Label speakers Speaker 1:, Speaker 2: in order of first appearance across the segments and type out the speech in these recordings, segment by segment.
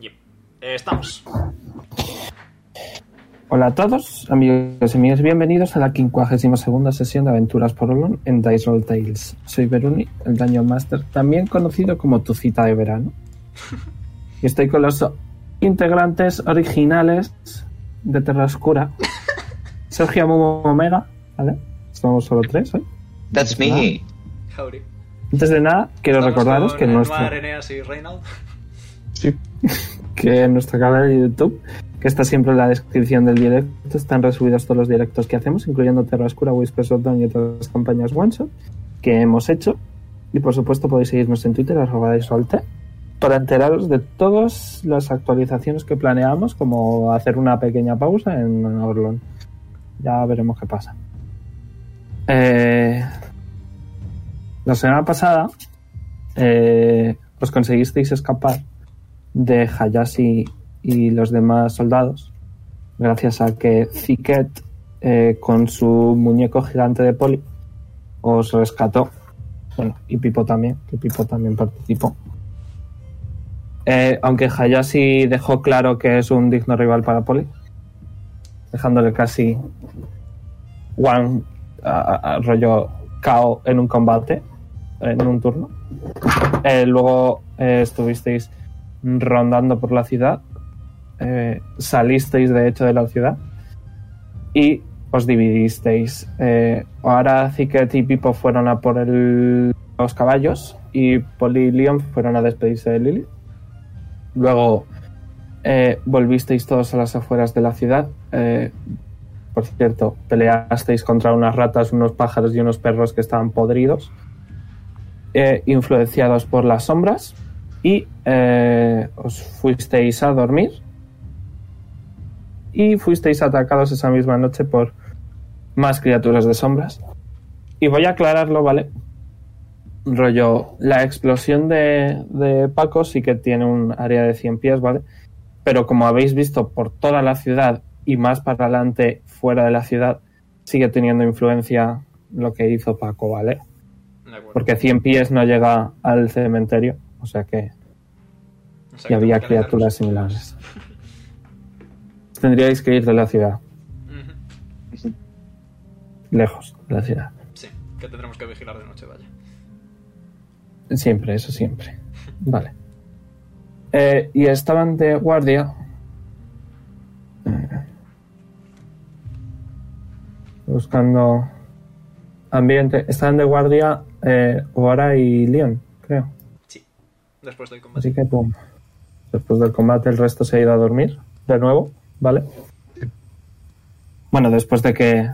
Speaker 1: Eh, Estamos.
Speaker 2: Hola a todos, amigos y amigas, bienvenidos a la 52 sesión de Aventuras por Olon en Dice Roll Tales. Soy Beruni, el Daño Master, también conocido como tu cita de verano. Y estoy con los integrantes originales de Terra Oscura. Sergio Momo Omega, ¿vale? Somos solo tres hoy.
Speaker 3: That's me.
Speaker 2: Ah.
Speaker 1: Jauri.
Speaker 2: Antes de nada, quiero
Speaker 1: Estamos
Speaker 2: recordaros
Speaker 1: con
Speaker 2: que nuestro...
Speaker 1: Elmar, Eneas y Reynold.
Speaker 2: que en nuestro canal de YouTube, que está siempre en la descripción del directo, están resubidos todos los directos que hacemos, incluyendo Terra Oscura, Whispers of Dawn y otras campañas One Shot que hemos hecho. Y por supuesto podéis seguirnos en Twitter, arroba disolte, para enteraros de todas las actualizaciones que planeamos, como hacer una pequeña pausa en Orlon. Ya veremos qué pasa. Eh, la semana pasada eh, os conseguisteis escapar de Hayashi y los demás soldados, gracias a que Ziket, eh, con su muñeco gigante de poli, os rescató. Bueno, y Pipo también, que Pipo también participó. Eh, aunque Hayashi dejó claro que es un digno rival para Poli, dejándole casi one a- a- a rollo KO en un combate, en un turno. Eh, luego eh, estuvisteis rondando por la ciudad. eh, salisteis de hecho de la ciudad y os dividisteis. Eh, ahora Ziquet y Pipo fueron a por el- los caballos y Poli y Leon fueron a despedirse de Lily. Luego eh, volvisteis todos a las afueras de la ciudad. eh, por cierto, peleasteis contra unas ratas, unos pájaros y unos perros que estaban podridos, eh, influenciados por las sombras y eh, os fuisteis a dormir y fuisteis atacados esa misma noche por más criaturas de sombras. Y voy a aclararlo, ¿vale? Rollo, la explosión de, de Paco sí que tiene un área de 100 pies, ¿vale? Pero como habéis visto por toda la ciudad y más para adelante fuera de la ciudad, sigue teniendo influencia lo que hizo Paco, ¿vale?
Speaker 1: De acuerdo.
Speaker 2: Porque 100 pies no llega al cementerio, o sea que
Speaker 1: O sea,
Speaker 2: y
Speaker 1: que
Speaker 2: había
Speaker 1: tengo que alejarnos.
Speaker 2: criaturas similares. Tendríais que ir de la ciudad,
Speaker 1: Ujú.
Speaker 2: lejos de la ciudad.
Speaker 1: Sí, que tendremos que vigilar de noche, vaya.
Speaker 2: Siempre, eso siempre. Vale. Eh, y estaban de guardia. eh, Buscando ambiente. Estaban de guardia eh, Oara y Leon, creo.
Speaker 1: Sí. Después del combate.
Speaker 2: Así que pum. Después del combate el resto se ha ido a dormir de nuevo, ¿vale? Bueno, después de que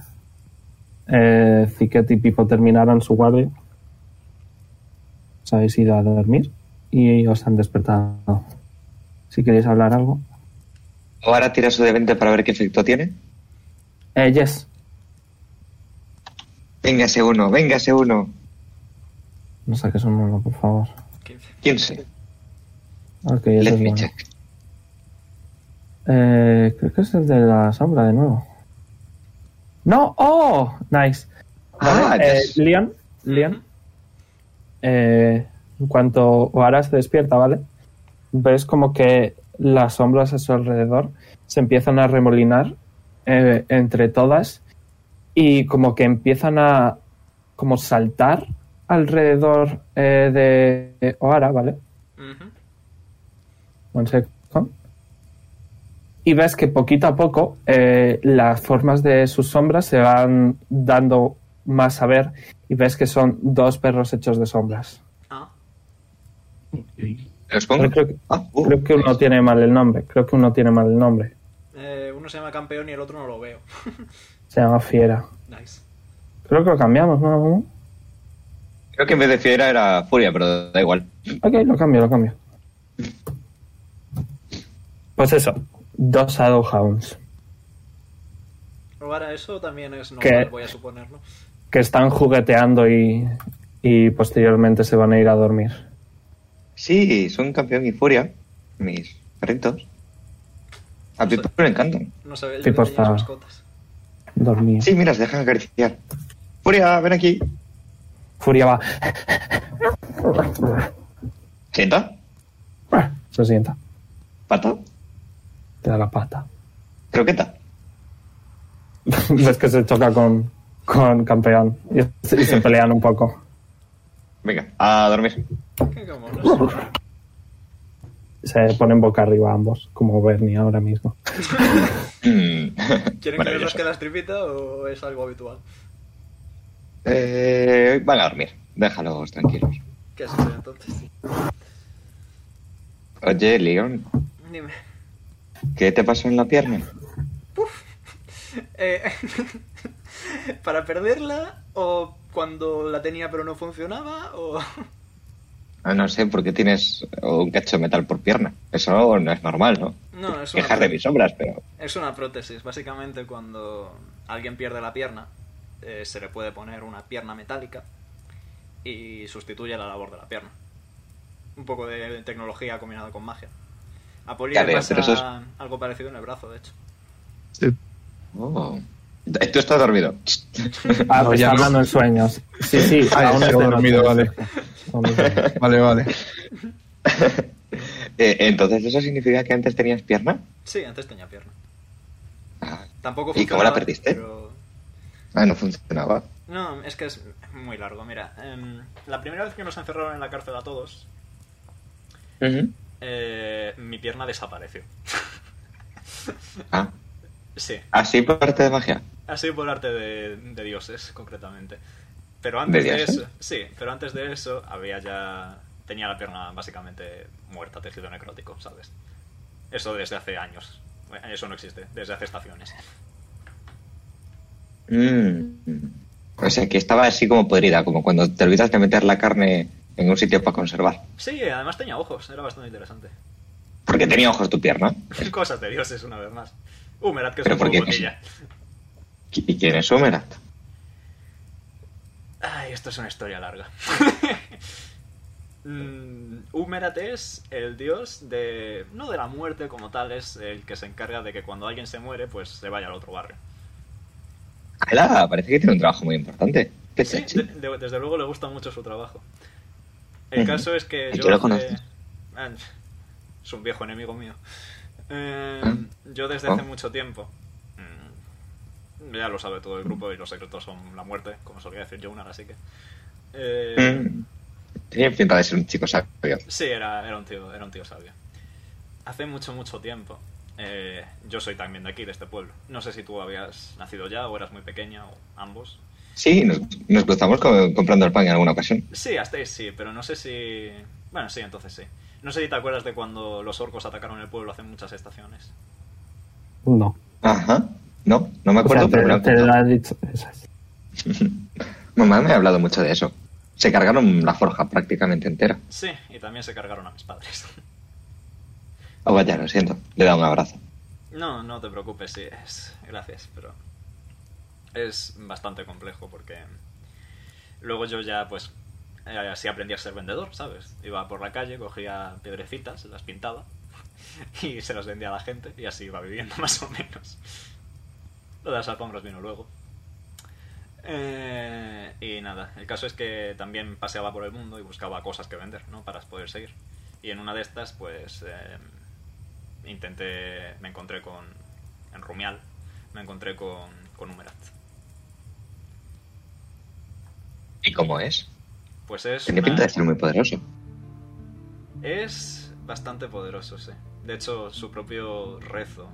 Speaker 2: eh, Ziquet y Pipo terminaron su guardia, os habéis ido a dormir y os han despertado. Si queréis hablar algo.
Speaker 3: Ahora tira su de 20 para ver qué efecto tiene.
Speaker 2: Eh, yes.
Speaker 3: Véngase uno, véngase uno.
Speaker 2: No saques un uno, por favor. Ah,
Speaker 1: 15.
Speaker 3: 15.
Speaker 2: Ok, eso
Speaker 3: Let
Speaker 2: es
Speaker 3: me
Speaker 2: bueno.
Speaker 3: check.
Speaker 2: Eh, creo que es el de la sombra de nuevo. ¡No! ¡Oh! Nice.
Speaker 3: Ah,
Speaker 2: Vale, eh,
Speaker 3: yes.
Speaker 2: Leon, Leon,
Speaker 1: Ujú.
Speaker 2: Eh, en cuanto Oara se despierta, ¿vale? Ves como que las sombras a su alrededor se empiezan a remolinar eh, entre todas y como que empiezan a como saltar alrededor eh, de- de Oara, ¿vale?
Speaker 1: Ujú.
Speaker 2: One second. Y ves que poquito a poco eh, las formas de sus sombras se van dando más a ver y ves que son dos perros hechos de sombras.
Speaker 1: Ah,
Speaker 3: ¿Los pongo?
Speaker 2: Pero creo que-
Speaker 3: Ah, uh,
Speaker 2: Creo que uno tiene mal el nombre, creo que uno tiene mal el nombre.
Speaker 1: eh, uno se llama campeón y el otro no lo veo.
Speaker 2: Se llama Fiera.
Speaker 1: Nice.
Speaker 2: Creo que lo cambiamos, ¿no?
Speaker 3: creo que en vez de fiera era furia, pero da igual.
Speaker 2: Ok, lo cambio, lo cambio. Pues eso, dos Shadowhounds
Speaker 1: Ahora eso también es
Speaker 2: ¿Qué?
Speaker 1: normal, voy a suponerlo.
Speaker 2: que están jugueteando y, y posteriormente se van a ir a dormir.
Speaker 3: Sí, son campeón y furia. Mis perritos. A
Speaker 1: No sé.
Speaker 3: Pipo le encantan.
Speaker 1: No sabía yo que
Speaker 2: Tipo
Speaker 1: tenías
Speaker 2: está-
Speaker 1: mascotas.
Speaker 2: Dormir.
Speaker 3: Sí, mira, se dejan acariciar. Furia, ven aquí.
Speaker 2: Furia va.
Speaker 3: ¿Sienta?
Speaker 2: Se sienta.
Speaker 3: ¿Pata?
Speaker 2: Te da la pata.
Speaker 3: Croqueta.
Speaker 2: Ves que se choca con, con campeón y, y se pelean un poco.
Speaker 3: Venga, a dormir.
Speaker 1: Qué comodos.
Speaker 2: Se ponen boca arriba ambos, como Bernie ahora mismo.
Speaker 3: Mm.
Speaker 1: ¿Quieren que les
Speaker 3: Maravilloso.
Speaker 1: rasque las tripitas o es algo habitual?
Speaker 3: Eh, van a dormir. Déjalos tranquilos.
Speaker 1: ¿Qué es eso entonces?
Speaker 3: Oye, Leon,
Speaker 1: Dime.
Speaker 3: ¿qué te pasó en la pierna?
Speaker 1: Eh, ¿Para perderla o cuando la tenía pero no funcionaba o...?
Speaker 3: Ah, No sé, ¿por qué tienes un cacho de metal por pierna? Eso no es normal, ¿no?
Speaker 1: No, es una,
Speaker 3: Quejar de mis obras, pero...
Speaker 1: es una prótesis. Básicamente cuando alguien pierde la pierna, eh, se le puede poner una pierna metálica y sustituye la labor de la pierna. Un poco de tecnología combinada con magia. A Poli le
Speaker 3: Claro,
Speaker 1: pasa
Speaker 3: pero eso es-
Speaker 1: algo parecido en el brazo, de hecho.
Speaker 4: Sí.
Speaker 3: Oh. Tú estás dormido.
Speaker 2: Ah, está
Speaker 4: No, ya no.
Speaker 2: hablando en sueños. Sí, sí,
Speaker 4: Ah,
Speaker 2: aún
Speaker 4: ya
Speaker 2: es
Speaker 4: he
Speaker 2: de
Speaker 4: dormido,
Speaker 2: noche.
Speaker 4: vale.
Speaker 2: Aún es de noche.
Speaker 4: Vale, vale.
Speaker 3: Eh, Entonces, ¿eso significa que antes tenías pierna?
Speaker 1: Sí, antes tenía pierna.
Speaker 3: Ah,
Speaker 1: Tampoco
Speaker 3: ¿Y cómo la
Speaker 1: funcionaba,
Speaker 3: perdiste?
Speaker 1: pero-
Speaker 3: ah, no funcionaba.
Speaker 1: No, es que es muy largo. Mira, em, la primera vez que nos encerraron en la cárcel a todos, eh, mi pierna desapareció.
Speaker 3: Ah,
Speaker 1: Sí,
Speaker 3: así por parte de magia.
Speaker 1: así por arte de, de dioses, concretamente. Pero antes
Speaker 3: ¿De
Speaker 1: de,
Speaker 3: dioses?
Speaker 1: eso, sí, pero antes de eso había ya tenía la pierna básicamente muerta, tejido necrótico, ¿sabes? Eso desde hace años. Bueno, Eso no existe, desde hace estaciones.
Speaker 3: Mm. O sea, que estaba así como podrida, como cuando te olvidas de meter la carne en un sitio para conservar.
Speaker 1: Sí, además tenía ojos, era bastante interesante.
Speaker 3: Porque tenía ojos tu pierna.
Speaker 1: Cosas de dioses, una vez más. Humerat, que es
Speaker 3: Pero
Speaker 1: un
Speaker 3: ¿por qué?
Speaker 1: poco botilla.
Speaker 3: ¿Y quién es Humerat?
Speaker 1: Ay, esto es una historia larga. Mm, Humerat es el dios de. no de la muerte como tal, es el que se encarga de que cuando alguien se muere, pues se vaya al otro barrio.
Speaker 3: ¡Hala! Parece que tiene un trabajo muy importante. ¿Qué
Speaker 1: Sí,
Speaker 3: chachi.
Speaker 1: de- de- desde luego le gusta mucho su trabajo. El
Speaker 3: Ujú.
Speaker 1: caso es que
Speaker 3: ¿Y
Speaker 1: yo.
Speaker 3: tú lo
Speaker 1: hace-
Speaker 3: conoces?
Speaker 1: Ah, Es un viejo enemigo mío. Eh,
Speaker 3: Ah.
Speaker 1: Yo desde
Speaker 3: Ah.
Speaker 1: hace mucho tiempo. mm, Ya lo sabe todo el grupo y los secretos son la muerte, como solía decir Jonar, así que. eh,
Speaker 3: Mm. Tiene pinta de ser un chico sabio.
Speaker 1: Sí, era, era, un tío, era un tío sabio. Hace mucho, mucho tiempo. eh, yo soy también de aquí, de este pueblo. No sé si tú habías nacido ya o eras muy pequeña o ambos.
Speaker 3: Sí, nos, nos cruzamos co- comprando el pan en alguna ocasión.
Speaker 1: Sí, hasta ahí sí, pero no sé si... Bueno, sí, entonces sí. No sé si te acuerdas de cuando los orcos atacaron el pueblo hace muchas estaciones.
Speaker 2: No.
Speaker 3: Ajá. No, no me
Speaker 2: O sea,
Speaker 3: acuerdo, pero me lo
Speaker 2: te,
Speaker 3: han
Speaker 2: te lo ha
Speaker 3: contado.
Speaker 2: dicho. eso es.
Speaker 3: Mamá me ha hablado mucho de eso. Se cargaron la forja prácticamente entera.
Speaker 1: Sí, y también se cargaron a mis padres.
Speaker 3: Oh, vaya, lo siento. Le da un abrazo.
Speaker 1: No, no te preocupes, sí, es... Gracias, pero... Es bastante complejo porque... Luego yo ya, pues... eh, Así aprendí a ser vendedor, ¿sabes? Iba por la calle, cogía piedrecitas, las pintaba y se las vendía a la gente y así iba viviendo más o menos. Lo de las alfombras vino luego. Eh, y nada, el caso es que también paseaba por el mundo y buscaba cosas que vender, ¿no? Para poder seguir. Y en una de estas, pues, eh, intenté, me encontré con, en Rumial, me encontré con, con Humerat.
Speaker 3: ¿Y cómo es?
Speaker 1: Pues es...
Speaker 3: Tiene
Speaker 1: una-
Speaker 3: pinta de ser muy poderoso.
Speaker 1: Es bastante poderoso, sí. De hecho, su propio rezo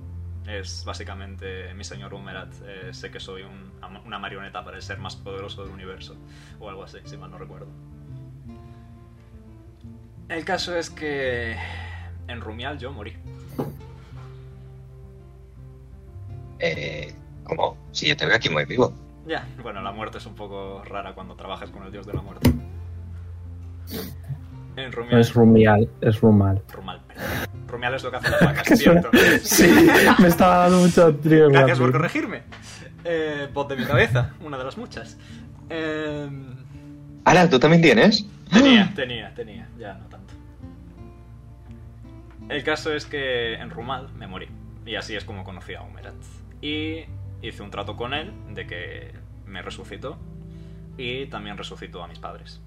Speaker 1: es básicamente, mi señor Humerat, eh, sé que soy un- una marioneta para el ser más poderoso del universo, o algo así, si mal no recuerdo. El caso es que en Rumial yo morí.
Speaker 3: Eh, ¿Cómo? Si yo te veo aquí muy vivo.
Speaker 1: Ya, bueno, la muerte es un poco rara cuando trabajas con el dios de la muerte. En
Speaker 2: No
Speaker 1: Rumial...
Speaker 2: es rumial, es rumal.
Speaker 1: Rumal, perdón. Rumial es lo que hacen las vacas,
Speaker 2: Que suena-
Speaker 1: ¿cierto?
Speaker 2: Sí, me estaba dando mucho trío.
Speaker 1: Gracias por corregirme. Eh, bot de mi cabeza, una de las muchas. Eh,
Speaker 3: ¡Hala, tú también tienes!
Speaker 1: tenía, tenía, tenía, ya no tanto. El caso es que en Rumal me morí. Y así es como conocí a Humerat. Y hice un trato con él de que me resucitó. Y también resucitó a mis padres.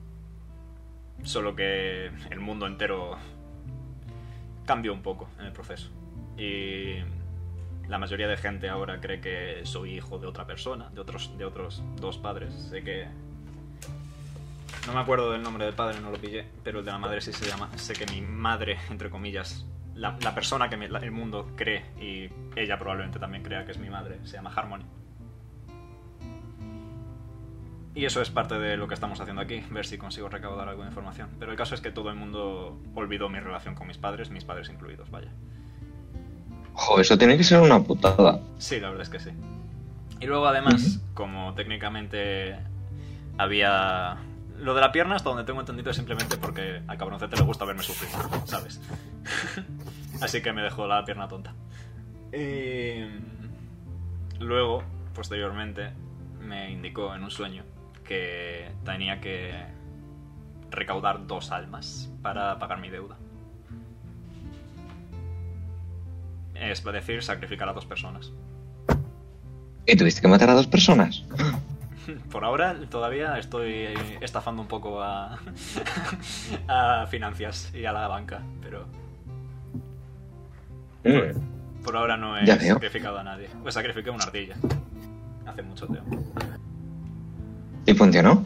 Speaker 1: Solo que el mundo entero cambió un poco en el proceso. Y la mayoría de gente ahora cree que soy hijo de otra persona, de otros, de otros dos padres. Sé que. No me acuerdo del nombre del padre, no lo pillé, pero el de la madre sí se llama. Sé que mi madre, entre comillas, la, la persona que me- la- el mundo cree y ella probablemente también crea que es mi madre, se llama Harmony. Y eso es parte de lo que estamos haciendo aquí, ver si consigo recaudar alguna información. Pero el caso es que todo el mundo olvidó mi relación con mis padres, mis padres incluidos, vaya.
Speaker 3: Jo, eso tiene que ser una putada.
Speaker 1: Sí, la verdad es que sí. Y luego además, como técnicamente había... Lo de la pierna hasta donde tengo entendido es simplemente porque al cabroncete le gusta verme sufrir, ¿sabes? Así que me dejó la pierna tonta. Y... Luego, posteriormente, me indicó en un sueño que tenía que recaudar dos almas para pagar mi deuda. Es decir, sacrificar a dos personas.
Speaker 3: ¿Y tuviste que matar a dos personas?
Speaker 1: Por ahora todavía estoy eh, estafando un poco a, a finanzas y a la banca, pero
Speaker 3: Mm.
Speaker 1: por ahora no he
Speaker 3: Ya veo.
Speaker 1: sacrificado a nadie. Pues sacrifiqué una ardilla. Hace mucho tiempo.
Speaker 3: ¿Y funcionó?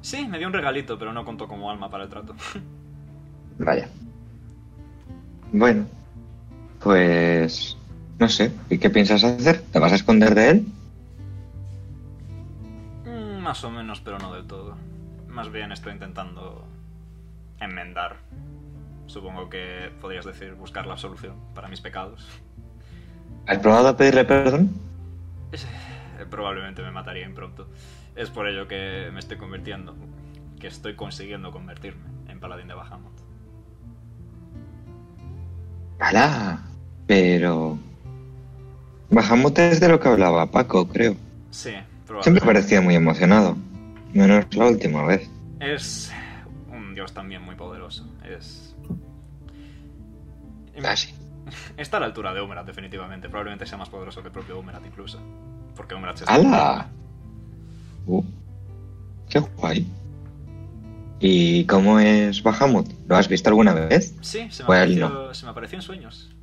Speaker 1: Sí, me dio un regalito, pero no contó como alma para el trato.
Speaker 3: Vaya. Bueno, pues no sé. ¿Y qué piensas hacer? ¿Te vas a esconder de él?
Speaker 1: Mm, Más o menos, pero no del todo. Más bien estoy intentando enmendar. Supongo que podrías decir buscar la solución para mis pecados.
Speaker 3: ¿Has probado a pedirle perdón?
Speaker 1: Eh, probablemente me mataría pronto. Es por ello que me estoy convirtiendo, que estoy consiguiendo convertirme en paladín de Bahamut.
Speaker 3: ¡Hala! Pero... Bahamut es de lo que hablaba Paco, creo.
Speaker 1: Sí,
Speaker 3: Siempre
Speaker 1: probablemente.
Speaker 3: parecía muy emocionado. Menos la última vez.
Speaker 1: Es un dios también muy poderoso. Es... Ah,
Speaker 3: Casi.
Speaker 1: Está a la altura de Umerat, definitivamente. Probablemente sea más poderoso que el propio Umerat incluso. Porque Umerat es...
Speaker 3: ¡Hala! Uh, ¡Qué guay! ¿Y cómo es Bahamut? ¿Lo has visto alguna vez?
Speaker 1: Sí, se me,
Speaker 3: Bueno.
Speaker 1: apareció, se me apareció en sueños.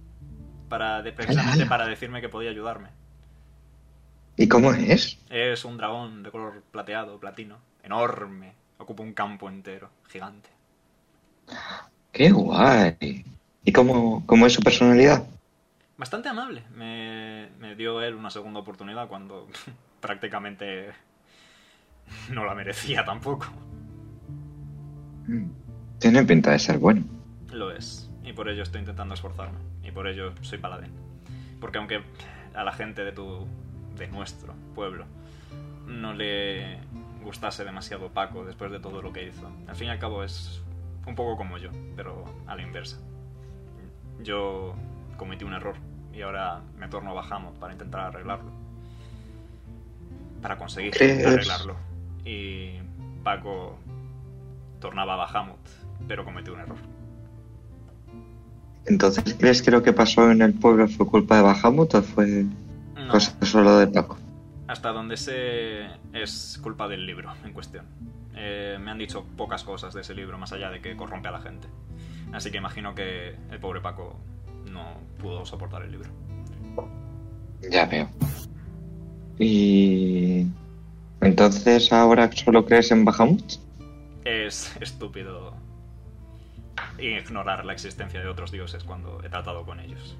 Speaker 1: Para, de- precisamente
Speaker 3: Hala.
Speaker 1: para decirme que podía ayudarme.
Speaker 3: ¿Y cómo es?
Speaker 1: Es un dragón de color plateado, platino, enorme. Ocupa un campo entero, gigante.
Speaker 3: ¡Qué guay! ¿Y cómo, cómo es su personalidad?
Speaker 1: Bastante amable. Me, me dio él una segunda oportunidad cuando prácticamente no la merecía tampoco.
Speaker 3: Mm, Tiene pinta de ser bueno.
Speaker 1: Lo es. Y por ello estoy intentando esforzarme. Y por ello soy paladín. Porque aunque a la gente de tu. de nuestro pueblo no le gustase demasiado Paco después de todo lo que hizo. Al fin y al cabo es un poco como yo, pero a la inversa. Yo cometí un error y ahora me torno a Bahamut para intentar arreglarlo. Para conseguir
Speaker 3: ¿Crees?
Speaker 1: arreglarlo. Y Paco tornaba a Bahamut, pero cometió un error.
Speaker 3: Entonces, ¿crees que lo que pasó en el pueblo fue culpa de Bahamut o fue
Speaker 1: No,
Speaker 3: cosa solo de Paco?
Speaker 1: hasta donde sé es culpa del libro en cuestión. Eh, me han dicho pocas cosas de ese libro, más allá de que corrompe a la gente. Así que imagino que el pobre Paco no pudo soportar el libro.
Speaker 3: Ya veo. Y... Entonces, ¿ahora solo crees en Bahamut?
Speaker 1: Es estúpido ignorar la existencia de otros dioses cuando he tratado con ellos.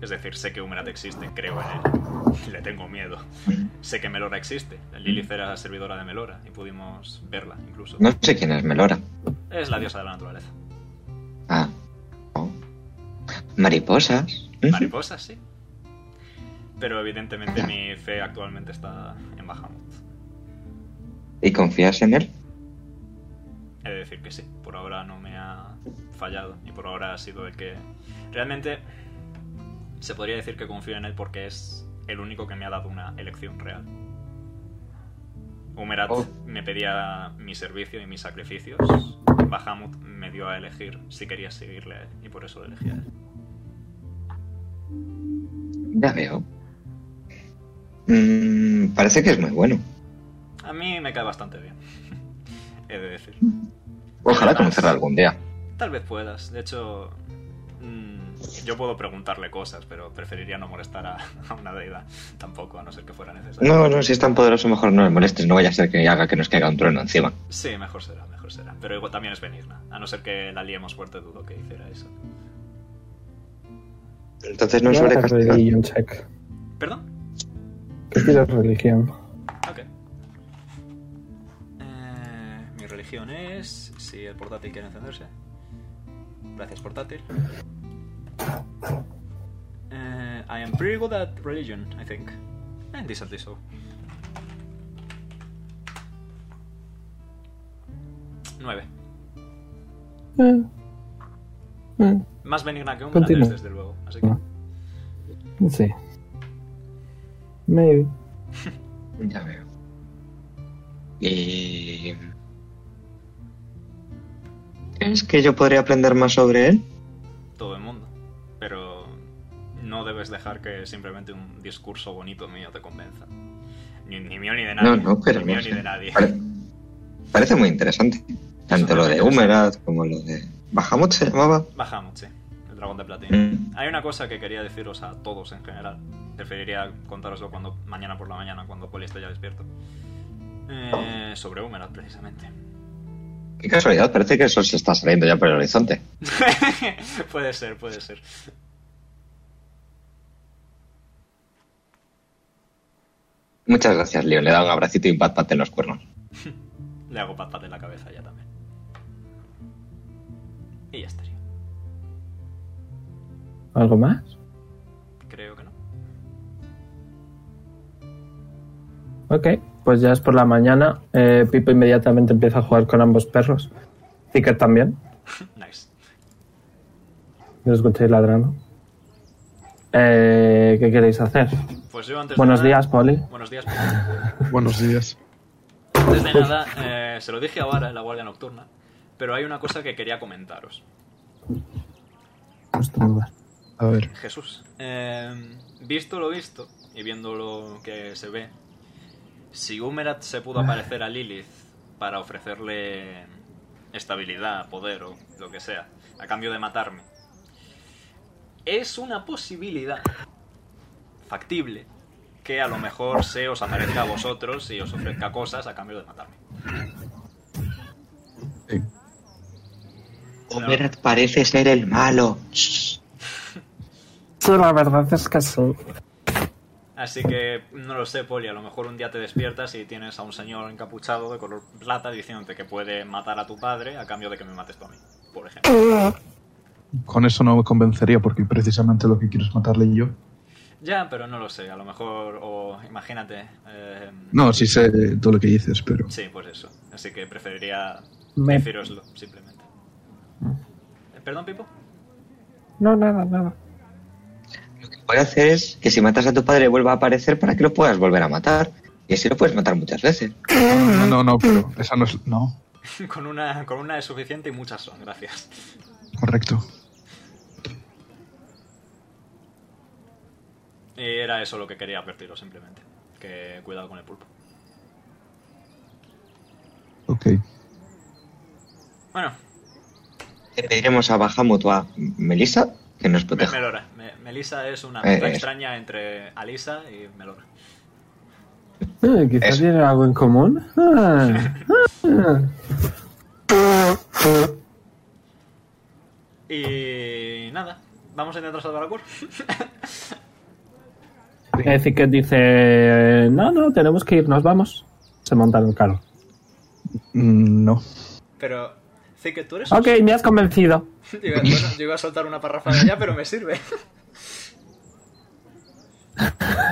Speaker 1: Es decir, sé que Humerat existe, creo en él. Le tengo miedo. Sé que Melora existe. Lilith era servidora de Melora y pudimos verla incluso.
Speaker 3: No sé quién es Melora.
Speaker 1: Es la diosa de la naturaleza.
Speaker 3: Ah. Oh. Mariposas. Ujú.
Speaker 1: mariposas, sí. Pero evidentemente mi fe actualmente está en Bahamut.
Speaker 3: ¿Y confías en él?
Speaker 1: He de decir que sí, por ahora no me ha fallado y por ahora ha sido el que... Realmente se podría decir que confío en él porque es el único que me ha dado una elección real. Humerat
Speaker 3: Oh.
Speaker 1: me pedía mi servicio y mis sacrificios. Bahamut me dio a elegir si quería seguirle a él y por eso le elegí a él.
Speaker 3: Ya veo. Mm, parece que es muy bueno.
Speaker 1: A mí me cae bastante bien, he de decir.
Speaker 3: Ojalá conocerla algún día.
Speaker 1: Tal vez puedas. De hecho, mm, Yo puedo preguntarle cosas, pero preferiría no molestar a, a una deidad tampoco, a no ser que fuera necesario.
Speaker 3: No, no, si es tan poderoso, mejor no le molestes. No vaya a ser que haga que nos caiga un trueno encima.
Speaker 1: Sí, mejor será, mejor será. Pero igual también es benigna, a no ser que la liemos fuerte, dudo que hiciera eso.
Speaker 3: Entonces no
Speaker 2: Voy a
Speaker 3: suele
Speaker 2: hacer
Speaker 3: castigar.
Speaker 2: religion check.
Speaker 1: ¿Perdón?
Speaker 2: ¿Qué tienes religión?
Speaker 1: Ok. Eh, mi religión es... Si el portátil quiere encenderse. Gracias, portátil. Eh, I am pretty good at religion, I think. And decently so. Nueve.
Speaker 2: Eh. Eh,
Speaker 1: Más benigna que un
Speaker 2: Continúa.
Speaker 1: Gladys, desde luego. Así que...
Speaker 2: Ah. Sí. Maybe.
Speaker 3: Ya veo. Y... ¿Crees que yo podría aprender más sobre él?
Speaker 1: todo el mundo. Pero no debes dejar que simplemente un discurso bonito mío te convenza. Ni, ni mío ni de nadie.
Speaker 3: No, no, pero
Speaker 1: ni
Speaker 3: no
Speaker 1: mío
Speaker 3: sé.
Speaker 1: ni de nadie.
Speaker 3: Pare- Parece muy interesante. Tanto
Speaker 1: Eso
Speaker 3: lo
Speaker 1: es
Speaker 3: de
Speaker 1: interesante.
Speaker 3: Humerad como lo de... ¿Bahamut se llamaba?
Speaker 1: Bajamos, sí. El dragón de platino.
Speaker 3: Mm.
Speaker 1: Hay una cosa que quería deciros a todos en general. Preferiría contároslo cuando, mañana por la mañana, cuando Poli esté ya despierto. Eh, sobre Humerad, precisamente.
Speaker 3: Qué casualidad, parece que el sol se está saliendo ya por el horizonte.
Speaker 1: puede ser, puede ser.
Speaker 3: Muchas gracias, Leon. Le da un abracito y un pat pat en los cuernos.
Speaker 1: Le hago pat pat en la cabeza ya también. Y ya estaría.
Speaker 2: ¿Algo más?
Speaker 1: Creo que no.
Speaker 2: Ok, pues ya es por la mañana. Eh, Pipo inmediatamente empieza a jugar con ambos perros. Ticket también.
Speaker 1: Nice.
Speaker 2: Los escucháis ladrando. Eh, ¿Qué queréis hacer?
Speaker 1: Pues yo antes de
Speaker 2: Buenos
Speaker 1: nada-
Speaker 2: días, Poli.
Speaker 1: Buenos días. Poli.
Speaker 4: Buenos días.
Speaker 1: Antes de nada, eh, se lo dije ahora en la Guardia Nocturna, pero hay una cosa que quería comentaros.
Speaker 2: Pues tú,
Speaker 4: A ver.
Speaker 1: Jesús, eh, visto lo visto y viendo lo que se ve, si Humerat se pudo aparecer a Lilith para ofrecerle estabilidad, poder o lo que sea, a cambio de matarme, es una posibilidad factible que a lo mejor se os aparezca a vosotros y os ofrezca cosas a cambio de matarme.
Speaker 4: eh,
Speaker 3: Humerad parece ser el malo.
Speaker 2: Sí, la verdad es que sí.
Speaker 1: Así que no lo sé, Poli. A lo mejor un día te despiertas y tienes a un señor encapuchado de color plata diciéndote que puede matar a tu padre a cambio de que me mates tú a mí, por ejemplo.
Speaker 4: Con eso no me convencería porque precisamente lo que quiero es matarle yo.
Speaker 1: Ya, pero no lo sé. A lo mejor, o imagínate. eh,
Speaker 4: No, sí sé todo lo que dices, pero...
Speaker 1: Sí, pues eso. Así que preferiría
Speaker 2: Me-
Speaker 1: deciroslo, simplemente. Eh, ¿Perdón, Pipo?
Speaker 2: No, nada, nada.
Speaker 3: Lo que puede hacer es que si matas a tu padre vuelva a aparecer para que lo puedas volver a matar. Y así lo puedes matar muchas veces.
Speaker 4: No, no, no, pero esa no es... No,
Speaker 1: Con una, con una es suficiente y muchas son, gracias.
Speaker 4: correcto.
Speaker 1: Y era eso lo que quería advertiros, simplemente. Que cuidado con el pulpo.
Speaker 4: Ok.
Speaker 1: Bueno,
Speaker 3: Le pediremos a Bahamut o a Melissa que nos
Speaker 1: Me-
Speaker 3: proteja.
Speaker 1: Melora. Me- Melisa es una
Speaker 3: Eh,
Speaker 1: mezcla
Speaker 3: eh.
Speaker 1: extraña entre Alisa y Melora.
Speaker 2: Eh, quizás
Speaker 3: Eso.
Speaker 2: tienen algo en común. Ah, ah.
Speaker 1: Y nada, vamos a intentar salvar a Kur.
Speaker 2: Eh, Ticket dice: No, no, tenemos que irnos, vamos. Se monta en el carro.
Speaker 4: Mm, No.
Speaker 1: Pero, que tú eres...
Speaker 2: Ok, me has convencido.
Speaker 1: Yo, iba, bueno, yo iba a soltar una parrafa de allá, pero me sirve.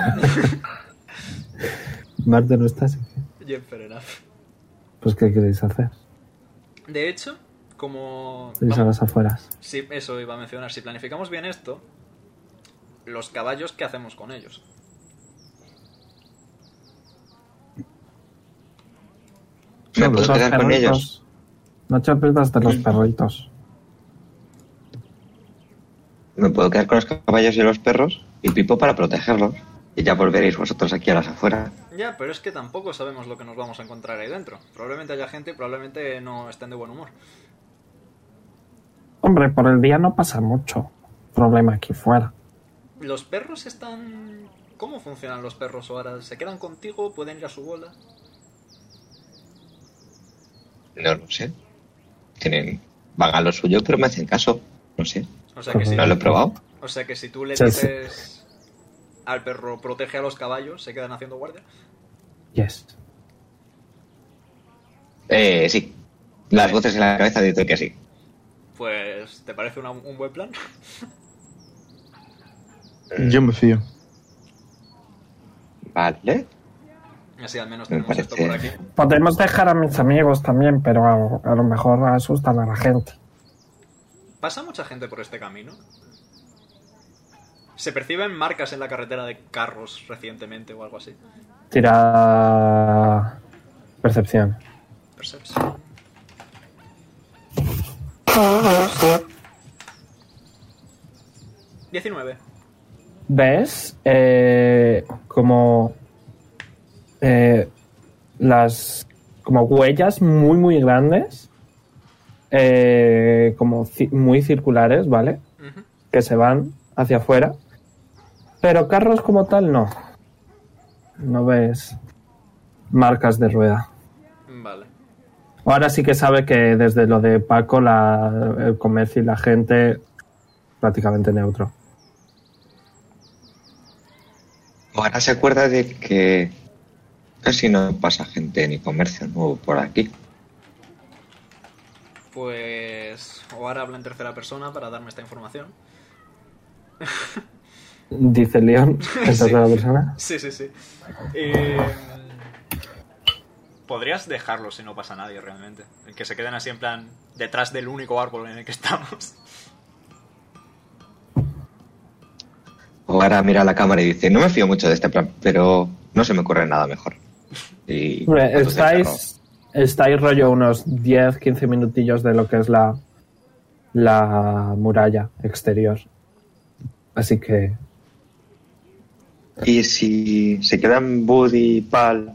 Speaker 2: Marte no está, así que.
Speaker 1: Bien, fair enough.
Speaker 2: Pues, ¿qué queréis hacer?
Speaker 1: De hecho, como...
Speaker 2: Estáis a
Speaker 1: vamos,
Speaker 2: las afueras.
Speaker 1: sí, eso iba a mencionar. Si planificamos bien esto, los caballos, ¿qué hacemos con ellos?
Speaker 3: ¿Me
Speaker 4: No,
Speaker 3: puedo
Speaker 2: Los
Speaker 3: quedar con ellos?
Speaker 2: perritos. No te olvides de los perritos.
Speaker 3: Me puedo quedar con los caballos y los perros y Pipo para protegerlos. Y ya volveréis vosotros aquí a las afueras.
Speaker 1: Ya, pero es que tampoco sabemos lo que nos vamos a encontrar ahí dentro. Probablemente haya gente y probablemente no estén de buen humor.
Speaker 2: Hombre, por el día no pasa mucho. problema aquí fuera.
Speaker 1: ¿Los perros están...? ¿Cómo funcionan los perros ahora? ¿Se quedan contigo? ¿Pueden ir a su bola?
Speaker 3: No lo sé. Tienen. Vagan lo suyo, pero me hacen caso. No sé.
Speaker 1: O sea que si,
Speaker 3: No lo he probado.
Speaker 1: o sea que si tú le
Speaker 2: Sí, sí.
Speaker 1: dices al perro protege a los caballos, se quedan haciendo guardia.
Speaker 2: Yes.
Speaker 3: Eh, sí. Las voces en la cabeza dicen que sí.
Speaker 1: Pues, ¿te parece una- un buen plan?
Speaker 4: Eh, Yo me fío.
Speaker 3: Vale.
Speaker 1: Así al menos
Speaker 3: Me
Speaker 1: tenemos esto por aquí.
Speaker 3: parece.
Speaker 2: Podemos dejar a mis amigos también, pero a, a lo mejor asustan a la gente.
Speaker 1: ¿Pasa mucha gente por este camino? ¿Se perciben marcas en la carretera de carros recientemente o algo así?
Speaker 2: Tira percepción.
Speaker 1: Perception.
Speaker 2: ¿Ves?
Speaker 1: 19.
Speaker 2: eh, como eh, las como huellas muy muy grandes, eh, como ci- muy circulares, ¿vale?
Speaker 1: Ujú.
Speaker 2: Que se van hacia afuera. Pero carros como tal no. No ves marcas de rueda.
Speaker 1: Vale.
Speaker 2: Ahora sí que sabe que desde lo de Paco la, el comercio y la gente prácticamente neutro.
Speaker 3: Ahora se acuerda de que casi no pasa gente ni comercio nuevo por aquí.
Speaker 1: Pues. Ahora habla en tercera persona para darme esta información.
Speaker 2: Dice León,
Speaker 1: Sí.
Speaker 2: esa es la persona.
Speaker 1: Sí, sí, sí. Eh, Podrías dejarlo si no pasa nadie realmente. El que se queden así en plan detrás del único árbol en el que estamos.
Speaker 3: Ahora mira la cámara y dice, no me fío mucho de este plan, pero no se me ocurre nada mejor. Y
Speaker 2: Hombre,
Speaker 3: entonces,
Speaker 2: Estáis, estáis rollo unos 10, 15 minutillos de lo que es la, la muralla exterior. Así que
Speaker 3: claro, Y si se quedan Buddy y Pal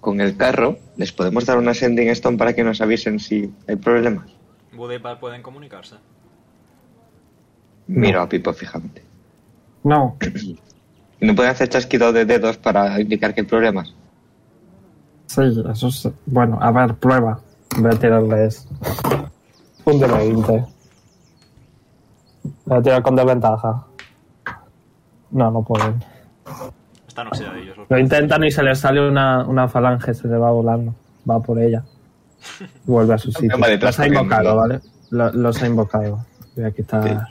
Speaker 3: con el carro, les podemos dar una sending stone para que nos avisen si hay problemas.
Speaker 1: Buda y Pal pueden comunicarse.
Speaker 3: Miro a Pipo fijamente.
Speaker 2: no,
Speaker 3: ¿Y no pueden hacer chasquido de dedos para indicar que hay problemas?
Speaker 2: sí, eso es... Bueno, a ver, prueba. Voy a tirarles un de 20. Voy a tirar con desventaja. No, no pueden.
Speaker 1: Están oxidadillos los
Speaker 2: Lo intentan y se les sale una, una falange, se le va volando. Va por ella. Y vuelve a su sitio.
Speaker 3: Vale,
Speaker 2: Los ha
Speaker 3: transcurriendo.
Speaker 2: invocado, ¿vale? Lo- los ha invocado. Voy a quitar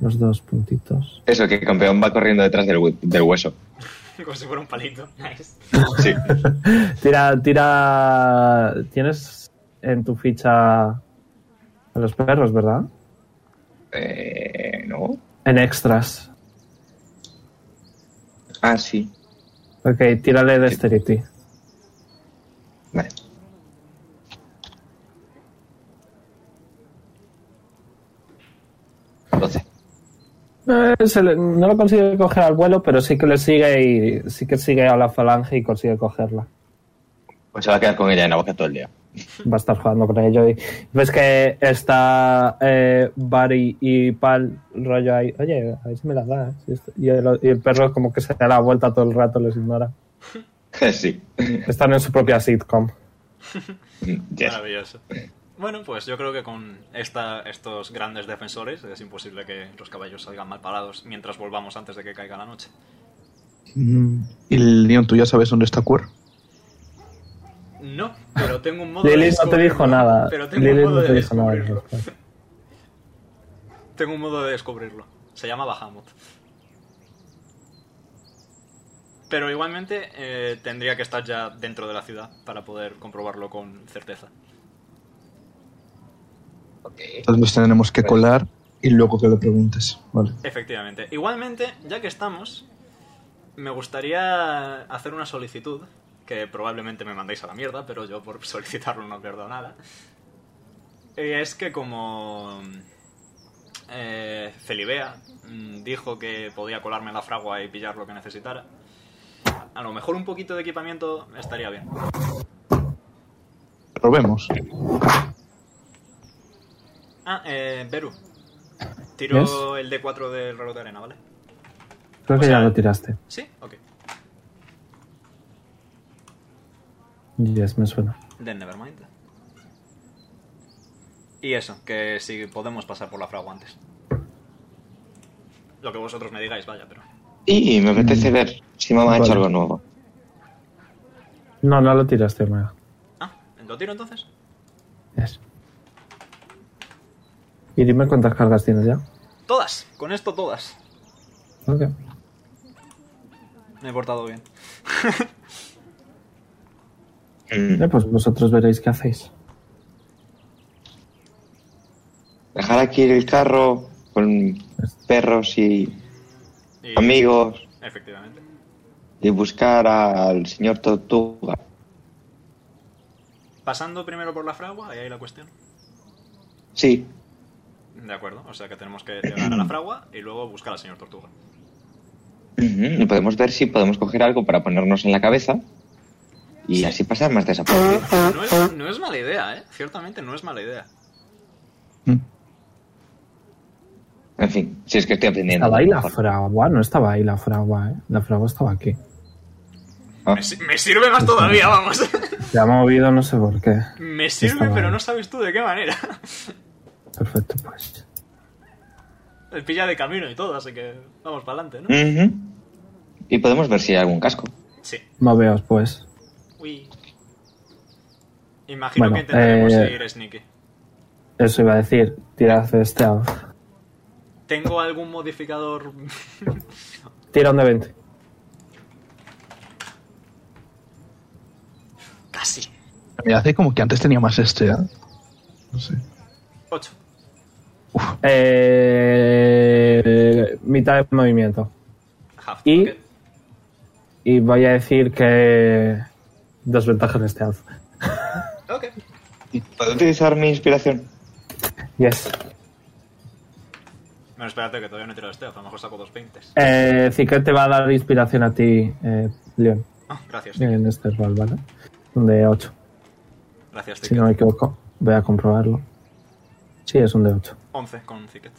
Speaker 2: los dos puntitos.
Speaker 3: Eso, que el campeón va corriendo detrás del, hue- del hueso.
Speaker 1: como si fuera un palito. Nice.
Speaker 3: Sí.
Speaker 2: Tira, tira. Tienes en tu ficha a los perros, ¿verdad?
Speaker 3: Eh, ¿No?
Speaker 2: En extras.
Speaker 3: Ah, sí.
Speaker 2: Ok, tírale este Dexterity.
Speaker 3: Vale. Doce.
Speaker 2: Eh, se le- no lo consigue coger al vuelo, pero sí que le sigue y sí que sigue a la falange y consigue cogerla.
Speaker 3: Pues se va a quedar con ella en la boca todo el día.
Speaker 2: va a estar jugando con ello y ves que está eh, Barry y Pal rollo ahí, oye, a ver si me las da. Y el, y el perro como que se da la vuelta todo el rato, les ignora.
Speaker 3: sí.
Speaker 2: Están en su propia sitcom.
Speaker 3: Yes.
Speaker 1: Maravilloso. Bueno, pues yo creo que con esta, estos grandes defensores es imposible que los caballos salgan mal parados mientras volvamos antes de que caiga la noche.
Speaker 4: Mm, Y Leon, tú ya sabes dónde está Quer.
Speaker 1: No, pero tengo un modo de
Speaker 2: Lili no te
Speaker 1: descubrirlo.
Speaker 2: dijo nada.
Speaker 1: Pero tengo
Speaker 2: Lili
Speaker 1: un modo
Speaker 2: no te
Speaker 1: de
Speaker 2: dijo nada. al
Speaker 1: descubrirlo.
Speaker 2: respecto.
Speaker 1: Tengo un modo de descubrirlo. Se llama Bahamut. Pero igualmente eh, tendría que estar ya dentro de la ciudad para poder comprobarlo con certeza.
Speaker 4: Entonces nos tenemos que colar y luego que le preguntes. Vale.
Speaker 1: Efectivamente. Igualmente, ya que estamos, me gustaría hacer una solicitud, que probablemente me mandéis a la mierda, pero yo por solicitarlo no pierdo nada. Eh, Es que como eh, Celibea mm, dijo que podía colarme en la fragua y pillar lo que necesitara, a lo mejor un poquito de equipamiento estaría bien.
Speaker 4: Robemos.
Speaker 1: Ah, eh, Beru, Tiro
Speaker 2: ¿Yes?
Speaker 1: el D4 del reloj de arena, ¿vale?
Speaker 2: Creo
Speaker 1: O
Speaker 2: que
Speaker 1: sea-
Speaker 2: ya lo tiraste.
Speaker 1: Sí, ok.
Speaker 2: Yes, me suena.
Speaker 1: Then nevermind. Y eso, que si podemos pasar por la fragua antes. Lo que vosotros me digáis, vaya, pero.
Speaker 3: Y me apetece ver si mamá ha hecho
Speaker 2: Vale.
Speaker 3: algo nuevo.
Speaker 2: No, no lo tiraste, Omega.
Speaker 1: Ah, ¿lo tiro entonces?
Speaker 2: Yes. Y dime cuántas cargas tienes ya.
Speaker 1: Todas, con esto todas.
Speaker 2: Ok.
Speaker 1: Me he portado bien.
Speaker 3: Mm.
Speaker 2: Eh, pues vosotros veréis qué hacéis.
Speaker 3: Dejar aquí el carro con perros y
Speaker 1: Y-
Speaker 3: amigos
Speaker 1: Efectivamente.
Speaker 3: y buscar al señor Tortuga.
Speaker 1: Pasando primero por la fragua, ahí hay la cuestión.
Speaker 3: Sí,
Speaker 1: De acuerdo, o sea que tenemos que llegar a la fragua y luego buscar al señor Tortuga.
Speaker 3: Ujú, Y podemos ver si podemos coger algo para ponernos en la cabeza y así pasar más desapercibido.
Speaker 1: No es, no es mala idea, ¿eh? Ciertamente no es mala idea.
Speaker 4: Mm.
Speaker 3: En fin, si es que estoy aprendiendo.
Speaker 2: Estaba ahí la fragua, no estaba ahí la fragua, ¿eh? La fragua estaba aquí.
Speaker 3: Ah,
Speaker 1: Me, si- me sirve más todavía, vamos.
Speaker 2: Se ha movido no sé por qué.
Speaker 1: Me
Speaker 2: Está
Speaker 1: sirve, pero
Speaker 2: mal.
Speaker 1: no sabes tú de qué manera.
Speaker 2: Perfecto, pues.
Speaker 1: Me Eh, pilla de camino y todo, así que vamos para adelante,
Speaker 2: Mm.
Speaker 1: ¿no?
Speaker 3: ujú. Y podemos ver si hay algún casco.
Speaker 1: Sí.
Speaker 2: Moveos, pues.
Speaker 1: Uy. Imagino
Speaker 2: Bueno,
Speaker 1: que intentaremos
Speaker 2: eh,
Speaker 1: seguir sneaky.
Speaker 2: Eso iba a decir. Tirad este a...
Speaker 1: ¿Tengo algún modificador?
Speaker 2: Tira un de 20.
Speaker 1: Casi.
Speaker 4: Me hace como que antes tenía más este, ¿eh? No sé.
Speaker 1: 8.
Speaker 2: Eh, eh, mitad de movimiento.
Speaker 1: Half.
Speaker 2: Y-
Speaker 1: ok.
Speaker 2: Y voy a decir que... Dos ventajas en este alza.
Speaker 1: Ok.
Speaker 3: ¿Puedo utilizar mi inspiración?
Speaker 2: Yes.
Speaker 1: Bueno, espérate que todavía no he tirado este, a lo mejor saco dos 20.
Speaker 2: Eh, Ziquet te va a dar inspiración a ti, eh, Leon,
Speaker 1: Ah, gracias.
Speaker 2: en este rol, ¿vale? Un de 8,
Speaker 1: Gracias,
Speaker 2: si no
Speaker 1: Ticket.
Speaker 2: me equivoco. Voy a comprobarlo. Sí, es un de 8.
Speaker 1: 11 con Ticket.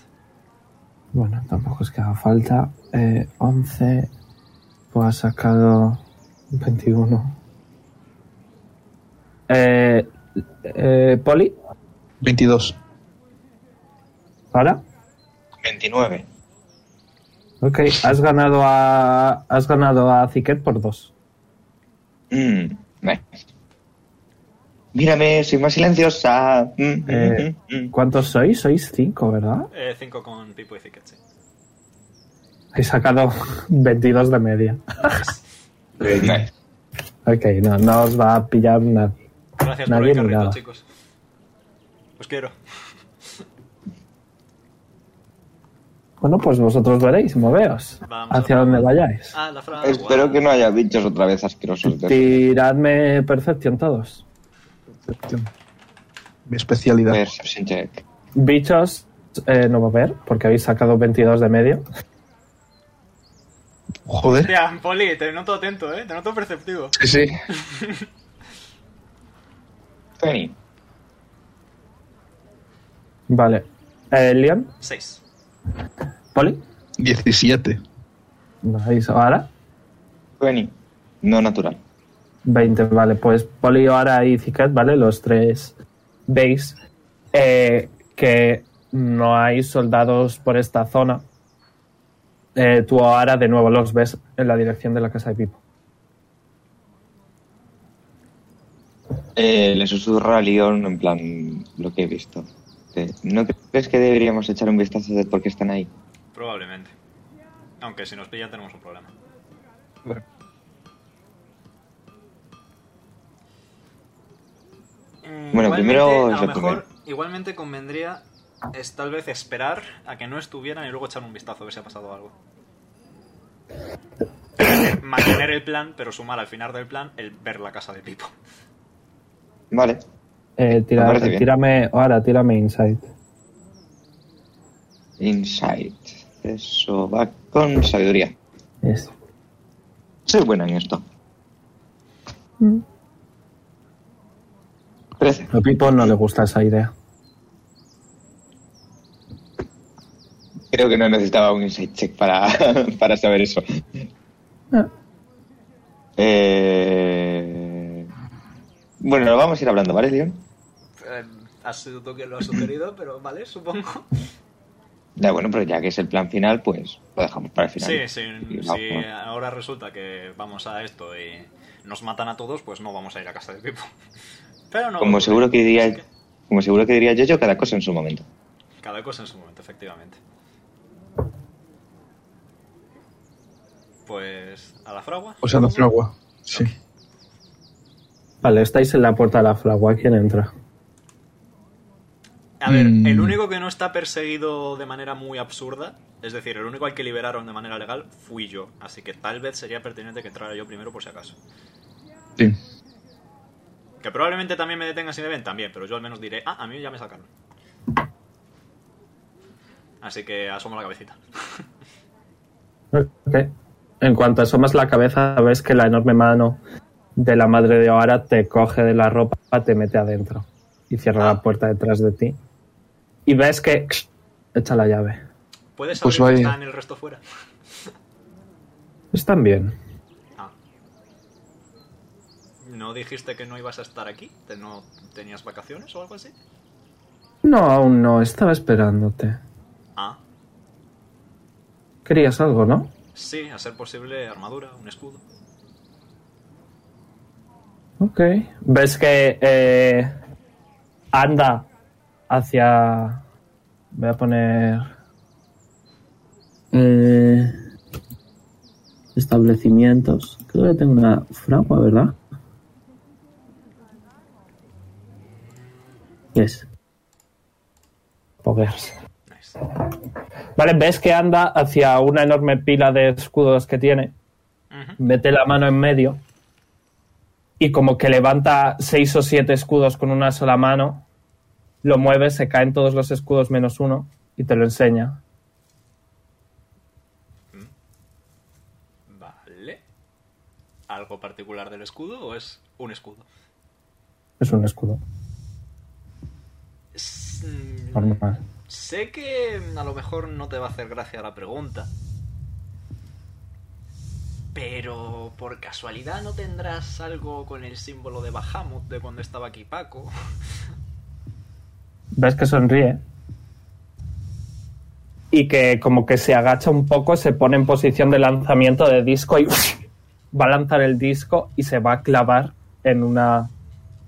Speaker 2: Bueno, tampoco es que haga falta. Eh, 11, pues ha sacado 21. Eh, eh, Poli,
Speaker 4: 22.
Speaker 2: ahora.
Speaker 3: 29.
Speaker 2: Ok, has ganado a, has ganado a Ziquet por 2.
Speaker 3: Mm, vale. Mírame, soy más silenciosa. Mm, mm,
Speaker 2: Eh,
Speaker 3: mm, mm.
Speaker 2: ¿Cuántos sois? Sois 5, ¿verdad?
Speaker 1: Eh, 5 con Pipo y Ticket, sí.
Speaker 2: He sacado 22 de media.
Speaker 3: Nice.
Speaker 2: Ok, no, no os va a pillar nadie.
Speaker 1: Gracias
Speaker 2: Nadie
Speaker 1: por
Speaker 2: ni
Speaker 1: el carrito,
Speaker 2: nada.
Speaker 1: chicos. Os quiero.
Speaker 2: Bueno, pues vosotros veréis, moveos.
Speaker 1: Vamos
Speaker 2: hacia
Speaker 1: a-
Speaker 2: donde vayáis.
Speaker 1: Ah, la fragua.
Speaker 3: Espero que no haya bichos otra vez asquerosos. de-
Speaker 2: Tiradme percepción todos.
Speaker 4: Percepción. Mi especialidad.
Speaker 3: Perception check.
Speaker 2: Bichos eh, no va a haber, porque habéis sacado 22 de medio.
Speaker 4: Joder.
Speaker 1: Hostia, Poli, te noto atento, ¿eh? Te noto perceptivo.
Speaker 4: Sí, sí.
Speaker 3: Twenty.
Speaker 2: Vale. Eh, Leon,
Speaker 1: 6.
Speaker 2: Poli,
Speaker 4: 17.
Speaker 2: ¿no veis? Ahora.
Speaker 3: Twenty. No natural.
Speaker 2: 20, vale, pues Poli, Oara y Zicat, ¿vale? Los tres veis eh, que no hay soldados por esta zona. Eh, tú ahora de nuevo los ves en la dirección de la casa de Pipo.
Speaker 3: Eh, le susurro a Leon en plan lo que he visto. Eh, ¿No crees que deberíamos echar un vistazo de por qué están ahí?
Speaker 1: Probablemente. Aunque si nos pillan tenemos un problema. Mm,
Speaker 3: Bueno,
Speaker 1: igualmente,
Speaker 3: primero
Speaker 1: a
Speaker 3: es
Speaker 1: lo
Speaker 3: lo
Speaker 1: mejor igualmente convendría es tal vez esperar a que no estuvieran y luego echar un vistazo a ver si ha pasado algo. Mantener el plan, pero sumar al final del plan el ver la casa de Pipo.
Speaker 3: Vale.
Speaker 2: Eh, tira-
Speaker 3: Me parece bien.
Speaker 2: tírame, Oara, tírame Insight.
Speaker 3: Insight. Eso va con sabiduría.
Speaker 2: Es-
Speaker 3: Soy buena en esto. Trece.
Speaker 2: A Pipo no le gusta esa idea.
Speaker 3: Creo que no necesitaba un insight check para, para saber eso.
Speaker 2: Ah,
Speaker 3: Eh, Bueno, lo vamos a ir hablando, ¿vale, Leon?
Speaker 1: Eh, has sido tú quien lo has sugerido, pero vale, supongo.
Speaker 3: Ya, bueno, pero ya que es el plan final, pues lo dejamos para el final.
Speaker 1: Sí, sí,
Speaker 3: Y vamos,
Speaker 1: si ahora resulta que vamos a esto y nos matan a todos, pues no vamos a ir a casa del Pipo. Pero no.
Speaker 3: Como
Speaker 1: ocurre.
Speaker 3: seguro que
Speaker 1: Es
Speaker 3: diría, como seguro que diría yo, yo cada cosa en su momento.
Speaker 1: Cada cosa en su momento, efectivamente. Pues a la fragua.
Speaker 4: O sea, la fragua. Sí.
Speaker 2: Vale, estáis en la puerta de la fragua. ¿Quién entra?
Speaker 1: A ver,
Speaker 4: Mm.
Speaker 1: el único que no está perseguido de manera muy absurda, es decir, el único al que liberaron de manera legal fui yo, así que tal vez sería pertinente que entrara yo primero por si acaso.
Speaker 4: Sí.
Speaker 1: Que probablemente también me detengan si me ven también, pero yo al menos diré, ah, a mí ya me sacaron. Así que asomo la cabecita.
Speaker 2: Ok. En cuanto asomas la cabeza, ves que la enorme mano de la madre de Oara te coge de la ropa, te mete adentro y cierra la puerta detrás de ti. Y ves que echa la llave.
Speaker 1: ¿Puedes saber
Speaker 4: Pues
Speaker 1: si
Speaker 4: vaya.
Speaker 1: están el resto fuera?
Speaker 2: Están bien.
Speaker 1: Ah. ¿No dijiste que no ibas a estar aquí? ¿Te- ¿No tenías vacaciones o algo así?
Speaker 2: No, aún no. Estaba esperándote.
Speaker 1: Ah,
Speaker 2: Querías algo, ¿no?
Speaker 1: sí, a ser posible armadura, un escudo.
Speaker 2: Ok. Ves que eh, anda hacia. Voy a poner.
Speaker 5: Eh, establecimientos. Creo que tengo una fragua, ¿verdad? Yes.
Speaker 2: Pogers.
Speaker 1: Nice.
Speaker 2: Vale, ves que anda hacia una enorme pila de escudos que tiene.
Speaker 1: Ujú.
Speaker 2: Mete la mano en medio. Y como que levanta seis o siete escudos con una sola mano. Lo mueve, se caen todos los escudos menos uno. Y te lo enseña.
Speaker 1: Vale. ¿Algo particular del escudo o es un escudo?
Speaker 2: Es un escudo
Speaker 1: Es- mm,
Speaker 2: normal.
Speaker 1: Sé que a lo mejor no te va a hacer gracia la pregunta. Pero por casualidad no tendrás algo con el símbolo de Bahamut de cuando estaba aquí Paco.
Speaker 2: Ves que sonríe. Y que como que se agacha un poco, se pone en posición de lanzamiento de disco y va a lanzar el disco y se va a clavar en una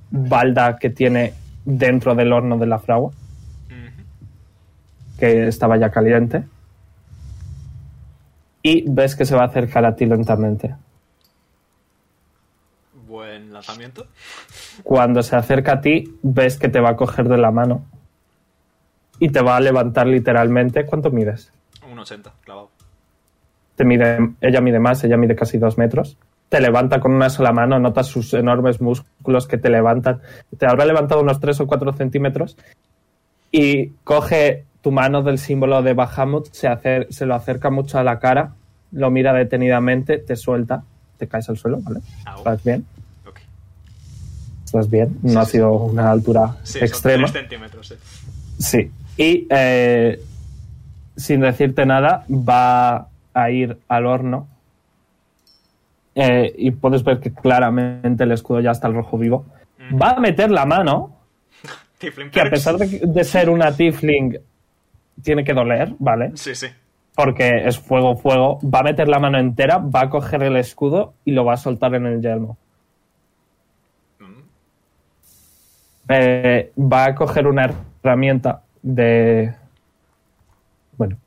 Speaker 2: balda que tiene dentro del horno de la fragua,
Speaker 1: Ujú.
Speaker 2: que estaba ya caliente. Y ves que se va a acercar a ti lentamente.
Speaker 1: Buen lanzamiento.
Speaker 2: Cuando se acerca a ti, ves que te va a coger de la mano y te va a levantar literalmente. ¿Cuánto mides?
Speaker 1: Un 80, clavado.
Speaker 2: te mide, ella mide más, ella mide casi dos metros. Te levanta con una sola mano, notas sus enormes músculos que te levantan. Te habrá levantado unos 3 o 4 centímetros y coge tu mano del símbolo de Bahamut, se, acer- se lo acerca mucho a la cara, lo mira detenidamente, te suelta, te caes al suelo, ¿vale?
Speaker 1: Au.
Speaker 2: ¿Estás bien?
Speaker 1: Ok.
Speaker 2: ¿Estás bien? No
Speaker 1: Sí,
Speaker 2: ha
Speaker 1: sí,
Speaker 2: sido una altura
Speaker 1: Sí,
Speaker 2: extrema.
Speaker 1: son 3 centímetros, sí.
Speaker 2: Sí. Y eh, sin decirte nada, va a ir al horno. Eh, y puedes ver que claramente el escudo ya está al rojo vivo.
Speaker 1: Ujú.
Speaker 2: Va a meter la mano,
Speaker 1: Tiflin
Speaker 2: que a
Speaker 1: perks.
Speaker 2: pesar de, que- de ser una tiefling, tiene que doler, ¿vale?
Speaker 1: Sí, sí.
Speaker 2: Porque es fuego, fuego. Va a meter la mano entera, va a coger el escudo y lo va a soltar en el yelmo.
Speaker 1: Mm.
Speaker 2: Eh, va a coger una herramienta de. Bueno.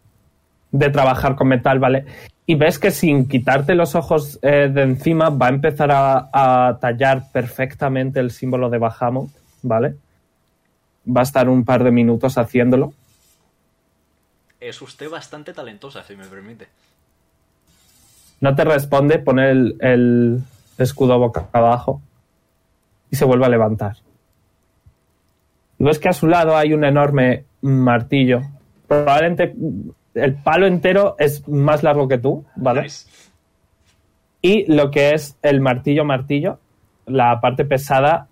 Speaker 2: De trabajar con metal, ¿vale? Y ves que sin quitarte los ojos eh, de encima va a empezar a, a tallar perfectamente el símbolo de Bahamut, ¿vale? Va a estar un par de minutos haciéndolo.
Speaker 1: Es usted bastante talentosa, si me permite.
Speaker 2: No te responde, pone el, el escudo boca abajo y se vuelve a levantar. Y ves que a su lado hay un enorme martillo. Probablemente mm, el palo entero es más largo que tú, ¿vale?
Speaker 1: Nice.
Speaker 2: Y lo que es el martillo martillo, la parte pesada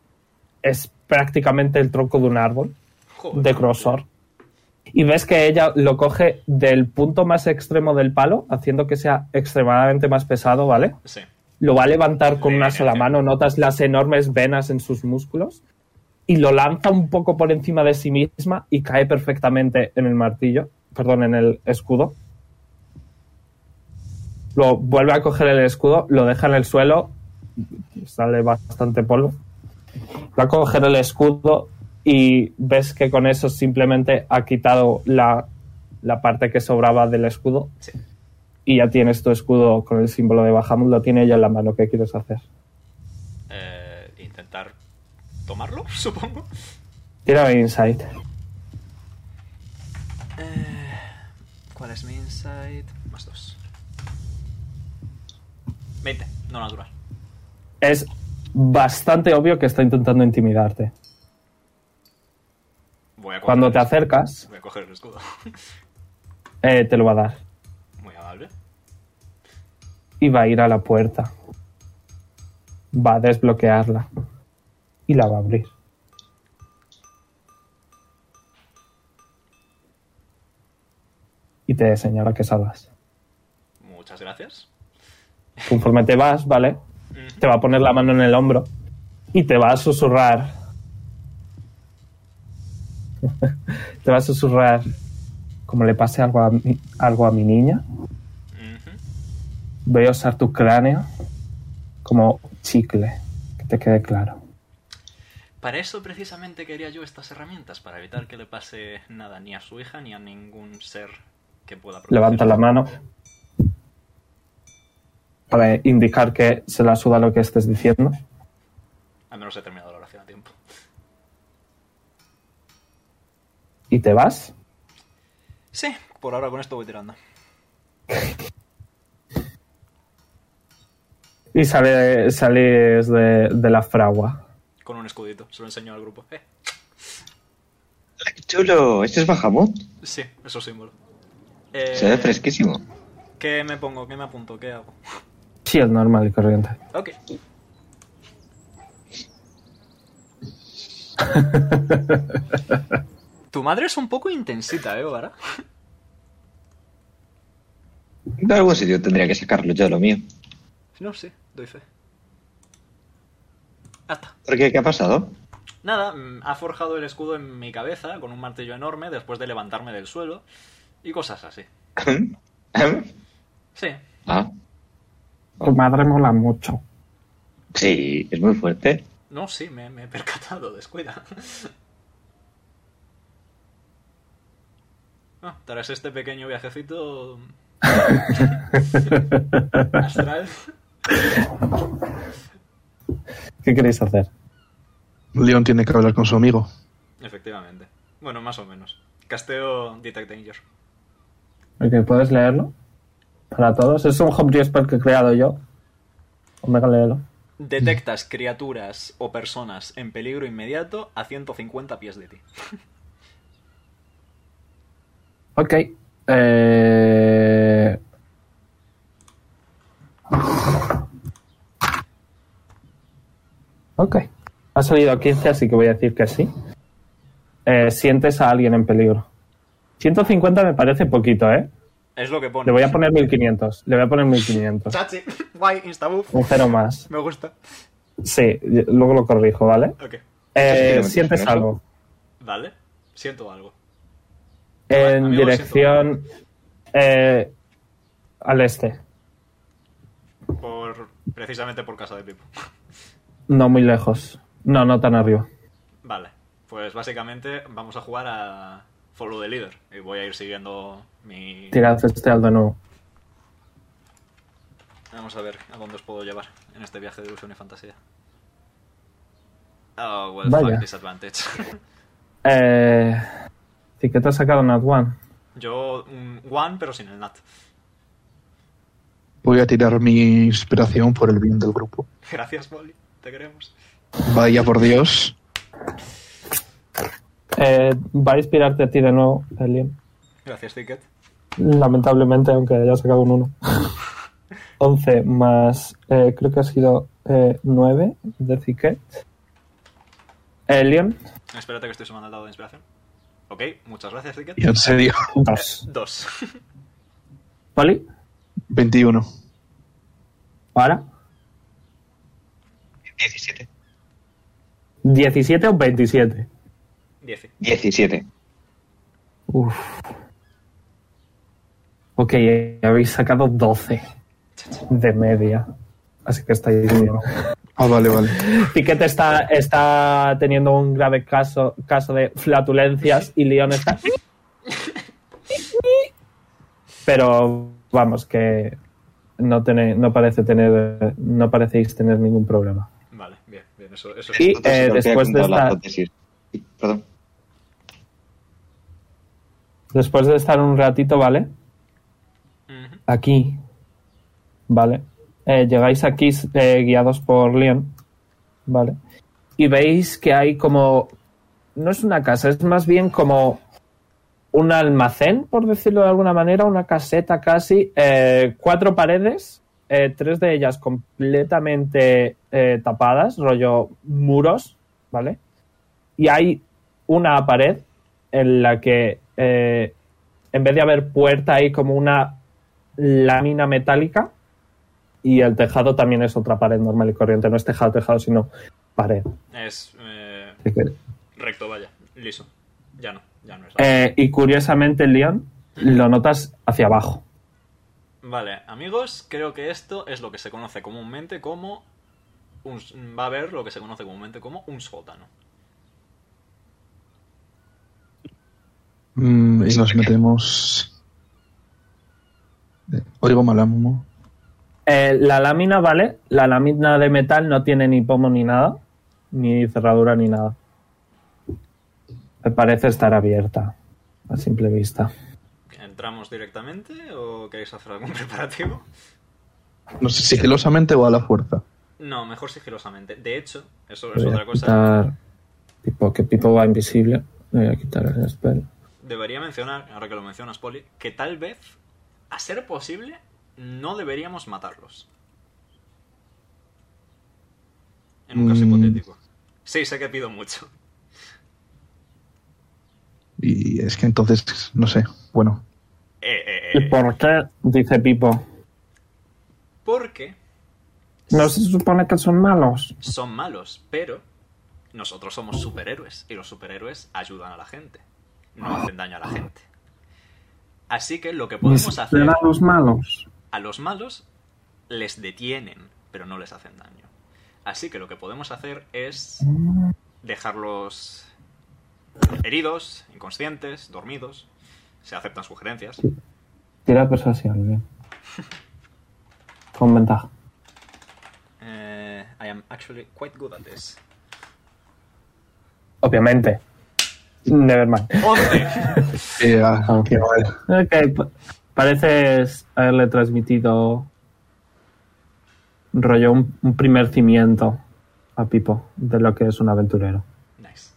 Speaker 2: es prácticamente el tronco de un árbol
Speaker 1: Joder.
Speaker 2: de grosor. Y ves que ella lo coge del punto más extremo del palo, haciendo que sea extremadamente más pesado, ¿vale?
Speaker 1: Sí.
Speaker 2: Lo va a levantar con
Speaker 1: Le-
Speaker 2: una sola mano, notas las enormes venas en sus músculos y lo lanza un poco por encima de sí misma y cae perfectamente en el martillo, perdón, en el escudo. Lo vuelve a coger el escudo, lo deja en el suelo, sale bastante polvo. Va a coger el escudo y ves que con eso simplemente ha quitado la, la parte que sobraba del escudo
Speaker 1: Sí.
Speaker 2: y ya tienes tu escudo con el símbolo de Bahamut, lo tiene ella en la mano. ¿Qué quieres hacer?
Speaker 1: Eh, intentar tomarlo, supongo.
Speaker 2: Tírame Insight.
Speaker 1: Eh, ¿Cuál es mi insight? Más dos. 20, no natural.
Speaker 2: Es bastante obvio que está intentando intimidarte.
Speaker 1: Voy a coger
Speaker 2: Cuando te
Speaker 1: el-
Speaker 2: acercas,
Speaker 1: Voy a coger el escudo.
Speaker 2: eh, te lo va a dar
Speaker 1: Muy amable.
Speaker 2: y va a ir a la puerta. Va a desbloquearla y la va a abrir. Y te señala que salgas.
Speaker 1: Muchas gracias.
Speaker 2: Conforme te vas, ¿vale? Te va a poner la mano en el hombro y te va a susurrar. te va a susurrar como le pase algo a mi- algo a mi niña.
Speaker 1: Ujú.
Speaker 2: Voy a usar tu cráneo como chicle, que te quede claro.
Speaker 1: Para eso precisamente quería yo estas herramientas, para evitar que le pase nada ni a su hija ni a ningún ser que pueda
Speaker 2: Levanta la
Speaker 1: protegerla.
Speaker 2: mano para indicar que se la suda lo que estés diciendo.
Speaker 1: Al menos he terminado la oración a tiempo.
Speaker 2: Y te vas.
Speaker 1: Sí, por ahora con esto voy tirando.
Speaker 2: Y sale, sales de, de la fragua.
Speaker 1: Con un escudito, se lo enseño al grupo. Eh,
Speaker 3: ¡Qué chulo! Este es Bahamut.
Speaker 1: sí, eso símbolo. Eh,
Speaker 3: Se ve fresquísimo.
Speaker 1: ¿Qué me pongo? ¿Qué me apunto? ¿Qué hago?
Speaker 2: Shield normal y corriente.
Speaker 1: Ok. tu madre es un poco intensita, ¿eh, Vara?
Speaker 3: De algún sitio tendría que sacarlo yo lo mío.
Speaker 1: No, sí, doy fe. Hasta.
Speaker 3: ¿Por qué? ¿Qué ha pasado?
Speaker 1: Nada, mm, ha forjado el escudo en mi cabeza con un martillo enorme después de levantarme del suelo y cosas así.
Speaker 3: ¿Eh?
Speaker 1: Sí,
Speaker 3: ah,
Speaker 2: Tu madre mola mucho.
Speaker 3: sí, es muy fuerte.
Speaker 1: no, sí, me, me he percatado, descuida. Ah, tras este pequeño viajecito mm, astral,
Speaker 2: ¿Qué queréis hacer?
Speaker 4: Leon tiene que hablar con su amigo.
Speaker 1: efectivamente. Bueno, más o menos. Casteo Detect Danger.
Speaker 2: Ok, ¿puedes leerlo? Para todos. Es un homebrew spell que he creado yo. Omega, léelo.
Speaker 1: Detectas criaturas o personas en peligro inmediato a 150 pies de ti.
Speaker 2: Ok. Eh... Ok. Ha salido 15, así que voy a decir que sí. Eh, sientes a alguien en peligro. 150 me parece poquito, ¿eh?
Speaker 1: Es lo que pone.
Speaker 2: Le voy a poner 1500. Le voy a poner 1500.
Speaker 1: Chachi, guay, instabuff.
Speaker 2: Un cero más.
Speaker 1: Me gusta.
Speaker 2: Sí, y- luego lo corrijo, ¿vale?
Speaker 1: Ok.
Speaker 2: Eh,
Speaker 3: Sí, sí,
Speaker 2: sientes
Speaker 3: sí.
Speaker 2: algo.
Speaker 1: Vale. Siento algo.
Speaker 2: En
Speaker 1: Amigo,
Speaker 2: dirección eh, al este.
Speaker 1: Por. Precisamente por casa de Pipo.
Speaker 2: No muy lejos. No, no tan arriba.
Speaker 1: Vale. Pues básicamente vamos a jugar a. Follow the leader. Y voy a ir siguiendo mi.
Speaker 2: Tirad este al de nuevo.
Speaker 1: Vamos a ver a dónde os puedo llevar en este viaje de ilusión y fantasía. Oh, well,
Speaker 2: Vaya.
Speaker 1: fuck disadvantage.
Speaker 2: Eh, sí que te has sacado Nat One.
Speaker 1: Yo, un one, pero sin el nat.
Speaker 4: Voy a tirar mi inspiración por el bien del grupo.
Speaker 1: Gracias, Molly. Te queremos.
Speaker 4: Vaya por Dios.
Speaker 2: Eh, va a inspirarte a ti de nuevo, Elian.
Speaker 1: Gracias, Ticket.
Speaker 2: Lamentablemente, aunque haya sacado un 1. 11 más, eh, creo que ha sido 9 de Ziquet. Elian,
Speaker 1: Espérate que estoy sumando el dado de inspiración. Ok, muchas gracias, Ricket.
Speaker 4: Y en serio,
Speaker 2: Dos.
Speaker 1: Dos.
Speaker 2: Poli,
Speaker 4: 21.
Speaker 2: para.
Speaker 3: 17.
Speaker 2: 17 o 27.
Speaker 1: Diez.
Speaker 3: 17.
Speaker 2: Uf. Ok, eh, habéis sacado 12 de media. Así que estáis bien.
Speaker 4: Ah, vale, vale.
Speaker 2: Piquet está, está teniendo un grave caso, caso de flatulencias y León está. Pero vamos, que no, tenéis- no, parece tener, no parecéis tener ningún problema.
Speaker 1: Vale, bien, bien, eso, eso
Speaker 2: Y
Speaker 1: es.
Speaker 2: eh,
Speaker 3: Entonces,
Speaker 2: después
Speaker 3: creo que
Speaker 2: de
Speaker 3: he contado la
Speaker 2: esta,
Speaker 3: hipótesis. Sí, Perdón.
Speaker 2: después de estar un ratito, ¿vale?
Speaker 1: Ujú.
Speaker 2: Aquí. Vale. Eh, llegáis aquí eh, guiados por Leon. Vale. Y veis que hay como... No es una casa, es más bien como un almacén, por decirlo de alguna manera, una caseta casi. eh, cuatro paredes, eh, tres de ellas completamente eh, tapadas, rollo muros, ¿vale? Y hay una pared en la que eh, en vez de haber puerta hay como una lámina metálica y el tejado también es otra pared normal y corriente. No es tejado, tejado, sino pared.
Speaker 1: Es eh,
Speaker 2: si quieres.
Speaker 1: recto, vaya, liso. Ya no, ya no es.
Speaker 2: Eh, y curiosamente, Leon, lo notas hacia abajo.
Speaker 1: Vale, amigos, creo que esto es lo que se conoce comúnmente como. Un, s- va a haber lo que se conoce comúnmente como un sótano.
Speaker 4: Mm, y nos metemos. Eh, Oigo malamo.
Speaker 2: Eh, la lámina, ¿vale? La lámina de metal no tiene ni pomo ni nada, ni cerradura ni nada. Me parece estar abierta a simple vista.
Speaker 1: ¿Entramos directamente o queréis hacer algún preparativo?
Speaker 4: No sé, sigilosamente o a la fuerza.
Speaker 1: No, mejor sigilosamente. De hecho, eso es
Speaker 2: Voy a
Speaker 1: otra cosa.
Speaker 2: quitar Pipo, que Pipo va invisible. Voy a quitar el spell.
Speaker 1: Debería mencionar, ahora que lo mencionas, Poli, que tal vez, a ser posible, no deberíamos matarlos. En un caso
Speaker 4: Mm.
Speaker 1: hipotético. Sí, sé que pido mucho.
Speaker 4: Y es que entonces, no sé. Bueno,
Speaker 1: Eh, eh,
Speaker 2: ¿Y
Speaker 1: eh.
Speaker 2: por qué? Dice Pipo.
Speaker 1: Porque
Speaker 2: ¿No se supone que son malos?
Speaker 1: son malos, pero nosotros somos superhéroes y los superhéroes ayudan a la gente, no hacen daño a la gente. Así que lo que
Speaker 2: Pues
Speaker 1: podemos hacer
Speaker 2: a los malos?
Speaker 1: a los malos les detienen, pero no les hacen daño. Así que lo que podemos hacer es dejarlos heridos, inconscientes, dormidos. Se aceptan sugerencias.
Speaker 2: Tira persuasión, bien. Con ventaja.
Speaker 1: Eh, I am actually quite good at this.
Speaker 2: Obviamente. Nevermind.
Speaker 1: 11.
Speaker 4: eh, ah,
Speaker 2: Ah.
Speaker 4: qué mal.
Speaker 2: Ok, pa- pareces haberle transmitido rollo un, un primer cimiento a Pipo de lo que es un aventurero.
Speaker 1: Nice.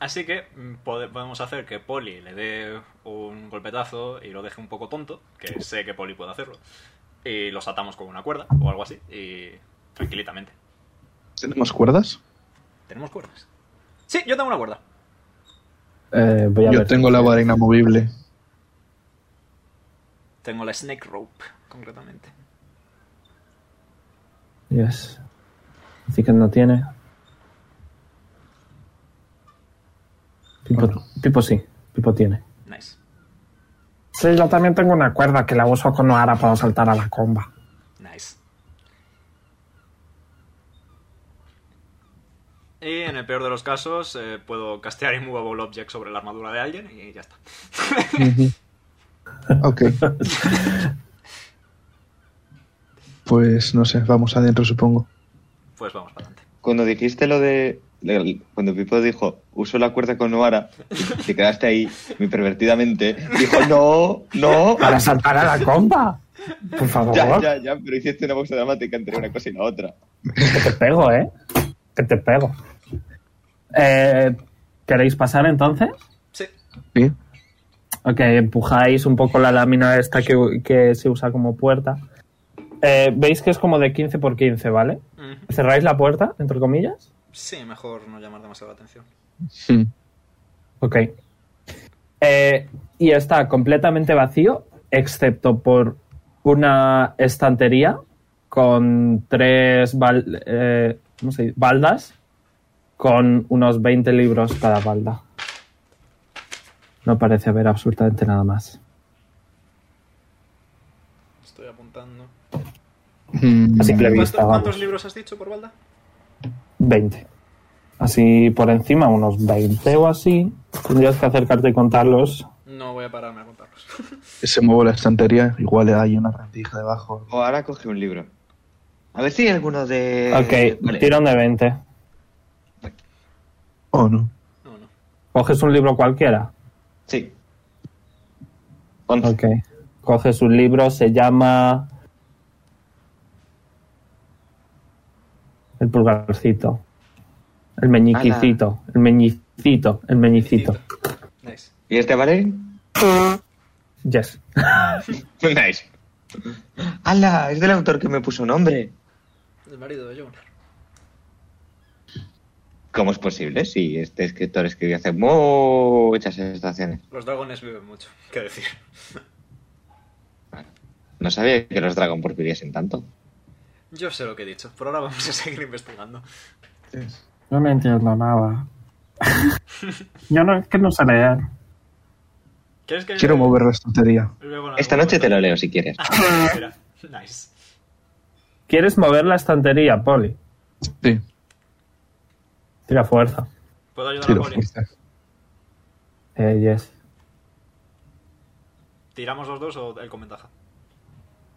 Speaker 1: Así que mm, pode- podemos hacer que Poli le dé un golpetazo y lo deje un poco tonto, que sé que Poli puede hacerlo, y los atamos con una cuerda o algo así, y tranquilitamente.
Speaker 4: ¿Tenemos cuerdas?
Speaker 1: ¿Tenemos cuerdas? Sí, yo tengo una cuerda.
Speaker 2: Eh, voy a
Speaker 4: Yo
Speaker 2: ver.
Speaker 4: tengo la vara inamovible.
Speaker 1: Tengo la snake rope, concretamente.
Speaker 2: Yes. Así que no tiene. Pipo, Pipo sí, Pipo tiene.
Speaker 1: Nice,
Speaker 2: Sí, yo también tengo una cuerda que la uso con Noara para saltar a la comba.
Speaker 1: nice. Y en el peor de los casos, eh, puedo castear Immovable Object sobre la armadura de alguien y ya está.
Speaker 4: Ok. pues no sé, vamos adentro, supongo.
Speaker 1: Pues vamos para adelante.
Speaker 3: Cuando dijiste lo de. de- Cuando Pipo dijo, uso la cuerda con Noara, y te quedaste ahí, muy pervertidamente. Dijo, no, no.
Speaker 2: ¡Para saltar a la comba! Por favor,
Speaker 3: Ya, ya, ya, pero hiciste una pausa dramática entre una cosa y la otra.
Speaker 2: que te pego, ¿eh? Que te pego. Eh, ¿Queréis pasar entonces?
Speaker 1: Sí,
Speaker 4: Sí.
Speaker 2: Ok, empujáis un poco la lámina esta que, que se usa como puerta. Eh, Veis que es como de 15 por 15, ¿vale?
Speaker 1: Ujú.
Speaker 2: ¿Cerráis la puerta, entre comillas?
Speaker 1: sí, mejor no llamar demasiado la atención.
Speaker 4: Hmm.
Speaker 2: Ok, Ok. Eh, y está completamente vacío, excepto por una estantería con tres bal- eh, ¿cómo se dice? baldas, con unos 20 libros cada balda. No parece haber absolutamente nada más.
Speaker 1: Estoy apuntando.
Speaker 4: Mm,
Speaker 2: Así que le
Speaker 1: ¿Cuántos,
Speaker 2: vista,
Speaker 1: cuántos
Speaker 2: vamos.
Speaker 1: libros has dicho por balda?
Speaker 2: 20. Así por encima, unos 20 o así. Tendrías que acercarte y contarlos.
Speaker 1: No voy a pararme a contarlos.
Speaker 4: Se mueve la estantería, igual hay una rendija debajo.
Speaker 3: O Oh, ahora coge un libro. A ver si hay alguno
Speaker 2: Eh,
Speaker 3: de.
Speaker 2: ok,
Speaker 3: Vale.
Speaker 2: tirón de 20.
Speaker 4: Oh, no.
Speaker 1: No, no.
Speaker 2: Coges un libro cualquiera.
Speaker 3: Sí. Once.
Speaker 2: Ok. Coges un libro, se llama. El pulgarcito. El meñiquicito. El meñicito. El meñicito.
Speaker 1: Nice.
Speaker 3: ¿Y este vale?
Speaker 2: Yes.
Speaker 3: Nice. ¡Hala! Es del autor que me puso nombre.
Speaker 1: El marido de Jonar.
Speaker 3: ¿Cómo es posible si este escritor escribió hace muchas estaciones?
Speaker 1: Los dragones viven mucho, qué decir.
Speaker 3: No sabía que los Dragon Ball viviesen tanto.
Speaker 1: Yo sé lo que he dicho. Por ahora vamos a seguir investigando.
Speaker 5: No le entiendo nada. Yo no, es que no sé leer.
Speaker 1: ¿Quieres que
Speaker 4: Quiero mover la estantería.
Speaker 1: luego en
Speaker 3: Esta
Speaker 1: algún
Speaker 3: noche te lo
Speaker 1: momento-
Speaker 3: leo si quieres.
Speaker 1: Espera. Nice.
Speaker 2: ¿Quieres mover la estantería, Poli?
Speaker 4: Sí,
Speaker 2: Tira fuerza.
Speaker 1: ¿Puedo ayudar a
Speaker 4: tiro
Speaker 1: Poli?
Speaker 4: fuerza.
Speaker 2: Eh, yes.
Speaker 1: ¿Tiramos los dos o él con ventaja?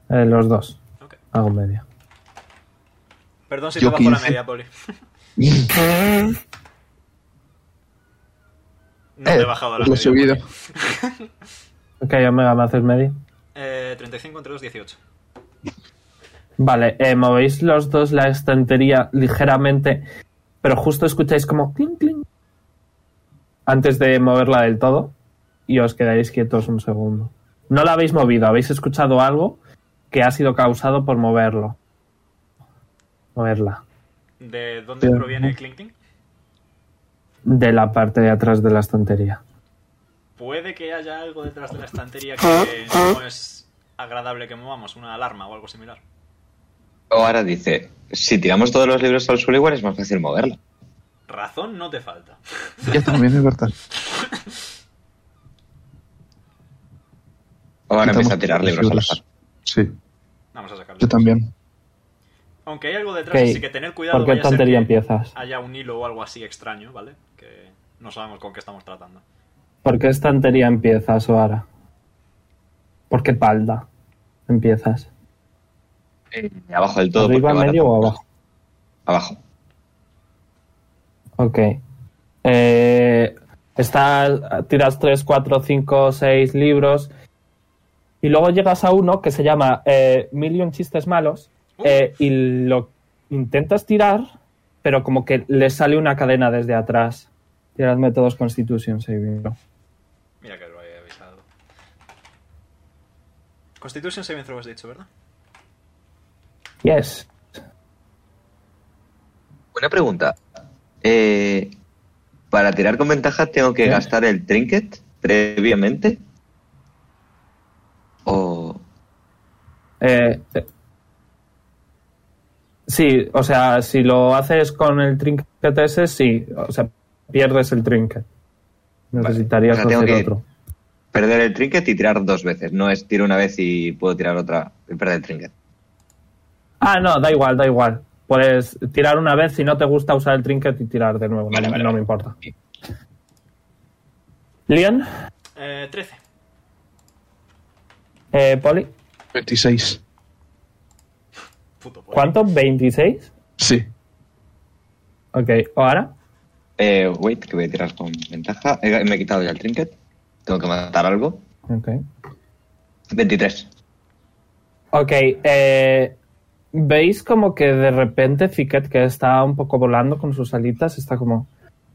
Speaker 2: Eh, los dos.
Speaker 1: Ok.
Speaker 2: Hago media.
Speaker 1: Perdón si
Speaker 4: Yo
Speaker 1: te bajo la
Speaker 4: 15.
Speaker 1: media, Poli. No te he
Speaker 4: Eh,
Speaker 1: bajado la
Speaker 4: lo he
Speaker 1: media.
Speaker 4: subido.
Speaker 1: Poli.
Speaker 2: Ok, Omega, ¿me haces media?
Speaker 1: Eh, 35 entre 2, 18.
Speaker 2: Vale, eh, movéis los dos la estantería ligeramente, pero justo escucháis como clink, clink antes de moverla del todo y os quedáis quietos un segundo. No la habéis movido, habéis escuchado algo que ha sido causado por moverlo. Moverla.
Speaker 1: ¿De dónde
Speaker 4: Bien.
Speaker 1: proviene el clink clink?
Speaker 2: De la parte de atrás de la estantería.
Speaker 1: Puede que haya algo detrás de la estantería que no es agradable que movamos, una alarma o algo similar.
Speaker 3: O ahora dice, si tiramos todos los libros al suelo igual es más fácil moverla.
Speaker 1: Razón no te falta.
Speaker 4: Ya también es verdad.
Speaker 3: O ahora
Speaker 4: Quitamos
Speaker 3: empieza a tirar
Speaker 4: los
Speaker 3: libros al azar.
Speaker 4: Sí,
Speaker 1: Vamos a sacarlo.
Speaker 4: yo también.
Speaker 1: Aunque hay algo detrás,
Speaker 2: Ok,
Speaker 1: así que tener cuidado.
Speaker 2: ¿Por qué
Speaker 1: vaya a ser
Speaker 2: estantería
Speaker 1: que
Speaker 2: empiezas?
Speaker 1: Haya un hilo o algo así extraño, ¿vale? Que no sabemos con qué estamos tratando.
Speaker 2: ¿Por qué estantería empiezas, Oara? ¿Por qué palda empiezas?
Speaker 3: Eh, abajo del todo.
Speaker 2: ¿Arriba,
Speaker 3: porque va
Speaker 2: medio
Speaker 3: tan-
Speaker 2: o abajo?
Speaker 3: Abajo.
Speaker 2: Ok. Eh, está, tiras 3, 4, 5, 6 libros. Y luego llegas a uno que se llama eh, Million Chistes Malos. eh, y lo intentas tirar, pero como que le sale una cadena desde atrás. Tiradme todos Constitution Saving. throw.
Speaker 1: Mira que lo he avisado. Constitution Saving Throw has dicho, ¿verdad?
Speaker 2: Yes.
Speaker 3: Una pregunta. Eh, para tirar con ventaja tengo que
Speaker 2: ¿Qué?
Speaker 3: gastar el trinket previamente. O...
Speaker 2: Eh, eh. Sí, o sea, si lo haces con el trinket ese, sí. O sea, pierdes el trinket.
Speaker 3: Vale.
Speaker 2: Necesitarías
Speaker 3: O sea, tengo
Speaker 2: hacer
Speaker 3: que-
Speaker 2: otro.
Speaker 3: Perder el trinket y tirar dos veces. No es tiro una vez y puedo tirar otra y perder el trinket.
Speaker 2: Ah, no, da igual, da igual. Puedes tirar una vez si no te gusta usar el trinket y tirar de nuevo.
Speaker 3: Vale,
Speaker 2: no,
Speaker 3: vale,
Speaker 2: no
Speaker 3: vale.
Speaker 2: me importa. Leon,
Speaker 1: Eh, 13.
Speaker 2: eh, Poli,
Speaker 4: 26.
Speaker 1: Puto pollo.
Speaker 2: ¿cuánto? ¿26?
Speaker 4: Sí.
Speaker 2: Ok, ¿o ahora?
Speaker 3: Eh, wait, que voy a tirar con ventaja. He- me he quitado ya el trinket. Tengo que matar algo.
Speaker 2: Ok.
Speaker 3: 23.
Speaker 2: Ok, eh, veis como que de repente Fiquet, que está un poco volando con sus alitas, está como...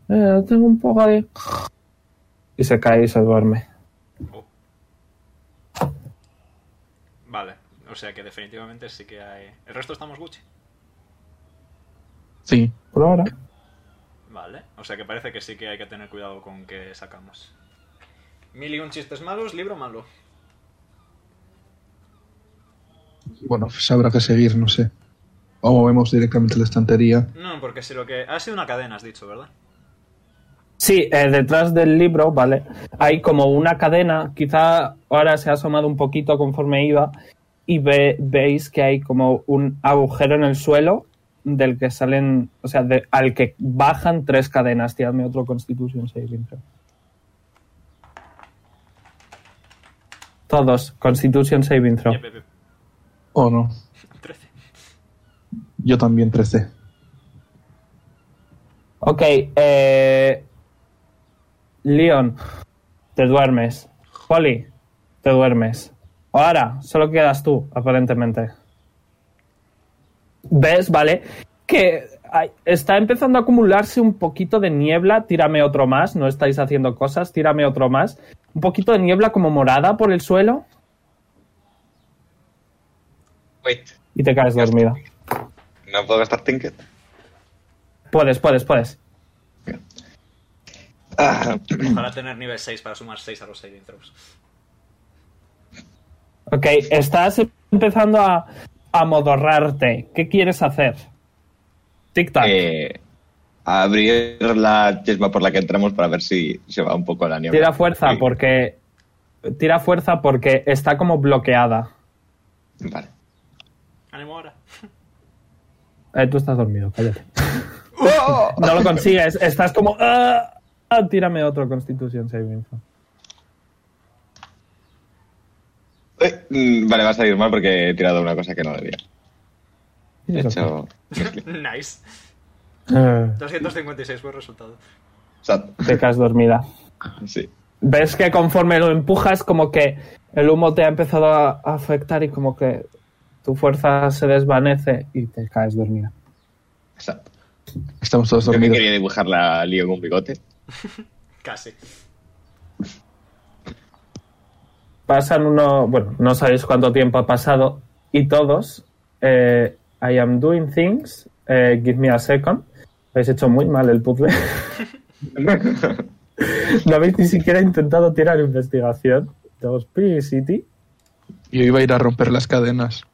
Speaker 2: "Eh, tengo un poco de... Y se cae y se duerme.
Speaker 1: Oh. Vale, o sea que definitivamente sí que hay. El resto estamos Gucci.
Speaker 4: Sí.
Speaker 2: ¿Por ahora?
Speaker 1: Vale, o sea que parece que sí que hay que tener cuidado con qué sacamos. Mil y un chistes malos, libro malo.
Speaker 4: Bueno, pues habrá que seguir, no sé. O movemos directamente la estantería.
Speaker 1: No, porque si lo que... Ha sido una cadena, has dicho, ¿verdad?
Speaker 2: Sí, eh, detrás del libro, ¿vale? Hay como una cadena, quizá ahora se ha asomado un poquito conforme iba y ve- veis que hay como un agujero en el suelo del que salen, o sea, de- al que bajan tres cadenas. Tiradme otro Constitution Saving throw. Todos, Constitution Saving Throw.
Speaker 1: Yep, yep, yep.
Speaker 4: O no.
Speaker 1: 13.
Speaker 4: Yo también 13.
Speaker 2: Ok, eh... Leon, te duermes. Polly, te duermes. Ahora, solo quedas tú, aparentemente. ¿Ves, vale? Que hay- está empezando a acumularse un poquito de niebla. Tírame otro más, no estáis haciendo cosas, tírame otro más. Un poquito de niebla como morada por el suelo
Speaker 3: Wait,
Speaker 2: y te caes dormida.
Speaker 3: no puedo gastar Tinket.
Speaker 2: Puedes, puedes, puedes.
Speaker 3: Ah,
Speaker 1: Ojalá tener nivel 6 para sumar 6 a los saving throws.
Speaker 2: Ok, estás empezando a amodorrarte. ¿Qué quieres hacer? Tic-tac.
Speaker 3: eh, abrir la chesma por la que entramos para ver si se va un poco la niebla.
Speaker 2: Tira fuerza
Speaker 3: Sí.
Speaker 2: porque. Tira fuerza porque está como bloqueada.
Speaker 3: Vale.
Speaker 1: Ánimo ahora.
Speaker 2: Eh, tú estás dormido, cállate.
Speaker 3: ¡Oh!
Speaker 2: no lo consigues, estás como. "Ah, ah", tírame otro Constitution Saving. throw.
Speaker 3: Eh, mm, vale, va a salir mal porque he tirado una cosa que no debía. De hecho,
Speaker 1: nice.
Speaker 2: Eh,
Speaker 1: 256 buen resultado.
Speaker 3: sad.
Speaker 2: te quedas dormida.
Speaker 3: Sí.
Speaker 2: Ves que conforme lo empujas, como que el humo te ha empezado a afectar y como que tu fuerza se desvanece y te caes dormida.
Speaker 3: sad.
Speaker 4: Estamos todos
Speaker 3: Yo que
Speaker 4: dormidos.
Speaker 3: quería dibujar la lío con un bigote.
Speaker 1: Casi.
Speaker 2: Pasan uno, bueno, no sabéis cuánto tiempo ha pasado y todos, eh, I am doing things, eh, give me a second. Habéis hecho muy mal el puzzle. no habéis ni siquiera intentado tirar investigación. Todos, Pretty City.
Speaker 4: Yo iba a ir a romper las cadenas.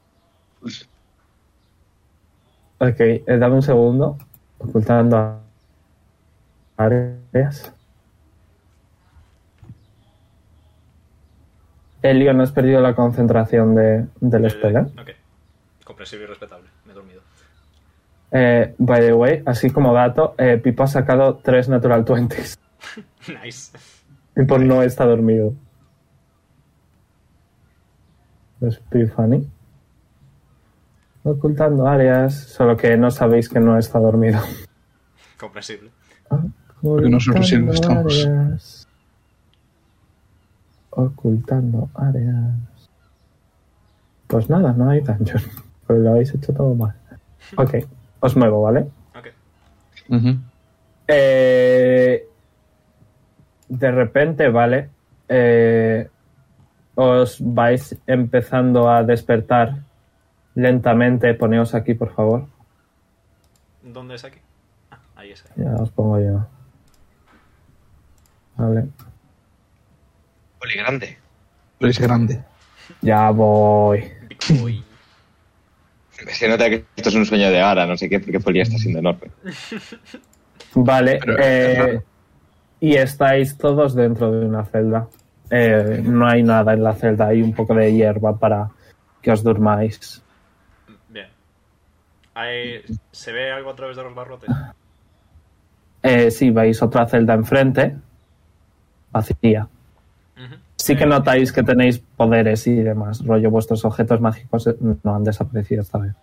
Speaker 2: Ok, eh, dame un segundo. Ocultando a- áreas. Elio, no has perdido la concentración de,
Speaker 1: Eh,
Speaker 2: del espera.
Speaker 1: Ok. Comprensible y respetable. Me he dormido.
Speaker 2: Eh, by the way, así como dato, eh, Pipo ha sacado tres Natural 20s.
Speaker 1: Nice.
Speaker 2: Pipo no está dormido. Es pretty funny. Ocultando áreas, solo que no sabéis que no está dormido.
Speaker 1: Comprensible.
Speaker 4: nosotros sí no
Speaker 2: Ocultando
Speaker 4: estamos.
Speaker 2: áreas. Ocultando áreas. Pues nada, no hay dungeon. Pero lo habéis hecho todo mal. Ok, os muevo, ¿vale?
Speaker 1: Ok.
Speaker 4: Ujú.
Speaker 2: Eh, de repente, vale. eh, os vais empezando a despertar lentamente. Poneos aquí, por favor.
Speaker 1: ¿Dónde es aquí? Ah, ahí es ahí.
Speaker 2: Ya os pongo yo. Vale.
Speaker 3: Oli grande.
Speaker 4: Pero es grande.
Speaker 2: Ya voy.
Speaker 1: Big boy.
Speaker 3: Se nota que esto es un sueño de ahora, no sé qué, porque Folia está siendo enorme.
Speaker 2: Vale.
Speaker 4: Pero-
Speaker 2: eh, y estáis todos dentro de una celda. Eh, no hay nada en la celda. Hay un poco de hierba para que os durmáis.
Speaker 1: Bien. Ahí, ¿Se ve algo a través de los barrotes?
Speaker 2: Eh, sí, veis otra celda enfrente. Vacía.
Speaker 1: Ujú.
Speaker 2: Sí que notáis que tenéis poderes y demás. Rollo, vuestros objetos mágicos eh, no han desaparecido esta vez.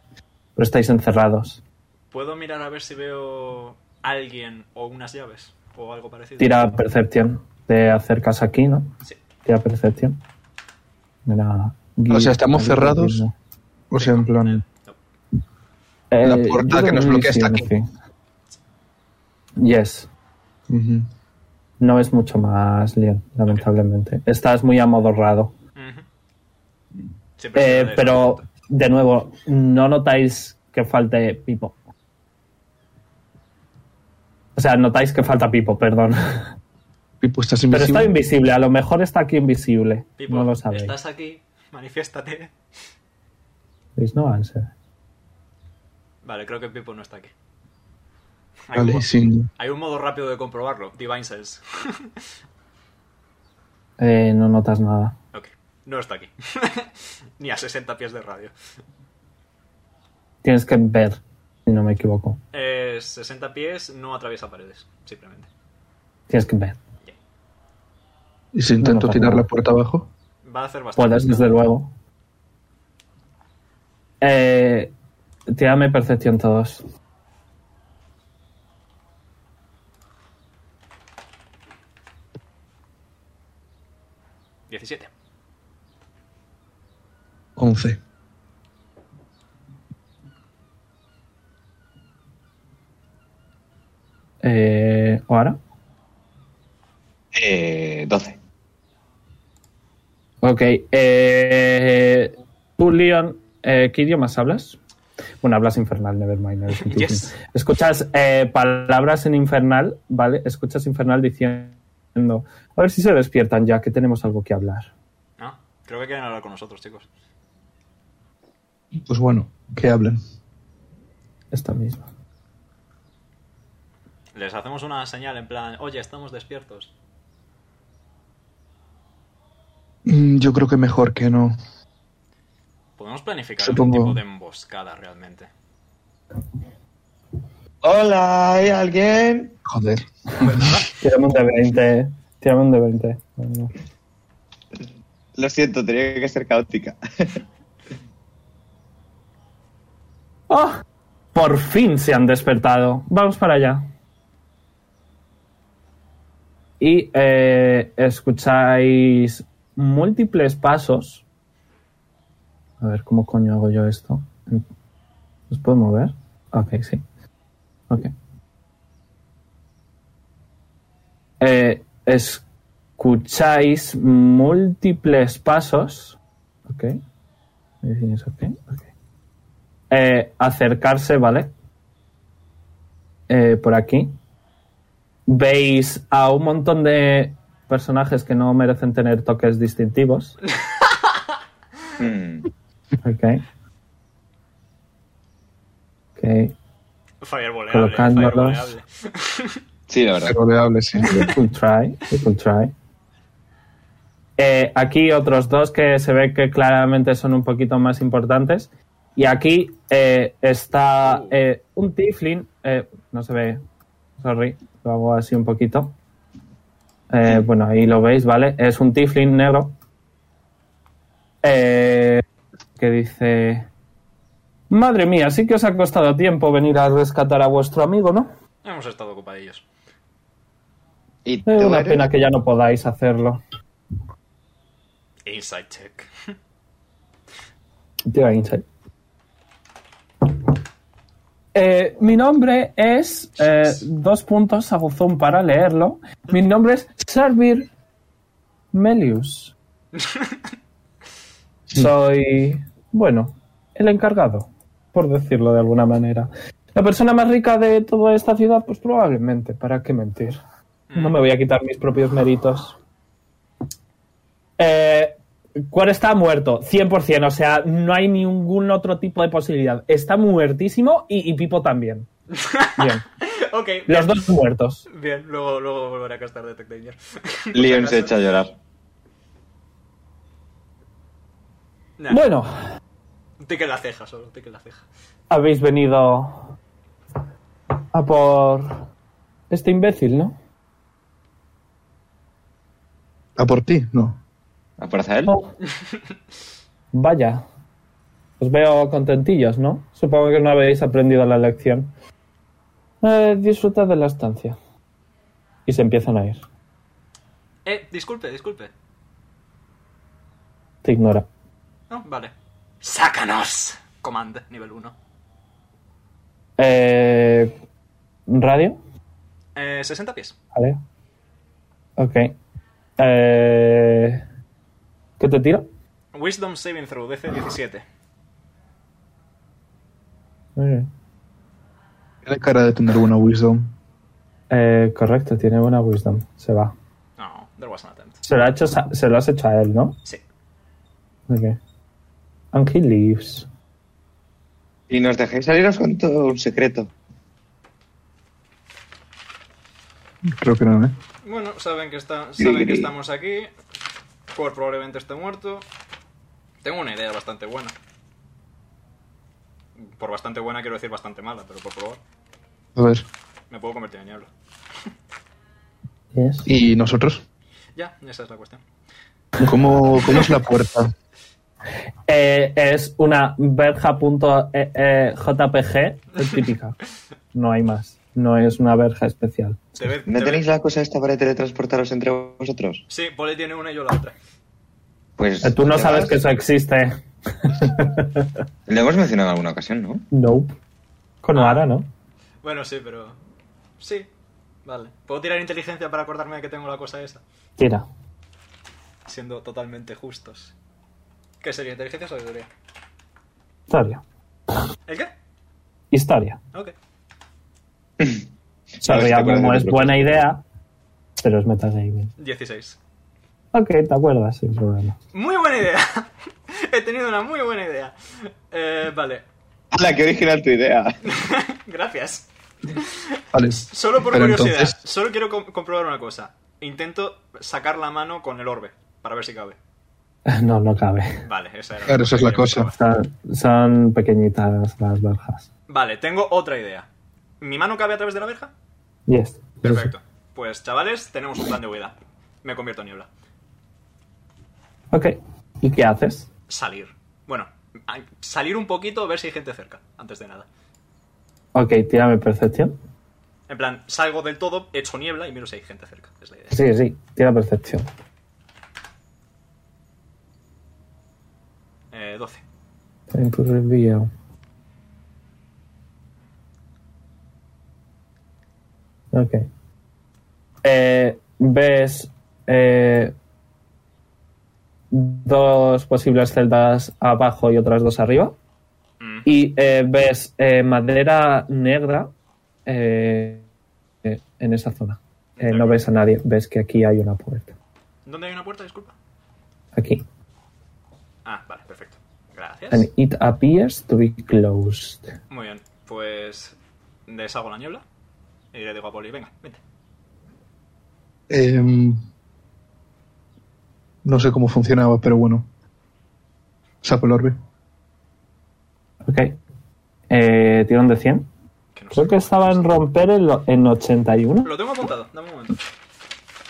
Speaker 2: Pero estáis encerrados.
Speaker 1: ¿Puedo mirar a ver si veo alguien o unas llaves? O algo parecido.
Speaker 2: Tira percepción. Te acercas aquí, ¿no?
Speaker 1: Sí.
Speaker 2: Tira percepción. Mira, guía-
Speaker 4: O sea, ¿estamos cerrados? O sea, en plan.
Speaker 1: No.
Speaker 2: Eh,
Speaker 4: La puerta
Speaker 2: yo
Speaker 4: que nos
Speaker 2: creo
Speaker 4: bloquea
Speaker 2: sí,
Speaker 4: está aquí.
Speaker 2: sí. Yes.
Speaker 4: ujú.
Speaker 2: No es mucho más, Leon, lamentablemente. Estás muy amodorrado.
Speaker 1: Ujú. Sí, se
Speaker 2: Eh,
Speaker 1: ve
Speaker 2: pero,
Speaker 1: de-
Speaker 2: de nuevo, no notáis que falte Pipo. O sea, notáis que falta Pipo, perdón.
Speaker 4: Pipo, pues estás
Speaker 2: Pero
Speaker 4: invisible.
Speaker 2: está invisible, a lo mejor está aquí invisible.
Speaker 1: Pipo,
Speaker 2: no lo sabéis.
Speaker 1: estás aquí, manifiéstate.
Speaker 2: There's no answer.
Speaker 1: Vale, creo que Pipo no está aquí. Hay, un,
Speaker 4: Vale,
Speaker 1: mo-
Speaker 4: sí.
Speaker 1: hay un modo rápido de comprobarlo, Divine Sense.
Speaker 2: Eh, no notas nada.
Speaker 1: Ok, no está aquí. Ni a 60 pies de radio.
Speaker 2: Tienes que ver, si no me equivoco.
Speaker 1: Eh, 60 pies no atraviesa paredes, simplemente.
Speaker 2: Tienes que ver.
Speaker 4: Y si intento
Speaker 2: pasa
Speaker 4: tirar
Speaker 2: nada.
Speaker 4: la puerta abajo,
Speaker 1: Va a hacer bastante.
Speaker 2: Puedes, desde luego. Eh, tírame percepción todos.
Speaker 1: daño. 17.
Speaker 4: 11.
Speaker 2: Eh, ¿Ahora?
Speaker 3: Eh, 12.
Speaker 2: Ok. Eh, tú, Leon, eh, ¿qué idiomas hablas? Bueno, hablas infernal, nevermind. eres un
Speaker 1: Yes.
Speaker 2: tiefling. Escuchas eh, palabras en infernal, ¿vale? Escuchas infernal diciendo, a ver si se despiertan ya, que tenemos algo que hablar.
Speaker 1: No, creo que quieren hablar con nosotros, chicos.
Speaker 4: Pues bueno, que hablen.
Speaker 2: Esta misma.
Speaker 1: Les hacemos una señal en plan, oye, estamos despiertos.
Speaker 4: Mm, Yo creo que mejor que no.
Speaker 1: Podemos planificar
Speaker 4: Supongo.
Speaker 1: algún tipo de emboscada realmente.
Speaker 3: Hola, ¿hay alguien?
Speaker 4: Joder.
Speaker 2: Tírame un de 20. Tírame un de 20. Bueno,
Speaker 3: Lo siento, tenía que ser caótica.
Speaker 2: ¡Ah! Por fin se han despertado. Vamos para allá. Y eh, escucháis múltiples pasos. A ver, ¿cómo coño hago yo esto? ¿Los puedo mover? Ok, sí. Ok. Eh, escucháis múltiples pasos. Ok. Medicina es ok, ok eh, acercarse, ¿vale? Eh, por aquí. Veis a un montón de personajes que no merecen tener toques distintivos.
Speaker 3: Hmm.
Speaker 2: Ok. Ok.
Speaker 1: Fireball,
Speaker 2: Colocándolos.
Speaker 1: fireball.
Speaker 3: Sí, la verdad.
Speaker 4: Pero le ¿eh? hable, sí.
Speaker 2: We could try, we could try. Eh, aquí otros dos que se ve que claramente son un poquito más importantes. Y aquí eh, está
Speaker 1: Uh.
Speaker 2: eh, un Tiflin. eh, no se ve, sorry, lo hago así un poquito. Eh, bueno, ahí lo veis, ¿vale? Es un Tiflin negro. eh, que dice: Madre mía, sí que os ha costado tiempo venir a rescatar a vuestro amigo, ¿no?
Speaker 1: Hemos estado ocupadillos.
Speaker 3: Y
Speaker 2: Es
Speaker 3: tú
Speaker 2: una
Speaker 3: eres-
Speaker 2: pena que ya no podáis hacerlo.
Speaker 1: Inside check.
Speaker 2: Tira insight. Eh, mi nombre es. eh, dos puntos, aguzón para leerlo. Mi nombre es Servir Melius. Soy. Bueno, el encargado, por decirlo de alguna manera. La persona más rica de toda esta ciudad, pues probablemente, ¿para qué mentir? No me voy a quitar mis propios méritos. Eh, ¿Cuál está muerto? 100%, o sea, no hay ningún otro tipo de posibilidad. Está muertísimo y, y Pipo también. Bien,
Speaker 1: ok, bien.
Speaker 2: los dos muertos.
Speaker 1: Bien, luego, luego volveré a castar Detect Danger.
Speaker 3: Leon se echa a llorar.
Speaker 1: Nah,
Speaker 2: Bueno,
Speaker 1: Tique en la ceja solo, tique en la ceja.
Speaker 2: habéis venido a por este imbécil, ¿no?
Speaker 4: ¿A por ti? No.
Speaker 3: ¿A por él?
Speaker 2: Oh. Vaya, os veo contentillos, ¿no? Supongo que no habéis aprendido la lección. Eh, disfrutad de la estancia. Y se empiezan a ir.
Speaker 1: Eh, disculpe, disculpe.
Speaker 2: Te ignora.
Speaker 1: No, vale. ¡Sácanos! Command, nivel 1.
Speaker 2: Eh, ¿Radio?
Speaker 1: Eh, 60 pies.
Speaker 2: Vale. Ok. Eh, ¿Qué te tiro?
Speaker 1: Wisdom Saving Throw, DC 17.
Speaker 2: Eh,
Speaker 4: Tiene cara de tener buena wisdom.
Speaker 2: Eh, correcto, tiene una wisdom. Se va.
Speaker 1: No, there was an attempt.
Speaker 2: Se lo, ha hecho, sa- se lo has hecho a él, ¿no?
Speaker 1: Sí.
Speaker 2: Ok. And he leaves.
Speaker 3: Y nos dejáis saliros con todo un secreto.
Speaker 4: Creo que no, ¿eh?
Speaker 1: Bueno, saben que, está,
Speaker 3: Gri,
Speaker 1: saben que
Speaker 3: gri.
Speaker 1: estamos aquí. Cor probablemente esté muerto. Tengo una idea bastante buena. Por bastante buena quiero decir bastante mala, pero por favor,
Speaker 4: A ver.
Speaker 1: me puedo convertir en diablo.
Speaker 2: Yes.
Speaker 4: ¿Y nosotros?
Speaker 1: Ya, esa es la cuestión.
Speaker 4: ¿Cómo, cómo es la puerta?
Speaker 2: Eh, es una E verja.jpg típica. No hay más. No es una verja especial.
Speaker 1: Tebed-
Speaker 3: ¿No
Speaker 1: Tebed-
Speaker 3: tenéis la cosa esta para teletransportaros entre vosotros?
Speaker 1: Sí, Poli tiene una y yo la otra.
Speaker 3: Pues.
Speaker 2: Eh, Tú no
Speaker 3: te
Speaker 2: sabes
Speaker 3: vas.
Speaker 2: que eso existe.
Speaker 3: Lo hemos mencionado en alguna ocasión, ¿no?
Speaker 2: No. Con Oara, ¿no?
Speaker 1: Bueno, sí, pero... Sí, vale. ¿Puedo tirar inteligencia para acordarme de que tengo la cosa esa?
Speaker 2: Tira.
Speaker 1: Siendo totalmente justos. ¿Qué sería? ¿Inteligencia o sabiduría?
Speaker 2: Historia.
Speaker 1: ¿El qué?
Speaker 2: Historia.
Speaker 1: Ok.
Speaker 3: si te
Speaker 2: Sabría
Speaker 3: acuerdas
Speaker 2: como
Speaker 3: de
Speaker 2: es
Speaker 3: tu
Speaker 2: buena idea, pero es metagaming.
Speaker 1: 16.
Speaker 2: Ok, te acuerdas sin problema.
Speaker 1: Muy buena idea. He tenido una muy buena idea. Eh, vale.
Speaker 3: ¡Hala, qué original tu idea!
Speaker 1: Gracias.
Speaker 4: Vale.
Speaker 1: Solo por
Speaker 4: Pero
Speaker 1: curiosidad.
Speaker 4: entonces-
Speaker 1: Solo quiero com- comprobar una cosa. Intento sacar la mano con el orbe para ver si cabe.
Speaker 2: No, no cabe.
Speaker 1: Vale, esa era.
Speaker 4: Claro, esa es la
Speaker 1: que quería
Speaker 4: cosa.
Speaker 1: comprobar.
Speaker 2: Son, son pequeñitas las verjas.
Speaker 1: Vale, tengo otra idea. ¿Mi mano cabe a través de la verja?
Speaker 2: Yes.
Speaker 1: Perfecto. Pues chavales, tenemos un plan de huida. Me convierto en niebla.
Speaker 2: Ok. ¿Y qué haces?
Speaker 1: Salir. Bueno, a- salir un poquito, ver si hay gente cerca, antes de nada.
Speaker 2: Ok, tírame percepción.
Speaker 1: En plan, salgo del todo, echo niebla y miro si hay gente cerca. Es la idea.
Speaker 2: Sí, sí, tira percepción.
Speaker 1: Eh, 12.
Speaker 2: Time to reveal. Ok. Eh, ves eh, dos posibles celdas abajo y otras dos arriba.
Speaker 1: Mm.
Speaker 2: Y eh, ves eh, madera negra eh, eh, en esa zona. Eh, no ves a nadie, ves que aquí hay una puerta.
Speaker 1: ¿Dónde hay una puerta? Disculpa.
Speaker 2: Aquí.
Speaker 1: Ah, vale, perfecto. Gracias.
Speaker 2: And it appears to be closed.
Speaker 1: Muy bien, pues deshago la niebla y le digo a Poli, venga, vente.
Speaker 4: Em, no sé cómo funcionaba, pero bueno. Sapo el orbe.
Speaker 2: Ok. Eh, tirón de 100.
Speaker 1: Que no
Speaker 2: Creo
Speaker 1: sé.
Speaker 2: que estaba en romper el- en 81.
Speaker 1: Lo tengo apuntado, dame un momento.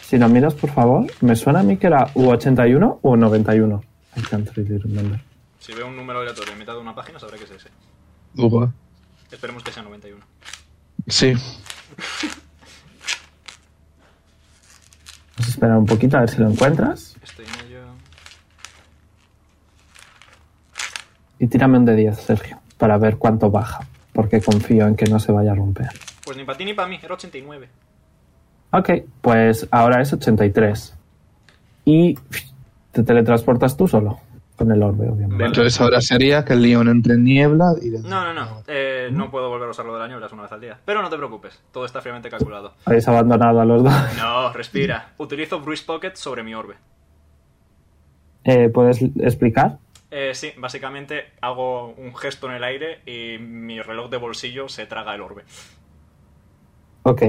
Speaker 2: Si lo miras, por favor, me suena a mí que era u 81 o 91. I can't really remember.
Speaker 1: Si veo un número aleatorio en mitad de una página, sabré que es ese.
Speaker 4: Uga.
Speaker 1: Esperemos que sea 91.
Speaker 4: Sí.
Speaker 2: Vamos a esperar un poquito a ver si lo encuentras.
Speaker 1: Estoy en ello.
Speaker 2: Y tírame un de 10, Sergio, para ver cuánto baja. Porque confío en que no se vaya a romper.
Speaker 1: Pues ni para ti ni para mí, era 89.
Speaker 2: Ok, pues ahora es 83. Y pff, te teletransportas tú solo. Con el orbe, obviamente.
Speaker 1: Vale.
Speaker 4: Entonces ahora sería que el león entre en niebla y... le-
Speaker 1: No, no, Mm. no. Eh, no puedo volver a usar lo de la niebla, es una vez al día. Pero no te preocupes, todo está fríamente calculado.
Speaker 2: Habéis abandonado a los dos.
Speaker 1: No, respira. Utilizo Bruce Pocket sobre mi orbe.
Speaker 2: Eh, ¿Puedes explicar?
Speaker 1: Eh, sí, básicamente hago un gesto en el aire y mi reloj de bolsillo se traga el orbe.
Speaker 2: Ok.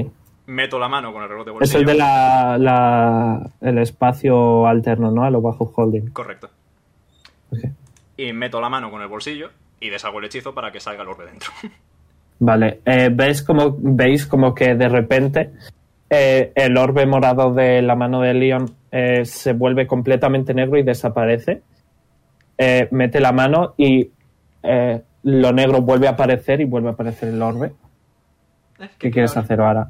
Speaker 1: Meto la mano con el reloj de
Speaker 2: Es
Speaker 1: bolsillo.
Speaker 2: el de la, la- el espacio alterno, ¿no? A lo bajo holding.
Speaker 1: Correcto.
Speaker 2: Ok.
Speaker 1: Y meto la mano con el bolsillo y deshago el hechizo para que salga el orbe dentro.
Speaker 2: Vale. eh, ¿Veis como, veis como que de repente eh, el orbe morado de la mano de Leon eh, se vuelve completamente negro y desaparece? Eh, mete la mano y eh, lo negro vuelve a aparecer y vuelve a aparecer el orbe. ¿Qué quieres hacer ahora?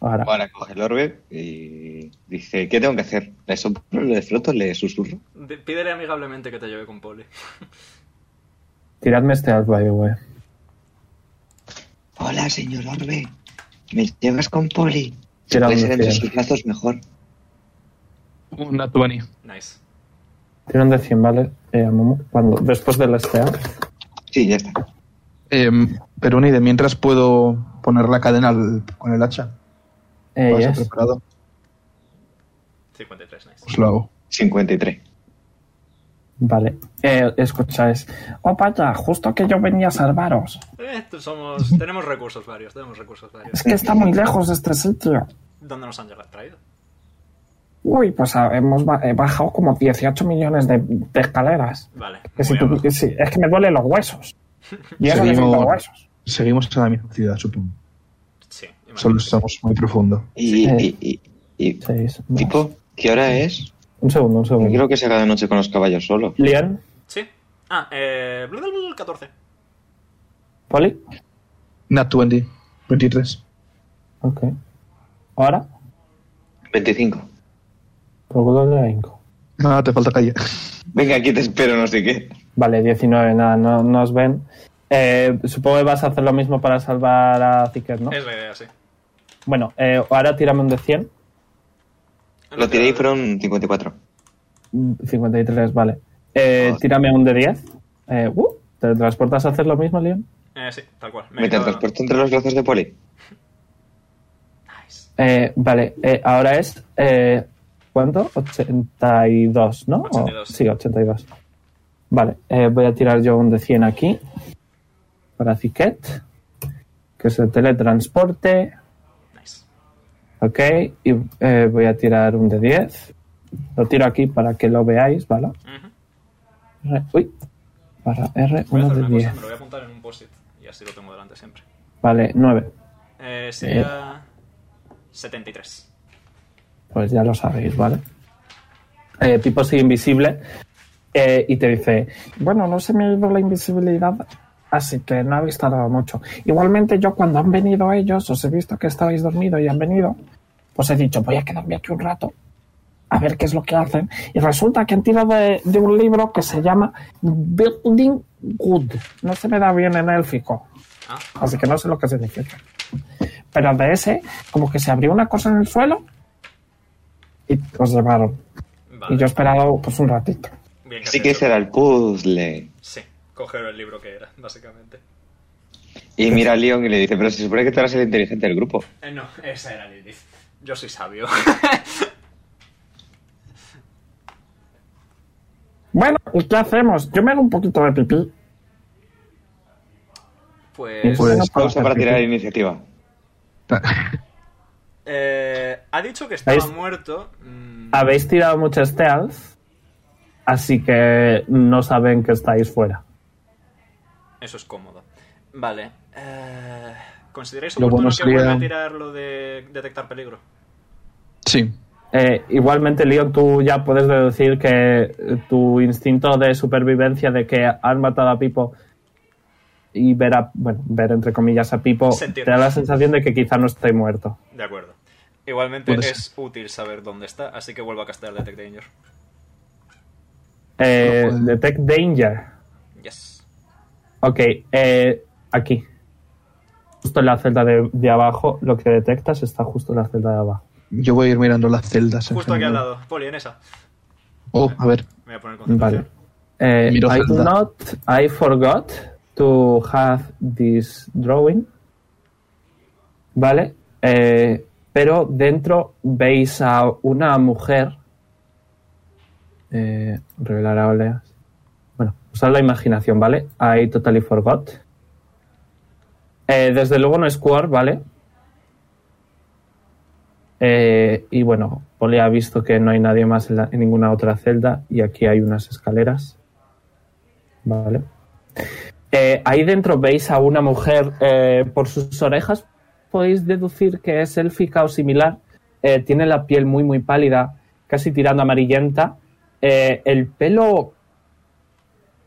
Speaker 2: ahora.
Speaker 3: Ahora coge el orbe y dice: ¿Qué tengo que hacer? ¿Le soplo, le froto, le susurro?
Speaker 1: De- Pídele amigablemente que te lleve con Poli.
Speaker 2: Tiradme este out, by the way.
Speaker 3: Hola, señor orbe. ¿Me llevas con Poli? Pues Si
Speaker 2: Tira
Speaker 3: puede
Speaker 2: un
Speaker 3: ser entre
Speaker 2: cien.
Speaker 3: sus brazos, mejor.
Speaker 4: Un nat 20.
Speaker 1: Nice.
Speaker 2: Tiran de 100, ¿vale? Eh, Momo, cuando, después del este out.
Speaker 3: Sí, ya está.
Speaker 4: Em, pero ni de mientras puedo poner la cadena al- con el hacha.
Speaker 2: Eh,
Speaker 4: ¿Vas
Speaker 5: Pues,
Speaker 2: yes.
Speaker 4: preparado?
Speaker 1: 53, nice.
Speaker 4: Pues lo hago.
Speaker 3: 53.
Speaker 2: Vale.
Speaker 5: Eh, escucháis. Oh, vaya, justo que yo venía a salvaros.
Speaker 1: Eh, tú somos, tenemos recursos varios, tenemos recursos varios.
Speaker 5: Es que está muy lejos de este sitio.
Speaker 1: ¿Dónde nos han llegado- traído?
Speaker 5: Uy, pues ah, hemos ba- eh, bajado como 18 millones de, de escaleras.
Speaker 1: Vale.
Speaker 5: Que si
Speaker 1: muy
Speaker 5: tú-
Speaker 1: abajo.
Speaker 5: que si- es que me duelen los huesos. Y eso que
Speaker 4: Seguimos.
Speaker 5: siento huesos.
Speaker 4: Seguimos a la misma ciudad, supongo.
Speaker 1: Sí, imagino.
Speaker 4: Solo estamos muy profundo.
Speaker 3: Y,
Speaker 2: Sí.
Speaker 3: y- y- y-
Speaker 2: Seis, más.
Speaker 3: tipo, ¿qué hora es?
Speaker 2: Un segundo, un
Speaker 3: No
Speaker 2: segundo.
Speaker 3: quiero que se haga de noche con los caballos solo.
Speaker 2: Leon,
Speaker 1: Sí. Ah, eh. blu, blu, blu, 14.
Speaker 2: Poli.
Speaker 4: Nat 20, 23.
Speaker 2: Ok. Ahora,
Speaker 3: 25.
Speaker 2: procuro de la Inco.
Speaker 4: Ah, te falta calle.
Speaker 3: Venga, aquí te espero, no sé qué.
Speaker 2: Vale, 19, nada, no, no os ven. Eh, supongo que vas a hacer lo mismo para salvar a Zicker, ¿no?
Speaker 1: Es la idea, sí.
Speaker 2: Bueno, eh, ahora tírame un de 100.
Speaker 3: Lo tiré y fueron 54.
Speaker 2: Mm, 53, vale. Eh,
Speaker 3: Ah.
Speaker 2: Tírame un de 10. Eh, uh, ¿Te transportas a hacer lo mismo, Leon?
Speaker 1: Eh, sí, tal cual.
Speaker 3: Me
Speaker 1: quedo-
Speaker 3: transporto entre los brazos de Poli.
Speaker 1: Nice.
Speaker 2: Eh, vale, eh, ahora es. Eh, ¿Cuánto? 82, ¿no? O-
Speaker 1: 82.
Speaker 2: sí, 82. Vale, eh, voy a tirar yo un de 100 aquí. Para Ziquet. Que se teletransporte.
Speaker 1: Nice.
Speaker 2: Ok, y eh, voy a tirar un de 10. Lo tiro aquí para que lo veáis, ¿vale?
Speaker 1: Ujú.
Speaker 2: R- uy, para R,
Speaker 1: Voy a
Speaker 2: uno
Speaker 1: hacer una
Speaker 2: de
Speaker 1: cosa, me
Speaker 2: 10.
Speaker 1: lo voy a apuntar en un post-it y así lo tengo delante siempre.
Speaker 2: Vale, 9.
Speaker 1: Eh, sería. 73.
Speaker 2: Pues ya lo sabéis, ¿vale? Eh, Pipo sigue invisible eh, y te dice,
Speaker 5: Bueno, no se me ha ido la invisibilidad, así que no habéis tardado mucho. Igualmente yo cuando han venido ellos, os he visto que estabais dormidos y han venido, pues he dicho, voy a quedarme aquí un rato a ver qué es lo que hacen. Y resulta que han tirado de, de un libro que se llama Building Good. No se me da bien en élfico,
Speaker 1: Ah,
Speaker 5: así que no sé lo que significa. Pero de ese, como que se abrió una cosa en el suelo y os llevaron.
Speaker 1: vale.
Speaker 5: Y yo he esperado pues un ratito.
Speaker 1: Bien
Speaker 3: Así
Speaker 1: has
Speaker 3: que
Speaker 1: hecho.
Speaker 3: ese era el puzzle.
Speaker 1: Sí, coger el libro que era, básicamente.
Speaker 3: Y mira a Leon y le dice, pero se supone que tú eras el inteligente del grupo.
Speaker 1: Eh, no, esa era Lilith. Yo soy sabio.
Speaker 5: Bueno, ¿y qué hacemos? Yo me hago un poquito de pipí. No
Speaker 1: pues.
Speaker 2: Pues-
Speaker 5: puedo
Speaker 3: Pausa
Speaker 5: hacer
Speaker 3: para tirar
Speaker 5: pipí.
Speaker 3: iniciativa.
Speaker 1: eh, ha dicho que estaba
Speaker 2: ¿Veis?
Speaker 1: muerto. mm,
Speaker 2: habéis tirado mucho stealth, así que no saben que estáis fuera.
Speaker 1: Eso es cómodo. Vale. Eh, ¿Consideráis
Speaker 4: Lo
Speaker 1: oportuno
Speaker 4: bueno
Speaker 1: que vuelva
Speaker 4: sería-
Speaker 1: a tirar lo de detectar peligro?
Speaker 4: Sí.
Speaker 2: Eh, igualmente, Leon, tú ya puedes deducir que eh, tu instinto de supervivencia de que han matado a Pipo y ver a, bueno, ver entre comillas a Pipo,
Speaker 1: Se
Speaker 2: te
Speaker 1: entiende.
Speaker 2: da la sensación de que quizá no esté muerto.
Speaker 1: De acuerdo. Igualmente
Speaker 4: Puede
Speaker 1: es útil saber dónde está, así que vuelvo a castear Detect Danger.
Speaker 2: Eh,
Speaker 4: No puede.
Speaker 2: detect danger.
Speaker 1: Yes.
Speaker 2: Ok, eh, aquí. Justo en la celda de, de abajo, lo que detectas está justo en la celda de abajo.
Speaker 4: Yo voy a ir mirando las celdas. en
Speaker 1: Justo aquí al
Speaker 4: general.
Speaker 1: lado. Poli, en esa.
Speaker 4: Oh, a ver.
Speaker 1: Me voy a poner
Speaker 2: Vale.
Speaker 1: concentración.
Speaker 2: Eh,
Speaker 4: Miro
Speaker 2: I do
Speaker 4: celda.
Speaker 2: not, I forgot to have this drawing. Vale. Eh, pero dentro veis a una mujer. Eh, revelar a oleas. Bueno, usad la imaginación, ¿vale? I totally forgot. Eh, desde luego no es Quar, ¿vale? Eh, y bueno, Poli ha visto que no hay nadie más en, la- en ninguna otra celda y aquí hay unas escaleras. Vale. Eh, ahí dentro veis a una mujer eh, por sus orejas. Podéis deducir que es élfica o similar. Eh, tiene la piel muy, muy pálida, casi tirando amarillenta. Eh, el pelo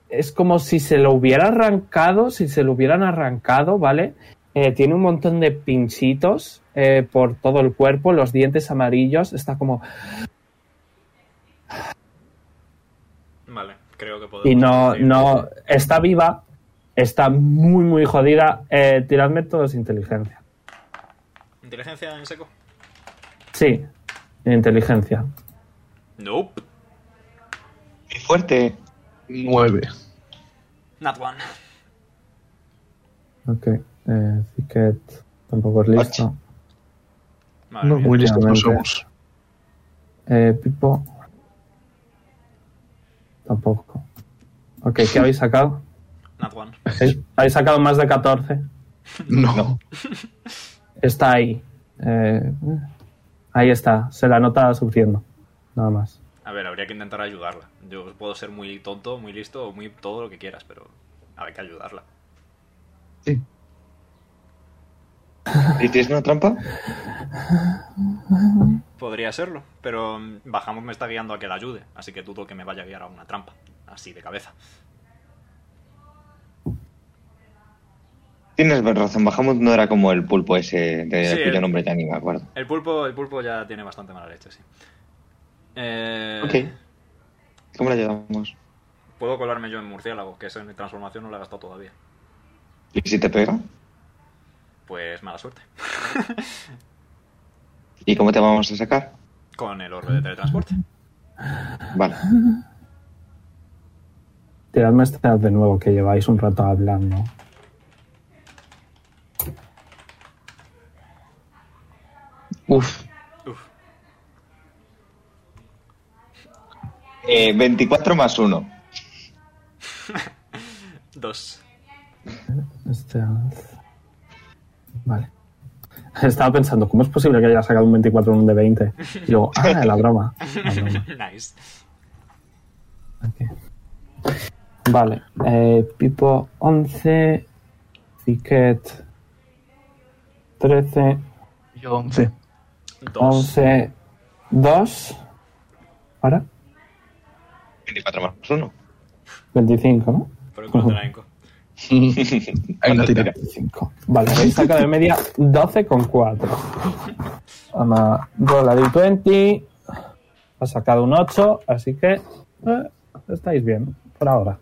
Speaker 2: es como si se lo hubiera arrancado, si se lo hubieran arrancado, ¿vale? Eh, tiene un montón de pinchitos eh, por todo el cuerpo, los dientes amarillos, está como...
Speaker 1: Vale, creo que podemos.
Speaker 2: Y no,
Speaker 1: decir-
Speaker 2: no, está viva, está muy, muy jodida. Eh, tiradme todos inteligencia.
Speaker 1: ¿Inteligencia en seco?
Speaker 2: Sí, inteligencia.
Speaker 1: Nope.
Speaker 3: Muy fuerte.
Speaker 4: 9.
Speaker 1: Not one.
Speaker 2: Ok, eh, Ziquet tampoco es listo.
Speaker 1: Madre
Speaker 4: No,
Speaker 1: mía.
Speaker 4: muy listos no
Speaker 2: Efectivamente.
Speaker 4: somos.
Speaker 2: Eh, Pipo. Tampoco. Ok, ¿qué habéis sacado?
Speaker 1: Nat one.
Speaker 2: ¿Habéis- ¿Habéis sacado más de 14?
Speaker 4: No.
Speaker 2: Está ahí. Eh, ahí está. Se la nota sufriendo. Nada más.
Speaker 1: A ver, habría que intentar ayudarla. Yo puedo ser muy tonto, muy listo o muy todo lo que quieras, pero hay que ayudarla.
Speaker 4: Sí.
Speaker 3: ¿Y tienes una trampa?
Speaker 1: Podría serlo, pero mm, Bajamos me está guiando a que la ayude, así que dudo que me vaya a guiar a una trampa, así de cabeza.
Speaker 3: Tienes razón, Bahamut no era como el pulpo ese de
Speaker 1: Sí,
Speaker 3: cuyo
Speaker 1: el-
Speaker 3: nombre ya ni me acuerdo.
Speaker 1: El pulpo, el pulpo ya tiene bastante mala leche, sí. Eh,
Speaker 3: Ok. ¿Cómo la llevamos?
Speaker 1: Puedo colarme yo en murciélago, que esa en mi transformación no la he gastado todavía.
Speaker 3: ¿Y si te pega?
Speaker 1: Pues mala suerte.
Speaker 3: ¿Y cómo te vamos a sacar?
Speaker 1: Con el orbe de teletransporte.
Speaker 3: Vale.
Speaker 2: Tiradme este de nuevo, que lleváis un rato hablando.
Speaker 4: Uf.
Speaker 1: Uf,
Speaker 3: Eh, 24 más 1.
Speaker 1: dos.
Speaker 2: Este- Vale. Estaba pensando, ¿cómo es posible que haya sacado un 24 en un de 20? Y luego, ah, la broma. La broma.
Speaker 1: nice.
Speaker 2: Ok. Vale. eh, Pipo 11. Ticket 13.
Speaker 4: Yo 11.
Speaker 1: Dos.
Speaker 2: 11. 2. ¿Ahora?
Speaker 3: 24 más 1.
Speaker 2: 25, ¿no?
Speaker 1: Por el culo te la hinco.
Speaker 4: Hay una tira.
Speaker 2: 25. Vale, habéis sacado de media 12,4. Ama, rola de 20. Ha sacado un 8, así que eh, estáis bien por ahora.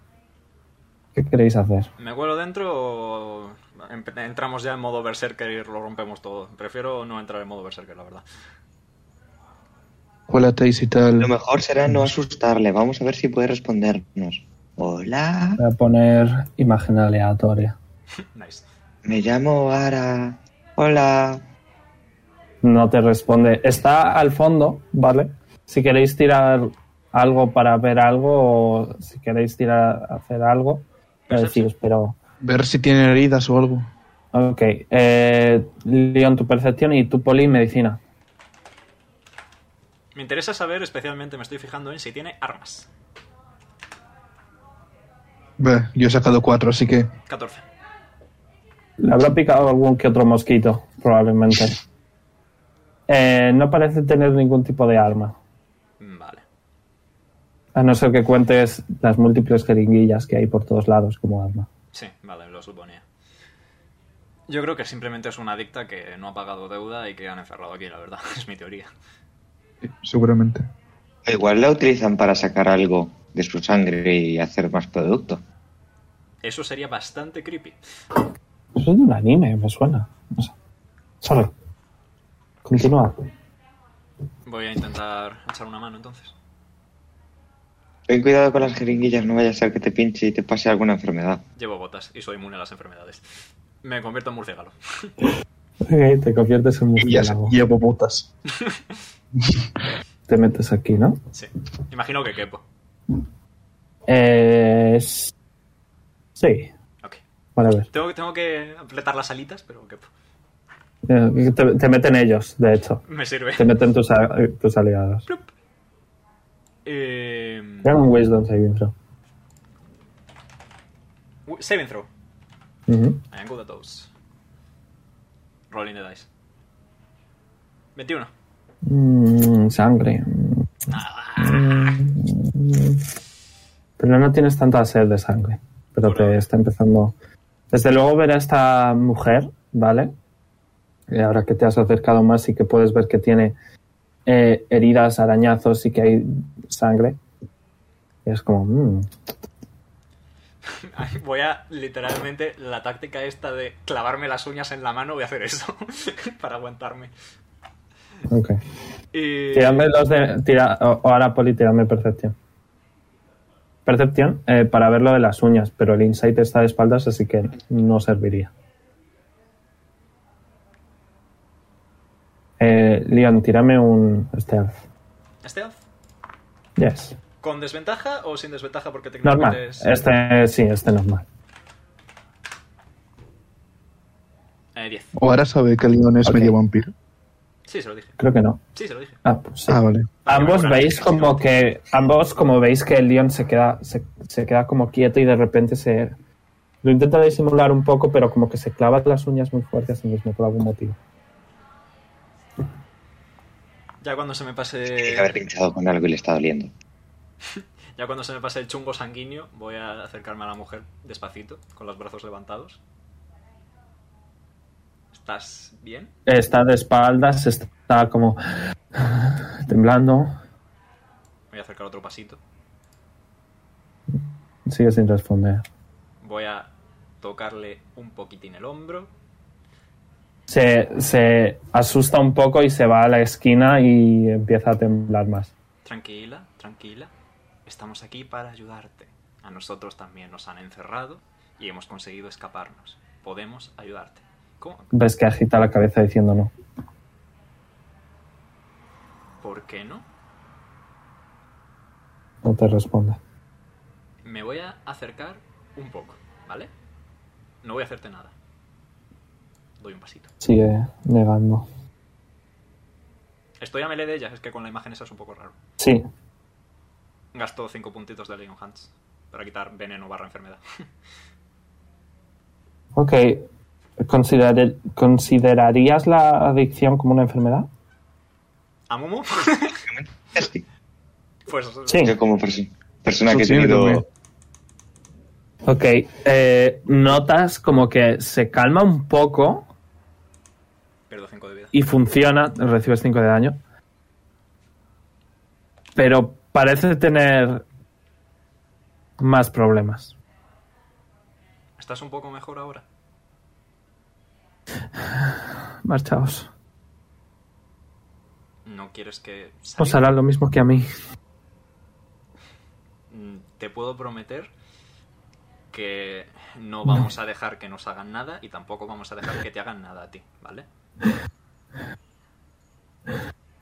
Speaker 2: ¿Qué queréis hacer?
Speaker 1: ¿Me cuelo dentro o empe- entramos ya en modo berserker y lo rompemos todo? Prefiero no entrar en modo berserker, la verdad.
Speaker 4: Cuélate y si
Speaker 3: Lo
Speaker 4: tal.
Speaker 3: mejor será no asustarle. Vamos a ver si puede respondernos. Hola,
Speaker 2: Voy a poner imagen aleatoria.
Speaker 1: Nice.
Speaker 3: me llamo Ara. Hola.
Speaker 2: No te responde. Está al fondo, ¿vale? Si queréis tirar algo para ver algo o si queréis tirar hacer algo, lo
Speaker 1: Perception.
Speaker 2: decís, pero...
Speaker 4: Ver si tienen heridas o algo.
Speaker 2: Ok. Eh, Leon, tu percepción y tu poli medicina.
Speaker 1: Me interesa saber, especialmente me estoy fijando en si tiene armas.
Speaker 4: Ve, yo he sacado 4, así que. eh,
Speaker 1: 14.
Speaker 2: Le habrá picado algún que otro mosquito, probablemente. Eh, no parece tener ningún tipo de arma.
Speaker 1: Vale.
Speaker 2: A no ser que cuentes las múltiples jeringuillas que hay por todos lados como arma.
Speaker 1: Sí, vale, lo suponía. Yo creo que simplemente es una adicta que no ha pagado deuda y que han encerrado aquí, la verdad. Es mi teoría.
Speaker 4: sí, Seguramente.
Speaker 3: O Ah, Igual la utilizan para sacar algo de su sangre y hacer más producto.
Speaker 1: Eso sería bastante creepy.
Speaker 2: Eso es de un anime, me suena. No sé. Sorry. Continúa.
Speaker 1: Voy a intentar echar una mano entonces.
Speaker 3: Ten cuidado con las jeringuillas, no vaya a ser que te pinche y te pase alguna enfermedad.
Speaker 1: Llevo botas y soy inmune a las enfermedades. Me convierto en murciélago.
Speaker 2: Ok, te conviertes en
Speaker 4: Y ya sé,
Speaker 2: murciélago.
Speaker 4: llevo botas.
Speaker 2: Te metes aquí, ¿no?
Speaker 1: Sí. Imagino que quepo.
Speaker 2: Eh, s- sí.
Speaker 1: Ok.
Speaker 2: Para ver.
Speaker 1: Tengo, tengo que apretar las alitas, pero quepo.
Speaker 2: Eh, te- te meten ellos, de hecho.
Speaker 1: Me sirve.
Speaker 2: Te meten tus, a- eh, tus aliados.
Speaker 1: Plup. Eh,
Speaker 2: Era un Wisdom saving throw.
Speaker 1: u- saving throw.
Speaker 2: Ujú.
Speaker 1: I am good at those. Rolling the dice. 21.
Speaker 2: Mm, sangre. Mm. Pero no tienes tanta sed de sangre. Pero
Speaker 1: Por ahora.
Speaker 2: te está empezando. Desde luego ver a esta mujer, ¿vale? Y ahora que te has acercado más y que puedes ver que tiene eh, heridas, arañazos y que hay sangre. Y es como, mm,
Speaker 1: Voy a literalmente la táctica esta de clavarme las uñas en la mano, voy a hacer eso para aguantarme.
Speaker 2: ok.
Speaker 1: Y
Speaker 2: Tiradme los de. Tira, o- o ahora, Poli, tiradme percepción. Percepción eh, para ver lo de las uñas, pero el insight está de espaldas, así que no serviría. Eh, Leon, tírame un stealth.
Speaker 1: ¿Stealth?
Speaker 2: Yes.
Speaker 1: este ¿Con desventaja o sin desventaja? Porque técnicamente
Speaker 2: Normal.
Speaker 1: es.
Speaker 2: Este sí, este normal.
Speaker 1: Eh, 10.
Speaker 4: O ahora sabe que Leon es
Speaker 2: Ok.
Speaker 4: medio vampiro.
Speaker 1: Sí, se lo dije.
Speaker 2: Creo que no.
Speaker 1: Sí, se lo dije.
Speaker 2: Ah, pues sí.
Speaker 4: Ah, vale.
Speaker 2: Ambos veis como que ambos como veis que el león se queda se, se queda como quieto y de repente se lo intenta disimular un poco, pero como que se clava las uñas muy fuertes sí mismo por algún motivo.
Speaker 1: Ya cuando se me
Speaker 3: Tiene que haber
Speaker 1: pase.
Speaker 3: pinchado con algo y le está doliendo.
Speaker 1: Ya cuando se me pase el chungo sanguíneo, voy a acercarme a la mujer despacito, con los brazos levantados. ¿Estás bien?
Speaker 2: Está de espaldas, está como temblando,
Speaker 1: Voy a acercar otro pasito.
Speaker 2: sigue sin responder.
Speaker 1: Voy a tocarle un poquitín el hombro.
Speaker 2: Se, se asusta un poco y se va a la esquina y empieza a temblar más.
Speaker 1: Tranquila, tranquila. Estamos aquí para ayudarte. A nosotros también nos han encerrado y hemos conseguido escaparnos. Podemos ayudarte. ¿Cómo?
Speaker 2: Ves que agita la cabeza diciendo no.
Speaker 1: ¿Por qué no?
Speaker 2: No te responde.
Speaker 1: Me voy a acercar un poco, ¿vale? No voy a hacerte nada. Doy un pasito.
Speaker 2: Sigue negando.
Speaker 1: Estoy a melee de ella, es que con la imagen esa es un poco raro.
Speaker 2: Sí,
Speaker 1: Gasto 5 puntitos de Leon Hands para quitar veneno barra enfermedad.
Speaker 2: Ok. Considerar- ¿Considerarías la adicción como una enfermedad?
Speaker 1: ¿A Mumu?
Speaker 3: Sí.
Speaker 1: pues
Speaker 2: Sí.
Speaker 3: Yo como perso- persona
Speaker 4: Tú
Speaker 3: que he
Speaker 4: sí, yo
Speaker 3: tenido...
Speaker 2: Ok. eh, notas como que se calma un poco
Speaker 1: pierdo 5 de vida.
Speaker 2: y funciona. Recibes 5 de daño. Pero parece tener más problemas.
Speaker 1: ¿Estás un poco mejor ahora?
Speaker 2: Marchaos.
Speaker 1: ¿No quieres que
Speaker 2: Os
Speaker 1: salga?
Speaker 2: hará lo mismo que a mí.
Speaker 1: Mm, Te puedo prometer que no vamos a dejar que nos hagan nada y tampoco vamos a dejar que te hagan nada a ti, ¿vale?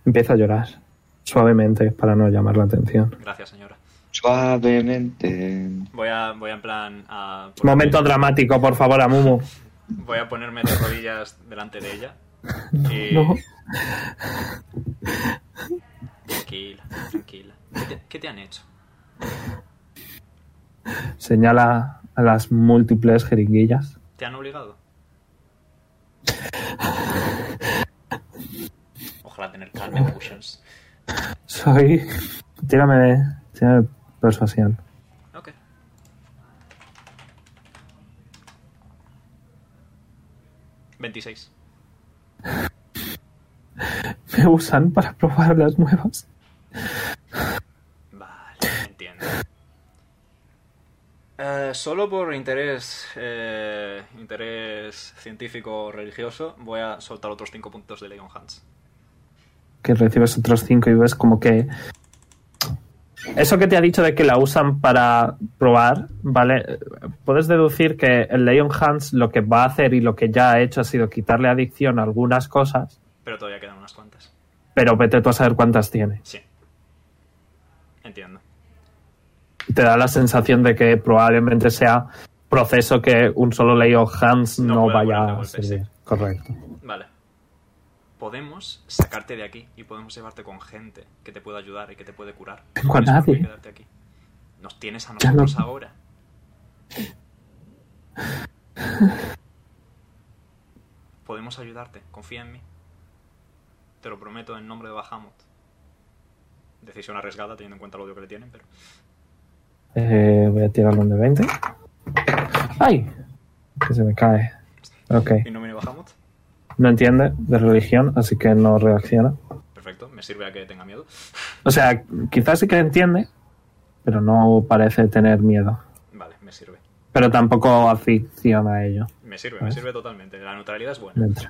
Speaker 2: Empieza a llorar. Suavemente para no llamar la atención.
Speaker 1: Gracias, señora.
Speaker 3: Suavemente.
Speaker 1: Voy a, voy a en plan a...
Speaker 2: Momento dramático, por favor, Amumu.
Speaker 1: Voy a ponerme de rodillas delante de ella. y-
Speaker 2: no.
Speaker 1: Tranquila, tranquila. ¿Qué te, qué te han hecho?
Speaker 2: Señala a las múltiples jeringuillas.
Speaker 1: ¿Te han obligado? Ojalá tener calm emotions.
Speaker 2: Soy. Tírame, tírame persuasión.
Speaker 1: Ok. ¿26?
Speaker 2: Me usan para probar las nuevas.
Speaker 1: Vale, entiendo. Eh, solo por interés eh, interés científico religioso voy a soltar otros 5 puntos de Leon Hans.
Speaker 2: Que recibes otros cinco y ves como que. Eso que te ha dicho de que la usan para probar, ¿vale? Puedes deducir que el Leon Hans lo que va a hacer y lo que ya ha hecho ha sido quitarle adicción a algunas cosas,
Speaker 1: Pero todavía quedan unas cuantas.
Speaker 2: pero vete tú a saber cuántas tiene.
Speaker 1: Sí. Entiendo.
Speaker 2: te da la sensación de que probablemente sea proceso que un solo ley of hands
Speaker 1: No
Speaker 2: no,
Speaker 1: pueda curar de
Speaker 2: vaya a
Speaker 1: golpe,
Speaker 2: servir.
Speaker 1: sí.
Speaker 2: Correcto.
Speaker 1: Vale. Podemos sacarte de aquí y podemos llevarte con gente que te pueda ayudar y que te puede curar.
Speaker 2: Tengo a
Speaker 1: Tienes por qué
Speaker 2: nadie.
Speaker 1: quedarte aquí. Nos tienes a
Speaker 2: Ya no-
Speaker 1: nosotros ahora. Podemos ayudarte, confía en mí. Te lo prometo en nombre de Bahamut. Decisión arriesgada teniendo en cuenta el odio que le tienen, pero...
Speaker 2: Eh, voy a tirar un de 20. ¡Ay! Que se me cae. Ok.
Speaker 1: ¿Y no viene Bahamut?
Speaker 2: No entiende de religión, así que no reacciona.
Speaker 1: Perfecto, me sirve a que tenga miedo.
Speaker 2: O sea, quizás sí que entiende, pero no parece tener miedo.
Speaker 1: Vale, me sirve.
Speaker 2: Pero tampoco afición a ello.
Speaker 1: Me sirve,
Speaker 2: Pues
Speaker 1: me sirve totalmente. La neutralidad es buena.
Speaker 2: Dentro.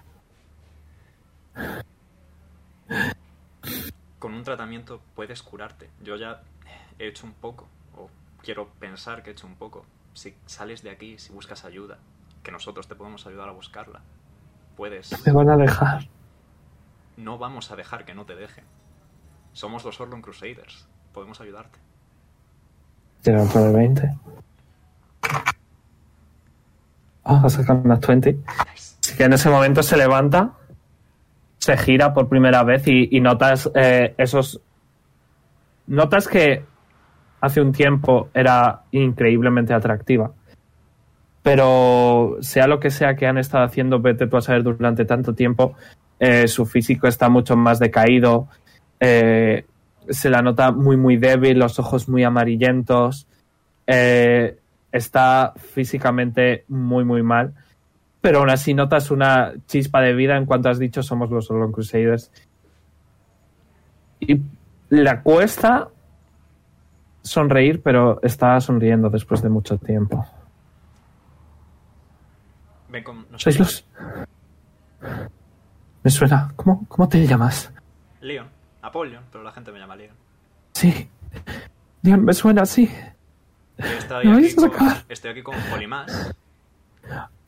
Speaker 1: con un tratamiento puedes curarte. Yo ya he hecho un poco, o quiero pensar que he hecho un poco. Si sales de aquí, si buscas ayuda, que nosotros te podemos ayudar a buscarla, puedes.
Speaker 2: Me van a dejar.
Speaker 1: No vamos a dejar que no te dejen. Somos los Orlon Crusaders. Podemos ayudarte.
Speaker 2: Tiene otro de 20. Ah, ha sacado unas 20.
Speaker 1: Nice.
Speaker 2: que en ese momento se levanta, se gira por primera vez y, y notas eh, esos... Notas que hace un tiempo era increíblemente atractiva. Pero sea lo que sea que han estado haciendo, vete tú a saber durante tanto tiempo, eh, su físico está mucho más decaído, eh, se la nota muy muy débil, los ojos muy amarillentos, eh, está físicamente muy muy mal pero aún así notas una chispa de vida en cuanto has dicho somos los Orlon Crusaders. Y la cuesta sonreír, pero está sonriendo después de mucho tiempo.
Speaker 1: Ven con
Speaker 2: ¿Sois
Speaker 1: nosotros.
Speaker 2: los? Me suena. ¿Cómo, cómo te llamas?
Speaker 1: Leon. Apollon, pero la gente me llama Leon.
Speaker 2: Sí. Dios, me suena, sí.
Speaker 1: Yo estoy,
Speaker 2: ¿Me
Speaker 1: aquí
Speaker 2: vais a
Speaker 1: con,
Speaker 2: sacar?
Speaker 1: estoy aquí con Polimás.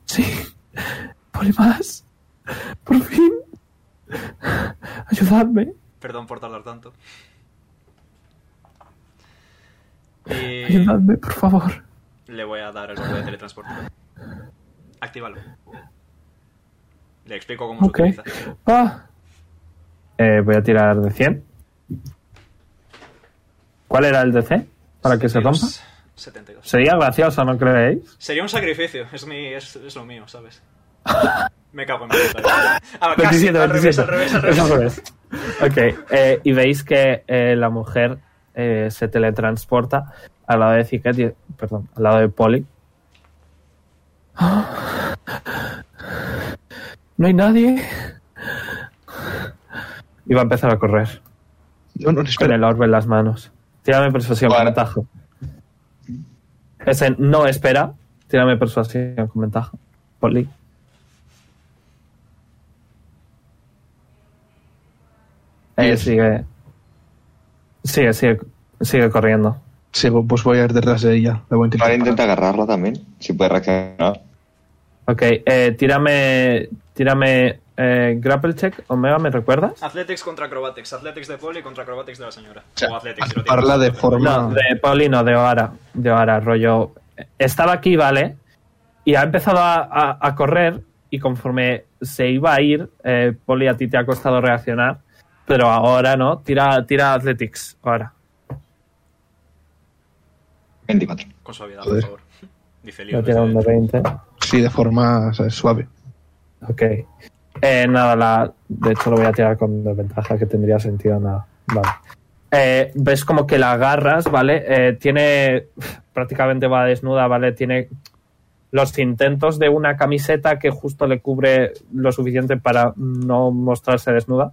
Speaker 2: Sí. Polimas. Por fin. Ayudadme.
Speaker 1: Perdón por tardar tanto. Y
Speaker 2: Ayudadme, por favor.
Speaker 1: le voy a dar el botón de teletransporte. Actívalo. Le explico cómo
Speaker 2: Ok.
Speaker 1: se utiliza.
Speaker 2: Ah. Eh, voy a tirar de 100. ¿Cuál era el DC? Para que se rompa.
Speaker 1: 72.
Speaker 2: Sería gracioso, ¿no creéis?
Speaker 1: Sería un sacrificio, es, mi, es, es lo mío, ¿sabes? Me cago en mi puta. Ah, casi,
Speaker 2: 27,
Speaker 1: al revés,
Speaker 2: 27.
Speaker 1: al revés, al revés.
Speaker 2: Eso es. Ok, eh, y veis que eh, la mujer eh, se teletransporta al lado de Ziquet, y- perdón, al lado de Polly. No hay nadie. Y va a empezar a correr
Speaker 4: No, no,
Speaker 2: con
Speaker 4: espera.
Speaker 2: el orbe en las manos. Tírame persuasión con
Speaker 3: Vale.
Speaker 2: ventaja. Ese no espera. Tírame persuasión con ventaja. Poli. Eh,
Speaker 4: Diez.
Speaker 2: sigue. Sigue, sigue, sigue corriendo.
Speaker 4: Sí, pues voy a ir detrás de ella. La voy a intentar.
Speaker 3: Ahora intenta agarrarla también, si puede reaccionar.
Speaker 2: Ok, eh, tírame, tírame eh, grapple check. Omega, ¿me recuerdas?
Speaker 1: Athletics contra Acrobatics. Athletics de Poli contra Acrobatics de la señora.
Speaker 4: O sea,
Speaker 1: o Athletics, si lo
Speaker 4: parla
Speaker 1: tienes.
Speaker 4: de forma-
Speaker 2: No, de Paulino, de O'Hara. De O'Hara, rollo. Estaba aquí, ¿vale? Y ha empezado a, a- a correr y conforme se iba a ir, eh, Poli, a ti te ha costado reaccionar. Pero ahora no. Tira, tira Athletics, ahora.
Speaker 3: 24.
Speaker 1: Con suavidad,
Speaker 4: Joder.
Speaker 1: por favor. Dice Leon.
Speaker 2: No tira un de
Speaker 1: desde-
Speaker 2: 20.
Speaker 4: Sí, de forma ¿sabes? suave.
Speaker 2: Ok. Eh, nada, la, de hecho lo voy a tirar con desventaja, que tendría sentido nada. Vale. Eh, ves como que la agarras, ¿vale? Eh, tiene. Prácticamente va desnuda, ¿vale? Tiene los intentos de una camiseta que justo le cubre lo suficiente para no mostrarse desnuda.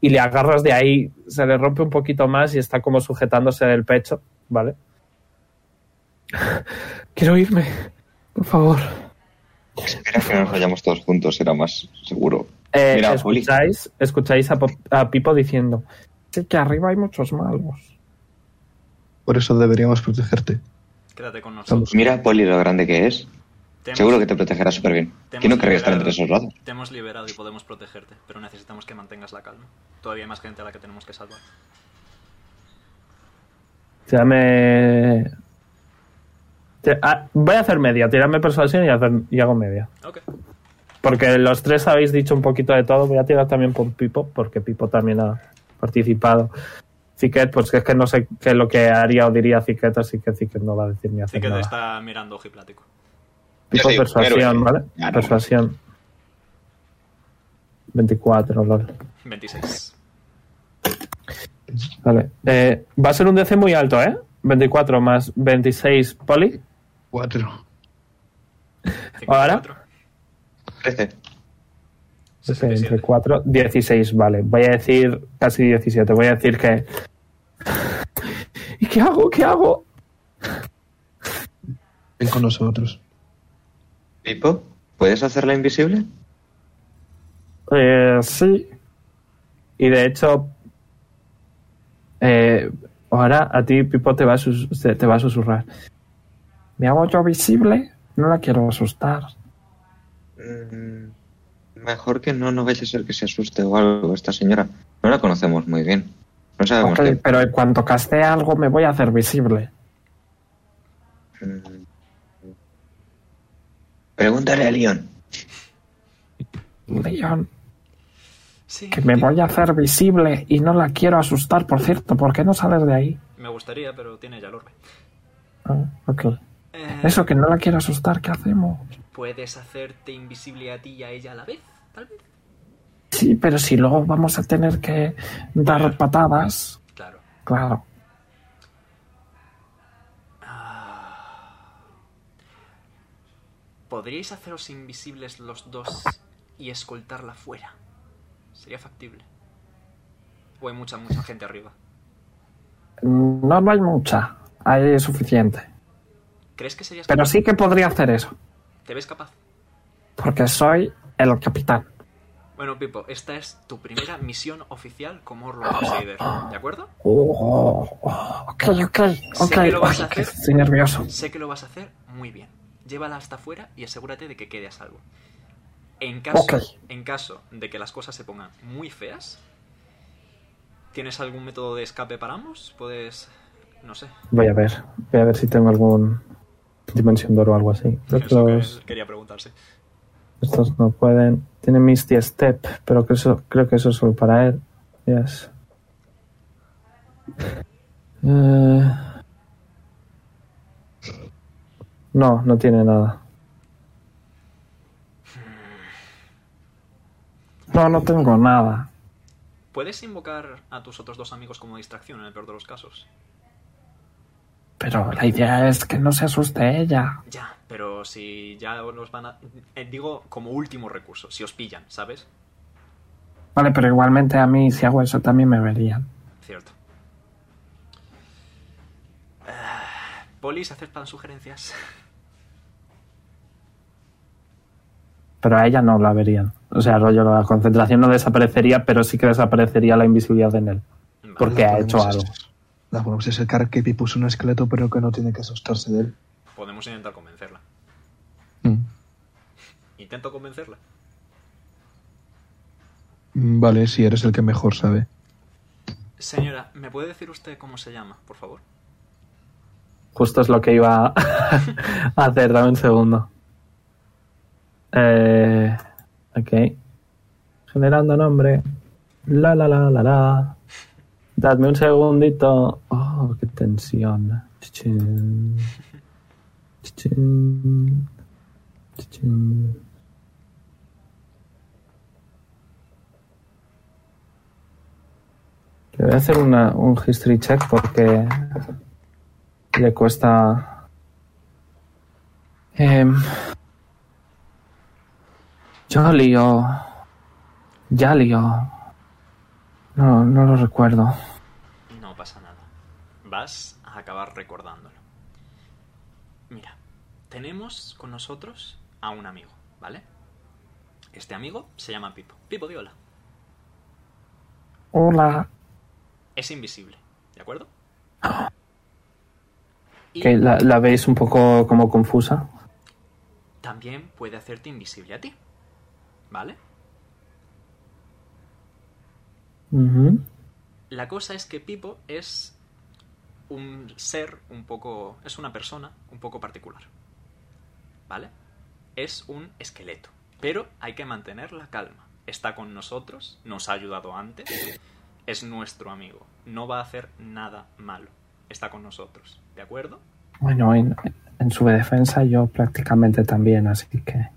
Speaker 2: Y le agarras de ahí, se le rompe un poquito más y está como sujetándose del pecho, ¿vale? Quiero irme, por favor.
Speaker 3: Espera que nos vayamos todos juntos, será más seguro.
Speaker 2: Eh,
Speaker 3: Mira, Juli.
Speaker 2: escucháis, escucháis a, Pop- a Pipo diciendo
Speaker 5: Sí, que arriba hay muchos malos.
Speaker 4: Por eso deberíamos protegerte.
Speaker 1: Quédate con nosotros.
Speaker 3: Pues Mira a Poli lo grande que es.
Speaker 1: Te hemos-
Speaker 3: Seguro que te protegerá súper bien.
Speaker 1: te
Speaker 3: Que no
Speaker 1: hemos
Speaker 3: querría estar entre
Speaker 1: liberado.
Speaker 3: esos lados.
Speaker 1: Te hemos liberado y podemos protegerte, pero necesitamos que mantengas la calma. Todavía hay más gente a la que tenemos que salvar.
Speaker 2: Tírame. Tí- ah, voy a hacer media, tirarme persuasión y, hacer, y hago media.
Speaker 1: Ok.
Speaker 2: Porque los tres habéis dicho un poquito de todo. Voy a tirar también por Pipo, porque Pipo también ha participado. Ziquet, pues que es que no sé qué es lo que haría o diría Ziquet, así que Ziquet no va a decir ni
Speaker 1: Así
Speaker 2: hacer
Speaker 1: que te
Speaker 2: nada.
Speaker 1: está mirando ojiplático.
Speaker 2: Pipo,
Speaker 3: Yo soy un
Speaker 2: persuasión,
Speaker 3: héroe.
Speaker 2: ¿vale?
Speaker 3: Ya no.
Speaker 2: Persuasión. 24, lol.
Speaker 1: 26.
Speaker 2: Vale. Eh, va a ser un DC muy alto, ¿eh? 24 más 26 poli.
Speaker 4: Cuatro.
Speaker 1: 54.
Speaker 3: 13.
Speaker 1: 67.
Speaker 2: 4, 16, vale. Voy a decir casi 17. Voy a decir que. ¿Y qué hago? ¿Qué hago?
Speaker 4: Ven con nosotros.
Speaker 3: Pipo, ¿puedes hacerla invisible?
Speaker 2: Eh, sí. Y de hecho. eh, ahora a ti, Pipo, te va a, sus- te te va a susurrar.
Speaker 5: ¿Me hago yo visible? No la quiero asustar.
Speaker 3: Mm, Mejor que no, no vaya a ser que se asuste o algo esta señora. No la conocemos muy bien. No sabemos
Speaker 5: Ok,
Speaker 3: qué.
Speaker 5: pero en cuanto caste algo me voy a hacer visible.
Speaker 3: Mm. Pregúntale a León.
Speaker 5: Leon,
Speaker 1: Sí.
Speaker 5: que me voy a hacer visible y no la quiero asustar, por cierto. ¿Por qué no sales de ahí?
Speaker 1: Me gustaría, pero tiene ya el orbe.
Speaker 5: Ah, ok.
Speaker 1: Eh,
Speaker 5: Eso, que no la quiero asustar, ¿qué hacemos?
Speaker 1: ¿Puedes hacerte invisible a ti y a ella a la vez? Tal vez.
Speaker 5: Sí, pero si luego vamos a tener que dar patadas,
Speaker 1: Claro.
Speaker 5: claro.
Speaker 1: Ah. ¿Podríais haceros invisibles los dos y escoltarla fuera? Sería factible. O hay mucha, mucha gente arriba.
Speaker 5: No, no hay mucha, hay suficiente.
Speaker 1: ¿Crees que serías
Speaker 5: Pero
Speaker 1: capaz?
Speaker 5: sí que podría hacer eso,
Speaker 1: ¿Te ves capaz?
Speaker 5: porque soy el capitán.
Speaker 1: Bueno, Pipo, esta es tu primera misión oficial como Orlando Crusader, ¿de acuerdo?
Speaker 5: Oh, oh, ok, ok, ok.
Speaker 1: que lo vas a
Speaker 5: Ay, que
Speaker 1: hacer.
Speaker 5: Estoy nervioso.
Speaker 1: Sé que lo vas a hacer muy bien. Llévala hasta afuera y asegúrate de que quede a salvo. En caso,
Speaker 5: Ok.
Speaker 1: en caso de que las cosas se pongan muy feas, ¿tienes algún método de escape para ambos? Puedes... no sé.
Speaker 2: Voy a ver. Voy a ver si tengo algún dimensión de oro o algo así. Creo que
Speaker 1: Eso que
Speaker 2: los-
Speaker 1: quería preguntarse.
Speaker 2: estos no pueden. Tiene Misty Step, pero que eso, creo que eso es solo para él. Yes. Eh, No, no tiene nada.
Speaker 5: No, no tengo nada.
Speaker 1: ¿Puedes invocar a tus otros dos amigos como distracción en el peor de los casos?
Speaker 5: Pero la idea es que no se asuste ella.
Speaker 1: Ya, pero si ya los van a... eh, Digo, como último recurso, si os pillan, ¿sabes?
Speaker 5: Vale, pero igualmente a mí, si hago eso, también me verían.
Speaker 1: Cierto. Ah, Polis, aceptan sugerencias.
Speaker 2: Pero a ella no la verían. O sea, rollo, la concentración no desaparecería, pero sí que desaparecería la invisibilidad en él.
Speaker 1: Vale.
Speaker 2: ¿Por qué ha
Speaker 4: podemos
Speaker 2: hecho algo?
Speaker 4: hacer- La podemos acercar que Pipo es un esqueleto, pero que no tiene que asustarse de él.
Speaker 1: Podemos intentar convencerla.
Speaker 2: Mm.
Speaker 1: Intento convencerla.
Speaker 4: Mm, Vale, si eres el que mejor sabe.
Speaker 1: Señora, ¿me puede decir usted cómo se llama, por favor?
Speaker 2: Justo es lo que iba a hacer. Dame un segundo. Eh, ok. Generando nombre. La la la la la. Dadme un segundito. Oh, qué tensión. Chichín. Chichín. Chichín. Le voy a hacer una, un history check porque le cuesta. Em, yo lío. Ya lío. No, no lo recuerdo.
Speaker 1: No pasa nada. Vas a acabar recordándolo. Mira, tenemos con nosotros a un amigo, ¿vale? Este amigo se llama Pipo. Pipo, di hola.
Speaker 5: Hola.
Speaker 1: Es invisible, ¿de acuerdo? Y
Speaker 2: Que la, la veis un poco como confusa.
Speaker 1: también puede hacerte invisible a ti, ¿vale?
Speaker 2: Ujú.
Speaker 1: La cosa es que Pipo es un ser un poco. es una persona un poco particular. ¿Vale? Es un esqueleto. Pero hay que mantener la calma. Está con nosotros, nos ha ayudado antes, es nuestro amigo. No va a hacer nada malo. Está con nosotros. ¿De acuerdo?
Speaker 2: Bueno, en, en su defensa yo prácticamente también, así que.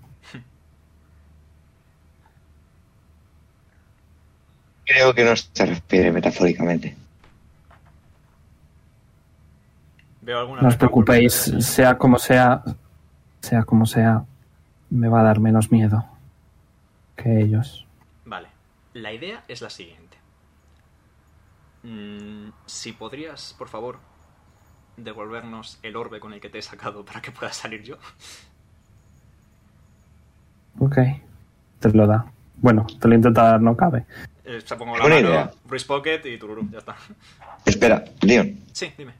Speaker 3: Creo que no se refiere metafóricamente.
Speaker 1: Veo alguna.
Speaker 2: No os preocupéis, sea como sea, sea como sea, me va a dar menos miedo que ellos.
Speaker 1: Vale. La idea es la siguiente. Mm, si podrías, por favor, devolvernos el orbe con el que te he sacado para que pueda salir yo.
Speaker 2: Ok, te lo da. Bueno, te lo intenta dar, no cabe.
Speaker 1: Eh, se pongo la
Speaker 3: Buena
Speaker 1: mano,
Speaker 3: idea.
Speaker 1: Bruce Pocket y Tururu, ya está.
Speaker 3: Espera, León,
Speaker 1: Sí, dime.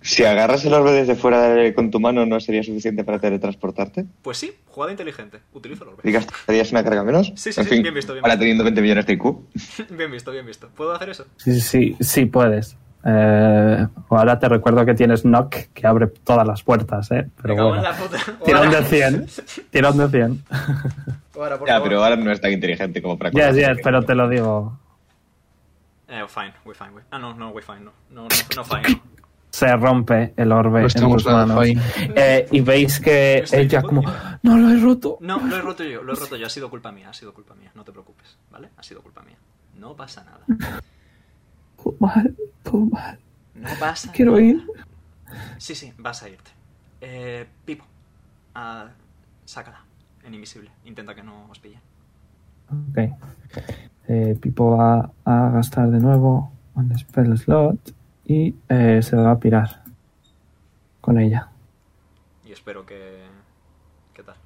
Speaker 3: Si agarras el orbe desde fuera de- con tu mano, ¿no sería suficiente para teletransportarte?
Speaker 1: Pues sí, jugada inteligente. Utilizo el orbe.
Speaker 3: ¿Y gastarías una carga menos?
Speaker 1: Sí, sí,
Speaker 3: en
Speaker 1: sí,
Speaker 3: fin,
Speaker 1: bien visto, bien
Speaker 3: ahora
Speaker 1: visto.
Speaker 3: teniendo 20 millones de IQ.
Speaker 1: bien visto, bien visto. ¿Puedo hacer eso?
Speaker 2: Sí, sí, sí, sí puedes. Eh, ahora te recuerdo que tienes Knock que abre todas las puertas, ¿eh? Pero
Speaker 1: Me cago en
Speaker 2: bueno.
Speaker 1: la puta.
Speaker 2: Tira un
Speaker 1: Ahora.
Speaker 2: de 100. Tira un de 100.
Speaker 1: Ahora, por
Speaker 3: Ya,
Speaker 1: favor.
Speaker 3: pero ahora no es tan inteligente como para...
Speaker 2: Yes, yes, pero te lo digo.
Speaker 1: Eh, fine, we fine, we. Ah, no, no, we fine, no. No, no, no fine.
Speaker 2: Se rompe el orbe
Speaker 4: No
Speaker 2: en
Speaker 4: estamos
Speaker 2: tus
Speaker 4: nada
Speaker 2: manos.
Speaker 4: fine.
Speaker 2: Eh, y veis que
Speaker 1: Estoy
Speaker 2: ella como...
Speaker 1: jodido.
Speaker 2: ¡No, lo he roto!
Speaker 1: No, lo he roto yo, lo he roto yo. Ha sido culpa mía, ha sido culpa mía. No te preocupes, ¿vale? Ha sido culpa mía. No pasa nada.
Speaker 2: Todo mal, todo mal.
Speaker 1: No pasa
Speaker 2: Quiero
Speaker 1: nada.
Speaker 2: ir.
Speaker 1: Sí, sí, vas a irte. Eh, Pipo, ah, sácala. En invisible. Intenta que no os pille.
Speaker 2: Ok. Eh, Pipo va a gastar de nuevo un spell slot y eh, se va a pirar con ella.
Speaker 1: Y espero que... ¿Qué tal?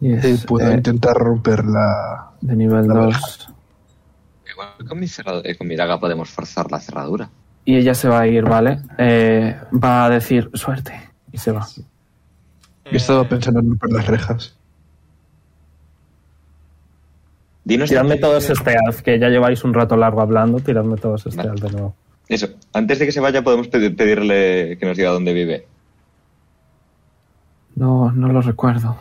Speaker 2: Y
Speaker 4: Eh,
Speaker 2: es
Speaker 4: puedo
Speaker 2: eh,
Speaker 4: intentar romper la...
Speaker 2: de nivel
Speaker 4: la
Speaker 2: 2.
Speaker 3: Igual con mi, cerrad- eh, con mi daga podemos forzar la cerradura.
Speaker 2: Y ella se va a ir, ¿vale? Eh, va a decir suerte. Y se va.
Speaker 4: He estado
Speaker 1: Eh,
Speaker 4: pensando en romper las rejas.
Speaker 3: Dinos
Speaker 2: Tiradme
Speaker 3: antes-
Speaker 2: todos stealth, que ya lleváis un rato largo hablando. Tiradme todos stealth de nuevo.
Speaker 3: Eso, antes de que se vaya podemos pedi- pedirle que nos diga dónde vive.
Speaker 2: No, no lo recuerdo.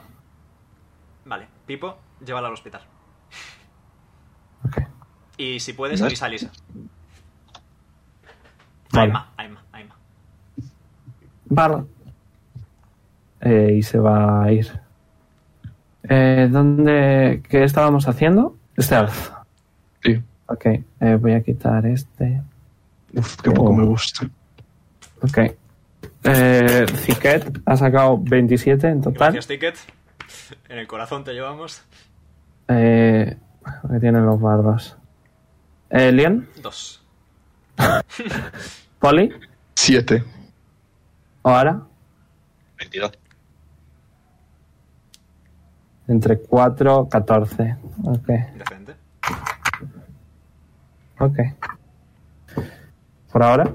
Speaker 1: Vale, Pipo, llévala al hospital.
Speaker 2: Ok.
Speaker 1: Y si puedes,
Speaker 3: No es-
Speaker 1: avisa a Lisa.
Speaker 2: Vale.
Speaker 1: Aima, Aima, Aima.
Speaker 2: Vale. Eh, y se va a ir. Eh, ¿Dónde? ¿Qué estábamos haciendo? Stealth.
Speaker 4: Sí.
Speaker 2: Ok, eh, voy a quitar este.
Speaker 4: Uf, qué poco
Speaker 2: Oh.
Speaker 4: me gusta.
Speaker 2: Ok. Eh, Ziquet ha sacado 27 en total.
Speaker 1: Gracias, Ticket. En el corazón te llevamos.
Speaker 2: Eh, que tienen los bardos. Eh, Leon,
Speaker 1: Dos.
Speaker 2: Poli,
Speaker 4: Siete.
Speaker 2: Oara,
Speaker 3: 22.
Speaker 2: entre 4, 14. Ok,
Speaker 1: Indecente.
Speaker 2: ok. Por ahora,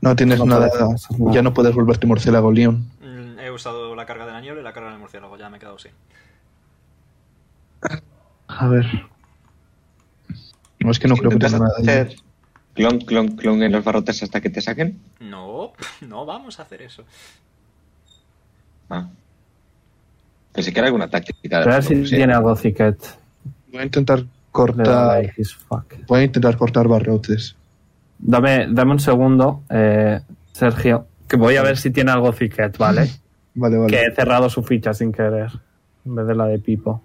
Speaker 4: No tienes
Speaker 2: No
Speaker 4: nada.
Speaker 2: puedes hacer nada.
Speaker 4: Ya no puedes volverte murciélago, León.
Speaker 1: Mm, He usado la carga de la niebla y la carga del murciélago. Ya me he quedado sin.
Speaker 4: A ver. No, es que no creo que
Speaker 3: ¿Intentas
Speaker 4: tenga nada.
Speaker 3: hacer clon, clon, clon en los barrotes hasta que te saquen?
Speaker 1: No, no vamos a hacer eso.
Speaker 3: Ah. Pensé que era alguna táctica.
Speaker 2: a
Speaker 3: de
Speaker 2: ver
Speaker 3: los
Speaker 2: si
Speaker 3: locos, ¿eh?
Speaker 2: tiene algo Ziquet.
Speaker 4: Voy a intentar
Speaker 2: Le da
Speaker 4: cortar.
Speaker 2: like his fuck.
Speaker 4: Voy a intentar cortar barrotes.
Speaker 2: Dame, dame un segundo, eh, Sergio, que voy a ver si tiene algo Ziquet, ¿vale?
Speaker 4: Vale, vale.
Speaker 2: Que he cerrado su ficha sin querer, en vez de la de Pipo.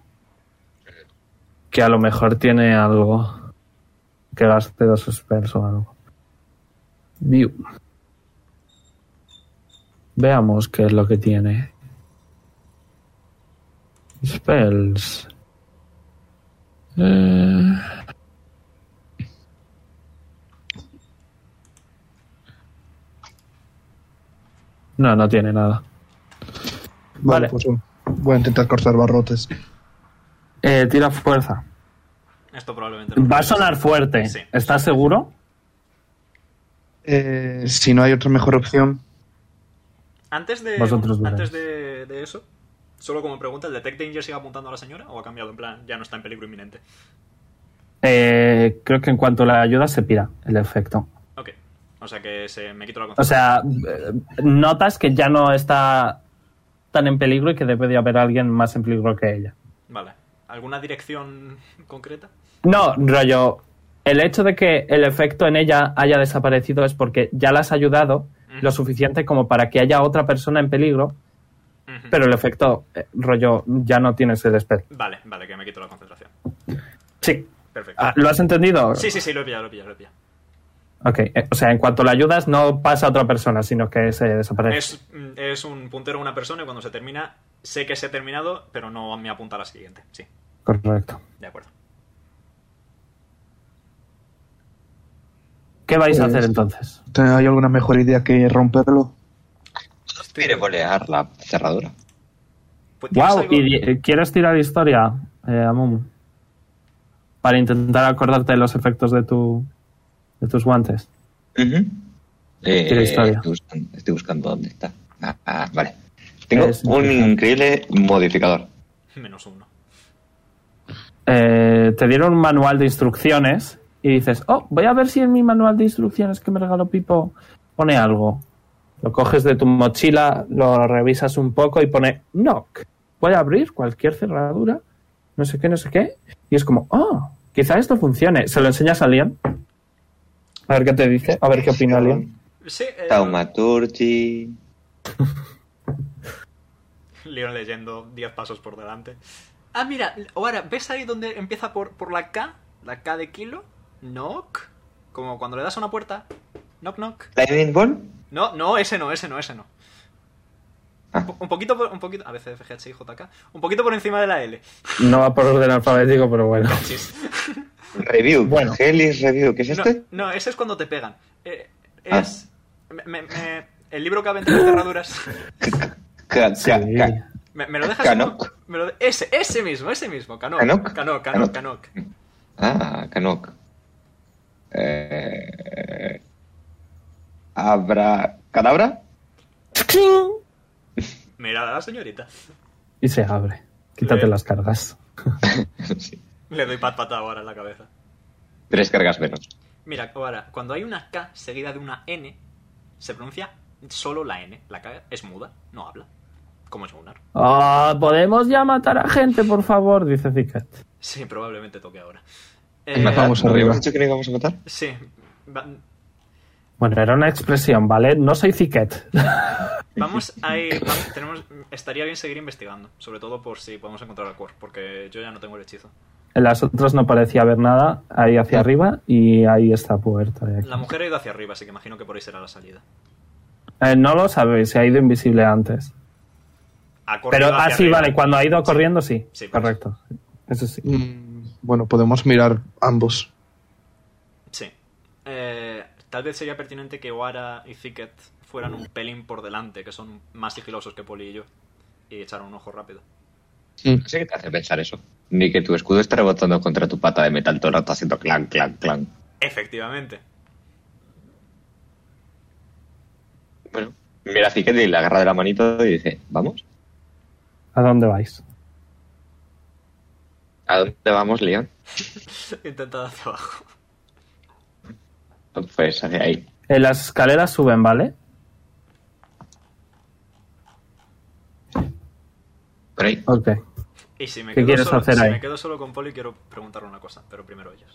Speaker 2: Que a lo mejor tiene algo. Que gaste dos suspenso o algo. View. Veamos qué es lo que tiene. Spells. Eh, No, no tiene nada. vale.
Speaker 4: pues, bueno, voy a intentar cortar barrotes.
Speaker 2: Eh, tira fuerza.
Speaker 1: Esto probablemente no.
Speaker 2: Va a sonar fuerte.
Speaker 1: Sí.
Speaker 2: ¿Estás seguro?
Speaker 4: Eh, si no hay otra mejor opción.
Speaker 1: Antes de,
Speaker 2: Vosotros veréis.
Speaker 1: antes de, de eso, solo como pregunta, ¿el Detect Danger sigue apuntando a la señora o ha cambiado en plan, ya no está en peligro inminente?
Speaker 2: Eh, creo que en cuanto la ayuda se pira el efecto.
Speaker 1: Ok, o sea que se me quito la
Speaker 2: O
Speaker 1: concentración.
Speaker 2: sea, eh, notas que ya no está tan en peligro y que debe de haber alguien más en peligro que ella.
Speaker 1: Vale, ¿alguna dirección concreta?
Speaker 2: No, rollo. El hecho de que el efecto en ella haya desaparecido es porque ya la has ayudado lo suficiente como para que haya otra persona en peligro,
Speaker 1: Ujú.
Speaker 2: pero el efecto, eh, rollo, ya no tienes el spell.
Speaker 1: Vale, vale, que me quito la concentración.
Speaker 2: Sí.
Speaker 1: Perfecto.
Speaker 2: Ah, ¿Lo has entendido?
Speaker 1: Sí, sí, sí, lo he pillado, lo he pillado, lo he pillado.
Speaker 2: Ok, eh, o sea, en cuanto la ayudas no pasa a otra persona, sino que se desaparece.
Speaker 1: Es, mm, es un puntero a una persona y cuando se termina, sé que se ha terminado, pero no me apunta a la siguiente. Sí,
Speaker 2: Correcto.
Speaker 1: de acuerdo.
Speaker 2: ¿Qué vais a
Speaker 4: Pues-
Speaker 2: hacer entonces?
Speaker 4: ¿Te- ¿Hay alguna mejor idea que romperlo?
Speaker 3: Quiere volear la cerradura.
Speaker 1: Pues, ¿tienes
Speaker 2: Wow,
Speaker 1: algo?
Speaker 2: y eh, ¿quieres tirar historia, eh, Amumu? Para intentar acordarte de los efectos de tu de tus guantes.
Speaker 3: Eh,
Speaker 2: Tira historia.
Speaker 3: Estoy buscando, estoy buscando dónde está. Ah, ah, vale. Tengo
Speaker 2: Es
Speaker 3: un
Speaker 2: modificador.
Speaker 3: increíble modificador.
Speaker 1: Menos uno.
Speaker 2: Eh, te dieron un manual de instrucciones y dices, oh, voy a ver si en mi manual de instrucciones que me regaló Pipo pone algo. Lo coges de tu mochila, lo revisas un poco y pone knock. Puede abrir cualquier cerradura, no sé qué, no sé qué. Y es como, oh, quizá esto funcione. Se lo enseñas a Leon. A ver qué te dice, a ver qué opina Leon.
Speaker 1: Sí, eh,
Speaker 3: Taumaturgi.
Speaker 1: Leon leyendo 10 pasos por delante. Ah, mira, ahora, ¿ves ahí donde empieza por, por la K? La K de kilo. Knock. Como cuando le das a una puerta. Knock, knock.
Speaker 3: Lightning Ball.
Speaker 1: No, no, ese no, ese no, ese no.
Speaker 3: Ah.
Speaker 1: Un poquito por, un poquito, a veces FGHIJK, un poquito por encima de la L.
Speaker 2: No va por orden alfabético, pero bueno.
Speaker 1: Chis.
Speaker 3: Review.
Speaker 5: Bueno.
Speaker 3: Helis Review. ¿Qué es
Speaker 1: No,
Speaker 3: este? Ah.
Speaker 1: no, ese es cuando te pegan. Eh, es. me- me- me- el libro que ha vendido cerraduras.
Speaker 3: Ca-
Speaker 2: Sí.
Speaker 3: ca- ca-
Speaker 1: Me, me lo dejas.
Speaker 3: Canok.
Speaker 1: me lo de- ese, ese mismo, ese mismo, Canok.
Speaker 3: Canok.
Speaker 1: Canok, Canok,
Speaker 3: Canok.
Speaker 1: Canok.
Speaker 3: Ah, Canok. Eh, ¿Habrá. ¿Cadabra?
Speaker 1: Mira a la señorita.
Speaker 2: Y se abre. Quítate
Speaker 1: Leon.
Speaker 2: las cargas.
Speaker 3: sí.
Speaker 1: Le doy pat patada ahora en la cabeza.
Speaker 3: Tres cargas menos.
Speaker 1: Mira, ahora, cuando hay una K seguida de una N, se pronuncia solo la N. La K es muda, no habla. Como es munar.
Speaker 2: Ah, ¿Podemos ya matar a gente, por favor? Dice Zicket.
Speaker 1: Sí, probablemente toque ahora. Eh,
Speaker 4: Matamos
Speaker 3: ¿No
Speaker 4: arriba.
Speaker 3: habíamos dicho que no íbamos a matar?
Speaker 1: Sí. Va-
Speaker 2: Bueno, era una expresión, ¿vale? No soy Ziquet.
Speaker 1: Vamos a ir. va- tenemos, estaría bien seguir investigando. Sobre todo por si podemos encontrar al core. Porque yo ya no tengo el hechizo.
Speaker 2: En las otras no parecía haber nada. Ahí hacia arriba y ahí esta puerta. de aquí.
Speaker 1: La mujer ha ido hacia arriba, así que imagino que por ahí será la salida.
Speaker 2: Eh, no lo sabéis, se ha ido invisible antes.
Speaker 1: Ha corrido
Speaker 2: Pero, ah,
Speaker 1: hacia
Speaker 2: sí,
Speaker 1: arriba.
Speaker 2: vale, cuando ha ido corriendo, sí.
Speaker 1: Sí, pues. por
Speaker 2: Correcto. Eso sí.
Speaker 4: Mm, bueno, podemos mirar ambos.
Speaker 1: Sí. Eh, tal vez sería pertinente que Oara y Thicket fueran un pelín por delante, que son más sigilosos que Poli y yo. Y echaron un ojo rápido.
Speaker 3: Sí que te hace pensar eso. Ni que tu escudo esté rebotando contra tu pata de metal todo el rato haciendo clan, clan, clan.
Speaker 1: Efectivamente.
Speaker 3: Bueno. Mira a Ziquet y le agarra de la manito y dice, ¿vamos?
Speaker 2: ¿A dónde vais?
Speaker 3: ¿A dónde vamos, León?
Speaker 1: Intentad hacia abajo.
Speaker 3: Pues hacia ahí.
Speaker 2: Eh, las escaleras suben, ¿vale?
Speaker 3: Por ahí.
Speaker 2: Ok.
Speaker 1: Y si me
Speaker 2: ¿Qué
Speaker 1: quedo
Speaker 2: quieres
Speaker 1: solo,
Speaker 2: hacer
Speaker 1: si
Speaker 2: ahí?
Speaker 1: me quedo solo con Poli, quiero preguntarle una cosa, pero primero ellas.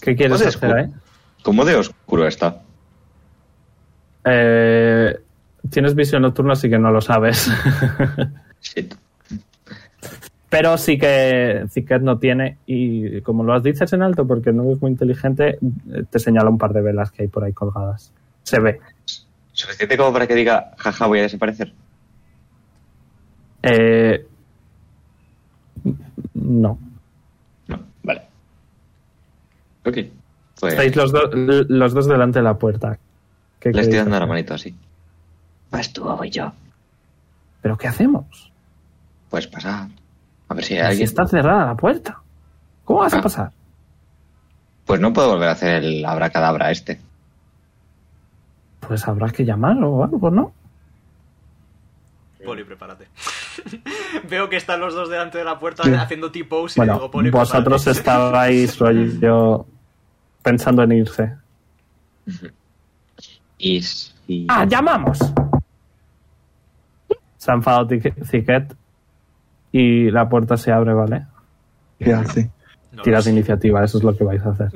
Speaker 2: ¿Qué quieres
Speaker 1: Pues
Speaker 3: Joder,
Speaker 2: hacer ahí?
Speaker 3: ¿Cómo de oscuro está?
Speaker 2: Eh, tienes visión nocturna, así que no lo sabes.
Speaker 3: Shit.
Speaker 2: Pero sí que Ziquet no tiene, y como lo has dices en alto, porque no es muy inteligente, eh, te señala un par de velas que hay por ahí colgadas. Se ve.
Speaker 3: Suficiente como para que diga, jaja, voy a desaparecer.
Speaker 2: Eh, no.
Speaker 3: No, vale. Ok. Pues
Speaker 2: Estáis los, do- los dos delante de la puerta. ¿Qué
Speaker 3: le
Speaker 2: queréis
Speaker 3: estoy dando
Speaker 2: hacer?
Speaker 3: la manito así. Vas Pues tú o voy yo.
Speaker 2: ¿Pero qué hacemos?
Speaker 3: Pues pasar. A ver si hay
Speaker 2: Si
Speaker 3: Eh, alguien.
Speaker 2: está cerrada la puerta. ¿Cómo vas a
Speaker 3: Ah.
Speaker 2: pasar?
Speaker 3: Pues no puedo volver a hacer el abracadabra este.
Speaker 2: Pues habrá que llamar o algo, ¿no?
Speaker 1: Poli, prepárate. Veo que están los dos delante de la puerta haciendo T-pose y le
Speaker 2: bueno,
Speaker 1: digo, Poli,
Speaker 2: vosotros
Speaker 1: prepárate".
Speaker 2: estabais rollo pensando en irse.
Speaker 3: Y si...
Speaker 2: ¡Ah, llamamos! Se ha enfadado Tic- Ticket y la puerta se abre, ¿vale?
Speaker 4: ¿Qué hace?
Speaker 1: No,
Speaker 2: Tiras iniciativa, eso es lo que vais a hacer.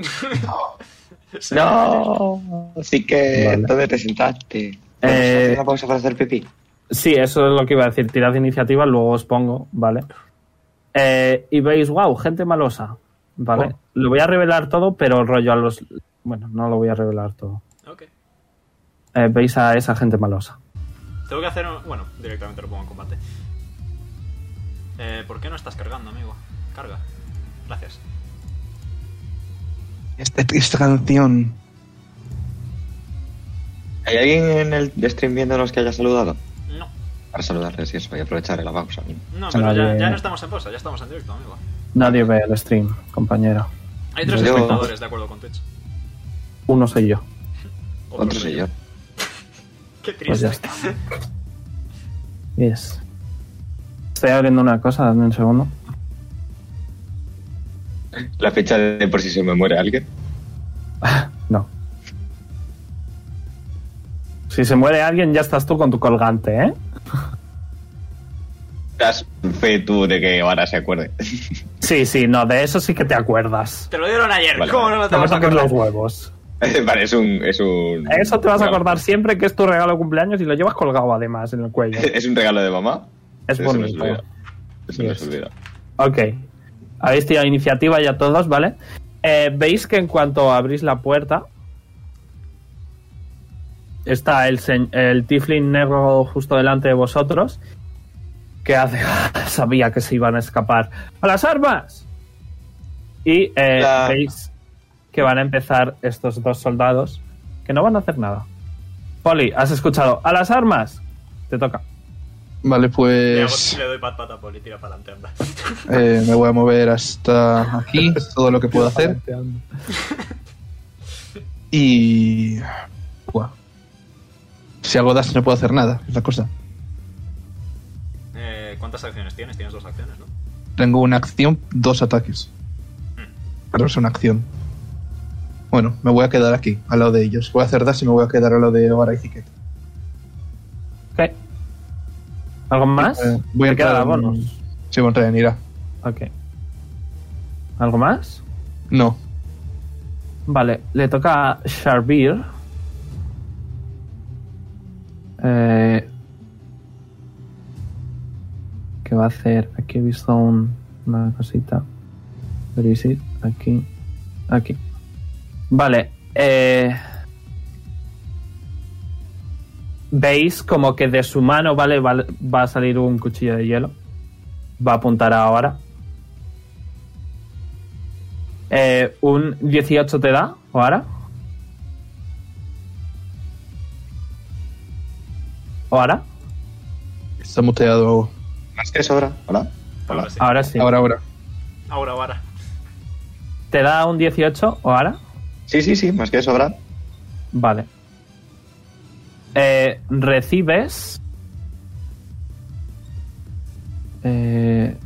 Speaker 1: sí,
Speaker 3: No, sí que...
Speaker 2: Vale.
Speaker 3: ¿Dónde te sentaste?
Speaker 2: Eh,
Speaker 3: ¿Hacer una pausa para hacer pipí?
Speaker 2: Sí, eso es lo que iba a decir. Tirad iniciativa, luego os pongo, ¿vale? Eh, y veis, wow, gente malosa, ¿vale?
Speaker 4: Wow.
Speaker 2: Lo voy a revelar todo, pero rollo a los... Bueno, no lo voy a revelar todo.
Speaker 1: Ok.
Speaker 2: Eh, veis a esa gente malosa.
Speaker 1: Tengo que hacer un... Bueno, directamente lo pongo en combate. Eh, ¿Por qué no estás cargando, amigo? Carga. Gracias.
Speaker 4: Este- esta canción.
Speaker 3: ¿Hay alguien en el stream viéndonos que haya saludado?
Speaker 1: No.
Speaker 3: Para saludarles y eso, y aprovechar la pausa.
Speaker 1: No,
Speaker 2: Se
Speaker 1: pero
Speaker 2: la
Speaker 1: ya,
Speaker 2: de-
Speaker 1: ya no estamos en pausa, ya estamos en directo, amigo.
Speaker 2: Nadie ve el stream, compañero.
Speaker 1: Hay tres
Speaker 3: Yo-
Speaker 1: espectadores, de acuerdo con Twitch.
Speaker 2: Uno soy yo.
Speaker 1: Otro
Speaker 3: Otro
Speaker 1: soy
Speaker 3: señor.
Speaker 1: Qué
Speaker 2: Pues
Speaker 1: triste.
Speaker 2: ya está. Yes. Estoy abriendo una cosa, dame un segundo.
Speaker 3: La fecha de por si se me muere alguien.
Speaker 2: No. Si se muere alguien, ya estás tú con tu colgante, ¿eh?
Speaker 3: Das fe tú de que ahora se acuerde.
Speaker 2: Sí, sí, no, de eso sí que te acuerdas.
Speaker 1: Te lo dieron ayer,
Speaker 3: Vale,
Speaker 1: ¿cómo
Speaker 3: vale.
Speaker 1: no te
Speaker 2: Te
Speaker 1: vas a
Speaker 2: toques
Speaker 1: acordar?
Speaker 2: los huevos.
Speaker 3: vale, es un, es un.
Speaker 2: Eso te vas a acordar siempre que es tu regalo de cumpleaños y lo llevas colgado además en el cuello.
Speaker 3: Es un regalo de mamá.
Speaker 2: Es
Speaker 3: Eso se nos
Speaker 2: bonito.
Speaker 3: olvida. Eso nos
Speaker 2: Yes.
Speaker 3: olvida.
Speaker 2: Ok. Habéis tirado iniciativa ya todos, ¿vale? Eh, Veis que en cuanto abrís la puerta. Está el, se- el tiflin negro justo delante de vosotros. Que hace. Sabía que se iban a escapar. ¡A las armas! Y eh,
Speaker 3: La-
Speaker 2: veis que van a empezar estos dos soldados. Que no van a hacer nada. Poli, has escuchado. ¡A las armas! Te toca.
Speaker 4: Vale,
Speaker 1: Le, hago-
Speaker 4: pues
Speaker 1: le doy pat pat a Poli, tira para adelante, anda.
Speaker 4: eh, me voy a mover hasta aquí, es todo lo que puedo hacer. Y... Buah. Si hago dash no puedo hacer nada, es la cosa.
Speaker 1: Eh, ¿Cuántas acciones tienes? Tienes dos acciones, ¿no?
Speaker 4: Tengo una acción, dos ataques. Pero es una acción. Bueno, me voy a quedar aquí, al lado de ellos. Voy a hacer dash y me voy a quedar al lado de Ogaray Hiket.
Speaker 2: Ok. ¿Algo más?
Speaker 4: Eh, voy a
Speaker 2: Te queda
Speaker 4: entrar
Speaker 2: la
Speaker 4: en-
Speaker 2: bonus.
Speaker 4: Sí, voy a entrar en ira.
Speaker 2: Ok. ¿Algo más?
Speaker 4: No.
Speaker 2: Vale, le toca a Sharbir. Eh, ¿Qué va a hacer? Aquí he visto un- una cosita. Where is it? Aquí. Aquí. Vale. eh, Veis como que de su mano, ¿vale? Va, va a salir un cuchillo de hielo. Va a apuntar ahora. Eh, un 18 te da, ahora. Ahora,
Speaker 4: Está muteado.
Speaker 3: Más que eso ahora. Hola. Hola.
Speaker 1: Ahora sí.
Speaker 2: ahora sí.
Speaker 4: Ahora, ahora.
Speaker 1: Ahora, ahora.
Speaker 2: ¿Te da un 18 o ahora?
Speaker 3: Sí, sí, sí, más que eso ahora.
Speaker 2: Vale. Eh, recibes. Eh,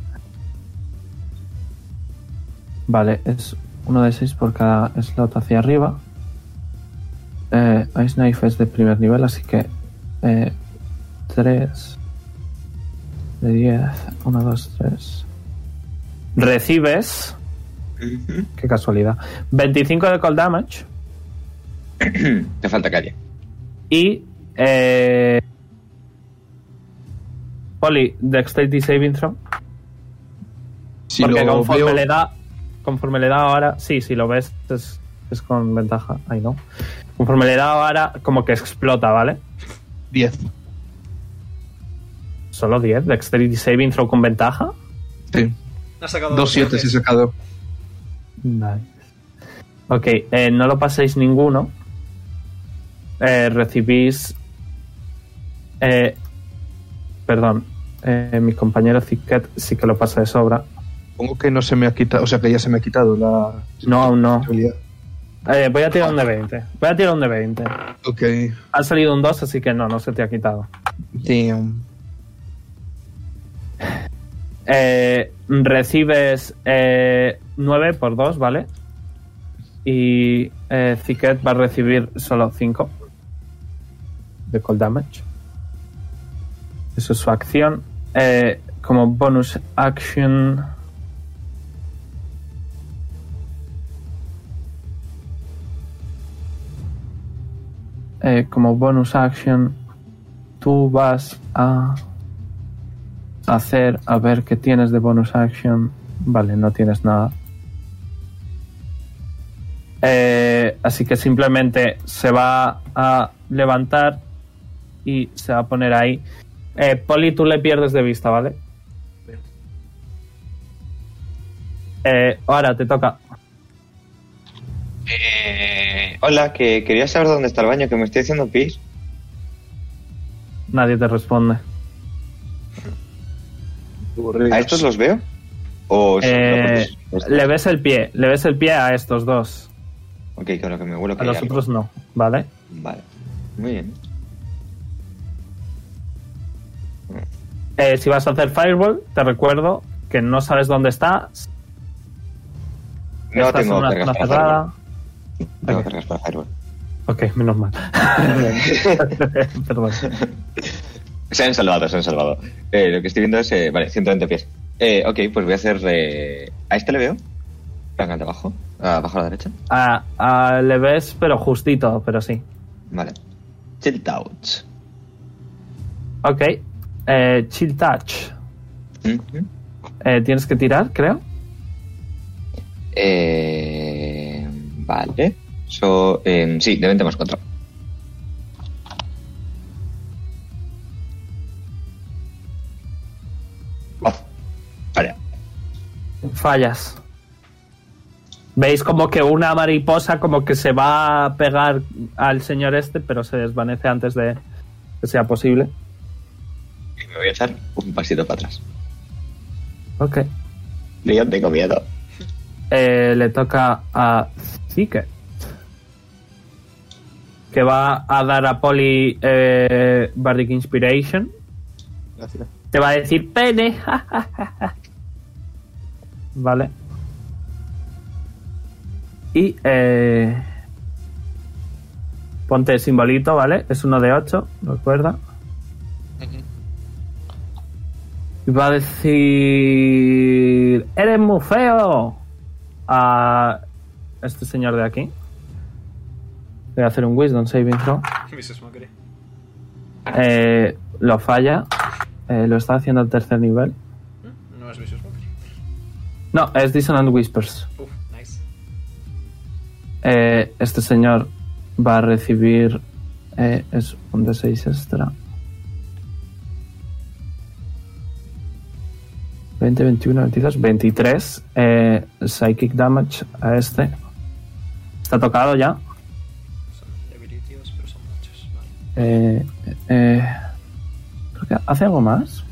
Speaker 2: vale, es uno de 6 por cada slot hacia arriba. Eh, Ice Knife es de primer nivel, así que. 3 de 10. 1, 2, 3. Recibes. Qué casualidad. 25 de cold damage.
Speaker 3: Te falta calle.
Speaker 2: Y. Eh, Poli, Dexterity Saving Throw.
Speaker 4: Si
Speaker 2: porque
Speaker 4: lo
Speaker 2: conforme
Speaker 4: veo-
Speaker 2: le da. Conforme le da ahora. Sí, si lo ves, es, es con ventaja. Ay, no. Conforme le da ahora, como que explota, ¿vale?
Speaker 4: 10.
Speaker 2: Solo 10. Dexterity Saving Throw con ventaja.
Speaker 4: Sí.
Speaker 1: Has sacado
Speaker 4: Dos siete he
Speaker 1: sí,
Speaker 4: sacado.
Speaker 2: Nice. Ok, eh, no lo paséis ninguno. Eh, recibís. eh, perdón. eh, mi compañero Zicket sí que lo pasa de sobra.
Speaker 4: Supongo que no se me ha quitado, o sea que ya se me ha quitado la
Speaker 2: No, aún no.
Speaker 4: habilidad.
Speaker 2: Eh, voy a tirar un de 20. Voy a tirar un de 20.
Speaker 4: Ok.
Speaker 2: Ha salido un 2, así que no, no se te ha quitado.
Speaker 4: Damn.
Speaker 2: Eh, recibes 9 por 2, ¿vale? Y eh, Ziquet va a recibir solo 5 de cold damage. Eso es su acción. Eh, como bonus action. Eh, como bonus action, tú vas a hacer, a ver qué tienes de bonus action. Vale, no tienes nada. Eh, así que simplemente se va a levantar y se va a poner ahí. Eh, Poli, tú le pierdes de vista, ¿vale? Eh, ahora te toca.
Speaker 3: Eh, hola, que quería saber dónde está el baño, que me estoy haciendo pis.
Speaker 2: Nadie te responde.
Speaker 3: ¿A estos los veo? ¿O son- Pues no,
Speaker 2: Eh,
Speaker 3: porque es-
Speaker 2: le ves el pie, le ves el pie a estos dos.
Speaker 3: Ok, claro que me vuelo que
Speaker 2: A
Speaker 3: hay
Speaker 2: los
Speaker 3: algo.
Speaker 2: otros no, ¿vale?
Speaker 3: Vale. Muy bien.
Speaker 2: Eh, si vas a hacer Fireball, te recuerdo que no sabes dónde está.
Speaker 3: No
Speaker 2: estás
Speaker 3: tengo
Speaker 2: en una
Speaker 3: cargas
Speaker 2: zona
Speaker 3: para
Speaker 2: cerrada.
Speaker 3: Fireball. Tengo
Speaker 2: Ok.
Speaker 3: cargas para Fireball.
Speaker 2: Ok, menos mal. Perdón.
Speaker 3: Se han salvado, se han salvado. Eh, lo que estoy viendo es. eh, vale, 120 pies. Eh, ok, pues voy a hacer. eh, ¿A este le veo? Venga, al de abajo. Abajo a la derecha.
Speaker 2: Ah, ah, le ves, pero justito, pero sí.
Speaker 3: Vale. Chill out.
Speaker 2: Ok. Eh, chill Touch.
Speaker 3: Ujú.
Speaker 2: Eh, tienes que tirar, creo.
Speaker 3: Eh, vale. So, em, sí, de 20 más 4. Oh, Vale.
Speaker 2: Fallas. Veis como que una mariposa como que se va a pegar al señor este, pero se desvanece antes de que sea posible.
Speaker 3: Y me voy a echar un pasito para atrás.
Speaker 2: Ok.
Speaker 3: Yo tengo miedo.
Speaker 2: Eh, le toca a Zike. Que va a dar a Polly eh, Bardic Inspiration.
Speaker 4: Gracias.
Speaker 2: Te va a decir pene. ja, ja, ja, ja". vale. Y eh, ponte el simbolito, ¿vale? Es uno de 8, recuerda. Y va a decir... ¡Eres muy feo! A este señor de aquí. Le voy a hacer un wisdom saving throw.
Speaker 1: Mrs. Macri.
Speaker 2: Eh, lo falla. Eh, lo está haciendo al tercer nivel.
Speaker 1: ¿Mm? No es Mrs. Macri.
Speaker 2: No, es Dissonant Whispers.
Speaker 1: Uf, nice.
Speaker 2: Eh, este señor va a recibir. eh, es un D6 extra. 20, 21, 22, 23. eh, psychic damage a este. Está tocado ya.
Speaker 1: Son debilitios, pero son muchos. Vale.
Speaker 2: Eh, eh, creo que hace algo más.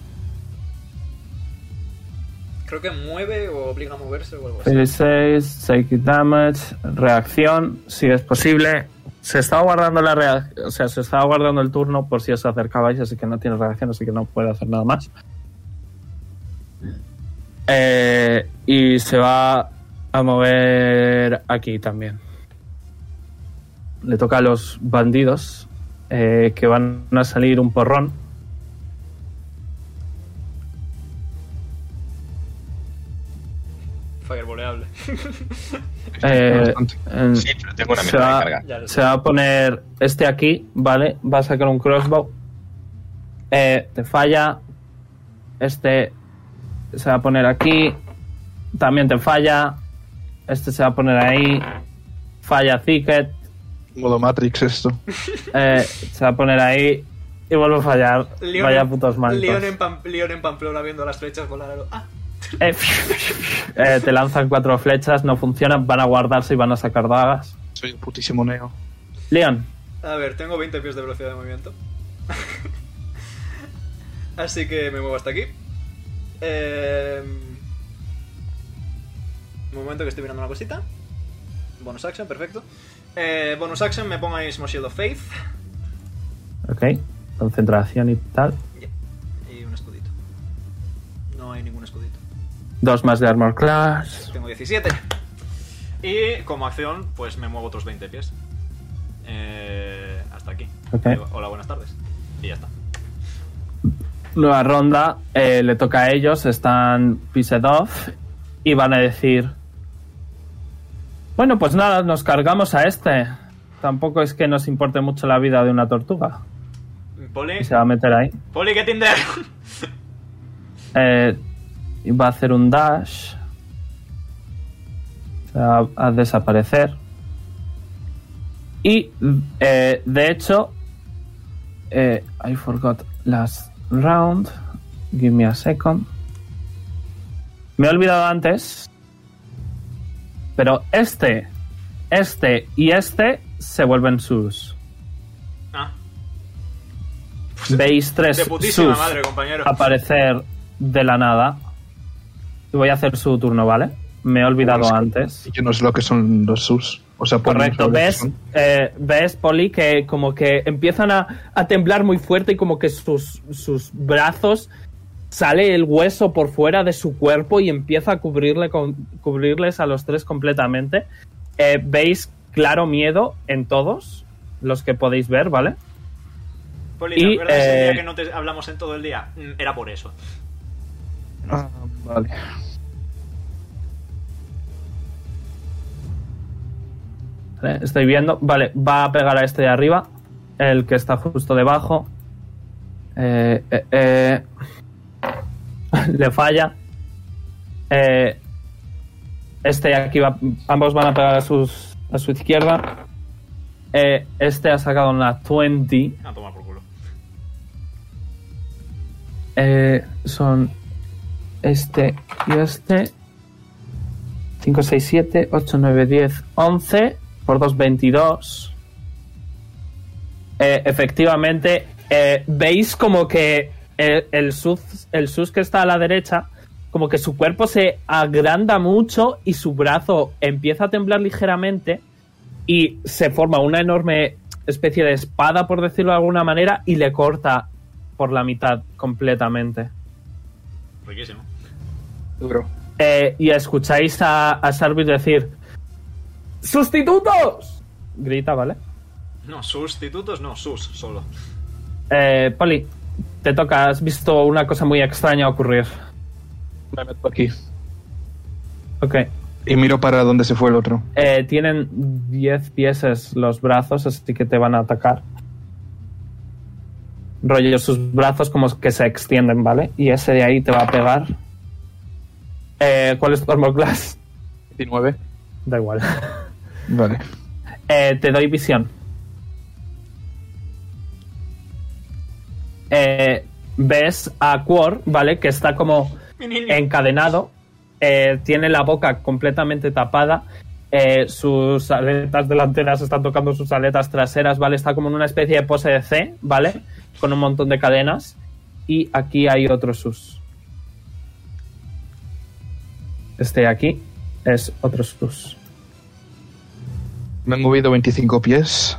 Speaker 1: Creo que mueve o obliga a moverse o algo así.
Speaker 2: 36, psychic damage, reacción, si es posible. Se estaba guardando la rea- o sea, se estaba guardando el turno por si os acercabais, así que no tiene reacción, así que no puede hacer nada más. Eh, y se va a mover aquí también. Le toca a los bandidos eh, que van a salir un porrón.
Speaker 1: Fireballeable.
Speaker 2: Eh,
Speaker 4: Bastante.
Speaker 2: en-
Speaker 3: Sí, pero tengo una
Speaker 2: se
Speaker 3: mierda
Speaker 2: va-
Speaker 3: de carga.
Speaker 1: Ya lo
Speaker 2: Se
Speaker 1: sé.
Speaker 2: va a poner este aquí, ¿vale? Va a sacar un crossbow. Eh, te falla. Este se va a poner aquí. También te falla. Este se va a poner ahí. Falla Ticket.
Speaker 4: Modo Matrix esto.
Speaker 2: se va a poner ahí. Y vuelve a fallar.
Speaker 1: Leon-
Speaker 2: Vaya putos mancos.
Speaker 1: Leon en, Pam- Leon en Pamplona viendo las flechas volar a lo... ¡Ah!
Speaker 2: Eh, eh, te lanzan cuatro flechas, no funcionan, van a guardarse y van a sacar dagas.
Speaker 4: Soy un putísimo neo.
Speaker 2: Leon,
Speaker 1: A ver, tengo 20 pies de velocidad de movimiento. Así que me muevo hasta aquí. Eh, Un momento que estoy mirando una cosita. Bonus action, perfecto. Eh, bonus action, me pongo ahí Small Shield of Faith.
Speaker 2: ok. Concentración y tal.
Speaker 1: Ya. Y un escudito. No hay ningún escudito.
Speaker 2: Dos más de Armor Class.
Speaker 1: Tengo 17. Y como acción, pues me muevo otros 20 pies. Eh, hasta aquí.
Speaker 2: Ok.
Speaker 1: Hola, buenas tardes. Y ya está.
Speaker 2: Nueva ronda, eh, le toca a ellos, están pissed off y van a decir: Bueno, pues nada, nos cargamos a este. Tampoco es que nos importe mucho la vida de una tortuga.
Speaker 1: Poli,
Speaker 2: Y se va a meter ahí.
Speaker 1: Poli, que Tinder.
Speaker 2: Eh, y va a hacer un dash. Se va a desaparecer. Y, eh, de hecho, eh, I forgot last round. Give me a second. Me he olvidado antes. Pero este, este y este se vuelven sus.
Speaker 1: Ah,
Speaker 2: Veis tres
Speaker 1: de putísima
Speaker 2: sus
Speaker 1: madre, compañero.
Speaker 2: aparecer de la nada. Y Voy a hacer su turno, ¿vale? Me he olvidado
Speaker 4: Pues-
Speaker 2: antes.
Speaker 4: Y yo no sé lo que son los sus. O sea, por
Speaker 2: Correcto,
Speaker 4: no saber lo que
Speaker 2: ves,
Speaker 4: son.
Speaker 2: eh, ves, Poli, que como que empiezan a, a temblar muy fuerte y como que sus, sus brazos sale el hueso por fuera de su cuerpo y empieza a cubrirle con- cubrirles a los tres completamente. Eh, Veis claro miedo en todos los que podéis ver, ¿vale?
Speaker 1: Polina,
Speaker 2: Y,
Speaker 1: ¿verdad? Ese
Speaker 2: eh,
Speaker 1: día que no te hablamos en todo el día. Mm, Era por eso.
Speaker 4: Ah, vale.
Speaker 2: Vale, Eh, Estoy viendo. Vale, va a pegar a este de arriba. El que está justo debajo. Eh, eh, eh. Le falla. Eh, este de aquí va. Ambos van a pegar a, sus, a su izquierda. Eh, este ha sacado una 20.
Speaker 1: A tomar por culo.
Speaker 2: Eh, son este y este. 5, 6, 7, 8, 9, 10, 11 por 2, 22. Eh, efectivamente, eh, veis como que eh, el, sus, el sus que está a la derecha, como que su cuerpo se agranda mucho y su brazo empieza a temblar ligeramente y se forma una enorme especie de espada, por decirlo de alguna manera, y le corta por la mitad completamente.
Speaker 1: Riquísimo.
Speaker 4: Duro.
Speaker 2: Eh, y escucháis a, a Sarvis decir: ¡Sustitutos! Grita, ¿vale?
Speaker 1: No, sustitutos, no, sus solo.
Speaker 2: Eh, Poli, te toca, has visto una cosa muy extraña ocurrir.
Speaker 4: Me meto aquí.
Speaker 2: Ok.
Speaker 4: Y miro para dónde se fue el otro.
Speaker 2: Eh, tienen 10 pieses los brazos, así que te van a atacar. Rollo, sus brazos como que se extienden, ¿vale? Y ese de ahí te va a pegar. Eh, ¿Cuál es tu armor class?
Speaker 4: 19.
Speaker 2: Da igual.
Speaker 4: Vale.
Speaker 2: Eh, te doy visión. Eh, ves a Quor, ¿vale? Que está como
Speaker 1: Mi niño.
Speaker 2: encadenado, eh, tiene la boca completamente tapada, eh, sus aletas delanteras están tocando sus aletas traseras, ¿vale? Está como en una especie de pose de C, ¿vale? Con un montón de cadenas. Y aquí hay otro sus. Este de aquí es otro sus.
Speaker 4: Me han movido 25 pies.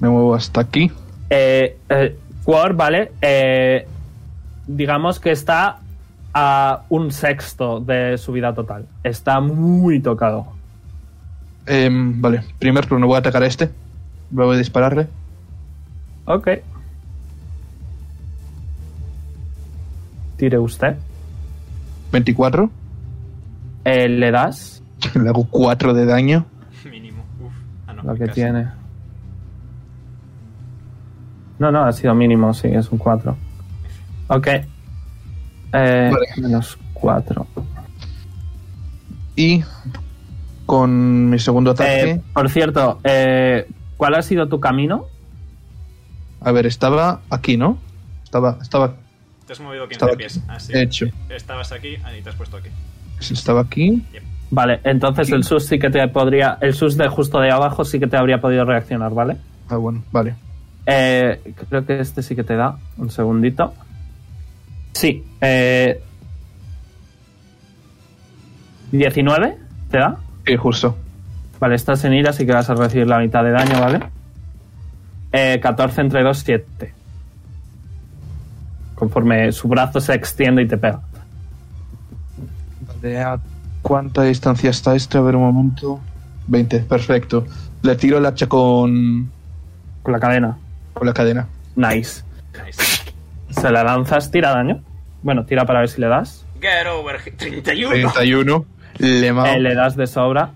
Speaker 4: Me muevo hasta aquí.
Speaker 2: eh, eh, Quor, ¿vale? Eh, digamos que está a un sexto de su vida total. Está muy tocado.
Speaker 4: Em, vale, primer turno voy a atacar a este. Luego de dispararle.
Speaker 2: Ok. Tire usted.
Speaker 4: 24.
Speaker 2: Eh, le das
Speaker 4: Le hago 4 de daño.
Speaker 1: Mínimo. Uf. Ah, no,
Speaker 2: lo que
Speaker 1: casi.
Speaker 2: tiene. No, no, ha sido mínimo, sí, es un 4. Ok. Eh, Menos 4.
Speaker 4: Y con mi segundo ataque.
Speaker 2: Eh, por cierto, eh, ¿cuál ha sido tu camino?
Speaker 4: A ver, estaba aquí, ¿no? Estaba, estaba,
Speaker 1: Te has movido 15
Speaker 4: Estaba aquí.
Speaker 1: pies. Así.
Speaker 4: de hecho,
Speaker 1: Estabas aquí ah, y te has puesto aquí.
Speaker 4: estaba aquí.
Speaker 2: Vale, entonces el sus sí que te podría. El sus de justo de abajo sí que te habría podido reaccionar, ¿vale?
Speaker 4: Ah, bueno, vale.
Speaker 2: Eh, creo que este sí que te da. Un segundito. Sí. eh, 19 te da.
Speaker 4: Sí, justo.
Speaker 2: Vale, estás en ira, así que vas a recibir la mitad de daño, ¿vale? Eh, 14 entre 2, 7. Conforme su brazo se extiende y te pega.
Speaker 4: Vale, ¿a cuánta distancia está este? A ver un momento. 20, perfecto. Le tiro el hacha con,
Speaker 2: Con la cadena.
Speaker 4: con la cadena.
Speaker 2: Nice.
Speaker 1: Nice.
Speaker 2: Se la lanzas, tira daño. Bueno, tira para ver si le das.
Speaker 1: Get over here. 31.
Speaker 4: 31. Le mato.
Speaker 2: Eh, le das de sobra.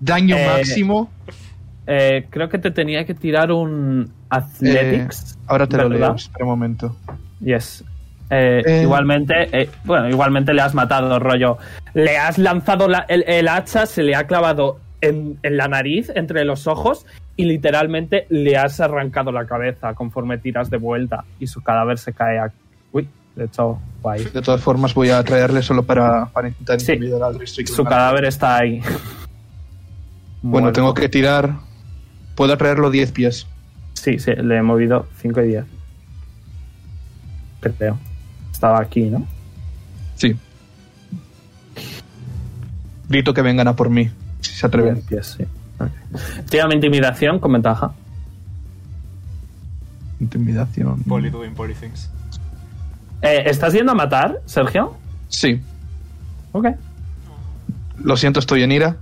Speaker 4: Daño
Speaker 2: eh,
Speaker 4: máximo.
Speaker 2: Eh, creo que te tenía que tirar un Athletics.
Speaker 4: Eh, ahora te lo
Speaker 2: ¿verdad?
Speaker 4: leo, espera un momento.
Speaker 2: Yes. Eh,
Speaker 4: Eh.
Speaker 2: Igualmente, eh, bueno, igualmente le has matado, rollo. Le has lanzado la- el, el hacha, se le ha clavado en, en la nariz, entre los ojos, y literalmente le has arrancado la cabeza conforme tiras de vuelta y su cadáver se cae aquí. Uy, de hecho, guay.
Speaker 4: De todas formas, voy a traerle solo para, para intentar
Speaker 2: Sí.
Speaker 4: intimidar al Restrict.
Speaker 2: Su cadáver está ahí.
Speaker 4: Bueno,
Speaker 2: Muerto.
Speaker 4: tengo que tirar. Puedo traerlo 10 pies.
Speaker 2: Sí, sí, le he movido 5 y 10. Creo. Estaba aquí, ¿no?
Speaker 4: Sí. Grito que vengan a por mí, si se atreven.
Speaker 2: Diez pies, sí. Ok. Tírame intimidación con ventaja.
Speaker 4: Intimidación.
Speaker 1: Polly doing Polly things.
Speaker 2: Eh, ¿Estás yendo a matar, Sergio?
Speaker 4: Sí.
Speaker 2: Ok.
Speaker 4: Lo siento, estoy en ira.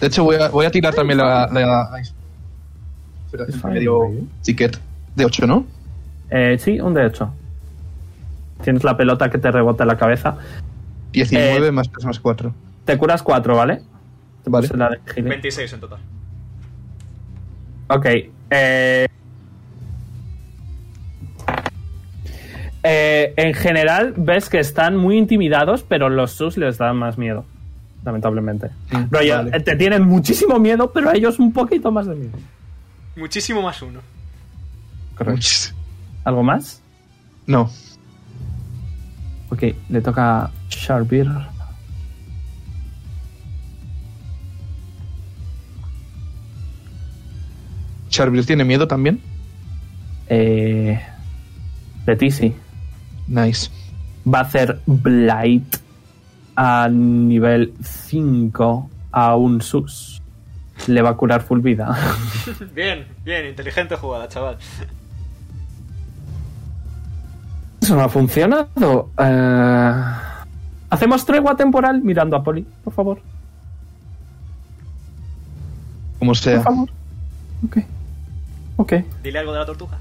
Speaker 4: De hecho, voy a, voy a tirar también la, la, la inspiración que me dio Ticket de 8, ¿no?
Speaker 2: Eh, sí, un de 8. Tienes la pelota que te rebota en la cabeza.
Speaker 4: 19
Speaker 2: Eh,
Speaker 4: más 3 más 4.
Speaker 2: Te curas 4, ¿vale?
Speaker 4: Vale.
Speaker 2: Se la de Gili.
Speaker 1: 26 en total.
Speaker 2: Ok. eh. Eh, en general, ves que están muy intimidados, pero los sus les dan más miedo. Lamentablemente.
Speaker 4: Mm,
Speaker 2: Rollo,
Speaker 4: vale.
Speaker 2: eh, te tienen muchísimo miedo, pero a ellos un poquito más de miedo.
Speaker 1: Muchísimo más uno.
Speaker 2: Correcto. ¿Algo más?
Speaker 4: No.
Speaker 2: Ok, le toca a Sharpir.
Speaker 4: Charville tiene miedo también.
Speaker 2: Eh, de ti, sí.
Speaker 4: Nice.
Speaker 2: va a hacer Blight a nivel 5 a un sus. Le va a curar full vida.
Speaker 1: Bien, bien, inteligente jugada, chaval.
Speaker 2: Eso no ha funcionado. Eh, Hacemos tregua temporal mirando a Poli, por favor.
Speaker 4: Como sea.
Speaker 2: Por favor. Ok. Ok.
Speaker 1: Dile algo de la tortuga.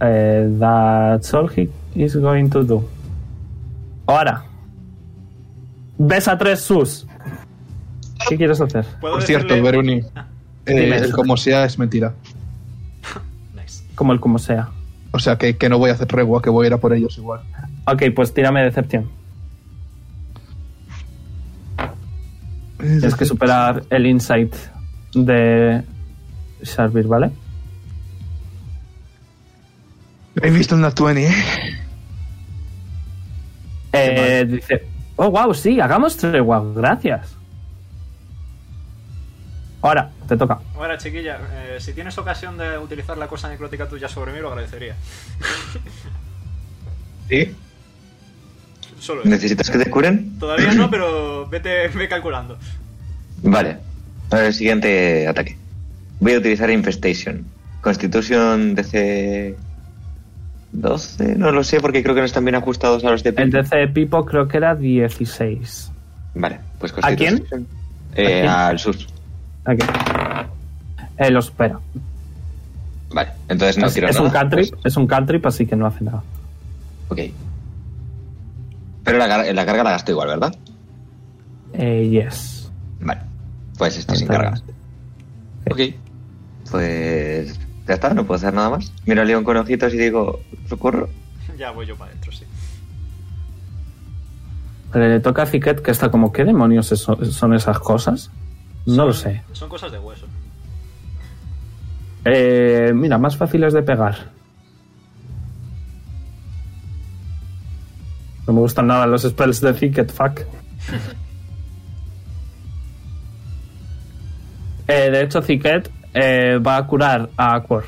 Speaker 2: Eh, that's all he is going to do. Ahora. Ves a tres sus. ¿Qué quieres hacer?
Speaker 1: ¿Puedo
Speaker 4: Por cierto,
Speaker 1: decirle- Ah,
Speaker 4: Veruni. eh,
Speaker 2: Dime.
Speaker 4: el como sea es mentira.
Speaker 1: Nice.
Speaker 2: Como el como sea.
Speaker 4: O sea que, que no voy a hacer tregua, que voy a ir a por ellos igual.
Speaker 2: Ok, pues tírame decepción. Tienes que superar el insight de Sharpir, ¿vale?
Speaker 4: He visto una 20, ¿eh?
Speaker 2: Eh, dice, oh, wow, sí, hagamos tregua, gracias. Ahora, te toca.
Speaker 1: Ahora, chiquilla, eh, si tienes ocasión de utilizar la cosa necrótica tuya sobre mí, lo agradecería.
Speaker 4: Sí.
Speaker 1: Solo eso.
Speaker 3: ¿Necesitas que te curen?
Speaker 1: Todavía no, pero vete ve calculando.
Speaker 3: Vale. Para el siguiente ataque. Voy a utilizar Infestation. Constitution DC 12, no lo sé porque creo que no están bien ajustados a los de
Speaker 2: El
Speaker 3: Pipo.
Speaker 2: DC de Pipo creo que era 16.
Speaker 3: Vale, pues
Speaker 2: ¿A quién?
Speaker 3: Constitution. Eh,
Speaker 2: ¿A quién?
Speaker 3: Al sur.
Speaker 2: Aquí. Eh, lo supera.
Speaker 3: Vale, entonces no
Speaker 2: es,
Speaker 3: tiro
Speaker 2: es
Speaker 3: nada. Pues,
Speaker 2: un cantrip, es un cantrip, así que no hace nada.
Speaker 3: Ok. Pero la, gar- la carga la gasto igual, ¿verdad?
Speaker 2: Eh, yes.
Speaker 3: Vale. Pues estoy sin
Speaker 2: Está
Speaker 3: cargas. Ok. Pues ya está, no puedo hacer nada más. Miro a León con ojitos y digo, socorro.
Speaker 1: Ya voy yo para adentro, sí.
Speaker 2: Vale, Eh, le toca a Ziquet que está como, ¿qué demonios es- son esas cosas? No lo sé.
Speaker 1: Son cosas de hueso.
Speaker 2: Eh, mira, más fáciles de pegar. No me gustan nada los spells de Thicket, fuck. Eh, de hecho, Thicket eh, va a curar a Aquor.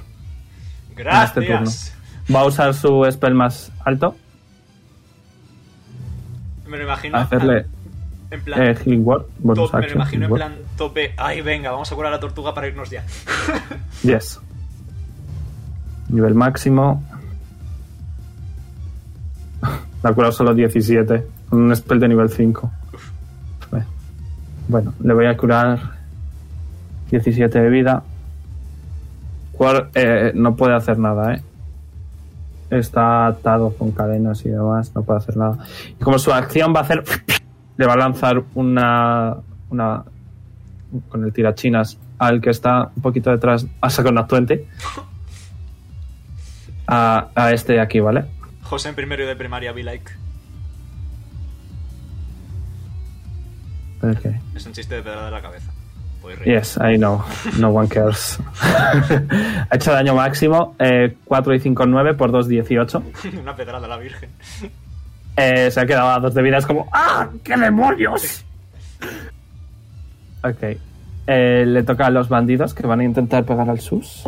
Speaker 2: este turno.
Speaker 1: Gracias.
Speaker 2: Va a usar su spell más alto,
Speaker 1: Me lo imagino.
Speaker 2: hacerle
Speaker 1: En plan.
Speaker 2: eh, Healing Word. bonus
Speaker 1: top- me lo
Speaker 2: action,
Speaker 1: imagino en
Speaker 2: healing
Speaker 1: plan tope. Ay, venga, vamos a curar a la tortuga para irnos ya.
Speaker 2: word. Yes. Nivel máximo. La ha curado solo 17, con un spell de nivel 5. Eh, Bueno, le voy a curar 17 de vida. Cual, eh, no puede hacer nada, ¿eh? Está atado con cadenas y demás, no puede hacer nada. Y como su acción va a hacer... Le va a lanzar una... una con el tirachinas al que está un poquito detrás. Ha sacado un actuante. A, a este de aquí, ¿vale?
Speaker 1: José en primero y de primaria, be like.
Speaker 2: Ok.
Speaker 1: Es un chiste de pedrada de la cabeza. Voy reír.
Speaker 2: Yes, I know. No one cares. ha hecho daño máximo. eh, 4 y 5, 9 por 2, 18.
Speaker 1: Una pedrada a la virgen.
Speaker 2: Eh, se ha quedado a dos de vida. Es como, ¡ah! ¡Qué demonios! Ok. Eh, le toca a los bandidos que van a intentar pegar al SUS.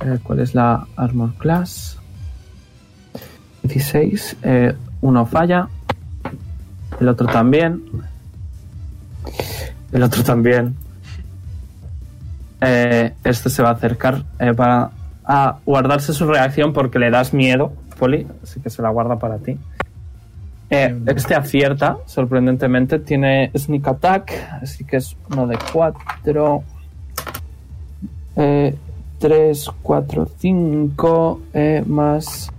Speaker 2: Eh, ¿Cuál es la Armor Class? 16. eh, uno falla. El otro también. El otro también. Eh, este se va a acercar eh, para a guardarse su reacción porque le das miedo, Poli, así que se la guarda para ti. Eh, este acierta, sorprendentemente. Tiene sneak attack, así que es uno de cuatro. Eh, tres, cuatro, cinco, eh, más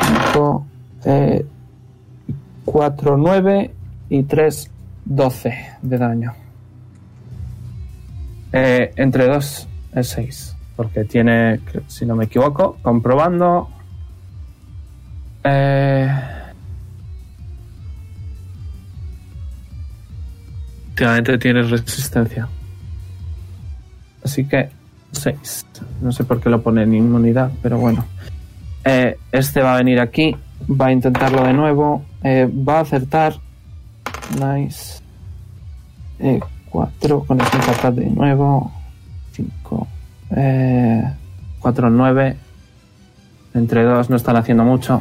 Speaker 2: cinco, eh, cuatro, nueve y tres, doce de daño. Eh, entre dos es seis, porque tiene, creo- si no me equivoco, comprobando. Eh, Últimamente tienes resistencia. Así que 6. No sé por qué lo pone en inmunidad, pero bueno. Eh, este va a venir aquí, va a intentarlo de nuevo, eh, va a acertar. Nice. 4 Eh, con el sneak attack de nuevo. 5. 4, 9. Entre dos no están haciendo mucho.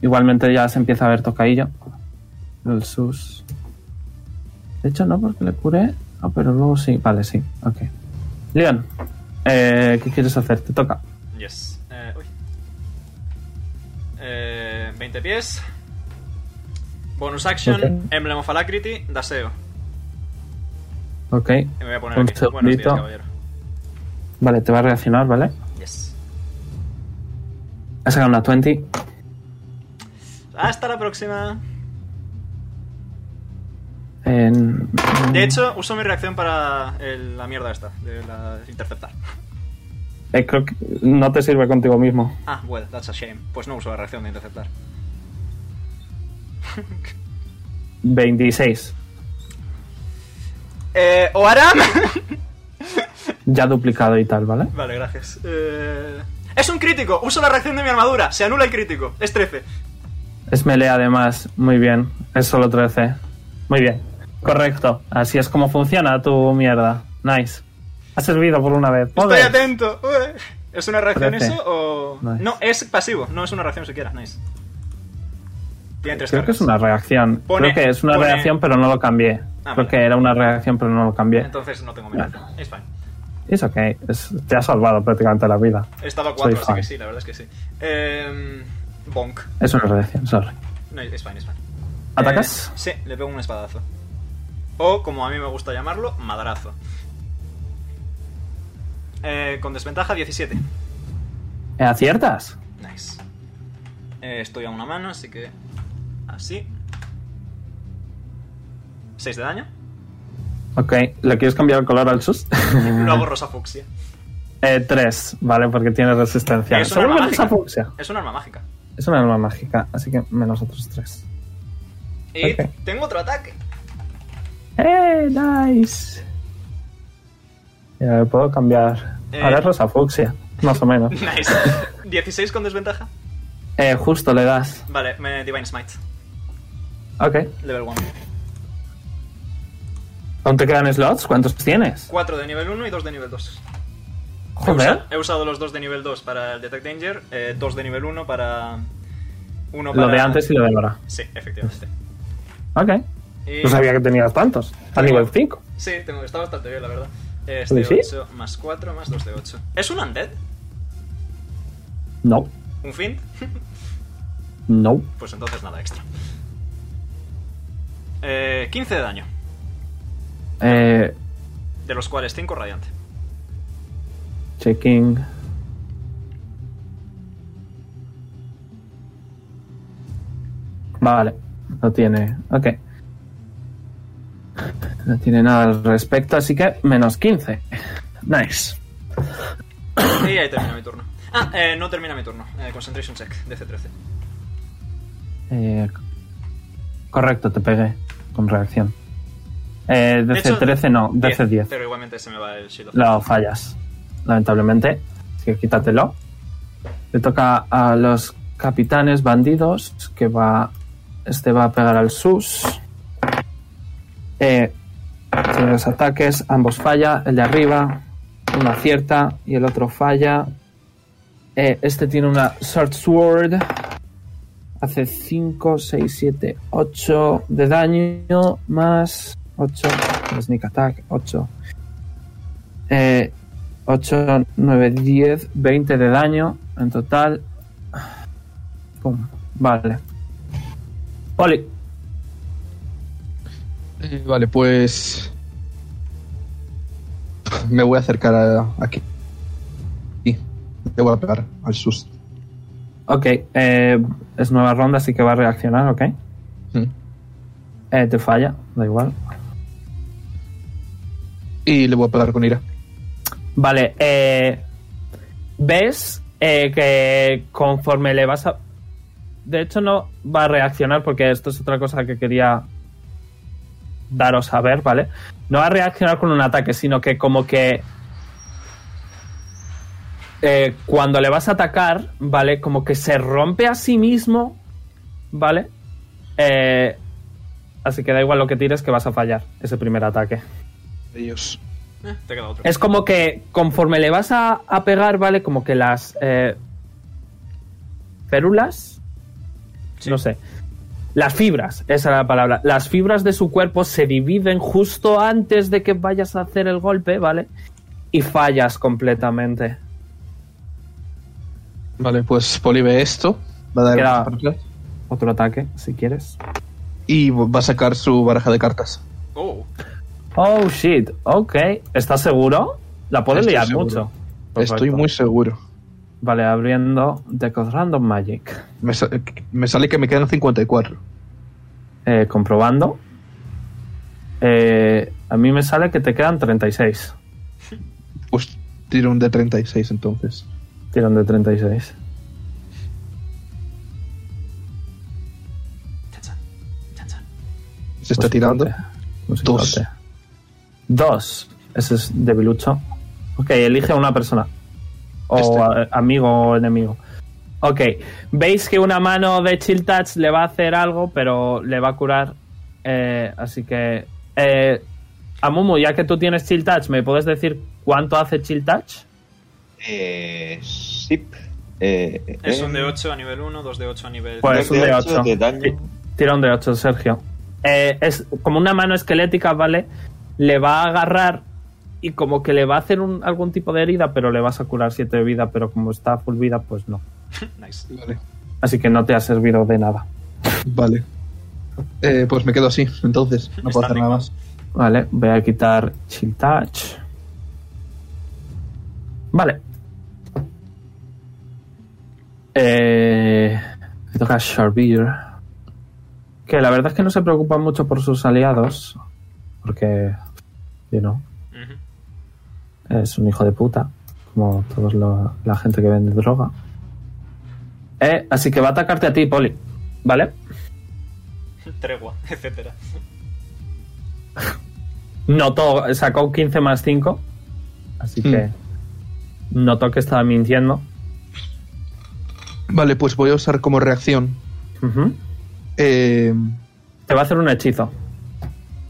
Speaker 2: Igualmente ya se empieza a ver tocadillo. El sus. De hecho, no, porque le curé. Ah, pero luego sí. Vale, sí. Ok. Leon, eh, ¿qué quieres hacer? Te toca.
Speaker 1: Yes. Eh, uy. Eh, 20 pies. Bonus action,
Speaker 2: Ok.
Speaker 1: Emblem of Alacrity, Daseo.
Speaker 2: Ok.
Speaker 1: Y me voy a poner
Speaker 2: Un
Speaker 1: aquí. Buenos días,
Speaker 2: segundito.
Speaker 1: caballero.
Speaker 2: Vale, te va a reaccionar, ¿vale?
Speaker 1: Yes.
Speaker 2: Ha sacado una 20.
Speaker 1: Hasta la próxima.
Speaker 2: En-
Speaker 1: De hecho, uso mi reacción para el- la mierda esta, de la interceptar.
Speaker 2: Eh, creo que no te sirve contigo mismo.
Speaker 1: Ah, well, that's a shame. Pues no uso la reacción de interceptar.
Speaker 2: 26.
Speaker 1: Eh, Oaram.
Speaker 2: Ya duplicado y tal, ¿vale?
Speaker 1: vale, gracias. Eh, es un crítico. Uso la reacción de mi armadura. Se anula el crítico. Es 13.
Speaker 2: Es melee además. Muy bien. Es solo 13. Muy bien. Correcto. Así es como funciona tu mierda. Nice. Ha servido por una vez.
Speaker 1: Estoy
Speaker 2: Joder.
Speaker 1: atento. Ué. ¿Es una reacción
Speaker 2: 13.
Speaker 1: eso o.?
Speaker 2: Nice.
Speaker 1: No, es pasivo. No es una reacción siquiera. Nice. Tiene tres
Speaker 2: Creo que
Speaker 1: cargas.
Speaker 2: es una reacción.
Speaker 1: Pone-
Speaker 2: Creo que es una
Speaker 1: pone-
Speaker 2: reacción, pero no lo cambié.
Speaker 1: Ah,
Speaker 2: Creo
Speaker 1: vale.
Speaker 2: que era una reacción, pero no lo cambié.
Speaker 1: Entonces no tengo miedo. Es fine.
Speaker 2: Es ok. Es- te ha salvado prácticamente la vida.
Speaker 1: He estado a 4,
Speaker 2: Soy
Speaker 1: así
Speaker 2: fan.
Speaker 1: que sí, la verdad es que sí. Eh, bonk.
Speaker 2: Es una reacción, sorry.
Speaker 1: No, es fine, es fine.
Speaker 2: ¿Atacas?
Speaker 1: Eh, sí, le pego un espadazo. O, como a mí me gusta llamarlo, madrazo. Eh, con desventaja 17.
Speaker 2: Eh, ¿Aciertas?
Speaker 1: Nice. Eh, estoy a una mano, así que... Así. 6 de daño.
Speaker 2: Ok. ¿Le quieres cambiar el color al sus?
Speaker 1: Lo hago rosa fucsia.
Speaker 2: eh, tres, ¿vale? Porque tiene resistencia.
Speaker 1: Es una
Speaker 2: Seguro que
Speaker 1: mágica.
Speaker 2: usa fucsia.
Speaker 1: Es un arma mágica.
Speaker 2: Es una arma mágica, así que menos otros tres.
Speaker 1: Y
Speaker 2: Ok.
Speaker 1: tengo otro ataque.
Speaker 2: ¡Eh, nice! Ya le puedo cambiar.
Speaker 1: Eh.
Speaker 2: Ahora es rosa fucsia, más o menos.
Speaker 1: Nice. 16 con desventaja.
Speaker 2: Eh, justo le das.
Speaker 1: Vale, me Divine Smite.
Speaker 2: Ok.
Speaker 1: Level 1.
Speaker 2: ¿Aún te quedan slots? ¿Cuántos tienes?
Speaker 1: 4 de nivel 1 y 2 de nivel 2. He
Speaker 2: Joder.
Speaker 1: usa- He usado los dos de nivel 2 para el Detect Danger, eh, dos de nivel 1 para. Uno para.
Speaker 2: Lo de antes y lo de ahora.
Speaker 1: Sí, efectivamente.
Speaker 2: Ok.
Speaker 1: Y-
Speaker 2: No sabía que tenías tantos. A nivel 5.
Speaker 1: Sí, tengo, está bastante bien, la verdad. Este
Speaker 2: ¿Sí?
Speaker 1: 8 más 4 más 2 de 8. ¿Es un Undead?
Speaker 2: No.
Speaker 1: ¿Un Fiend?
Speaker 2: No.
Speaker 1: Pues entonces nada extra. Eh, 15 de daño,
Speaker 2: Eh,
Speaker 1: de los cuales 5 radiante.
Speaker 2: checking. Vale. No tiene. Ok. No tiene nada al respecto, así que menos 15. Nice.
Speaker 1: Y ahí termina mi turno. Ah, eh, no termina mi turno. Eh, concentration check, DC-13.
Speaker 2: Eh, correcto, te pegué con reacción. Eh,
Speaker 1: De hecho,
Speaker 2: DC13 no, DC10.
Speaker 1: Pero igualmente se me va el shield of
Speaker 2: Lo fallas, lamentablemente. Así que quítatelo. Le toca a los capitanes bandidos, que va... Este va a pegar al sus. Eh, tiene los ataques, ambos falla, el de arriba, uno acierta y el otro falla. Eh, este tiene una short sword. Hace 5, 6, 7, 8 de daño, más 8, sneak attack, 8, Eh, 8, 9, 10, 20 de daño en total. Pum, vale. Oli,
Speaker 4: Eh, vale, pues. Me voy a acercar a- aquí. Y le voy a pegar al susto.
Speaker 2: ok, eh, es nueva ronda, así que va a reaccionar, ok.
Speaker 4: Mm.
Speaker 2: Eh, te falla, da igual.
Speaker 4: Y le voy a pegar con ira.
Speaker 2: Vale, eh, ves eh, que conforme le vas a... De hecho no va a reaccionar porque esto es otra cosa que quería daros a ver, ¿vale? No va a reaccionar con un ataque, sino que como que... eh, cuando le vas a atacar, ¿vale? Como que se rompe a sí mismo, ¿vale? Eh, así que da igual lo que tires que vas a fallar ese primer ataque.
Speaker 4: Dios.
Speaker 1: Eh, te queda otro.
Speaker 2: Es como que conforme le vas a, a pegar, ¿vale? Como que las eh, férulas,
Speaker 1: Sí.
Speaker 2: no sé, las fibras, esa era la palabra, las fibras de su cuerpo se dividen justo antes de que vayas a hacer el golpe, ¿vale? Y fallas completamente.
Speaker 4: Vale, pues Poli ve esto. Va a dar
Speaker 2: Queda-
Speaker 4: un para atrás
Speaker 2: Otro ataque, si quieres.
Speaker 4: Y va a sacar su baraja de cartas.
Speaker 1: Oh,
Speaker 2: Oh, shit, ok. ¿Estás seguro? La puedes
Speaker 4: Estoy
Speaker 2: liar
Speaker 4: seguro.
Speaker 2: mucho.
Speaker 4: Estoy
Speaker 2: Perfecto.
Speaker 4: muy seguro.
Speaker 2: Vale, abriendo Deck of Random Magic.
Speaker 4: Me, sa- eh, me sale que me quedan 54.
Speaker 2: Eh, comprobando. Eh, a mí me sale que te quedan 36.
Speaker 4: Pues tiro un de 36 entonces.
Speaker 2: Tiran de 36.
Speaker 1: chanchan, chanchan.
Speaker 4: Se está
Speaker 2: Pues
Speaker 4: tirando.
Speaker 2: empate. Pues
Speaker 4: Dos.
Speaker 2: empate. Dos. Ese es debilucho. Ok, elige a una persona. O
Speaker 4: Este.
Speaker 2: a- amigo o enemigo. Ok, veis que una mano de Chill Touch le va a hacer algo, pero le va a curar. Eh, así que. Eh, Amumu, ya que tú tienes Chill Touch, ¿me puedes decir cuánto hace Chill Touch?
Speaker 3: Eh, sí. Eh,
Speaker 1: Es
Speaker 3: eh,
Speaker 1: un de 8 a nivel 1, 2 de 8 a nivel
Speaker 2: Pues
Speaker 3: dos
Speaker 2: un de
Speaker 3: ocho
Speaker 2: ocho.
Speaker 3: de daño.
Speaker 2: Sí. Tira un de 8, Sergio. Eh, es como una mano esquelética, ¿vale? Le va a agarrar y como que le va a hacer un- algún tipo de herida, pero le vas a curar 7 de vida, pero como está full vida, pues no.
Speaker 1: Nice.
Speaker 4: Vale.
Speaker 2: Así que no te ha servido de nada.
Speaker 4: Vale. Eh, pues me quedo así, entonces. No puedo hacer
Speaker 1: Standing.
Speaker 4: nada más.
Speaker 2: Vale, voy a quitar Chill Touch. Vale. Eh, me toca Sharbeer. Que la verdad es que no se preocupa mucho por sus aliados. Porque. You know.
Speaker 1: Ujú.
Speaker 2: Es un hijo de puta, como toda la gente que vende droga. Eh, así que va a atacarte a ti, Poli. ¿Vale?
Speaker 1: Tregua, etcétera.
Speaker 2: Notó, sacó un 15 más 5. Así
Speaker 4: Hmm.
Speaker 2: que notó que estaba mintiendo.
Speaker 4: Vale, pues voy a usar como reacción.
Speaker 2: Ujú.
Speaker 4: Eh,
Speaker 2: Te va a hacer un hechizo.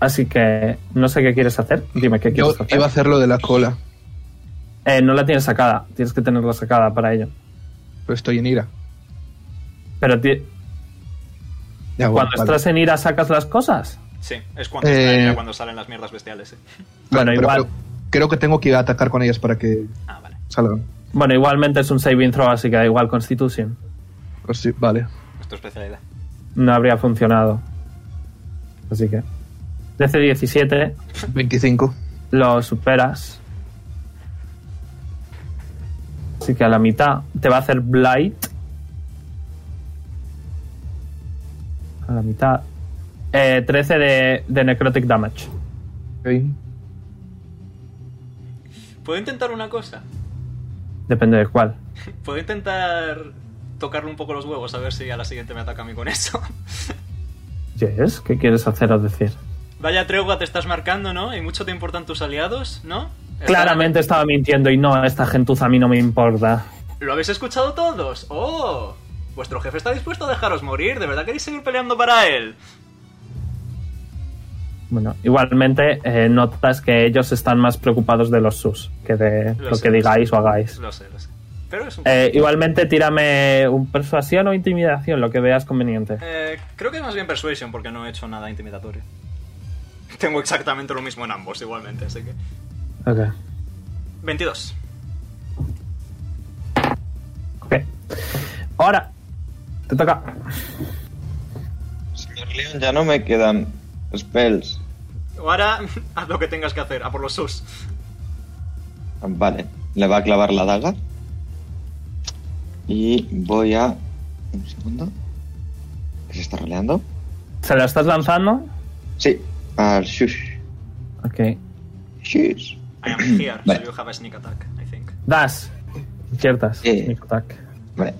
Speaker 2: Así que no sé qué quieres hacer. Dime qué
Speaker 4: yo
Speaker 2: quieres hacer.
Speaker 4: iba a hacer lo de la cola,
Speaker 2: Eh, no la tienes sacada. Tienes que tenerla sacada para ello.
Speaker 4: pero estoy en ira.
Speaker 2: Pero ti-
Speaker 4: Ya, bueno,
Speaker 2: cuando
Speaker 4: Ah, vale.
Speaker 2: estás en ira, sacas las cosas.
Speaker 1: Sí, es cuando,
Speaker 4: Eh,
Speaker 1: está en ella, cuando salen las mierdas bestiales. eh.
Speaker 4: Vale,
Speaker 2: bueno,
Speaker 4: pero
Speaker 2: igual.
Speaker 4: Creo, creo que tengo que ir a atacar con ellas para que
Speaker 1: Ah, vale.
Speaker 4: salgan.
Speaker 2: Bueno, igualmente es un saving throw, así que da igual Constitution.
Speaker 4: Pues sí, vale.
Speaker 1: Es tu especialidad.
Speaker 2: no habría funcionado. Así que. DC-17
Speaker 4: 25.
Speaker 2: lo superas. Así que a la mitad te va a hacer Blight. A la mitad. Eh, 13 de, de Necrotic Damage.
Speaker 4: Ok.
Speaker 1: ¿Puedo intentar una cosa?
Speaker 2: Depende de cuál.
Speaker 1: ¿Puedo intentar tocarle un poco los huevos a ver si a la siguiente me ataca a mí con eso?
Speaker 2: Yes, ¿Qué quieres hacer o decir?
Speaker 1: Vaya tregua te estás marcando, ¿no? Y mucho te importan tus aliados, ¿no? Está-
Speaker 2: Claramente estaba mintiendo y no, esta gentuza a mí no me importa.
Speaker 1: ¿Lo habéis escuchado todos? ¡Oh! Vuestro jefe está dispuesto a dejaros morir. ¿De verdad queréis seguir peleando para él?
Speaker 2: Bueno, igualmente eh, notas que ellos están más preocupados de los sus que de
Speaker 1: Lo
Speaker 2: lo,
Speaker 1: sé.
Speaker 2: que digáis o hagáis.
Speaker 1: Lo sé, lo sé. Pero es un...
Speaker 2: Eh, igualmente, tírame un persuasión o intimidación, lo que veas conveniente.
Speaker 1: Eh, creo que es más bien Persuasion porque no he hecho nada intimidatorio. Tengo exactamente lo mismo en ambos igualmente, así que...
Speaker 2: Ok.
Speaker 1: 22.
Speaker 2: Ok. Ahora, te toca.
Speaker 3: Señor León, ya no me quedan spells.
Speaker 1: Ahora haz lo que tengas que hacer, a por los sus.
Speaker 3: Ah, Vale, le va a clavar la daga. Y voy a. Un segundo. ¿Se está roleando?
Speaker 2: ¿Se la estás lanzando?
Speaker 3: Sí, al Shush.
Speaker 2: Ok.
Speaker 3: Shush.
Speaker 1: I am here, so
Speaker 3: Vale.
Speaker 1: you have a sneak attack, I think.
Speaker 2: Das. Ciertas.
Speaker 3: Eh.
Speaker 2: Sneak attack.
Speaker 3: Vale.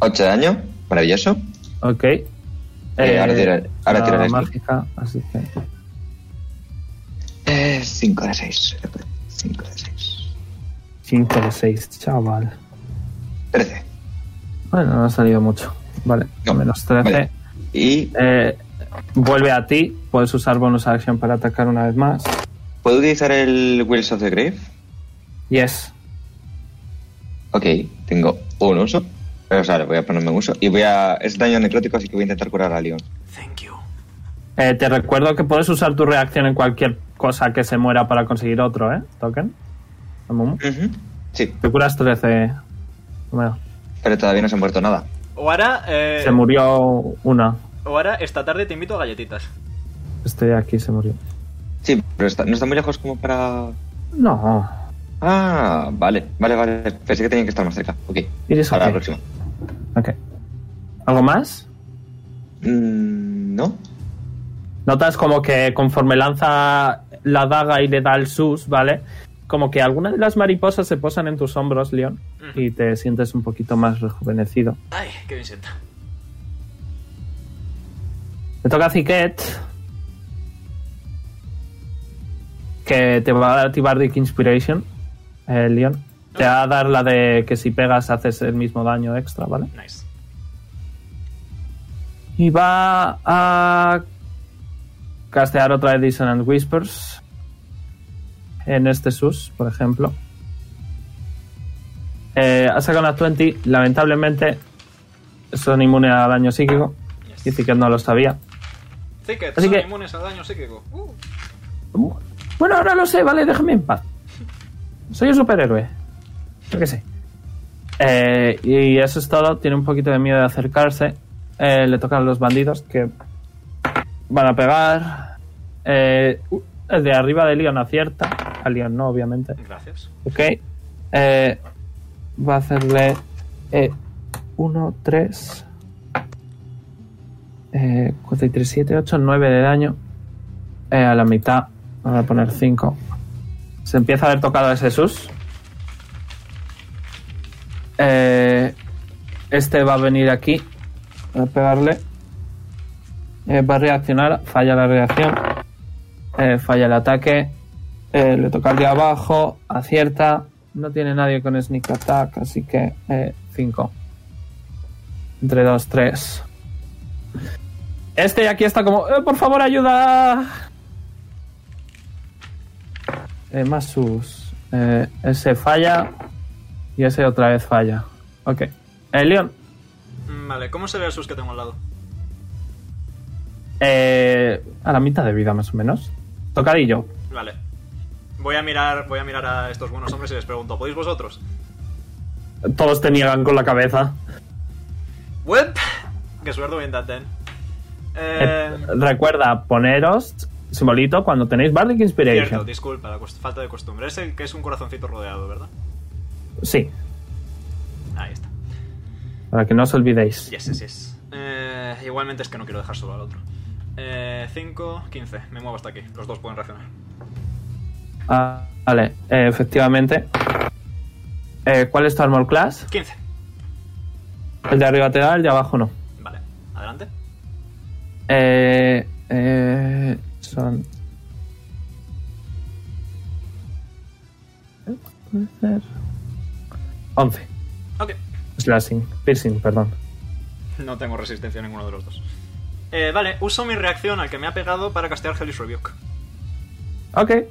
Speaker 3: ¿Ocho de daño? Maravilloso.
Speaker 2: Ok.
Speaker 3: Eh, ahora tira- ahora
Speaker 2: la
Speaker 3: tira el sneak.
Speaker 2: mágica, así que.
Speaker 3: 5 Eh, de 6. 5 de 6.
Speaker 2: 5 de 6, chaval.
Speaker 3: 13.
Speaker 2: Bueno, no ha salido mucho. Vale,
Speaker 3: No,
Speaker 2: menos 13.
Speaker 3: vale. Y
Speaker 2: Eh, vuelve a ti. Puedes usar bonus action para atacar una vez más.
Speaker 3: ¿Puedo utilizar el Wheels of the Grave?
Speaker 2: Yes.
Speaker 3: Ok, tengo un uso. Pero, o sea, le voy a ponerme un uso. Y voy a. Es daño necrótico, así que voy a intentar curar a Leon.
Speaker 1: Thank you.
Speaker 2: Eh, te recuerdo que puedes usar tu reacción en cualquier cosa que se muera para conseguir otro, ¿eh? Token. Amumu.
Speaker 3: Sí,
Speaker 2: Te curas 13. Bueno,
Speaker 3: pero todavía no se ha muerto nada.
Speaker 1: Oara, eh,
Speaker 2: se murió una.
Speaker 1: Oara, esta tarde te invito a galletitas.
Speaker 2: Estoy aquí, se murió.
Speaker 3: Sí, pero está- no está muy lejos como para.
Speaker 2: No.
Speaker 3: Ah, vale, vale, vale. Pensé que tenía que estar más cerca. Ok.
Speaker 2: Iris,
Speaker 3: Para
Speaker 2: ok.
Speaker 3: la próxima.
Speaker 2: Ok. ¿Algo más?
Speaker 3: Mm, no.
Speaker 2: Notas como que conforme lanza la daga y le da el sus, ¿vale? Como que algunas de las mariposas se posan en tus hombros, Leon,
Speaker 1: Ujú.
Speaker 2: y te sientes un poquito más rejuvenecido.
Speaker 1: Ay, qué bien sienta.
Speaker 2: Te toca a Ziquet, que te va a activar Dick Inspiration, eh, Leon. Te va a dar la de que si pegas haces el mismo daño extra, ¿vale?
Speaker 1: Nice.
Speaker 2: Y va a castear otra de Dissonant Whispers en este sus, por ejemplo. Eh, ha sacado una 20, lamentablemente son inmunes a daño psíquico.
Speaker 1: Yes.
Speaker 2: Dice que no lo sabía.
Speaker 1: Tickets
Speaker 2: Así
Speaker 1: son
Speaker 2: que-
Speaker 1: inmunes al daño psíquico. Uh,
Speaker 2: Bueno, ahora lo sé, vale, déjame en paz. Soy un superhéroe. Yo qué sé. Eh, y eso es todo. Tiene un poquito de miedo de acercarse. Eh, le tocan a los bandidos que van a pegar. Eh, uh, el de arriba de Leon acierta. A Leon no, obviamente.
Speaker 1: Gracias.
Speaker 2: Ok. Eh, va a hacerle eh, 1, 3, 4, 3, 7, 8, 9 de daño. Eh, a la mitad. Vamos a poner 5. Se empieza a haber tocado ese sus. Eh, este va a venir aquí a pegarle. Eh, va a reaccionar. Falla la reacción. Eh, falla el ataque. Eh, le toca al de abajo, acierta. No tiene nadie con sneak attack, así que 5. Entre 2, 3. Este de aquí está como, "Eh, por favor, ayuda. Eh, más sus. Eh, ese falla. Y ese otra vez falla. Ok. Eh, Leon.
Speaker 1: Mm, Vale, ¿cómo se ve el sus que tengo al lado?
Speaker 2: eh, a la mitad de vida, más o menos. Tocadillo.
Speaker 1: Vale. Voy a mirar, voy a mirar a estos buenos hombres y les pregunto, ¿podéis vosotros?
Speaker 2: Todos te niegan con la cabeza.
Speaker 1: Web. Guess we're doing that then. Eh,
Speaker 2: Eh, recuerda, poneros simbolito cuando tenéis Bardic
Speaker 1: cierto,
Speaker 2: Inspiration.
Speaker 1: disculpa, la cos- falta de costumbre. Es el que es un corazoncito rodeado, ¿verdad?
Speaker 2: sí,
Speaker 1: Ahí está.
Speaker 2: para que no os olvidéis.
Speaker 1: Yes, yes, yes. Eh, igualmente es que no quiero dejar solo al otro. 5, 15. Me muevo hasta aquí. Los dos pueden reaccionar.
Speaker 2: Ah, vale, eh, efectivamente. Eh, ¿Cuál es tu armor class?
Speaker 1: 15.
Speaker 2: El de arriba te da, el de abajo no.
Speaker 1: Vale. Adelante.
Speaker 2: Eh, eh, son. Puede ser 11.
Speaker 1: Ok.
Speaker 2: Slashing. Piercing, perdón.
Speaker 1: No tengo resistencia a ninguno de los dos. Eh, vale, uso mi reacción al que me ha pegado para castear Hellish Rebuke.
Speaker 2: Ok.
Speaker 1: Eh,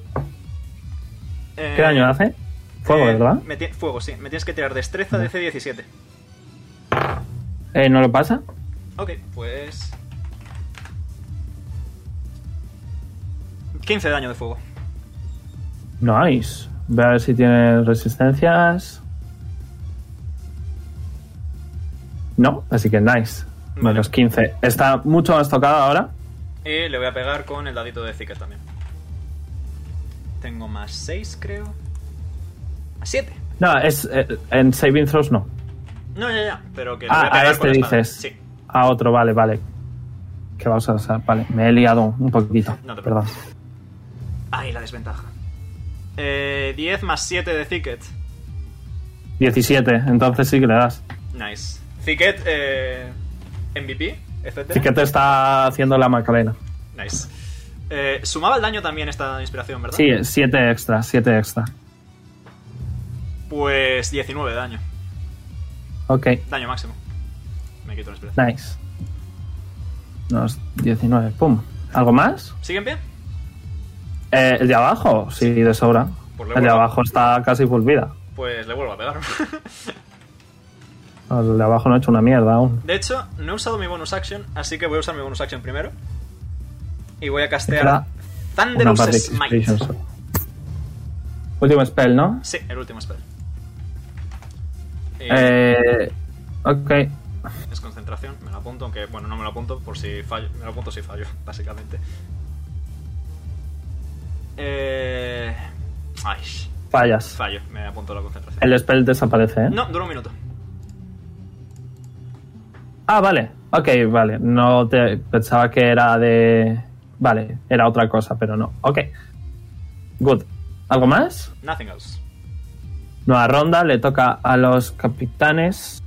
Speaker 2: ¿Qué daño hace? Fuego,
Speaker 1: eh,
Speaker 2: ¿verdad?
Speaker 1: me ti- fuego, sí. Me tienes que tirar destreza de C17.
Speaker 2: Eh, ¿No lo pasa?
Speaker 1: Ok, pues. 15 de daño de fuego.
Speaker 2: Nice. Voy a ver si tiene resistencias. No, así que nice.
Speaker 1: Vale.
Speaker 2: Menos 15. Está mucho más tocada ahora.
Speaker 1: Y le voy a pegar con el dadito de Zika también. Tengo más 6, creo. A 7.
Speaker 2: No, es eh, en Saving Throws no.
Speaker 1: No, ya, ya. Pero que le voy
Speaker 2: Ah,
Speaker 1: a
Speaker 2: a
Speaker 1: pegar
Speaker 2: este
Speaker 1: con la espada.
Speaker 2: dices.
Speaker 1: Sí.
Speaker 2: A otro, vale, vale. Que vamos a usar, vale. Me he liado un poquitito.
Speaker 1: No te
Speaker 2: Perdón.
Speaker 1: preocupes. Ahí la desventaja. Eh, 10 más 7 de Thicket.
Speaker 2: 17, entonces sí que le das.
Speaker 1: Nice. Thicket, eh, MVP, etc.
Speaker 2: Sí que te está haciendo la Macarena.
Speaker 1: Nice. Eh, sumaba el daño también esta inspiración, ¿verdad?
Speaker 2: Sí, 7 extra, 7 extra.
Speaker 1: Pues 19 de daño.
Speaker 2: Ok,
Speaker 1: Daño máximo. Me quito la inspiración.
Speaker 2: nice. Unos 19, pum. ¿Algo más?
Speaker 1: ¿Sigue en pie?
Speaker 2: Eh, el de abajo, sí, de sobra.
Speaker 1: Pues le
Speaker 2: el de
Speaker 1: vuelvo.
Speaker 2: abajo está casi full vida.
Speaker 1: Pues le vuelvo a pegar.
Speaker 2: El de abajo no ha hecho una mierda aún.
Speaker 1: De hecho, no he usado mi bonus action, así que voy a usar mi bonus action primero. Y voy a castear
Speaker 2: Espera,
Speaker 1: Thunderous
Speaker 2: Una Bardic
Speaker 1: Smite.
Speaker 2: Inspiration. Último spell, ¿no?
Speaker 1: Sí, el último spell. Y
Speaker 2: Eh, ok,
Speaker 1: Es concentración, me lo apunto, aunque bueno, no me lo apunto por si fallo. Me lo apunto si fallo, básicamente. Eh... Ay,
Speaker 2: fallas.
Speaker 1: fallo, me apunto la concentración.
Speaker 2: El spell desaparece, ¿eh?
Speaker 1: No, dura un minuto.
Speaker 2: Ah, vale. Ok, vale. No te pensaba que era de. Vale, era otra cosa, pero no. Ok. Good. ¿Algo más?
Speaker 1: Nothing else.
Speaker 2: Nueva ronda, le toca a los capitanes.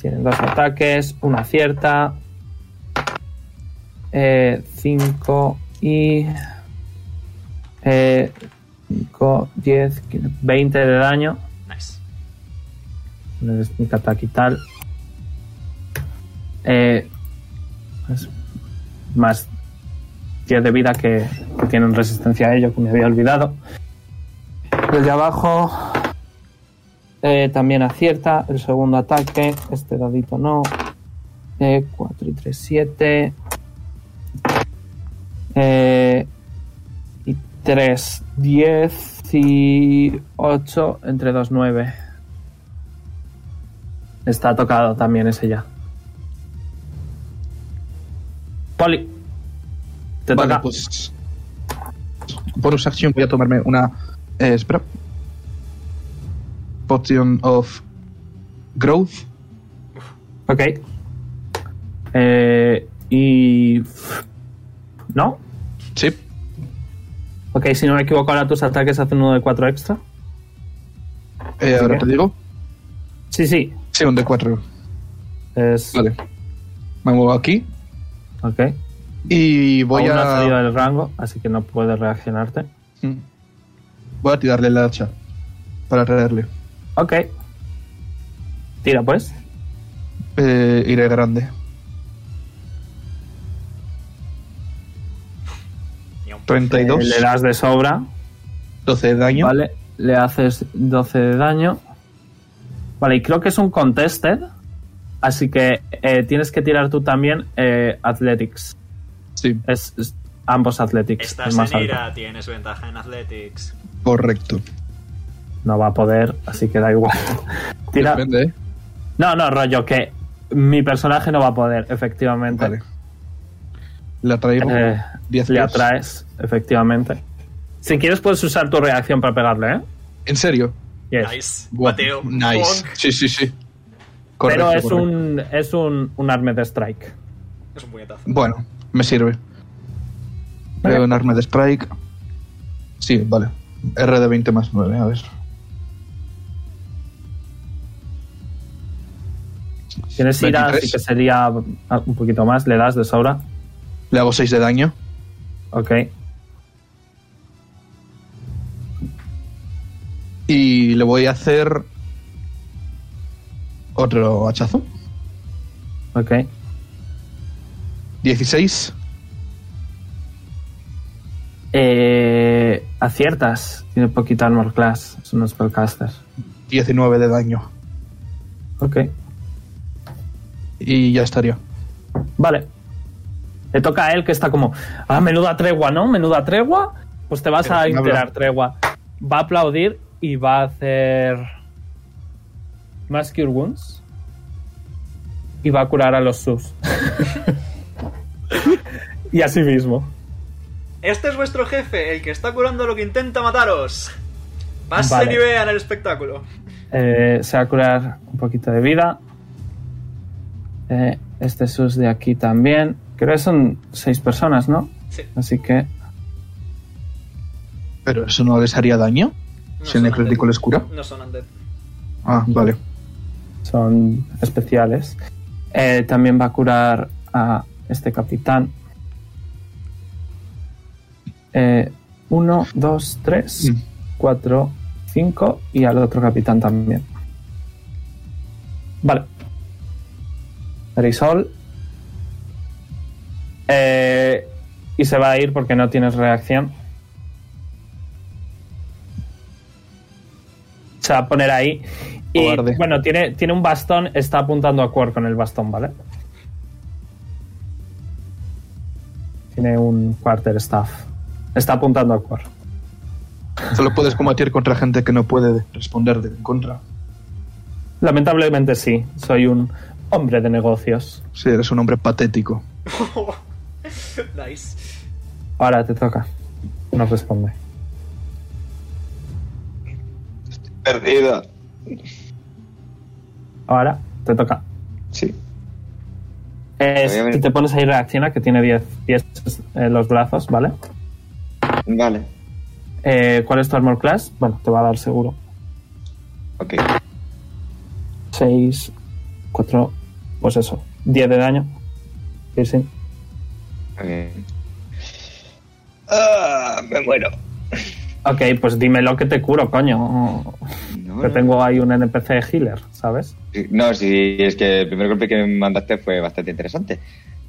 Speaker 2: Tienen dos ataques, una acierta. Eh, cinco y. Eh, 5, 10, 15, 20 de daño.
Speaker 1: Nice.
Speaker 2: No es mi ataque y tal. Eh, pues, más 10 de vida que, que tienen resistencia a ello, que me había olvidado. El de abajo eh, también acierta. El segundo ataque, este dadito no. 4 y 3, 7. Eh, y 3, 10 y 8 entre 2, 9. Está tocado también ese ya. Poli. Te
Speaker 4: vale,
Speaker 2: toca.
Speaker 4: pues. Bonus acción voy a tomarme una. eh, espera. Potion of Growth.
Speaker 2: Ok. Eh, y... ¿No?
Speaker 4: Sí.
Speaker 2: Ok, si no me equivoco, ahora tus ataques hacen uno de 4 extra.
Speaker 4: Eh, ahora
Speaker 2: qué?
Speaker 4: te digo.
Speaker 2: Sí, sí.
Speaker 4: Sí, un de 4.
Speaker 2: Es...
Speaker 4: Vale. Me muevo aquí.
Speaker 2: Ok.
Speaker 4: Y voy
Speaker 2: Aún no ha salido
Speaker 4: a.
Speaker 2: del rango, así que no puedes reaccionarte.
Speaker 4: Mm. Voy a tirarle la hacha. Para traerle.
Speaker 2: Ok. Tira, pues.
Speaker 4: Eh, iré grande.
Speaker 1: Y un-
Speaker 4: 32.
Speaker 2: Eh, le das de sobra.
Speaker 4: 12 de daño.
Speaker 2: Vale. Le haces 12 de daño. Vale, y creo que es un contested. Así que eh, tienes que tirar tú también eh, Athletics.
Speaker 4: Sí,
Speaker 2: Es, es- ambos Athletics.
Speaker 1: Estás
Speaker 2: el más
Speaker 1: en
Speaker 2: alto.
Speaker 1: ira, tienes ventaja en Athletics.
Speaker 4: correcto.
Speaker 2: No va a poder, así que da igual. Tira,
Speaker 4: Depende, ¿eh?
Speaker 2: No, no, rollo, que mi personaje no va a poder, efectivamente.
Speaker 4: Vale. La traigo.
Speaker 2: Eh,
Speaker 4: 10
Speaker 2: le
Speaker 4: pies.
Speaker 2: atraes, efectivamente. Si quieres, puedes usar tu reacción para pegarle, ¿eh?
Speaker 4: ¿En serio?
Speaker 2: Yes.
Speaker 1: Nice.
Speaker 4: Guau,
Speaker 1: Mateo.
Speaker 4: Nice.
Speaker 1: Bonk.
Speaker 4: Sí, sí, sí.
Speaker 2: Pero es
Speaker 4: correcto.
Speaker 2: un es un, un arma de strike.
Speaker 1: Es un puñetazo.
Speaker 4: Bueno, me sirve.
Speaker 2: Vale.
Speaker 4: Veo un arma de strike. Sí, vale. R de 20 más 9, a ver.
Speaker 2: Tienes ira,
Speaker 4: 23.
Speaker 2: así que sería ah, un poquito más. Le das de sobra.
Speaker 4: Le hago 6 de daño.
Speaker 2: Ok.
Speaker 4: Y le voy a hacer. Otro hachazo.
Speaker 2: Ok.
Speaker 4: 16.
Speaker 2: Eh, aciertas. Tiene poquito armor class. Es un spellcaster.
Speaker 4: 19 de daño.
Speaker 2: Ok.
Speaker 4: Y ya estaría.
Speaker 2: Vale. Le toca a él que está como, ah, menuda tregua, ¿no? Menuda tregua. Pues te vas
Speaker 4: Pero
Speaker 2: a
Speaker 4: sin
Speaker 2: enterar
Speaker 4: hablar.
Speaker 2: tregua. Va a aplaudir y va a hacer. Más Cure Wounds. Y va a curar a los sus. y así mismo.
Speaker 1: Este es vuestro jefe, el que está curando lo que intenta mataros. Pasen
Speaker 2: Vale.
Speaker 1: y vean el espectáculo.
Speaker 2: Eh, se va a curar un poquito de vida. Eh, este sus de aquí también. Creo que son seis personas, ¿no?
Speaker 1: Sí.
Speaker 2: Así que.
Speaker 4: Pero eso no les haría daño
Speaker 1: No
Speaker 4: si
Speaker 1: son
Speaker 4: el necrótico
Speaker 1: undead.
Speaker 4: les cura.
Speaker 1: No son undead.
Speaker 4: Ah, vale.
Speaker 2: son especiales. Eh, también va a curar a este capitán. Eh, uno, dos, tres,
Speaker 4: Mm.
Speaker 2: cuatro, cinco y al otro capitán también. Vale. Marisol. Eh, y se va a ir porque no tienes reacción. Se va a poner ahí. Y
Speaker 4: Cobarde.
Speaker 2: bueno, tiene, tiene un bastón, está apuntando a Quor con el bastón, ¿vale? Tiene un quarter staff. Está apuntando a Quor.
Speaker 4: Solo puedes combatir contra gente que no puede responder de en contra.
Speaker 2: Lamentablemente sí, soy un hombre de negocios.
Speaker 4: Si eres un hombre patético.
Speaker 1: nice.
Speaker 2: Ahora te toca. No responde.
Speaker 3: Perdida.
Speaker 2: Ahora te toca.
Speaker 3: Sí.
Speaker 2: Eh,
Speaker 3: Voy a ver.
Speaker 2: si te pones ahí reacciona, que tiene 10 pies en los brazos, ¿vale?
Speaker 3: Vale.
Speaker 2: Eh, ¿Cuál es tu armor class? Bueno, te va a dar seguro.
Speaker 3: Ok.
Speaker 2: 6, 4, pues eso, 10 de daño. Piercing.
Speaker 3: Ok. Ah, me muero.
Speaker 2: Ok, pues dímelo que te curo, coño.
Speaker 3: No,
Speaker 2: Que
Speaker 3: no.
Speaker 2: Pues tengo ahí un NPC healer, ¿sabes?
Speaker 3: No, sí, es que el primer golpe que me mandaste fue bastante interesante.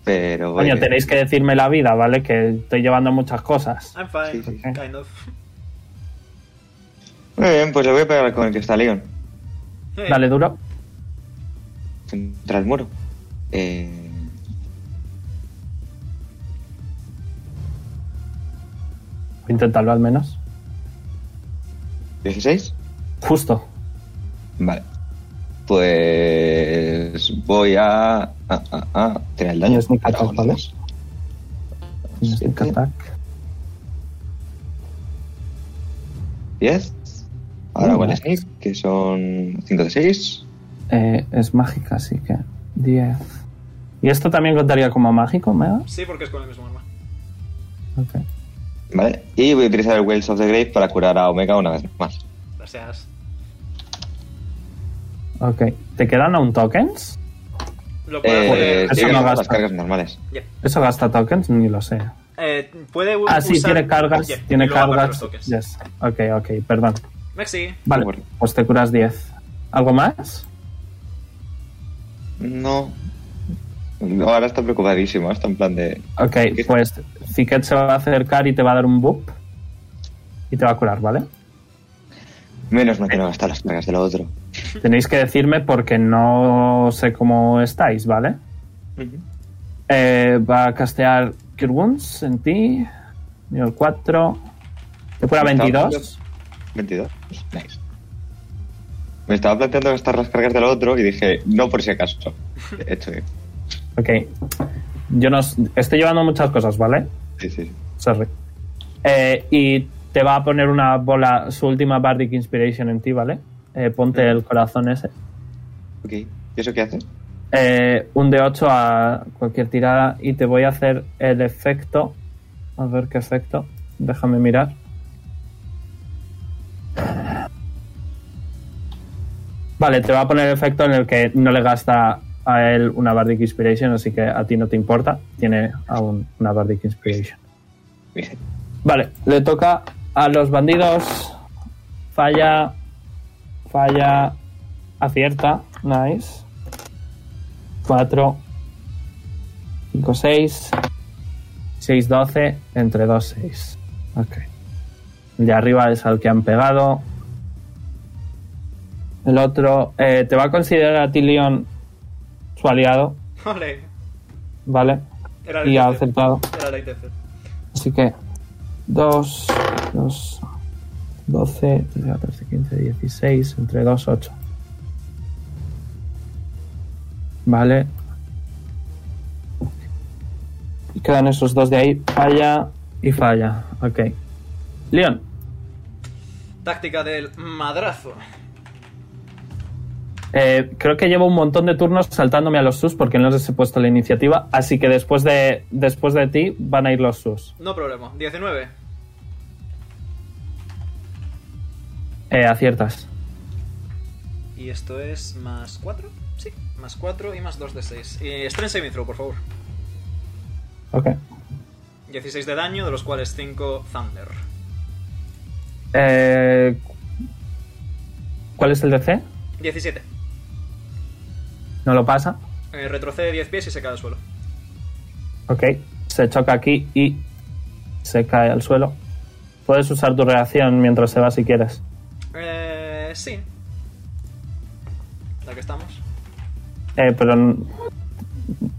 Speaker 3: Pero.
Speaker 2: Coño,
Speaker 3: bueno.
Speaker 2: tenéis que decirme la vida, ¿vale? Que estoy llevando muchas cosas.
Speaker 1: I'm fine.
Speaker 3: Sí, sí,
Speaker 2: sí.
Speaker 1: Kind of.
Speaker 3: Muy bien, pues le voy a pegar con el que está Leon.
Speaker 1: Hey,
Speaker 2: Dale duro.
Speaker 3: Contra el muro. Eh.
Speaker 2: Intentarlo al menos.
Speaker 3: 16.
Speaker 2: Justo.
Speaker 3: Vale. Pues voy a. a, a, a tener el daño.
Speaker 2: Tienes sneak attack, ¿vale? Tienes
Speaker 3: Siete.
Speaker 2: sneak attack.
Speaker 3: 10. Ahora
Speaker 2: Mm,
Speaker 3: con el
Speaker 2: vale.
Speaker 3: sneak, que son 5 de 6.
Speaker 2: Eh, es mágica, así que 10. ¿Y esto también contaría como mágico, Mega?
Speaker 1: Sí, porque es con el mismo arma.
Speaker 2: Ok.
Speaker 3: Vale. Y voy a utilizar el Wells of the Grave para curar a Omega una vez más.
Speaker 1: Gracias.
Speaker 2: Ok. ¿Te quedan aún tokens?
Speaker 1: Lo puede
Speaker 3: Eh,
Speaker 1: hacer.
Speaker 2: pues, eso
Speaker 3: sigue
Speaker 2: no
Speaker 3: con las
Speaker 2: gasta.
Speaker 3: cargas normales.
Speaker 2: ¿Eso gasta tokens? Ni lo sé.
Speaker 1: Eh, puede u-
Speaker 2: Ah, sí,
Speaker 1: usar-
Speaker 2: tiene cargas.
Speaker 1: Yeah, y
Speaker 2: Tiene
Speaker 1: luego apaga
Speaker 2: cargas.
Speaker 1: los toques.
Speaker 2: Yes. Ok, ok, perdón.
Speaker 1: Maxi,
Speaker 2: Vale,
Speaker 3: Bueno.
Speaker 2: pues te curas 10. ¿Algo más?
Speaker 3: No. Ahora está preocupadísimo, ¿eh? está en plan de.
Speaker 2: Ok,
Speaker 3: ¿Qué?
Speaker 2: pues Ziquet se va a acercar y te va a dar un boop. Y te va a curar, ¿vale?
Speaker 3: Menos mal que no gastar las cargas del otro.
Speaker 2: Tenéis que decirme porque no sé cómo estáis, ¿vale? Eh, va a castear Cure Wounds en ti. Nivel 4. Te cura
Speaker 3: Está
Speaker 2: 22.
Speaker 3: 22. Nice. Me estaba planteando gastar las cargas del otro y dije, no por si acaso. He hecho bien.
Speaker 2: Ok. Yo no s- estoy llevando muchas cosas, ¿vale?
Speaker 3: Sí, sí.
Speaker 2: Sorry. Eh, y te va a poner una bola, su última Bardic Inspiration en ti, ¿vale? Eh, ponte el corazón ese.
Speaker 3: Ok. ¿Y eso qué hace?
Speaker 2: Eh, un de 8 a cualquier tirada y te voy a hacer el efecto. A ver qué efecto. Déjame mirar. Vale, te va a poner el efecto en el que no le gasta a él una Bardic Inspiration, así que a ti no te importa. Tiene aún una Bardic Inspiration.
Speaker 3: Bien.
Speaker 2: Vale, le toca a los bandidos. Falla. Falla. Acierta. Nice. 4. 5, 6. 6, 12. Entre 2, 6. Ok. El de arriba es al que han pegado. El otro. eh, te va a considerar a ti, Leon, su aliado.
Speaker 1: ole.
Speaker 2: ¿Vale?
Speaker 1: Era
Speaker 2: y ha
Speaker 1: light effect.
Speaker 2: acertado.
Speaker 1: Era light effect.
Speaker 2: Así que 2, 2, 12, 13, 14, 15, 16, entre 2, 8. Vale. Y quedan esos dos de ahí. Falla y falla. Ok. Leon.
Speaker 1: Táctica del madrazo.
Speaker 2: Eh, creo que llevo un montón de turnos saltándome a los sus porque no les he puesto la iniciativa. Así que después de, después de ti van a ir los sus.
Speaker 1: No problema. 19.
Speaker 2: Eh, aciertas.
Speaker 1: Y esto es más 4. Sí, más 4 y más 2 de 6. Y Strength Saving Throw, por favor.
Speaker 2: Ok.
Speaker 1: 16 de daño, de los cuales 5 Thunder.
Speaker 2: Eh, ¿Cuál es el DC?
Speaker 1: 17.
Speaker 2: No lo pasa.
Speaker 1: Eh, retrocede 10 pies y se cae al suelo.
Speaker 2: Ok. Se choca aquí y se cae al suelo. Puedes usar tu reacción mientras se va si quieres.
Speaker 1: Eh, sí. La que estamos.
Speaker 2: Eh, pero n-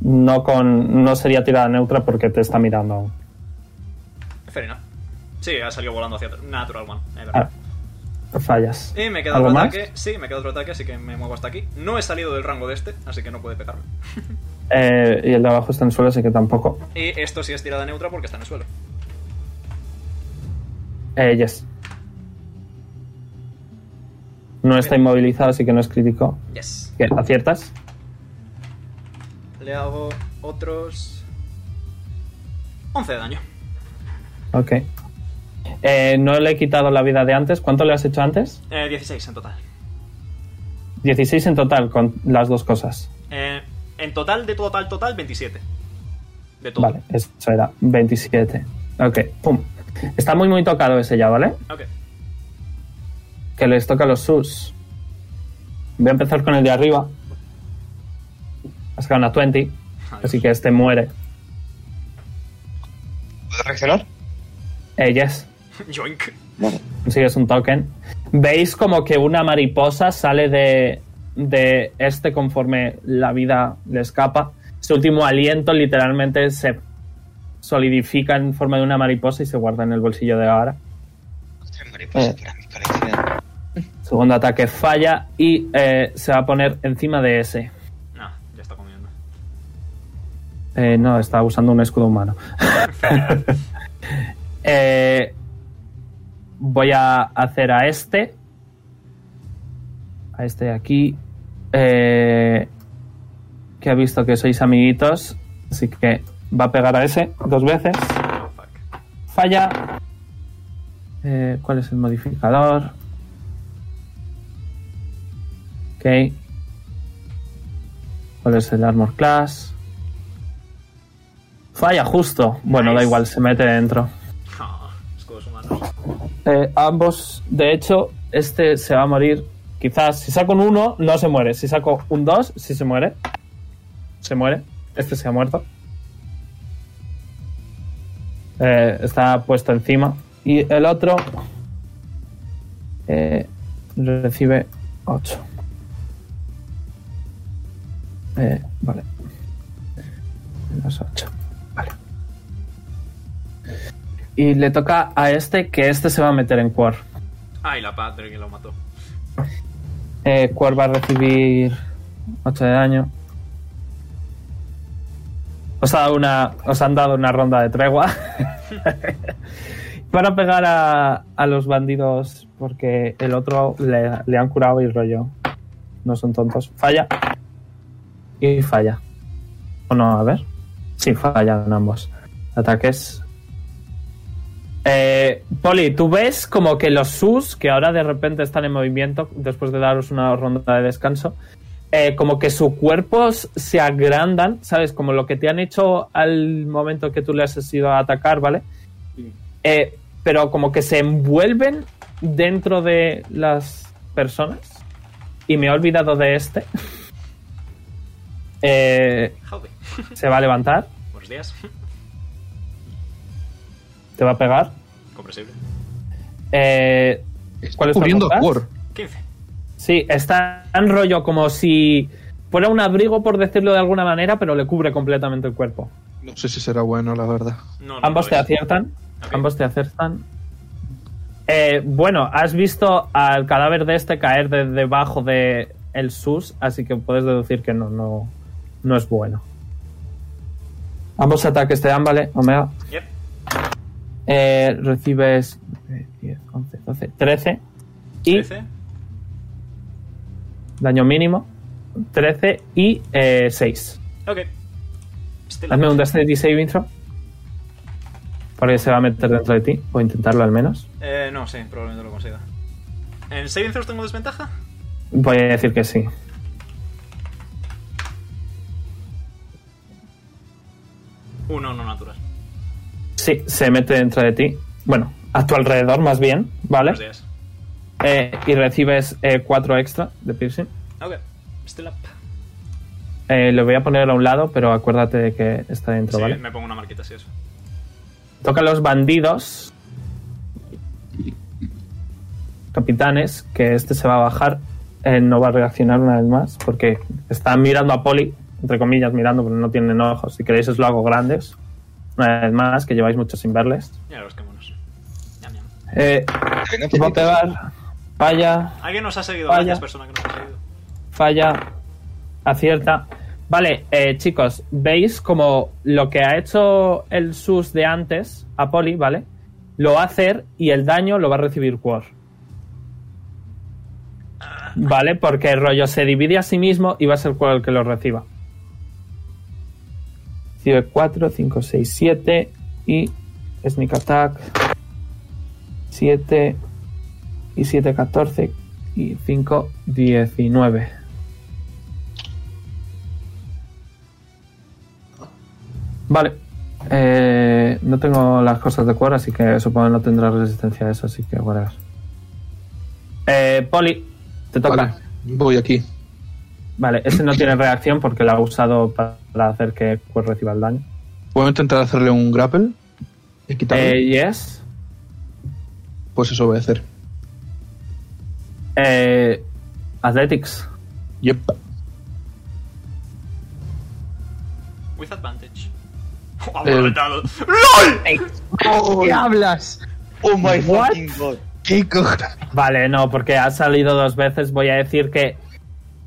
Speaker 2: no con no sería tirada neutra porque te está mirando aún.
Speaker 1: Fair enough. Sí, ha salido volando hacia atrás. Natural one. eh, la
Speaker 2: Ah,
Speaker 1: verdad.
Speaker 2: fallas.
Speaker 1: y me queda
Speaker 2: ¿Algo
Speaker 1: otro
Speaker 2: más?
Speaker 1: ataque. Sí, me queda otro ataque, así que me muevo hasta aquí. No he salido del rango de este, así que no puede pegarme.
Speaker 2: Eh, y el de abajo está en el suelo, así que tampoco.
Speaker 1: Y esto sí es tirada neutra porque está en el suelo.
Speaker 2: Eh, yes. No está inmovilizado, así que no es crítico.
Speaker 1: Yes.
Speaker 2: ¿Qué? ¿Aciertas?
Speaker 1: Le hago otros. 11 de daño.
Speaker 2: Ok. Eh, no le he quitado la vida de antes. ¿Cuánto le has hecho antes?
Speaker 1: Eh, 16 en total.
Speaker 2: 16 en total con las dos cosas.
Speaker 1: Eh, en total, de total, total, 27. De todo.
Speaker 2: Vale, eso era 27. Ok, pum. Está muy, muy tocado ese ya, ¿vale?
Speaker 1: Ok.
Speaker 2: Que les toca a los sus. Voy a empezar con el de arriba. Ha sacado una 20,
Speaker 1: Adiós.
Speaker 2: así que este muere.
Speaker 3: ¿Puedo reaccionar?
Speaker 2: Eh, yes.
Speaker 1: Yoink.
Speaker 3: Vale.
Speaker 2: Consigues un token. Veis como que una mariposa sale de, de este conforme la vida le escapa. Su último aliento literalmente se solidifica en forma de una mariposa y se guarda en el bolsillo de ahora.
Speaker 3: Tres mariposas para mi colección.
Speaker 2: Segundo ataque falla y eh, se va a poner encima de ese.
Speaker 1: No, ya está comiendo.
Speaker 2: Eh, no, está usando un escudo humano.
Speaker 6: Oh,
Speaker 2: Eh, voy a hacer a este. A este de aquí. eh, que ha visto que sois amiguitos. Así que va a pegar a ese dos veces.
Speaker 1: Oh, fuck.
Speaker 2: Falla. Eh, ¿Cuál es el modificador? Ok. ¿Cuál es el armor class? Falla justo. Bueno, da
Speaker 1: Nice.
Speaker 2: igual, se mete dentro.
Speaker 6: Oh,
Speaker 1: Ah, escudos humanos.
Speaker 2: Eh, ambos, de hecho, este se va a morir. Quizás si saco un 1, no se muere. Si saco un 2, sí se muere. Se muere. Este se ha muerto. Eh, está puesto encima. Y el otro eh, recibe 8. Eh, vale. Menos 8. Vale. Y le toca a este que este se va a meter en Quar.
Speaker 1: Ay, la padre que lo mató.
Speaker 2: Eh, Quar va a recibir 8 de daño. Os, ha dado una, os han dado una ronda de tregua. Van a pegar a, a los bandidos porque el otro le, le han curado y rollo. No son tontos. Falla. Y falla. O no, a ver. Sí, fallan ambos. Ataques. Eh, Poli, tú ves como que los sus, que ahora de repente están en movimiento, después de daros una ronda de descanso, eh, como que sus cuerpos se agrandan, ¿sabes? Como lo que te han hecho al momento que tú les has ido a atacar, ¿vale? Eh, pero como que se envuelven dentro de las personas. Y me he olvidado de este. Eh,
Speaker 1: Howdy.
Speaker 2: se va a levantar,
Speaker 1: Buenos días.
Speaker 2: te va a pegar.
Speaker 1: Comprensible.
Speaker 2: Eh, ¿Cuál
Speaker 4: Está
Speaker 2: es tu
Speaker 4: cubriendo
Speaker 2: compás?
Speaker 4: a Quor.
Speaker 1: 15.
Speaker 2: Sí, está en rollo como si fuera un abrigo, por decirlo de alguna manera, pero le cubre completamente el cuerpo.
Speaker 4: No sé si será bueno, la verdad.
Speaker 6: Ah, No, no
Speaker 2: Ambos
Speaker 6: lo
Speaker 2: te
Speaker 6: es.
Speaker 2: aciertan.
Speaker 6: Ok.
Speaker 2: Ambos te aciertan. Eh, bueno, has visto al cadáver de este caer de debajo de el sus, así que puedes deducir que no, no, no es bueno. Ambos ataques te dan, ¿vale? Omega.
Speaker 6: Yep.
Speaker 2: Eh, recibes 10, 11, 12, 13 y
Speaker 6: 13.
Speaker 2: daño mínimo 13 y eh, 6.
Speaker 6: Ok. Still
Speaker 2: Hazme
Speaker 6: up.
Speaker 2: un Destiny Saving throw. Porque se va a meter dentro de ti, o intentarlo al menos.
Speaker 6: Eh, no, sí, probablemente lo consiga. ¿En saving throws tengo desventaja?
Speaker 2: Voy a decir que sí.
Speaker 6: Uno no natural.
Speaker 2: Sí, se mete dentro de ti. Bueno, a tu alrededor más bien,
Speaker 6: Buenos
Speaker 2: ¿vale?
Speaker 6: días.
Speaker 2: Eh, y recibes 4 extra de piercing.
Speaker 6: Ok. Still up.
Speaker 2: Eh, lo voy a poner a un lado, pero acuérdate de que está dentro,
Speaker 6: Sí,
Speaker 2: ¿vale?
Speaker 6: me pongo una marquita así eso.
Speaker 2: Toca a los bandidos. Capitanes, que este se va a bajar. eh, no va a reaccionar una vez más, porque está mirando a Poli, entre comillas mirando, pero no tienen ojos. Si queréis os lo hago grandes. Una vez más, que lleváis mucho sin verles.
Speaker 6: Mira los quemonos. Ñam, ñam.
Speaker 2: Eh,
Speaker 3: Venga,
Speaker 2: os va a
Speaker 3: poquito.
Speaker 2: pegar. Falla,
Speaker 6: Alguien nos ha seguido,
Speaker 2: Vaya.
Speaker 6: gracias persona que nos ha seguido.
Speaker 2: falla, acierta. Vale, eh, chicos, veis como lo que ha hecho el sus de antes a Poli, ¿vale? Lo va a hacer y el daño lo va a recibir Quor. ¿Vale? Porque el rollo se divide a sí mismo y va a ser Quor el que lo reciba. Recibe 4, 5, 6, 7 y Sneak Attack 7 y 7, 14 y 5, 19. Vale. Eh, no tengo las cosas de cuero, así que supongo que no tendrá resistencia a eso, así que whatever. Eh, Poli, te toca.
Speaker 4: Vale,
Speaker 2: Vale.
Speaker 4: voy aquí.
Speaker 2: ese no tiene reacción porque la ha usado pa- para hacer que Quor reciba el daño.
Speaker 4: Voy a intentar hacerle un grapple y quitarle.
Speaker 2: Eh, yes.
Speaker 4: Pues eso voy a hacer.
Speaker 2: Eh, athletics.
Speaker 4: Yep.
Speaker 6: With advantage. ¡Oh,
Speaker 4: Eh.
Speaker 6: bueno, dado.
Speaker 4: ¿Qué hablas?
Speaker 3: Oh my
Speaker 2: What?
Speaker 3: fucking god.
Speaker 4: ¿Qué cojones?
Speaker 2: Vale, no, porque ha salido dos veces. Voy a decir que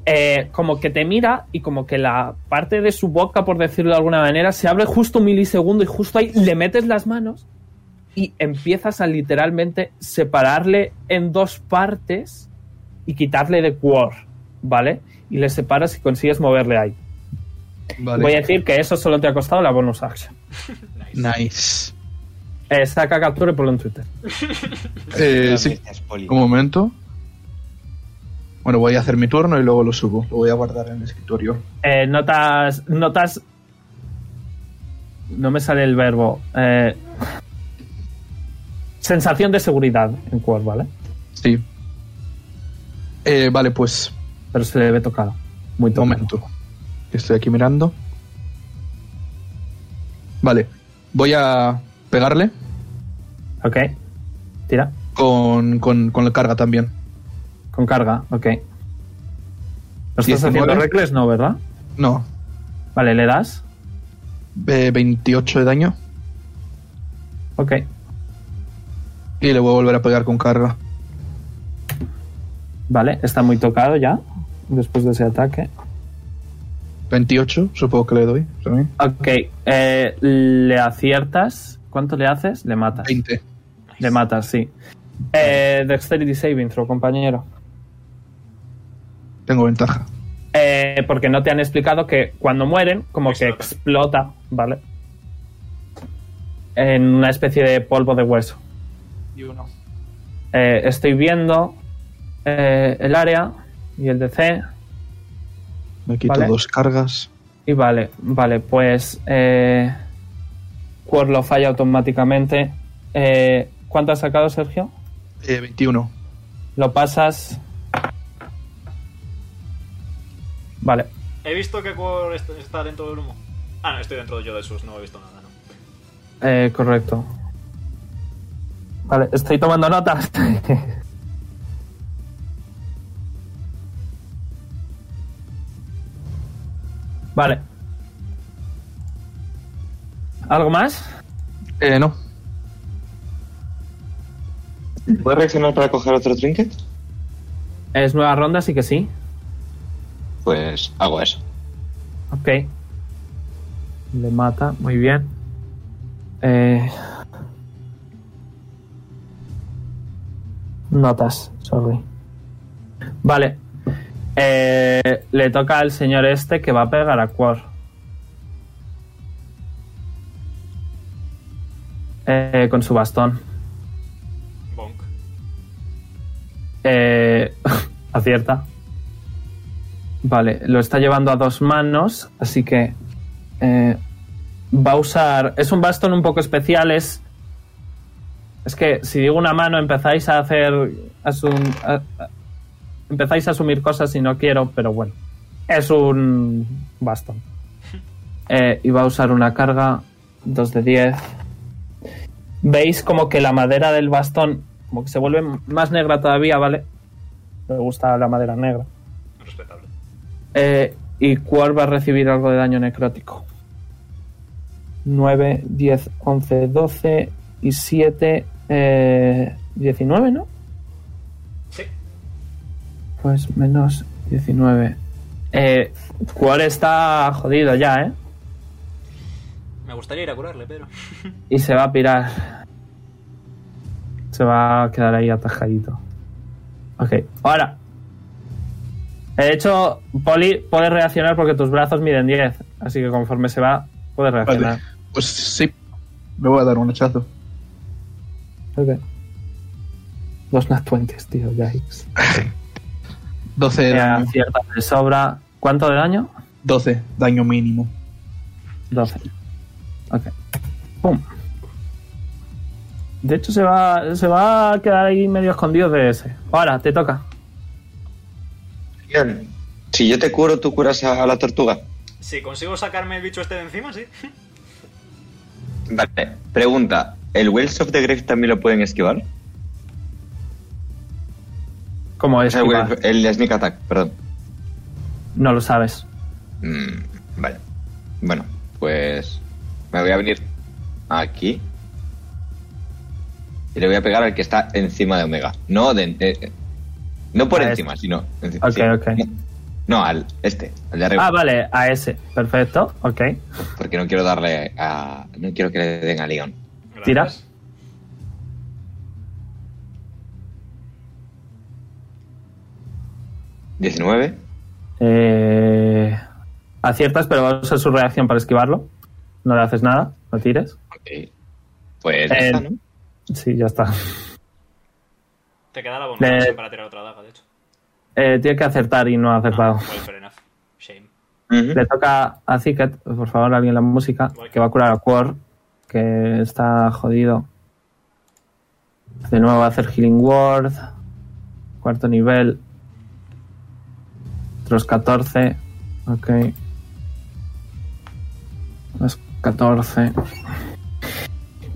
Speaker 2: eh, como que te mira y como que la parte de su boca, por decirlo de alguna manera, se abre justo un milisegundo y justo ahí le metes las manos y empiezas a literalmente separarle en dos partes y quitarle de cuor, ¿vale? Y le separas y consigues moverle ahí.
Speaker 4: Vale.
Speaker 2: Voy a decir que eso solo te ha costado la bonus action.
Speaker 4: Nice.
Speaker 2: Eh, saca captura y ponlo en Twitter.
Speaker 4: Eh,
Speaker 3: Las
Speaker 4: sí.
Speaker 3: bestias, Poli.
Speaker 4: Un momento. Bueno, voy a hacer mi turno y luego lo subo. Lo voy a guardar en el escritorio.
Speaker 2: Eh, notas. Notas. No me sale el verbo. eh, sensación de seguridad en Quor, ¿vale?
Speaker 4: Sí. Eh, vale, pues.
Speaker 2: Pero se le ve tocado. Muy
Speaker 4: Un
Speaker 2: tocado.
Speaker 4: momento. Estoy aquí mirando. Vale. Voy a pegarle
Speaker 2: Ok. Tira.
Speaker 4: con, con, con la carga también.
Speaker 2: Con carga. Ok. ¿Lo estás
Speaker 4: 19.
Speaker 2: haciendo reckless? No, ¿verdad?
Speaker 4: No.
Speaker 2: Vale, le das.
Speaker 4: eh, 28 de daño.
Speaker 2: Ok.
Speaker 4: Y le voy a volver a pegar con carga.
Speaker 2: Vale, está muy tocado ya. Después de ese ataque.
Speaker 4: 28, supongo que le doy. ¿sabes?
Speaker 2: Ok. eh, le aciertas. ¿Cuánto le haces? Le matas.
Speaker 4: 20.
Speaker 2: Le matas, sí. Eh, Dexterity Saving Throw, compañero.
Speaker 4: Tengo ventaja.
Speaker 2: Eh, porque no te han explicado que cuando mueren, como que explota, ¿vale? En una especie de polvo de hueso.
Speaker 4: Y uno.
Speaker 2: Eh, estoy viendo eh, el área y el DC.
Speaker 4: Me quito
Speaker 2: Vale.
Speaker 4: dos cargas.
Speaker 2: Y vale, vale, pues. Eh, Quor lo falla automáticamente. Eh, ¿Cuánto has sacado, Sergio?
Speaker 4: Eh, 21.
Speaker 2: Lo pasas. Vale.
Speaker 6: He visto que Quor est- está dentro del humo. Ah, no, estoy dentro yo de sus, no he visto nada, no.
Speaker 2: Eh, correcto. Vale, estoy tomando notas. vale. ¿Algo más?
Speaker 4: Eh, no.
Speaker 3: ¿Puedes reaccionar para coger otro trinket?
Speaker 2: Es nueva ronda, así que sí.
Speaker 3: Pues hago eso.
Speaker 2: Ok. Le mata, muy bien. Eh... Notas, sorry. Vale. Eh, le toca al señor este que va a pegar a Quor. Eh, con su bastón.
Speaker 1: Bonk.
Speaker 2: Eh, acierta. Vale, lo está llevando a dos manos, así que eh, va a usar... Es un bastón un poco especial, es... Es que si digo una mano empezáis a hacer... asum- a- a- empezáis a asumir cosas y no quiero, pero bueno. Es un bastón. Eh, y va a usar una carga, 2 de 10. Veis como que la madera del bastón, como que se vuelve más negra todavía, ¿vale? Me gusta la madera negra.
Speaker 1: Respetable.
Speaker 2: Eh, y Quar va a recibir algo de daño necrótico. 9, 10, 11, 12 y 7, eh, 19, ¿no?
Speaker 1: Sí.
Speaker 2: Pues menos 19. Eh, Quar está jodido ya, ¿eh?
Speaker 6: Me gustaría ir a curarle, pero.
Speaker 2: Y se va a pirar. Se va a quedar ahí atajadito. Ok, ahora. De hecho, Poli puedes reaccionar porque tus brazos miden 10. Así que conforme se va, puedes reaccionar.
Speaker 4: Vale. Pues sí. Me voy a dar un hachazo.
Speaker 2: Ok. Dos nat 20, tío, yikes.
Speaker 4: 12 de
Speaker 2: Te
Speaker 4: daño.
Speaker 2: aciertas de sobra. ¿Cuánto de daño?
Speaker 4: 12, daño mínimo.
Speaker 2: 12. Ok. Pum. De hecho, se va, se va a quedar ahí medio escondido de ese. Ahora, te toca.
Speaker 3: Bien. Si yo te curo, tú curas a la tortuga.
Speaker 6: Si consigo sacarme el bicho este de encima, sí.
Speaker 3: Vale. Pregunta: ¿el Wells of the Grave también lo pueden esquivar?
Speaker 2: Como
Speaker 3: O
Speaker 2: es.
Speaker 3: sea, el, Wells- el Sneak Attack, perdón.
Speaker 2: No lo sabes.
Speaker 3: Mm, vale. Bueno, pues me voy a venir aquí. Y le voy a pegar al que está encima de Omega. No de, de- no por
Speaker 2: A este.
Speaker 3: encima, sino enci-
Speaker 2: Ok, ok.
Speaker 3: No, al este, al de arriba,
Speaker 2: Ah, vale, a ese. Perfecto, ok.
Speaker 3: porque no quiero darle a no quiero que le den a Leon.
Speaker 1: Gracias.
Speaker 2: Tiras.
Speaker 3: ¿19?
Speaker 2: Eh, aciertas, pero va a usar su reacción para esquivarlo. No le haces nada, no tires.
Speaker 3: Ok. Pues ya
Speaker 2: Eh,
Speaker 3: está, ¿no?
Speaker 2: Sí, ya está.
Speaker 1: Te queda la bomba
Speaker 2: Le-
Speaker 1: esa para tirar otra daga, de hecho.
Speaker 2: Eh, tiene que acertar y no ha acertado.
Speaker 1: Well, fair enough. Shame.
Speaker 3: Ujú.
Speaker 2: Le toca a Zicket, por favor, alguien la música, que va a curar a Quor, que está jodido. De nuevo va a hacer Healing Ward. Cuarto nivel. Otros 14. Ok. Más 14.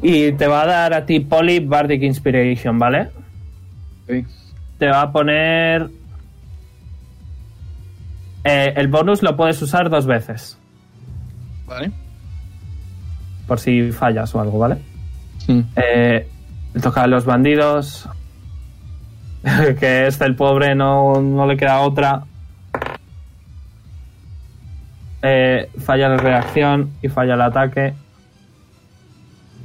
Speaker 2: Y te va a dar a ti Poli Bardic Inspiration, ¿vale?
Speaker 4: Ok.
Speaker 2: te va a poner. Eh, el bonus lo puedes usar dos veces.
Speaker 4: Vale.
Speaker 2: Por si fallas o algo, ¿vale?
Speaker 4: Mm.
Speaker 2: Eh, le toca a los bandidos. que este, el pobre, no, no le queda otra. Eh, falla la reacción y falla el ataque.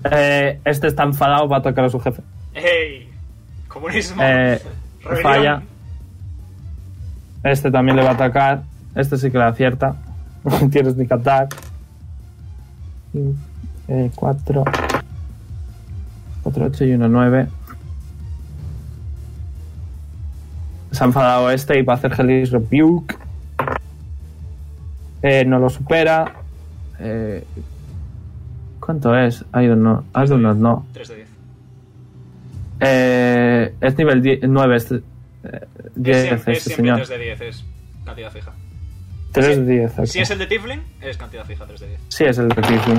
Speaker 2: Eh, este está enfadado, va a tocar a su jefe.
Speaker 6: ¡Ey! ¡Comunismo!
Speaker 2: Eh,
Speaker 6: Rebelión.
Speaker 2: falla. Este también le va a atacar. Este sí que le acierta. Tienes ni attack. eh, 4. 4, 8 y 1, 9. Se ha enfadado este y va a hacer Hellish Rebuke. Eh, no lo supera. Eh, ¿Cuánto es? I don't know. I don't know, no.
Speaker 6: 3 de 10.
Speaker 2: Eh, es nivel 10 9, este, eh, 10
Speaker 6: es siempre,
Speaker 2: este
Speaker 6: es siempre
Speaker 2: señor.
Speaker 6: 3 de 10, es cantidad fija.
Speaker 2: 3
Speaker 6: sí.
Speaker 2: de 10. ok.
Speaker 6: Si es el de Tifling, es cantidad fija 3 de 10.
Speaker 2: Sí, es el de aquí, sí.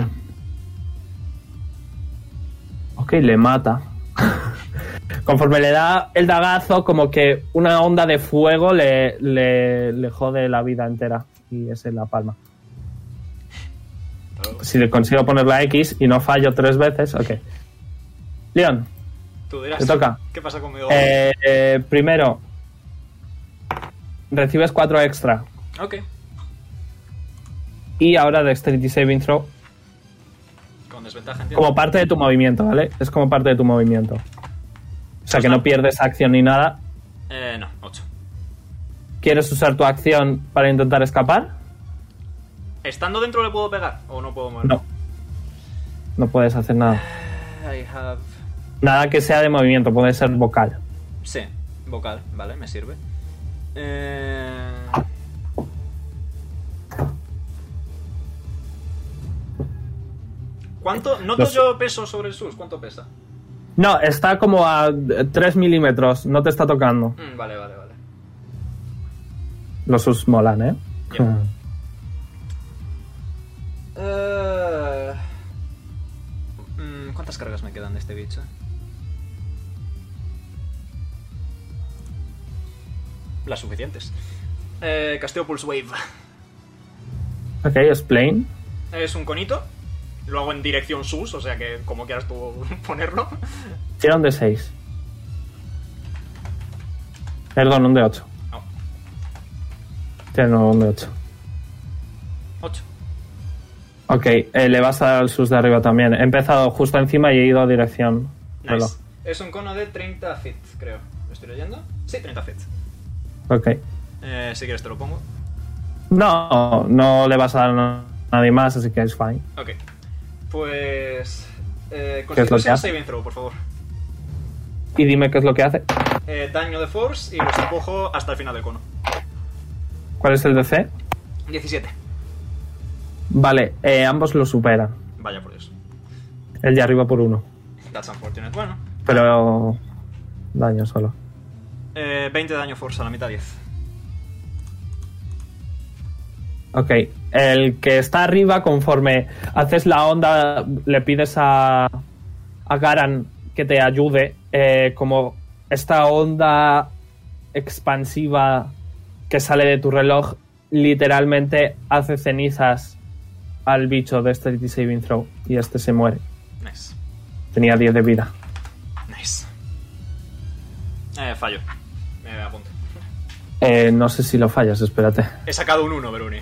Speaker 2: Ok, le mata. Conforme le da el dagazo, como que una onda de fuego le, le, le jode la vida entera. Y es en la palma.
Speaker 6: Hasta luego.
Speaker 2: si le consigo poner la X y no fallo tres veces, ok. Leon,
Speaker 1: Tú dirás.
Speaker 2: te toca.
Speaker 1: ¿Qué pasa conmigo?
Speaker 2: Eh, eh, primero, recibes cuatro extra.
Speaker 1: Ok.
Speaker 2: Y ahora este Dexterity Saving Throw
Speaker 1: Con desventaja, entiendo.
Speaker 2: como parte de tu movimiento, ¿vale? Es como parte de tu movimiento. O sea que no pierdes acción ni nada.
Speaker 1: Eh, no, 8.
Speaker 2: ¿Quieres usar tu acción para intentar escapar?
Speaker 1: ¿Estando dentro le puedo pegar? ¿O no puedo moverme?
Speaker 2: No. No puedes hacer nada.
Speaker 1: I have.
Speaker 2: Nada que sea de movimiento, puede ser vocal.
Speaker 1: Sí, vocal, vale, me sirve. Eh... ¿Cuánto? ¿Noto
Speaker 2: Los-
Speaker 1: yo peso sobre el sus? ¿Cuánto pesa?
Speaker 2: No, está como a eh, 3 milímetros, no te está tocando.
Speaker 1: Mm, vale, vale, vale.
Speaker 2: Los sus molan, ¿eh?
Speaker 1: Ya.
Speaker 2: Mm.
Speaker 1: Eh, mm, ¿Cuántas cargas me quedan de este bicho? Las suficientes. Eh, casteo Pulse Wave.
Speaker 2: Ok, es plain.
Speaker 1: Es un conito. Lo hago en dirección sus, o sea que como quieras tú ponerlo.
Speaker 2: Tira un de 6. Perdón, un de 8.
Speaker 1: No,
Speaker 2: Tira no, un de 8.
Speaker 1: 8.
Speaker 2: Ok, eh, le vas a dar al sus de arriba también. He empezado justo encima y he ido a dirección. reloj.
Speaker 1: Nice. Es un cono de 30 feet, creo. ¿Lo estoy leyendo? Sí, 30 feet.
Speaker 2: Ok.
Speaker 1: Eh, si quieres te lo pongo.
Speaker 2: No, no le vas a dar a nadie más, así que es fine.
Speaker 1: Ok. Pues... Eh,
Speaker 2: ¿Qué es lo que
Speaker 1: Constitución
Speaker 2: hace?
Speaker 1: saving throw, por favor.
Speaker 2: Y dime qué es lo que hace.
Speaker 1: Eh, daño de force y los empujo hasta el final del cono.
Speaker 2: ¿Cuál es el DC?
Speaker 1: 17.
Speaker 2: Vale, eh, ambos lo superan.
Speaker 1: Vaya por Dios.
Speaker 2: El de arriba por uno.
Speaker 1: That's unfortunate. Bueno.
Speaker 2: Pero daño solo.
Speaker 1: Eh, 20 de daño force a la mitad 10.
Speaker 2: Ok, el que está arriba, conforme haces la onda, le pides a, a Garan que te ayude, eh, como esta onda expansiva que sale de tu reloj, literalmente hace cenizas al bicho de este Saving Throw y este se muere.
Speaker 1: Nice.
Speaker 2: Tenía 10 de vida.
Speaker 1: Nice. Eh, fallo. Me apunto.
Speaker 2: Eh, no sé si lo fallas, espérate.
Speaker 1: He sacado un 1, Veruni.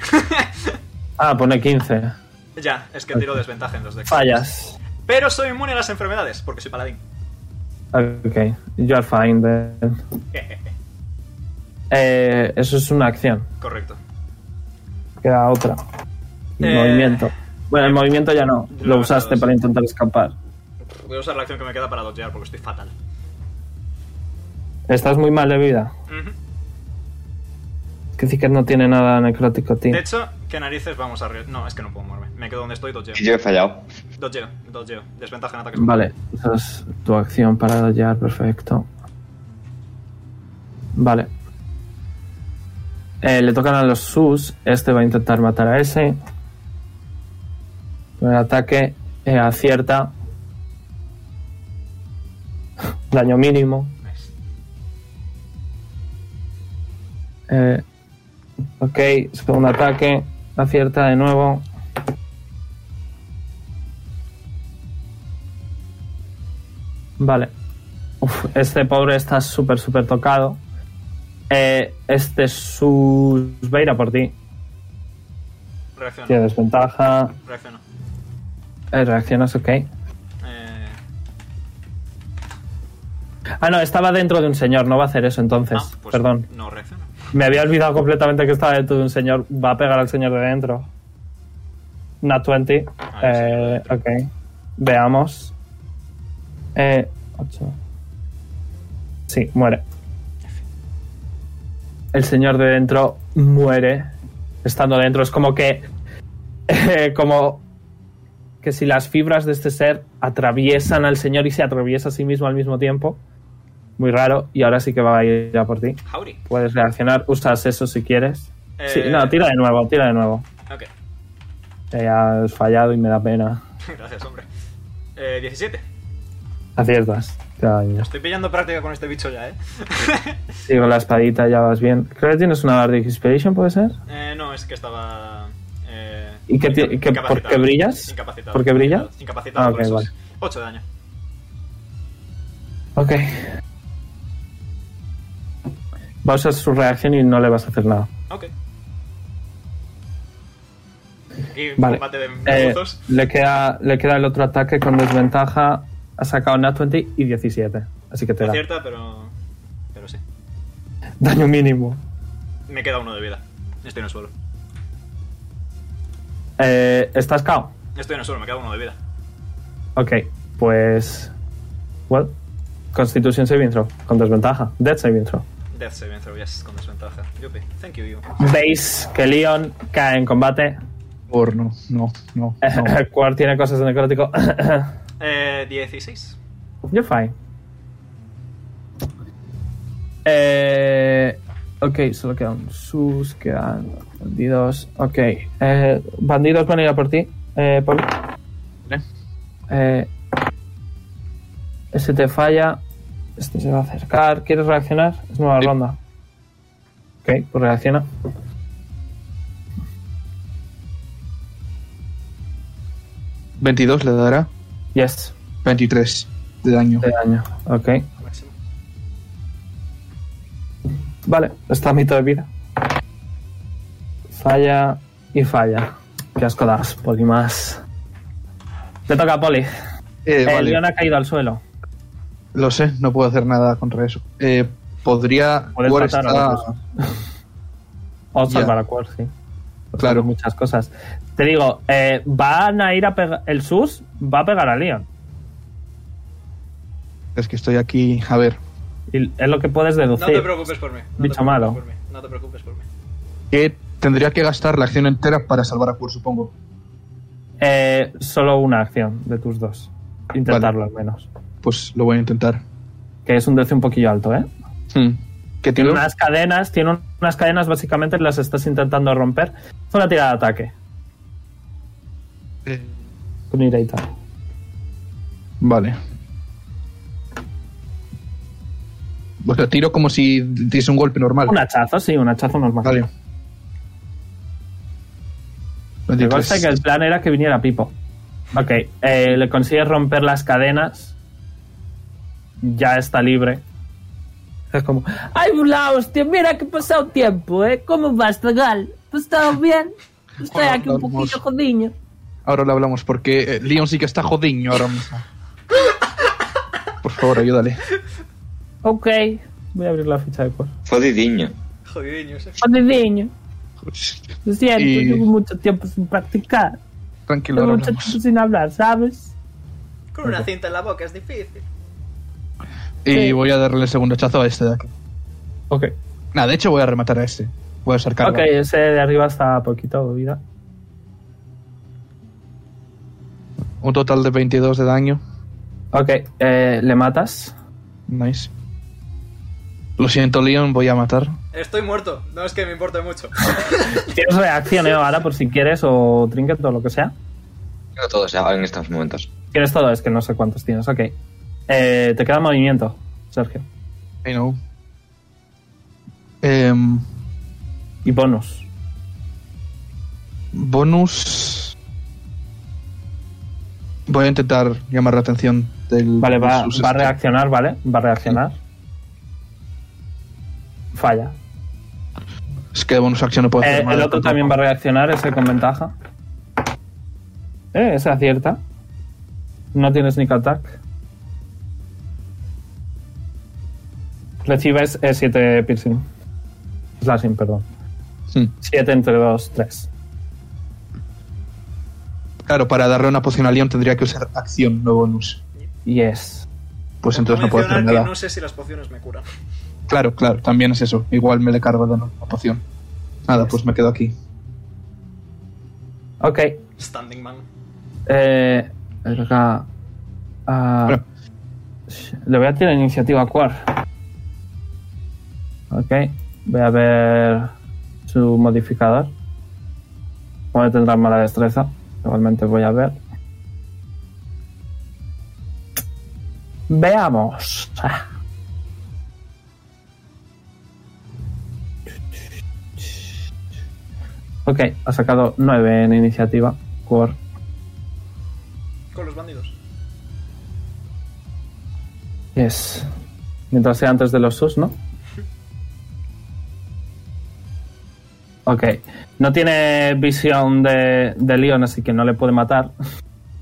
Speaker 2: Ah, pone 15.
Speaker 1: ya, es que tiro desventaja en los decks.
Speaker 2: Fallas.
Speaker 1: Pero soy inmune a las enfermedades, porque soy paladín.
Speaker 2: Ok, you're fine then. Eh, eso es una acción.
Speaker 1: Correcto.
Speaker 2: Queda otra. El
Speaker 1: Eh,
Speaker 2: movimiento. Bueno, el movimiento ya no. Lo
Speaker 1: no,
Speaker 2: usaste
Speaker 1: no,
Speaker 2: para
Speaker 1: sí.
Speaker 2: intentar escapar.
Speaker 1: Voy a usar la acción que me queda para dodgear porque estoy fatal.
Speaker 2: Estás muy mal de vida.
Speaker 1: Ujú.
Speaker 2: Que sí que no tiene nada necrótico, tío.
Speaker 1: De hecho, ¿qué narices vamos a... re- No, es que no puedo moverme. Me quedo donde estoy, dodgeo.
Speaker 3: Y yo he fallado.
Speaker 1: Dodgeo, dodgeo. Desventaja en ataques.
Speaker 2: Vale, esa es tu acción para dodgear, perfecto. Vale. Eh, le tocan a los sus. Este va a intentar matar a ese. Primer ataque. eh, acierta. Daño mínimo.
Speaker 1: Nice.
Speaker 2: Eh, ok, segundo ataque. Acierta de nuevo. Vale. Uf, este pobre está súper, súper tocado. Eh, este sus va a ir a por ti.
Speaker 1: Reacciono.
Speaker 2: Tiene desventaja.
Speaker 1: Reacciono.
Speaker 2: Eh, reaccionas, ok.
Speaker 1: Eh...
Speaker 2: Ah, no, estaba dentro de un señor. No va a hacer eso entonces.
Speaker 1: ah, pues
Speaker 2: Perdón.
Speaker 1: No reacciono.
Speaker 2: Me había olvidado completamente que estaba dentro de un señor. Va a pegar al señor de dentro. Not 20.
Speaker 1: Ah, el señor de
Speaker 2: Eh,
Speaker 1: dentro.
Speaker 2: ok. Veamos. Eh, 8. Sí, muere. El señor de dentro muere estando dentro. Es como que. eh, como. Que si las fibras de este ser atraviesan al señor y se atraviesa a sí mismo al mismo tiempo. Muy raro. Y ahora sí que va a ir a por ti.
Speaker 1: Howdy.
Speaker 2: Puedes reaccionar, usas eso si quieres.
Speaker 1: Eh,
Speaker 2: Sí, no, tira de nuevo, tira de nuevo.
Speaker 1: Ok.
Speaker 2: Eh, has fallado y me da pena.
Speaker 1: Gracias, hombre. Eh, 17.
Speaker 2: Aciertas. Te da daño.
Speaker 1: Estoy pillando práctica con este bicho ya, ¿eh?
Speaker 2: Sí, con la espadita ya vas bien. Creo que tienes una Bardic Inspiration, ¿puede ser?
Speaker 1: eh no, es que estaba... Eh...
Speaker 2: ¿Y qué, ti-
Speaker 1: Inca-
Speaker 2: qué- por
Speaker 1: incapacitado.
Speaker 2: qué brillas?
Speaker 1: Incapacitado.
Speaker 2: ¿Por qué brilla?
Speaker 1: Incapacitado
Speaker 2: Ah,
Speaker 1: por
Speaker 2: ok,
Speaker 1: esos
Speaker 2: vale.
Speaker 1: 8 de daño.
Speaker 2: Ok. Va a usar su reacción y no le vas a hacer nada.
Speaker 1: Ok. Aquí
Speaker 2: Vale.
Speaker 1: combate de
Speaker 2: Eh,
Speaker 1: buzos.
Speaker 2: le, queda, le queda el otro ataque con desventaja. Ha sacado Nat 20 y 17. Así que te da.
Speaker 1: Acierta, pero. Pero sí.
Speaker 2: Daño mínimo.
Speaker 1: Me queda uno de vida. Estoy en el suelo.
Speaker 2: Eh, ¿Estás cao?
Speaker 1: Estoy en el suelo, me queda uno de vida.
Speaker 2: Ok, pues. Well. Constitution saving throw. Con desventaja. Death saving throw.
Speaker 1: Death saving throw, yes, con desventaja. Yupi. Thank you, you.
Speaker 2: Veis que Leon cae en combate.
Speaker 4: Por no, no, no. no.
Speaker 2: El Quar tiene cosas de necrótico.
Speaker 1: Eh, 16.
Speaker 2: You're fine. Eh, ok, solo quedan sus, quedan bandidos. Ok, eh, bandidos van a ir a por ti, eh, Paul. Eh, ese te falla. Este se va a acercar. ¿Quieres reaccionar? Es nueva
Speaker 4: Sí.
Speaker 2: ronda. Ok, pues reacciona.
Speaker 4: ¿22 le dará?
Speaker 2: Yes,
Speaker 4: 23 de daño.
Speaker 2: de daño. Ok.
Speaker 6: Máximo.
Speaker 2: Vale, está a mitad de vida. Falla y falla. Qué asco das, Poli, más. Te toca, Poli.
Speaker 4: Eh,
Speaker 2: el
Speaker 4: vale,
Speaker 2: león ha caído al suelo.
Speaker 4: lo sé, no puedo hacer nada contra eso. Eh, podría...
Speaker 2: Puedes
Speaker 4: War
Speaker 2: matar a
Speaker 4: está-
Speaker 2: los dos. O
Speaker 4: Ya.
Speaker 2: salvar a Quor, sí. Porque
Speaker 4: Claro.
Speaker 2: hay Muchas cosas. Te digo, eh, van a ir a pegar... El SUS va a pegar a Leon.
Speaker 4: Es que estoy aquí... A ver,
Speaker 2: Y es lo que puedes
Speaker 6: No te
Speaker 2: deducir.
Speaker 6: preocupes por mí. No te
Speaker 2: Bicho
Speaker 6: preocupes
Speaker 2: malo.
Speaker 6: por mí, No te preocupes por mí.
Speaker 4: que tendría que gastar la acción entera para salvar a Kur, supongo.
Speaker 2: Eh, solo una acción de tus dos. Intentarlo al menos.
Speaker 4: Pues lo voy a intentar.
Speaker 2: Que es un DC un poquillo alto, ¿eh?
Speaker 4: Hmm. ¿Qué
Speaker 2: Tiene
Speaker 4: tiene?
Speaker 2: unas cadenas, tiene unas cadenas básicamente las estás intentando romper. Haz una tirada de ataque.
Speaker 4: Eh,
Speaker 2: Con ira y tal.
Speaker 4: Vale. Pues lo tiro como si diese un golpe normal.
Speaker 2: Un hachazo, sí, un hachazo normal.
Speaker 4: Vale.
Speaker 2: Me consta que el plan era que viniera Pipo. Ok, eh, le consigues romper las cadenas. Ya está libre. Es como, ¡ay, la hostia! Mira que ha pasado tiempo, ¿eh? ¿Cómo vas, Zagal? ¿Tú estás bien? Estoy
Speaker 4: Hola,
Speaker 2: aquí un
Speaker 4: vamos.
Speaker 2: poquito jodiño.
Speaker 4: Ahora lo hablamos porque eh, Leon sí que está jodiño ahora mismo. Por favor, ayúdale.
Speaker 2: Ok, voy a abrir la ficha de cuerpo.
Speaker 3: Jodidiño.
Speaker 6: Jodidiño, Joseph.
Speaker 2: Jodiño. Lo siento,
Speaker 4: Y-
Speaker 2: llevo mucho tiempo sin practicar.
Speaker 4: Tranquilo,
Speaker 2: Llevo
Speaker 4: ahora
Speaker 2: mucho
Speaker 4: hablamos.
Speaker 2: tiempo sin hablar, ¿sabes?
Speaker 6: Con una cinta en la boca es difícil.
Speaker 4: Y
Speaker 2: Sí.
Speaker 4: voy a darle el segundo chazo a este de aquí.
Speaker 2: Ok.
Speaker 4: Nada, de hecho voy a rematar a este. Voy a acercarlo.
Speaker 2: Ok, ese de arriba está poquito de vida.
Speaker 4: Un total de 22 de daño.
Speaker 2: Ok, eh, le matas.
Speaker 4: Nice. Lo siento, Leon, voy a matar.
Speaker 6: Estoy muerto. No es que me importe mucho.
Speaker 2: Tienes reacción, eh, ahora por si quieres, o trinket o lo que sea.
Speaker 3: No todos ya en estos momentos.
Speaker 2: Quieres todo, es que no sé cuántos tienes, ok. Eh, te queda movimiento, Sergio.
Speaker 4: I know. Em,
Speaker 2: Y bonus.
Speaker 4: bonus. Voy a intentar llamar la atención del.
Speaker 2: Vale, va,
Speaker 4: versus
Speaker 2: va a
Speaker 4: este.
Speaker 2: reaccionar, ¿vale? Va a reaccionar. Falla.
Speaker 4: Es que de bonus acción no puedo hacer
Speaker 2: Eh,
Speaker 4: nada
Speaker 2: el otro
Speaker 4: Pues tampoco.
Speaker 2: también va a reaccionar, ese con ventaja. Eh, ese acierta. No tiene sneak attack. Recibes 7 piercing. Slashing, perdón.
Speaker 4: Hmm.
Speaker 2: 7 entre 2, 3.
Speaker 4: Claro, para darle una poción a Leon tendría que usar acción, no bonus.
Speaker 2: Yes.
Speaker 4: Pues entonces no
Speaker 6: Voy a
Speaker 4: puedo hacer
Speaker 6: mencionar
Speaker 4: nada.
Speaker 6: que no sé si las pociones me curan.
Speaker 4: Claro, claro, también es eso. Igual me le cargo dando una poción. Nada, pues me quedo aquí.
Speaker 2: Ok.
Speaker 6: Standing man.
Speaker 2: Eh, verga. Ah,
Speaker 4: Bueno.
Speaker 2: sh- le voy a tirar iniciativa a Quar. Ok. Voy a ver su modificador. Bueno, tendrá mala destreza. Igualmente voy a ver. Veamos. Ah. Ok, ha sacado 9 en iniciativa. Por
Speaker 6: Con los bandidos.
Speaker 2: Yes. Mientras sea antes de los sus, ¿no? Ok. No tiene visión de, de Leon, así que no le puede matar.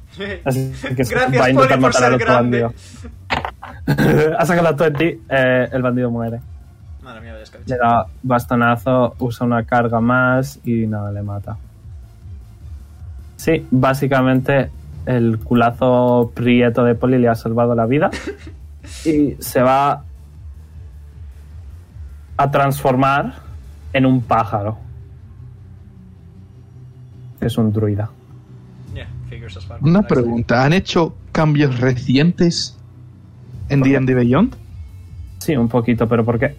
Speaker 2: Así que va a
Speaker 6: Gracias,
Speaker 2: intentar
Speaker 6: Poli, por
Speaker 2: matar al
Speaker 6: ser
Speaker 2: otro
Speaker 6: grande.
Speaker 2: bandido. ha sacado la 20, eh, el bandido muere.
Speaker 6: Madre mía, vaya escabeche.
Speaker 2: Le da bastonazo, usa una carga más y nada, le mata. Sí, básicamente el culazo prieto de Poli le ha salvado la vida y se va a transformar en un pájaro. Es un druida.
Speaker 6: Yeah, figures as far.
Speaker 4: Una
Speaker 6: Exacto.
Speaker 4: pregunta, ¿han hecho cambios recientes en
Speaker 2: Por-
Speaker 4: D&D Beyond?
Speaker 2: Sí, un poquito, pero ¿por qué?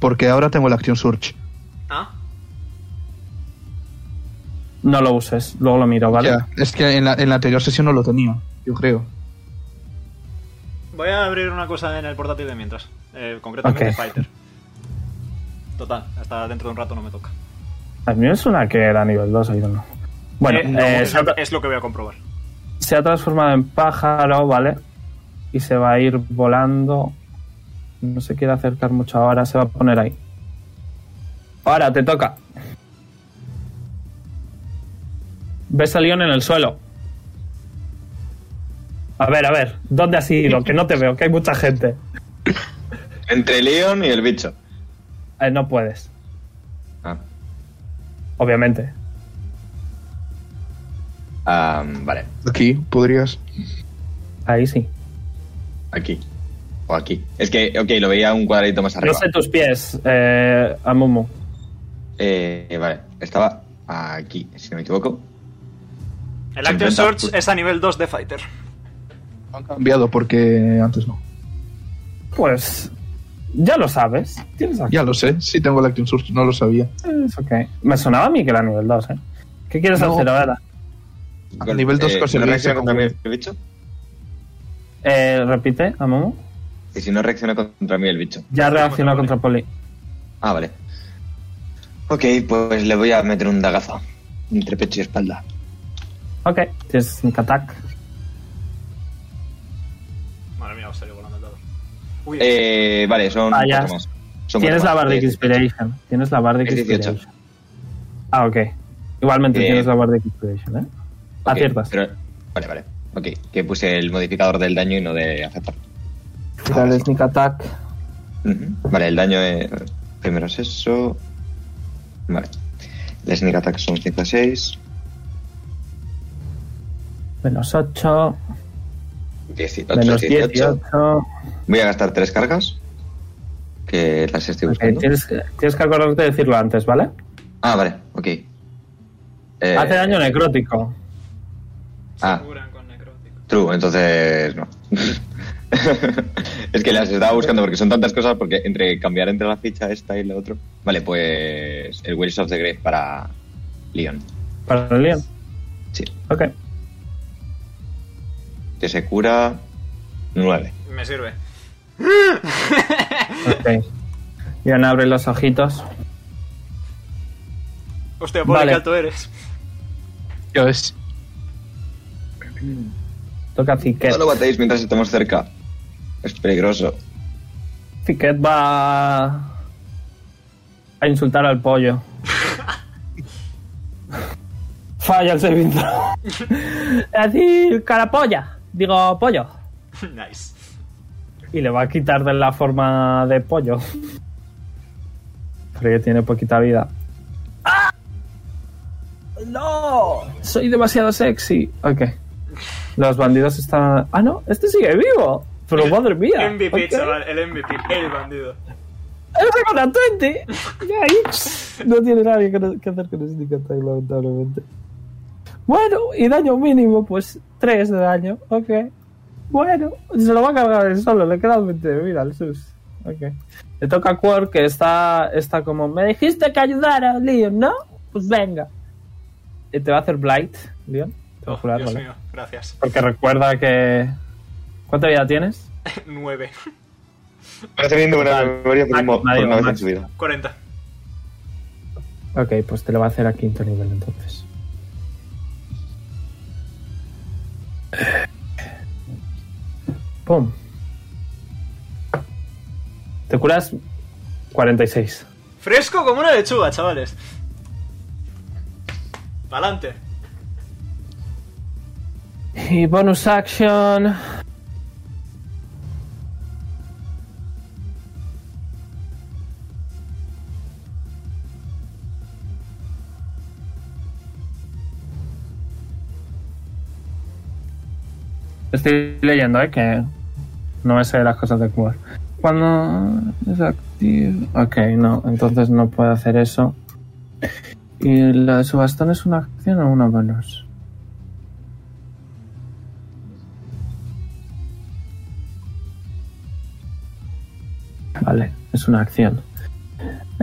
Speaker 4: Porque ahora tengo la acción Surge.
Speaker 6: Ah,
Speaker 2: No lo uses, luego lo miro, ¿vale?
Speaker 4: Ya, es que en la, en la anterior sesión no lo tenía, yo creo.
Speaker 6: voy a abrir una cosa en el portátil de mientras. Eh, concretamente
Speaker 2: Ok.
Speaker 6: Fighter. Total, hasta dentro de un rato no me toca.
Speaker 2: A mí me suena que era nivel 2, ahí no. Bueno,
Speaker 6: Eh, no,
Speaker 2: eh,
Speaker 6: es,
Speaker 2: salta-
Speaker 6: es lo que voy a comprobar.
Speaker 2: se ha transformado en pájaro, ¿vale? Y se va a ir volando. No se quiere acercar mucho ahora, se va a poner ahí. Ahora te toca. Ves a León en el suelo. A ver, a ver, ¿dónde has ido? Que no te veo, que hay mucha gente.
Speaker 3: Entre Leon y el bicho.
Speaker 2: Eh, no puedes,
Speaker 3: Ah,
Speaker 2: obviamente.
Speaker 3: ah, vale,
Speaker 4: Aquí, podrías...
Speaker 2: Ahí sí.
Speaker 3: aquí. O aquí. Es que, ok, lo veía un cuadradito más
Speaker 2: No
Speaker 3: arriba.
Speaker 2: sé tus pies, eh, Amumu.
Speaker 3: Eh, vale, estaba aquí, si no me equivoco.
Speaker 6: El
Speaker 3: Se
Speaker 6: Action
Speaker 3: intenta-
Speaker 6: Search es a nivel 2 de Fighter.
Speaker 4: lo Han cambiado porque antes no.
Speaker 2: Pues ya lo sabes. Tienes aquí.
Speaker 4: Ya lo sé, sí tengo la Action Surge, no lo sabía.
Speaker 2: Es ok. Me sonaba a mí que era nivel 2, ¿eh? ¿Qué quieres
Speaker 4: No.
Speaker 2: hacer ahora?
Speaker 4: A nivel dos
Speaker 3: eh,
Speaker 4: conseguí
Speaker 3: ¿no reacciona
Speaker 4: ese
Speaker 3: contra mí
Speaker 4: combo.
Speaker 3: el bicho?
Speaker 2: Eh, repite, Amumu.
Speaker 3: Y si no reacciona contra mí el bicho.
Speaker 2: Ya reaccionó contra Poli.
Speaker 3: Ah, vale. Ok, pues le voy a meter un dagazo. Entre pecho y espalda.
Speaker 2: Ok, tienes Sneak Attack.
Speaker 6: Madre mía, os salió volando el dado. Uy,
Speaker 3: Eh, vale, son
Speaker 2: Ah, ya.
Speaker 3: cuatro más. Son
Speaker 2: Tienes la
Speaker 3: cuatro más. Eh,
Speaker 2: Bardic Inspiration. Tienes la Bardic
Speaker 3: Es 18.
Speaker 2: Inspiration. Ah, ok. Igualmente
Speaker 3: Bien.
Speaker 2: tienes la Bardic Inspiration, ¿eh?
Speaker 3: Eh, Ok,
Speaker 2: Aciertas.
Speaker 3: pero- vale, vale. Ok, que puse el modificador del daño y no de aceptar.
Speaker 2: Dale Sneak Attack.
Speaker 3: Ujú. Vale, el daño eh, primero es eso. Vale. El sneak attack son 5 a 6.
Speaker 2: Menos 8.
Speaker 3: 18,
Speaker 2: Menos
Speaker 3: 18.
Speaker 2: 18.
Speaker 3: Voy a gastar 3 cargas. Que las estoy
Speaker 2: Ok,
Speaker 3: buscando.
Speaker 2: tienes, que- tienes que acordarte de decirlo antes, ¿vale?
Speaker 3: Ah, vale, ok. Eh,
Speaker 2: Hace daño necrótico.
Speaker 6: se
Speaker 3: ah.
Speaker 6: curan con necrótico.
Speaker 3: True, entonces no. es que las estaba buscando porque son tantas cosas, porque entre cambiar entre la ficha esta y la otra. Vale, pues el Wills of the Grave para Leon.
Speaker 2: Para el Leon.
Speaker 3: Sí.
Speaker 2: Ok.
Speaker 3: Que se cura 9.
Speaker 6: Me sirve.
Speaker 2: Ok. Leon abre los ojitos.
Speaker 6: Hostia, Poli,
Speaker 2: Vale.
Speaker 6: qué alto eres.
Speaker 4: Ya ves.
Speaker 2: Toca Ziquet.
Speaker 3: No lo batéis mientras estamos cerca. Es peligroso.
Speaker 2: Ticket va a insultar al pollo. Falla el saving throw. Es decir, carapolla. Digo, pollo.
Speaker 6: nice.
Speaker 2: Y le va a quitar de la forma de pollo. Pero ya tiene poquita vida. ¡Ah! ¡No! Soy demasiado sexy. Ok. Los bandidos están... Ah, no. Este sigue vivo. Pero madre mía.
Speaker 6: MVP,
Speaker 2: Ok.
Speaker 6: chaval, el MVP, el bandido.
Speaker 2: ¡Es con la 20! Yikes. No tiene nadie que, que hacer con el Sneak Attack, lamentablemente. Bueno, y daño mínimo, pues 3 de daño. Ok. Bueno, se lo va a cargar él solo, le queda 20 de vida al sus. Ok. Le toca a Quor, que está, está como: Me dijiste que ayudara, Leon, ¿no? Pues venga. Y te va a hacer Blight, Leon. Te va a
Speaker 6: Oh,
Speaker 2: curar,
Speaker 6: Dios
Speaker 2: ¿vale?
Speaker 6: mío, gracias.
Speaker 2: Porque recuerda que. ¿Cuánta vida tienes?
Speaker 6: 9.
Speaker 3: Parece bien de buena
Speaker 2: Total.
Speaker 3: memoria por, un mo-
Speaker 2: Nadie
Speaker 3: por una
Speaker 2: va
Speaker 3: vez en
Speaker 2: más.
Speaker 3: su vida.
Speaker 6: 40.
Speaker 2: Ok, pues te lo va a hacer a quinto nivel entonces. Eh. ¡Pum! Te curas 46.
Speaker 1: Fresco como una lechuga, chavales. Pa'lante.
Speaker 2: Y bonus action. Estoy leyendo, ¿eh? Que no me sé las cosas de Cuba. Cuando es activo. Ok, no, entonces no puedo hacer eso. ¿Y la, su bastón es una acción o una bonus? Vale, es una acción.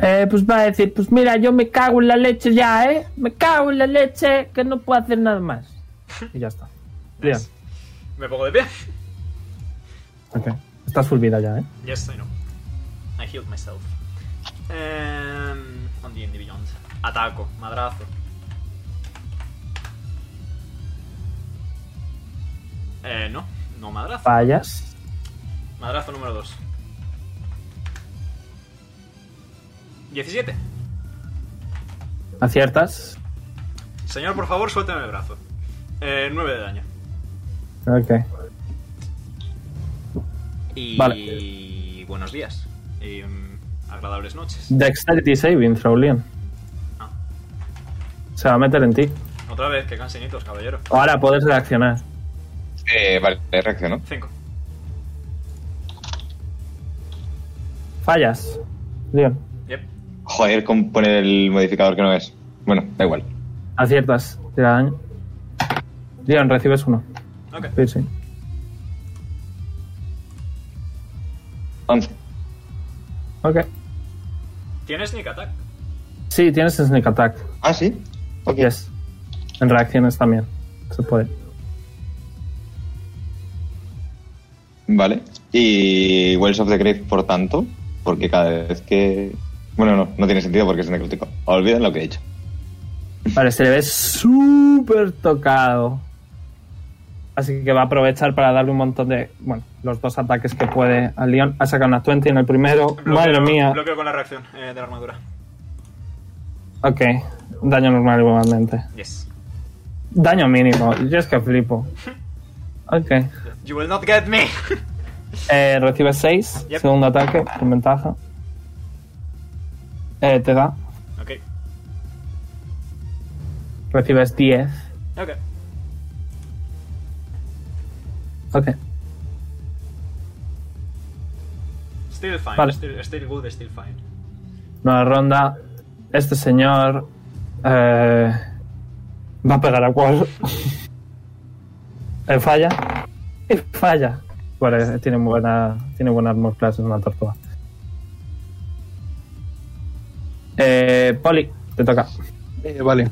Speaker 2: Eh, pues va a decir, pues mira, yo me cago en la leche ya, ¿eh? Me cago en la leche, que no puedo hacer nada más. Y ya está. Bien.
Speaker 1: Me pongo de pie.
Speaker 2: Ok. Estás full vida ya, ¿eh?
Speaker 1: Yes, I know. I healed myself. Em, on the Indie Beyond. Ataco, madrazo. Eh, no, no madrazo.
Speaker 2: Fallas.
Speaker 1: Madrazo número 2. 17.
Speaker 2: Aciertas.
Speaker 1: Señor, por favor, suélteme el brazo. Eh, 9 de daño.
Speaker 2: Ok.
Speaker 1: Y buenos días. Y mm, agradables noches.
Speaker 2: Dexterity saving throw, Leon.
Speaker 1: Ah.
Speaker 2: Se va a meter en ti.
Speaker 1: Otra vez, que cansinitos, caballero.
Speaker 2: Ahora puedes reaccionar.
Speaker 3: Eh, vale, reaccionó.
Speaker 1: 5.
Speaker 2: Fallas. Leon.
Speaker 1: Yep.
Speaker 3: Joder, con poner el modificador que no es. Bueno, da igual.
Speaker 2: Aciertas. Tira daño. Leon, recibes uno.
Speaker 1: Ok.
Speaker 2: Piercing.
Speaker 3: 11.
Speaker 2: Ok.
Speaker 1: ¿Tienes sneak attack?
Speaker 2: Sí, tienes sneak attack.
Speaker 3: Ah, sí. Ok.
Speaker 2: Yes. En reacciones también. Se puede.
Speaker 3: Vale. Y Wells of the Grave, por tanto, porque cada vez que. Bueno, no, no tiene sentido porque es necrótico. Olviden lo que he dicho.
Speaker 2: Vale, se le ve súper tocado. Así que va a aprovechar para darle un montón de. Bueno, los dos ataques que puede a Leon. Ha sacado una 20 en el primero. Madre mía.
Speaker 1: Bloqueo con la reacción eh, de la armadura.
Speaker 2: Ok. Daño normal igualmente.
Speaker 1: Yes.
Speaker 2: Daño mínimo. Yo es que flipo. Ok.
Speaker 1: You will not get me.
Speaker 2: Eh, recibe 6.
Speaker 1: Yep.
Speaker 2: Segundo ataque. Con ventaja. Eh, te da.
Speaker 1: ok.
Speaker 2: Recibes 10.
Speaker 1: Ok.
Speaker 2: Ok.
Speaker 1: Still fine.
Speaker 2: Vale.
Speaker 1: Still, still good, still fine.
Speaker 2: Nueva ronda. Este señor. eh, va a pegar a cual. Eh, falla. Y falla. Vale, tiene muy buena. Tiene buena armor class, es una tortuga. Eh, Poli, te toca.
Speaker 4: Eh, vale.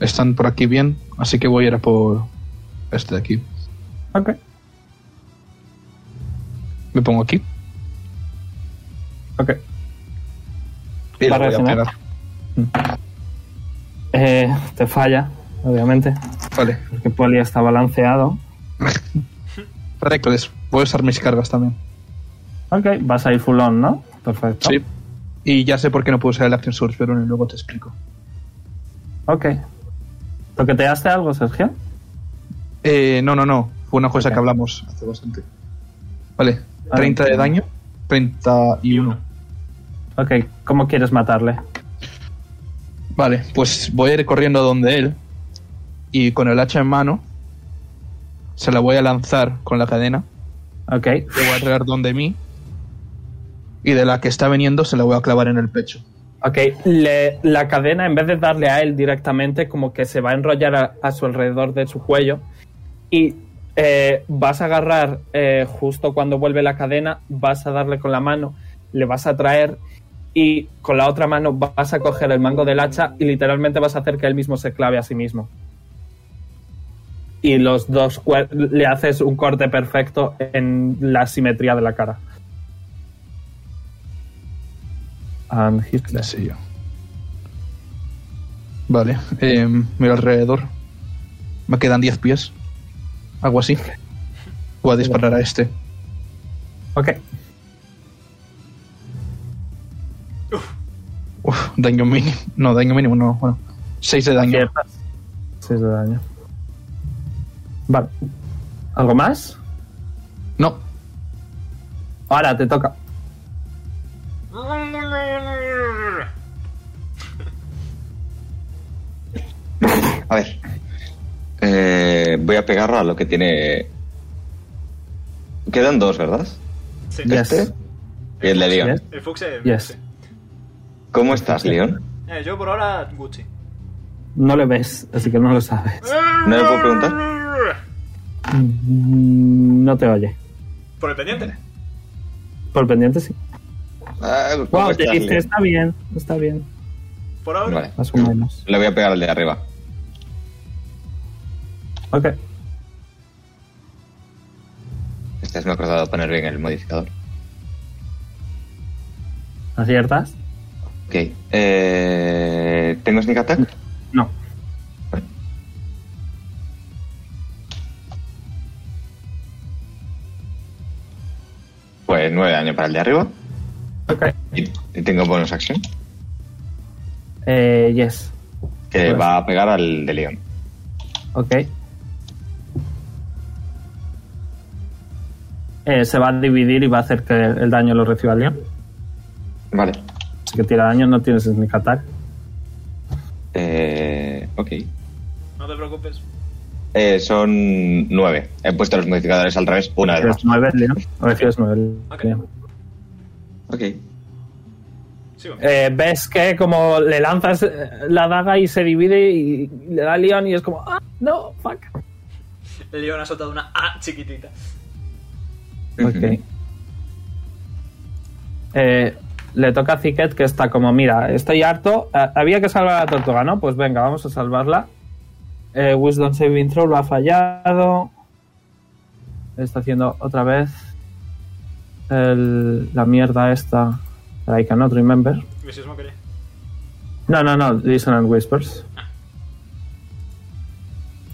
Speaker 4: Están por aquí bien, así que voy a ir a por este de aquí.
Speaker 2: Ok.
Speaker 4: Me pongo aquí.
Speaker 2: Ok.
Speaker 4: Y le
Speaker 2: Para
Speaker 4: voy a
Speaker 2: reaccionar.
Speaker 4: pegar.
Speaker 2: Eh, te falla, obviamente.
Speaker 4: Vale.
Speaker 2: Porque Poli está balanceado.
Speaker 4: Reckless. Voy a usar mis cargas también.
Speaker 2: Ok, vas a ir full on, ¿no? Perfecto.
Speaker 4: Sí. Y ya sé por qué no puedo usar el Action Surge, pero luego te explico.
Speaker 2: Ok. ¿Toqueteaste algo, Sergio?
Speaker 4: Eh, no, no, no. Fue una cosa
Speaker 2: Ok.
Speaker 4: que hablamos hace bastante. Vale. 30 de daño. 31.
Speaker 2: Ok, ¿cómo quieres matarle?
Speaker 4: Vale, pues voy a ir corriendo a donde él. Y con el hacha en mano. Se la voy a lanzar con la cadena.
Speaker 2: Ok,
Speaker 4: Le voy a traer donde mí. Y de la que está viniendo se la voy a clavar en el pecho.
Speaker 2: ok. Le- la cadena, en vez de darle a él directamente, como que se va a enrollar a, a su alrededor de su cuello. Y eh, vas a agarrar, eh, justo cuando vuelve la cadena, vas a darle con la mano, le vas a traer. Y con la otra mano vas a coger el mango del hacha y literalmente vas a hacer que él mismo se clave a sí mismo. Y los dos cuer- le haces un corte perfecto en la simetría de la cara. And Hitler.
Speaker 4: Sí, yo. Vale, eh, miro alrededor. Me quedan 10 pies. Algo así. Voy a disparar a este.
Speaker 2: Ok.
Speaker 4: Uf, daño mínimo. No, daño mínimo, no. Bueno, 6 de daño.
Speaker 2: 6 de daño. Vale. ¿Algo más?
Speaker 4: No,
Speaker 2: Ahora te toca.
Speaker 7: A ver. Eh, voy a pegar a lo que tiene. Quedan dos, ¿verdad?
Speaker 1: Sí.
Speaker 2: Yes.
Speaker 7: Este. Y el de Leon.
Speaker 2: Yes.
Speaker 1: El Fuxe. el
Speaker 2: Yes.
Speaker 1: Fuxe.
Speaker 7: ¿Cómo estás, Leon?
Speaker 1: Eh, yo por ahora, Gucci.
Speaker 2: No le ves, así que no lo sabes.
Speaker 7: ¿No le puedo preguntar?
Speaker 2: Mm, No te oye.
Speaker 1: Por el pendiente.
Speaker 2: Por pendiente sí.
Speaker 7: Ah, ¿cómo
Speaker 2: Wow, te
Speaker 7: estás,
Speaker 2: dice,
Speaker 7: Leon?
Speaker 2: está bien, está bien.
Speaker 1: Por ahora.
Speaker 7: Vale.
Speaker 2: Más o menos.
Speaker 7: Le voy a pegar al de arriba.
Speaker 2: Ok.
Speaker 7: Este me he acordado de poner bien el modificador.
Speaker 2: ¿Aciertas?
Speaker 7: Ok. Eh, ¿Tengo sneak attack?
Speaker 2: No.
Speaker 7: Pues nueve daño para el de arriba.
Speaker 2: Ok.
Speaker 7: Y, y tengo bonus action.
Speaker 2: Eh, yes.
Speaker 7: Que
Speaker 2: Pues-
Speaker 7: va a pegar al de León.
Speaker 2: Ok. Eh, se va a dividir y va a hacer que el daño lo reciba el león.
Speaker 7: Vale.
Speaker 2: Así que tira daño, no tienes sneak attack.
Speaker 7: Eh, ok.
Speaker 1: No te preocupes.
Speaker 7: Eh, son nueve. He puesto los modificadores al revés una vez más.
Speaker 2: Recibes 9 león. Recibes 9
Speaker 1: Ok.
Speaker 2: león.
Speaker 7: Ok.
Speaker 1: Sigo.
Speaker 2: Eh, ves que como le lanzas eh, la daga y se divide y le da a Leon y es como, ah, no, fuck.
Speaker 1: Leon ha soltado una A chiquitita.
Speaker 2: Ok. Eh, le toca a Ziquet que está como, mira, estoy harto. Ah, Había que salvar a la tortuga, ¿no? Pues venga, vamos a salvarla. Eh, Wisdom Saving Throw lo ha fallado. Está haciendo otra vez el- la mierda esta. that I cannot remember.
Speaker 1: Mismo quería.
Speaker 2: No, no, no, Dissonant Whispers.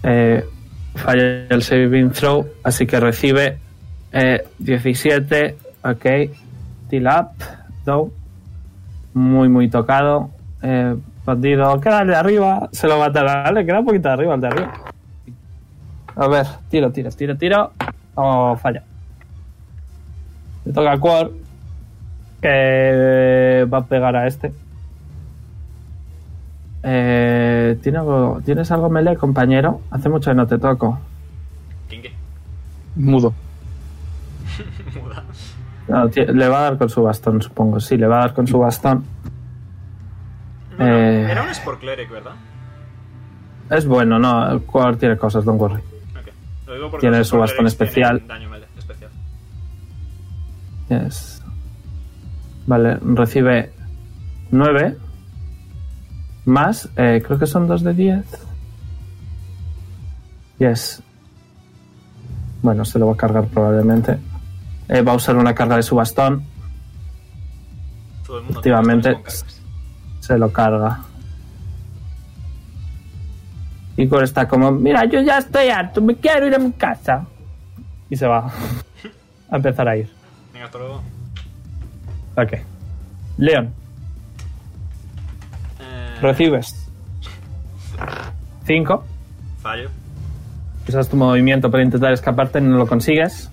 Speaker 2: Eh, falla el saving throw, así que recibe eh, 17. Ok, till up, though. Muy, muy tocado. Eh, bandido, queda el de arriba, se lo matará, le queda un poquito de arriba el de arriba. A ver, tiro, tiro, tiro, tiro. Oh, falla. Le toca a Quor, que va a pegar a este. Eh, ¿tiene algo- ¿Tienes algo melee, compañero? Hace mucho que no te toco.
Speaker 1: Kinky.
Speaker 4: mudo.
Speaker 1: Muda.
Speaker 2: No, ti- le va a dar con su bastón, supongo. Sí, le va a dar con su bastón.
Speaker 1: No, no,
Speaker 2: Eh.
Speaker 1: Era un Sport Cleric, ¿verdad?
Speaker 2: Es bueno, ¿no? El jugador tiene cosas, don't worry.
Speaker 1: Ok. Lo digo porque
Speaker 2: Tiene
Speaker 1: los
Speaker 2: su bastón
Speaker 1: Sport Clerics
Speaker 2: especial.
Speaker 1: tienen Daño melee especial.
Speaker 2: Yes. Vale, recibe 9. Más, eh, creo que son 2 de 10. Yes. Bueno, se lo va a cargar probablemente. Eh, va a usar una carga de su bastón.
Speaker 1: Todo el mundo
Speaker 2: Efectivamente.
Speaker 1: tiene bastones con
Speaker 2: se lo carga. Y Cor está como, mira, yo ya estoy harto, me quiero ir a mi casa. Y se va a empezar a ir.
Speaker 1: cargas. Venga, hasta luego.
Speaker 2: Ok. Leon,
Speaker 1: Eh,
Speaker 2: recibes 5.
Speaker 1: Fallo.
Speaker 2: Usas tu movimiento para intentar escaparte, no lo consigues.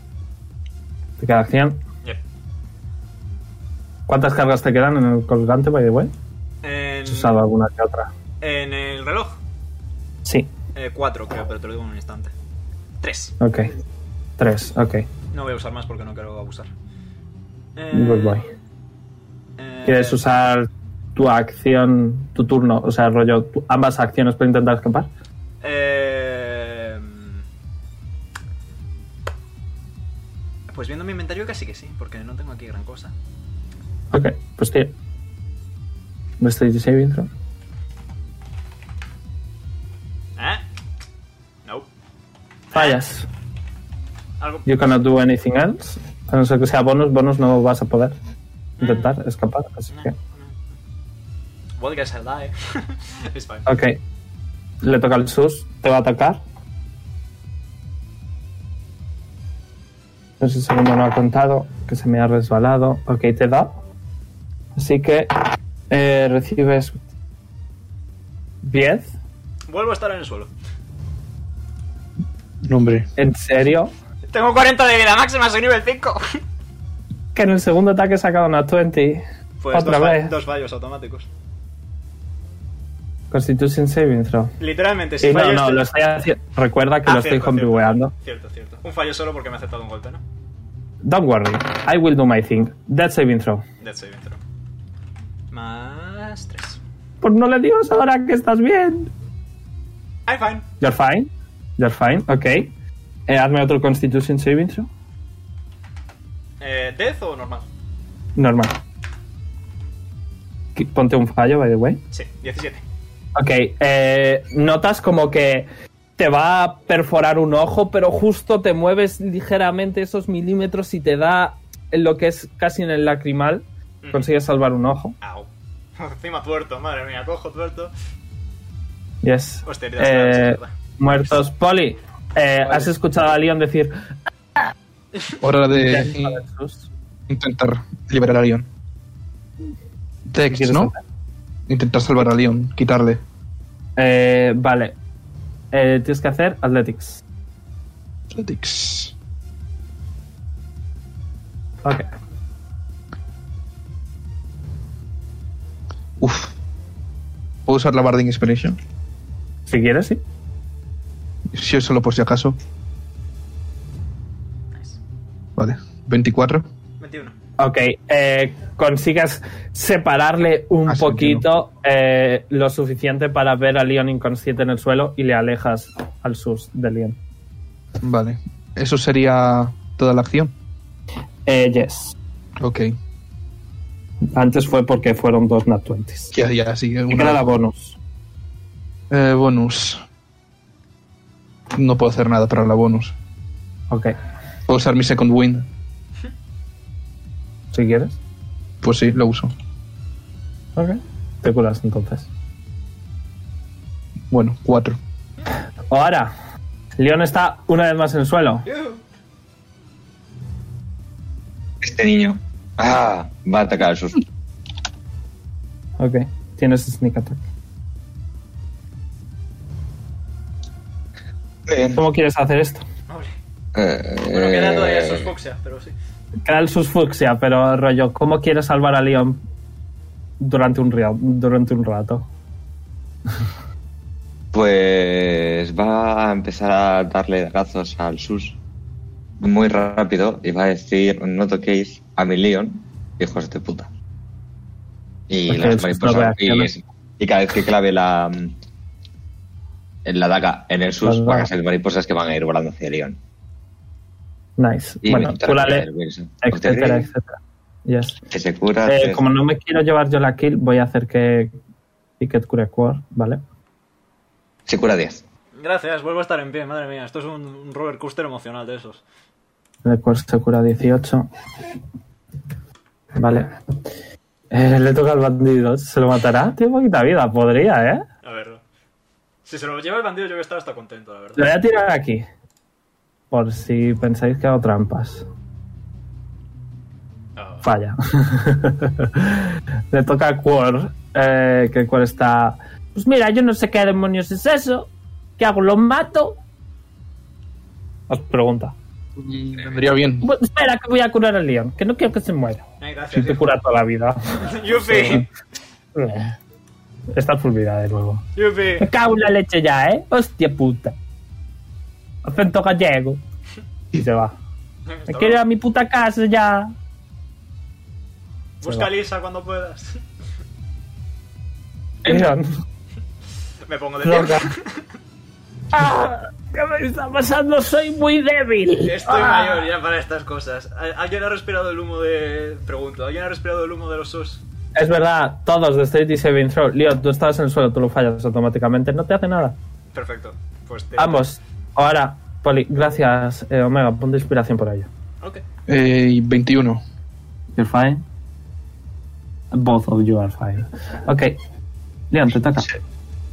Speaker 2: Te queda acción.
Speaker 1: Yep.
Speaker 2: ¿Cuántas cargas te quedan en el colgante, by the way?
Speaker 1: En,
Speaker 2: ¿Has usado alguna que otra?
Speaker 1: en el reloj.
Speaker 2: Sí.
Speaker 1: Eh, cuatro, creo, pero te lo digo en un instante. Tres.
Speaker 2: Ok. 3, ok.
Speaker 1: No voy a usar más porque no quiero abusar. Eh,
Speaker 2: Good boy.
Speaker 1: eh,
Speaker 2: ¿Quieres usar tu acción, tu turno, o sea, rollo, tu- ambas acciones para intentar escapar?
Speaker 1: Eh, pues viendo mi inventario casi que sí, porque no tengo aquí gran cosa.
Speaker 2: Ok, pues tío. Dexterity saving throw.
Speaker 1: ¿Eh? No.
Speaker 2: Fallas.
Speaker 1: Algo.
Speaker 2: You cannot do anything else. A no ser que sea bonus, bonus no vas a poder intentar escapar, así que.
Speaker 8: What guys are
Speaker 1: eh.
Speaker 8: die? It's fine.
Speaker 2: Ok. Le toca al sus. Te va a atacar. Ese segundo no ha contado. Que se me ha resbalado. Ok, te da. Así que eh, recibes 10.
Speaker 8: Vuelvo a estar en el suelo.
Speaker 4: No, hombre.
Speaker 2: ¿En serio?
Speaker 8: Tengo 40 de vida máxima, soy nivel 5.
Speaker 2: Que en el segundo ataque he sacado una 20.
Speaker 1: Pues
Speaker 2: Otra
Speaker 1: dos, fa-
Speaker 2: vez.
Speaker 1: dos fallos automáticos.
Speaker 2: Constitution saving throw.
Speaker 1: Literalmente, si
Speaker 2: Sí, no,
Speaker 1: fallo
Speaker 2: no,
Speaker 1: este-
Speaker 2: lo estoy haciendo. Recuerda que
Speaker 1: Ah,
Speaker 2: lo estoy
Speaker 1: cierto,
Speaker 2: homebrewando.
Speaker 1: Cierto, cierto. Un fallo solo porque me ha aceptado un golpe, ¿no?
Speaker 2: Don't worry. I will do my thing. That saving throw.
Speaker 1: Death saving throw. Más 3.
Speaker 2: Pues no le digas ahora que estás bien.
Speaker 1: I'm fine.
Speaker 2: You're fine. You're fine. Ok. Eh, hazme otro Constitution saving throw.
Speaker 1: Eh, ¿Death o normal?
Speaker 2: Normal. Qui- Ponte un fallo, by the way.
Speaker 1: Sí, 17.
Speaker 2: Ok, eh, notas como que te va a perforar un ojo, pero justo te mueves ligeramente esos milímetros y te da en lo que es casi en el lacrimal.
Speaker 1: Mm.
Speaker 2: Consigues salvar un ojo.
Speaker 1: Au. Encima tuerto, madre mía, cojo tuerto.
Speaker 2: Yes.
Speaker 1: Hostia, heridas graves, es
Speaker 2: Eh,
Speaker 1: verdad.
Speaker 2: muertos. Poli, eh, has escuchado a Leon decir.
Speaker 4: Hora de
Speaker 2: "Ya,
Speaker 4: in-
Speaker 2: joder, Jesús".
Speaker 4: intentar liberar a Leon. Tex,
Speaker 2: quieres
Speaker 4: ¿no?
Speaker 2: hacer?
Speaker 4: Intentar salvar a Leon, quitarle.
Speaker 2: Eh, vale. Eh, tienes que hacer Athletics.
Speaker 4: Athletics.
Speaker 2: Ok.
Speaker 4: Uf. ¿Puedo usar la Barding Inspiration?
Speaker 2: Si quieres, sí.
Speaker 4: Si es solo por si acaso. Vale. 24.
Speaker 1: 21.
Speaker 2: Ok, eh, consigues separarle un
Speaker 4: Ah, sí,
Speaker 2: poquito eh, lo suficiente para ver a Leon inconsciente en el suelo y le alejas al sus de Leon.
Speaker 4: Vale. Eso sería toda la acción.
Speaker 2: Eh, yes.
Speaker 4: Ok.
Speaker 2: Antes fue porque fueron dos nat 20s.
Speaker 4: Ya, ya, sí.
Speaker 2: Me
Speaker 4: una-
Speaker 2: queda la bonus.
Speaker 4: Eh, bonus. No puedo hacer nada para la bonus.
Speaker 2: Ok,
Speaker 4: ¿Puedo usar mi second wind?
Speaker 2: si quieres.
Speaker 4: Pues sí, lo uso.
Speaker 2: Ok. Te curas entonces.
Speaker 4: Bueno, 4.
Speaker 2: Ahora, Leon está una vez más en el suelo.
Speaker 9: Este niño.
Speaker 3: Ah, va a atacar a sus.
Speaker 2: Ok, tienes sneak attack.
Speaker 3: Bien.
Speaker 2: ¿Cómo quieres hacer esto?
Speaker 1: Hombre.
Speaker 3: Eh,
Speaker 1: Bueno, queda todavía esos Foxia, pero sí.
Speaker 2: Queda el sus fucsia, pero rollo, ¿cómo quieres salvar a Leon durante un, ria- durante un rato?
Speaker 3: Pues va a empezar a darle gazos al sus muy rápido y va a decir no toquéis a mi Leon, hijos de puta. Y
Speaker 2: Porque el
Speaker 3: las
Speaker 2: sus
Speaker 3: mariposas
Speaker 2: no reacciona.
Speaker 3: y, y cada vez que clave la en la daga en el sus
Speaker 2: Las
Speaker 3: van a
Speaker 2: dagas.
Speaker 3: ser mariposas que van a ir volando hacia Leon.
Speaker 2: Nice.
Speaker 3: Y
Speaker 2: bueno,
Speaker 3: me quitará la vida
Speaker 2: cúrale,
Speaker 3: del Wilson.
Speaker 2: etcétera,
Speaker 3: Porque
Speaker 2: etcétera. Yes.
Speaker 3: Que se cura.
Speaker 2: Eh,
Speaker 3: tres.
Speaker 2: como no me quiero llevar yo la kill, voy a hacer que Ticket cure core, ¿vale?
Speaker 3: Se cura 10.
Speaker 1: Gracias, vuelvo a estar en pie, madre mía. Esto es un, un roller coaster emocional de esos.
Speaker 2: El core se cura 18. Vale. Eh, le toca al bandido. ¿Se lo matará? Tiene poquita vida. Podría, ¿eh?
Speaker 1: A verlo. Si se lo lleva el bandido, yo voy a estar hasta contento, la
Speaker 2: Lo
Speaker 1: verdad.
Speaker 2: voy a tirar aquí. Por si pensáis que hago trampas.
Speaker 1: Ah.
Speaker 2: Falla. Le toca a Quor, eh, que Quor está... Pues mira, yo no sé qué demonios es eso. ¿Qué hago? ¿Los mato? Os pregunta.
Speaker 4: Vendría bien.
Speaker 2: Bueno, Pues espera, que voy a curar al León, que no quiero que se muera.
Speaker 1: Ay,
Speaker 2: Si
Speaker 1: Eh, gracias.
Speaker 2: te cura toda la vida.
Speaker 1: Yupi,
Speaker 2: Eh, Está fulminada de nuevo.
Speaker 1: yupi.
Speaker 2: Me cago en la leche ya, ¿eh? Hostia puta. Acento gallego. Y se va. Me quiero ir a mi puta casa ya.
Speaker 1: Busca a Lisa cuando puedas.
Speaker 2: Leon.
Speaker 1: Me pongo de
Speaker 2: Loca.
Speaker 1: pie.
Speaker 2: Ah, ¿Qué me está pasando? Soy muy débil.
Speaker 1: Estoy
Speaker 2: Ah.
Speaker 1: mayor ya para estas cosas. Ah, ¿Al- ¿Alguien ha respirado el humo de. Pregunto, ¿alguien ha respirado el humo de los sus?
Speaker 2: Es verdad, todos de State y Saving Throw. Leon, tú estabas en el suelo, tú lo fallas automáticamente. No te hace nada.
Speaker 1: Perfecto. Pues te.
Speaker 2: Ambos. Ahora, Poli, gracias, eh, Omega. Punto de inspiración por ello.
Speaker 1: Ok.
Speaker 4: Eh, y 21.
Speaker 2: You're fine. Both of you are fine. Ok. Leon, te toca.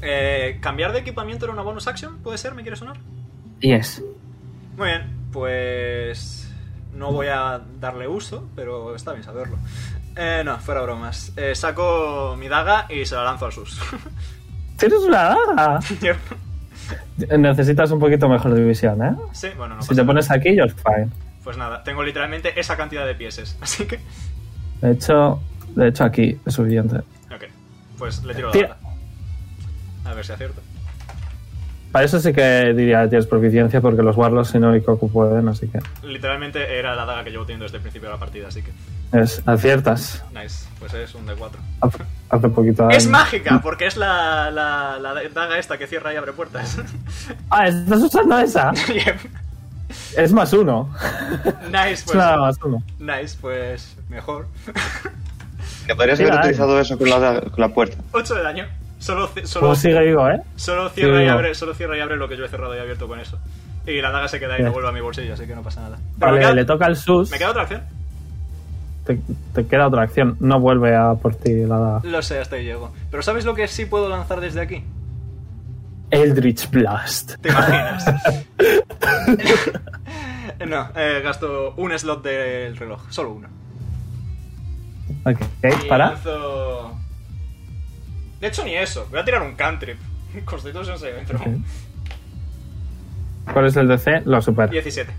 Speaker 1: Eh, ¿Cambiar de equipamiento era una bonus action? ¿Puede ser? ¿Me quiere sonar?
Speaker 2: Yes.
Speaker 1: Muy bien, pues. No voy a darle uso, pero está bien saberlo. Eh, no, fuera bromas. Eh, saco mi daga y se la lanzo al sus.
Speaker 2: Tienes una daga. Necesitas un poquito mejor de visión, ¿eh?
Speaker 1: sí, bueno, no
Speaker 2: Si
Speaker 1: pasa
Speaker 2: te
Speaker 1: nada.
Speaker 2: pones aquí, you're fine.
Speaker 1: Pues nada, tengo literalmente esa cantidad de pieses, así que.
Speaker 2: De hecho, de hecho aquí es suficiente.
Speaker 1: Ok, pues le tiro la
Speaker 2: Tira.
Speaker 1: daga. A ver si acierto.
Speaker 2: Para eso sí que diría que tienes proficiencia porque los warlocks si no y Koku pueden, así que
Speaker 1: Literalmente era la daga que llevo teniendo desde el principio de la partida, así que.
Speaker 2: es, aciertas.
Speaker 1: Nice, pues es un D4.
Speaker 2: Hace- Hace poquito
Speaker 1: Es
Speaker 2: daño.
Speaker 1: mágica, porque es la, la, la daga esta que cierra y abre puertas.
Speaker 2: Ah, estás usando esa.
Speaker 1: Bien.
Speaker 2: Es más uno.
Speaker 1: nice,
Speaker 2: Es
Speaker 1: pues.
Speaker 2: nada más uno.
Speaker 1: Nice, pues mejor.
Speaker 3: Que podrías
Speaker 2: Tira
Speaker 3: haber
Speaker 2: daño.
Speaker 3: utilizado eso con la, con la puerta.
Speaker 1: 8 de daño. Solo, ci- solo,
Speaker 2: Como sigue vivo, ¿eh?
Speaker 1: solo, cierra y
Speaker 2: sigo.
Speaker 1: abre, solo cierra y abre lo que yo he cerrado y abierto con eso. Y la daga se queda ahí, no
Speaker 2: Bien.
Speaker 1: vuelve a mi bolsillo, así que no pasa nada. Pero me,
Speaker 2: Vale,
Speaker 1: queda,
Speaker 2: le toca al sus.
Speaker 1: me queda otra acción.
Speaker 2: Te, te queda otra acción. No vuelve a por ti la daga.
Speaker 1: Lo sé, hasta ahí llego. Pero ¿sabes lo que sí puedo lanzar desde aquí?
Speaker 2: Eldritch Blast.
Speaker 1: ¿Te imaginas? no, eh, gasto un slot del reloj, solo uno.
Speaker 2: Ok,
Speaker 1: Y
Speaker 2: para.
Speaker 1: lanzo- De hecho, ni eso. Voy a tirar un cantrip. Constitution se dentro.
Speaker 2: ¿Cuál es el DC? Lo supera.
Speaker 1: 17.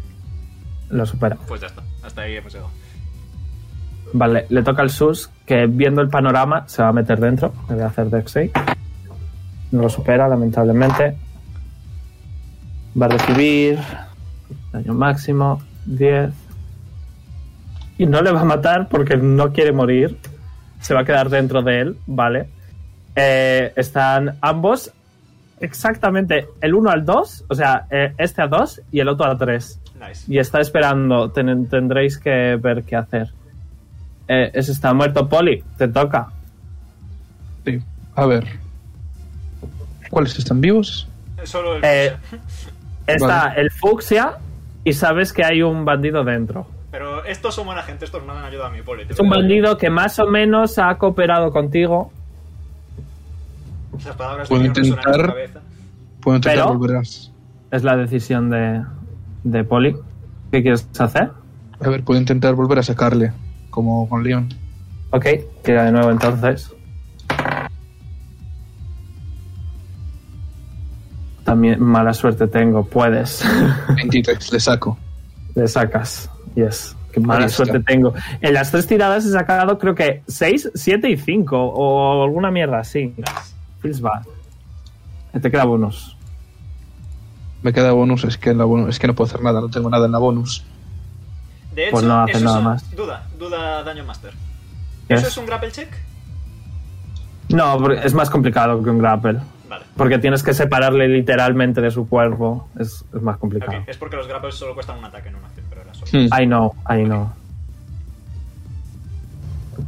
Speaker 2: Lo supera.
Speaker 1: Pues ya está. Hasta ahí hemos llegado.
Speaker 2: Vale, le toca al Sus, que viendo el panorama se va a meter dentro. Le voy a hacer Dex save. No lo supera, lamentablemente. Va a recibir daño máximo, 10. Y no le va a matar porque no quiere morir. Se va a quedar dentro de él, vale. Eh, están ambos exactamente el uno al 2, o sea, eh, este a 2 y el otro a 3
Speaker 1: Nice.
Speaker 2: y está esperando. Ten- tendréis que ver qué hacer. Eh, ese está muerto, Poli. Te toca.
Speaker 4: Sí. A ver. ¿Cuáles están vivos?
Speaker 1: Solo el.
Speaker 2: Eh, está
Speaker 4: Vale.
Speaker 2: el fucsia y sabes que hay un bandido dentro.
Speaker 1: Pero estos son buena gente, estos me han ayudado a mi poli. te
Speaker 2: Es un
Speaker 1: voy a-
Speaker 2: bandido que más o menos ha cooperado contigo.
Speaker 1: Las palabras
Speaker 4: Puedo
Speaker 1: de Dios resuenan en mi
Speaker 4: intentar-
Speaker 1: cabeza.
Speaker 4: Puedo intentar
Speaker 2: Pero-
Speaker 4: volver a...
Speaker 2: Es la decisión de, de Poli. ¿Qué quieres hacer?
Speaker 4: A ver, puedo intentar volver a sacarle, como con Leon.
Speaker 2: Ok, tira de nuevo entonces. También mala suerte tengo. Puedes.
Speaker 4: 23, le saco.
Speaker 2: Le sacas. Yes. Qué mala
Speaker 4: Ahí está.
Speaker 2: suerte tengo. En las tres tiradas he sacado creo que 6, 7 y 5 o alguna mierda así. Feels bad. Te queda bonus.
Speaker 4: Me queda bonus, es que, en la bonus, es que no puedo hacer nada, no tengo nada en la bonus.
Speaker 1: De hecho,
Speaker 2: Pues no hace
Speaker 1: eso
Speaker 2: nada
Speaker 1: son-
Speaker 2: más.
Speaker 1: Duda, duda, daño master.
Speaker 2: Yes.
Speaker 1: ¿Eso es un grapple check?
Speaker 2: No, porque es más complicado que un grapple.
Speaker 1: Vale.
Speaker 2: Porque tienes que separarle literalmente de su cuerpo. Es, es más
Speaker 1: Ok,
Speaker 2: complicado.
Speaker 1: es porque los grapples solo cuestan un ataque, no una acción, pero era solo.
Speaker 2: I know, I know.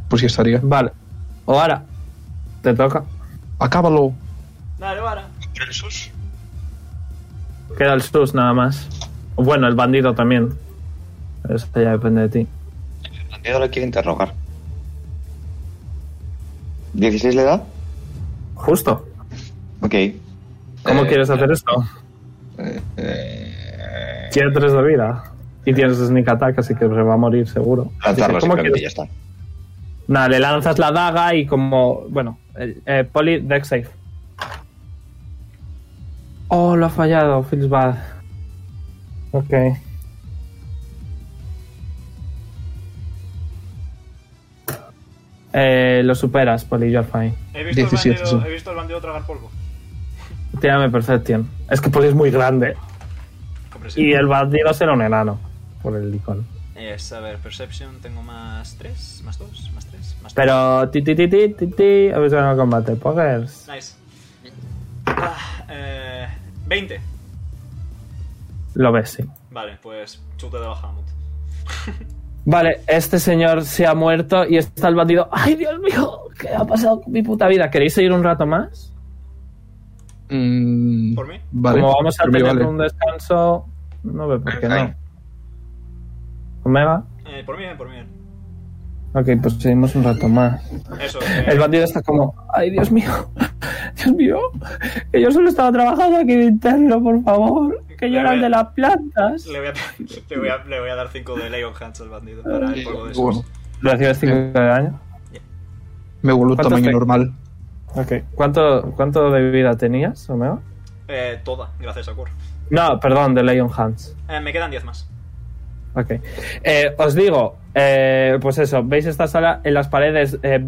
Speaker 4: Pues ya estaría.
Speaker 2: Vale. Ahora, te toca.
Speaker 4: ¡Acábalo!
Speaker 1: Dale, vara.
Speaker 2: Queda el sus nada más. Bueno, el bandido también. Eso ya depende de ti.
Speaker 3: El bandido lo quiere interrogar. ¿16 le da?
Speaker 2: Justo.
Speaker 3: Ok.
Speaker 2: ¿Cómo
Speaker 3: Eh,
Speaker 2: quieres hacer esto?
Speaker 3: eh, eh,
Speaker 2: Tiene tres de vida. Y tienes sneak attack, así que se va a morir seguro. Así que,
Speaker 3: lanzarlo,
Speaker 2: ¿cómo
Speaker 3: simplemente, ya
Speaker 2: quieres?
Speaker 3: está.
Speaker 2: Nada, le lanzas la daga y como. Bueno, eh, eh, Poli, deck safe. Oh, lo ha fallado, feels bad. Ok. Eh, lo superas, Poli, you're fine.
Speaker 1: He visto,
Speaker 4: 17,
Speaker 1: el bandido,
Speaker 4: sí.
Speaker 1: he visto al bandido tragar polvo.
Speaker 2: Tírame Perception. Es que Poli es muy grande.
Speaker 1: Comprensible.
Speaker 2: Y el bandido será un enano. Por el licón.
Speaker 1: Es, a ver, Perception tengo más 3, más 2, más 3, más 3.
Speaker 2: Pero ti ti ti ti ti ti habéis ganado el combate, pokers.
Speaker 1: Nice. Ah, eh, 20.
Speaker 2: Lo ves, sí.
Speaker 1: Vale, pues chute de Bahamut.
Speaker 2: Vale, este señor se ha muerto y está el bandido. ¡Ay, Dios mío! ¿Qué ha pasado con mi puta vida? ¿Queréis seguir un rato más?
Speaker 4: Mm,
Speaker 1: ¿Por mí?
Speaker 4: Vale.
Speaker 2: Como vamos a
Speaker 4: por mí
Speaker 2: tener
Speaker 4: vale.
Speaker 2: un descanso, no veo por qué no.
Speaker 3: Ay.
Speaker 2: Omega.
Speaker 1: Eh, por mí, eh, por mí. eh.
Speaker 2: Ok, pues seguimos un rato más.
Speaker 1: Eso.
Speaker 2: El
Speaker 1: Eh,
Speaker 2: bandido está como, ay Dios mío, Dios mío, que yo solo estaba trabajando aquí de interno, por favor. Que yo
Speaker 1: Le
Speaker 2: era
Speaker 1: voy
Speaker 2: el
Speaker 1: a-
Speaker 2: de las plantas.
Speaker 1: Le voy a, le voy a- le voy a dar 5 de Leon Hands al bandido para el polvo de
Speaker 4: Bueno,
Speaker 1: sus.
Speaker 2: Recibes 5 de daño.
Speaker 4: me vuelvo
Speaker 2: ¿Cuántos
Speaker 4: tamaño
Speaker 2: te-
Speaker 4: normal.
Speaker 2: Ok. ¿Cuánto, ¿Cuánto de vida tenías, Omega?
Speaker 1: Eh, toda, gracias a Kur.
Speaker 2: No, perdón, de Leon Hands.
Speaker 1: Eh, me quedan 10 más.
Speaker 2: Ok. Eh, os digo, eh, pues eso, veis esta sala en las paredes. eh,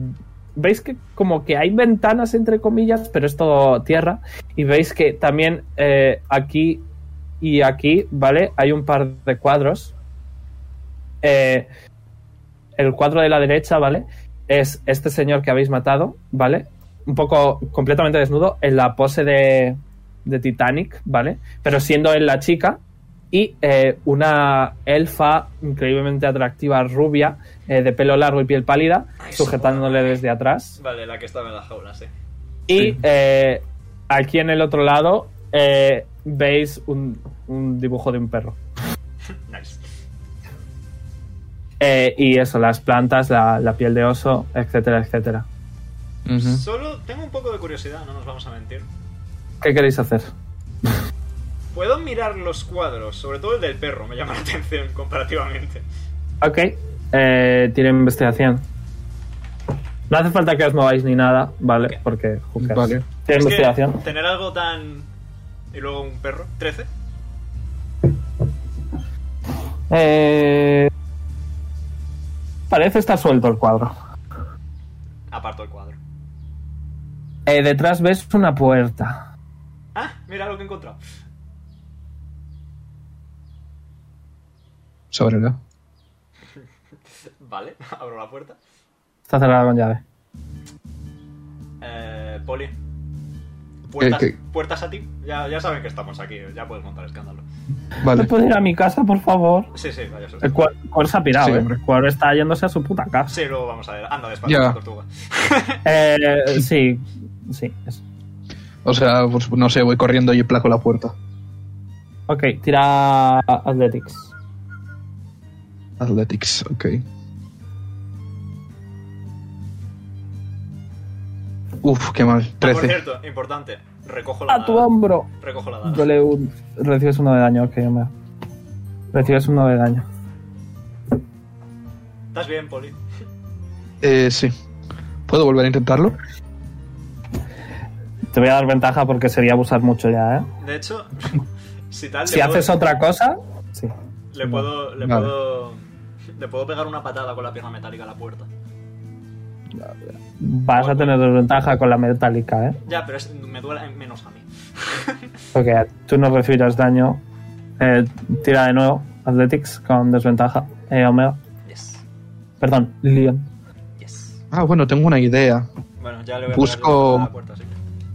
Speaker 2: veis que como que hay ventanas, entre comillas, pero es todo tierra. Y veis que también eh, aquí y aquí, ¿vale? Hay un par de cuadros. Eh, el cuadro de la derecha, ¿vale? Es este señor que habéis matado, ¿vale? Un poco completamente desnudo, en la pose de, de Titanic, ¿vale? Pero siendo él la chica, y eh, una elfa increíblemente atractiva, rubia, eh, de pelo largo y piel pálida, sujetándole desde atrás.
Speaker 1: Vale, la que estaba en la jaula, sí.
Speaker 2: Y eh, aquí en el otro lado eh, veis un, un dibujo de un perro.
Speaker 1: Nice.
Speaker 2: Eh, y eso, las plantas, la, la piel de oso, etcétera, etcétera.
Speaker 4: Ujú.
Speaker 1: Solo tengo un poco de curiosidad, no nos vamos a mentir.
Speaker 2: ¿Qué queréis hacer?
Speaker 1: Puedo mirar los cuadros, sobre todo el del perro, me llama la atención comparativamente.
Speaker 2: Ok, eh, tiene investigación. No hace falta que os mováis ni nada, ¿vale?
Speaker 1: Ok.
Speaker 2: Porque who cares.
Speaker 4: Vale.
Speaker 2: Tiene
Speaker 1: Es que
Speaker 2: investigación.
Speaker 1: tener algo tan. y luego un perro. 13.
Speaker 2: Eh, Parece estar suelto el cuadro.
Speaker 1: Aparto el cuadro.
Speaker 2: Eh, detrás ves una puerta.
Speaker 1: Ah, mira lo que he encontrado.
Speaker 4: Sóbrela.
Speaker 1: Vale, abro la puerta.
Speaker 2: Está cerrada con llave.
Speaker 1: Eh, Poli. Puertas,
Speaker 4: qué?
Speaker 1: puertas a ti. Ya, ya saben que estamos aquí, ya puedes montar escándalo.
Speaker 2: ¿No
Speaker 4: Vale.
Speaker 2: puedo ir a mi casa, por favor?
Speaker 1: Sí, sí, vaya suerte.
Speaker 2: El cuadro se ha pirado,
Speaker 4: Sí,
Speaker 2: ¿eh?
Speaker 4: hombre.
Speaker 2: El cuadro está yéndose a su puta casa.
Speaker 1: Sí, luego vamos a ver. Anda despacio,
Speaker 4: Ya.
Speaker 1: tortuga.
Speaker 2: Eh, sí, sí. eso.
Speaker 4: O sea, pues, no sé, voy corriendo y placo la puerta.
Speaker 2: Ok, tira Athletics.
Speaker 4: Athletics, ok. Uf, qué mal.
Speaker 1: Ah, por
Speaker 4: 13.
Speaker 1: cierto, importante. Recojo la
Speaker 2: A tu
Speaker 1: daga.
Speaker 2: hombro.
Speaker 1: Recojo la daga.
Speaker 2: Dole un- Recibes uno de daño, ok, hombre. Recibes uno de daño.
Speaker 1: ¿Estás bien, Poli?
Speaker 4: Eh, sí. ¿Puedo volver a intentarlo?
Speaker 2: Te voy a dar ventaja porque sería abusar mucho ya, ¿eh?
Speaker 1: De hecho, si tal,
Speaker 2: Si
Speaker 1: le, puedo,
Speaker 2: haces otra cosa, sí.
Speaker 1: le puedo. Le
Speaker 4: Vale.
Speaker 1: puedo. Le puedo pegar una patada con la pierna metálica a la puerta.
Speaker 2: Vas a tener desventaja con la metálica, ¿eh?
Speaker 1: Ya, pero es- me duele menos a mí.
Speaker 2: Ok, tú no recibirás daño. Eh, tira de nuevo. Athletics con desventaja. Eh, Omega.
Speaker 1: Yes.
Speaker 2: Perdón, Leon.
Speaker 1: Yes.
Speaker 4: Ah, bueno, tengo una idea.
Speaker 1: Bueno, ya le voy a
Speaker 4: Busco-
Speaker 1: pegar la patada a la puerta, sí.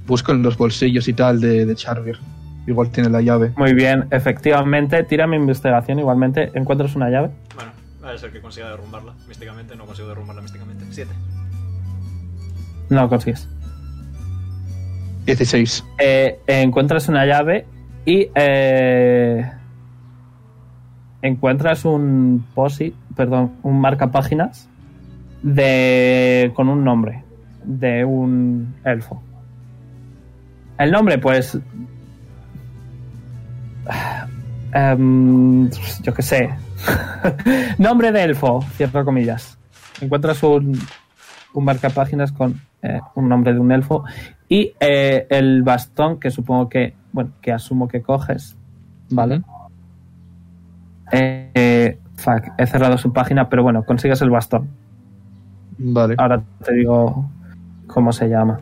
Speaker 4: Busco en los bolsillos y tal de, de Charger. Igual tiene la llave.
Speaker 2: Muy bien, efectivamente. Tira mi investigación igualmente. ¿Encuentras una llave?
Speaker 1: Bueno, va a ser que consiga derrumbarla místicamente. No consigo derrumbarla místicamente. Siete.
Speaker 2: No consigues.
Speaker 4: 16.
Speaker 2: Eh, encuentras una llave y... eh, encuentras un posi, perdón, un marca páginas de con un nombre de un elfo. El nombre, pues, em, yo qué sé, nombre de elfo, cierto comillas. Encuentras un un marcapáginas con eh, un nombre de un elfo y eh, el bastón que supongo que, bueno, que asumo que coges, ¿vale? Eh, eh, fuck, he cerrado su página, pero bueno, consigues el bastón.
Speaker 4: Vale.
Speaker 2: Ahora te digo cómo se llama.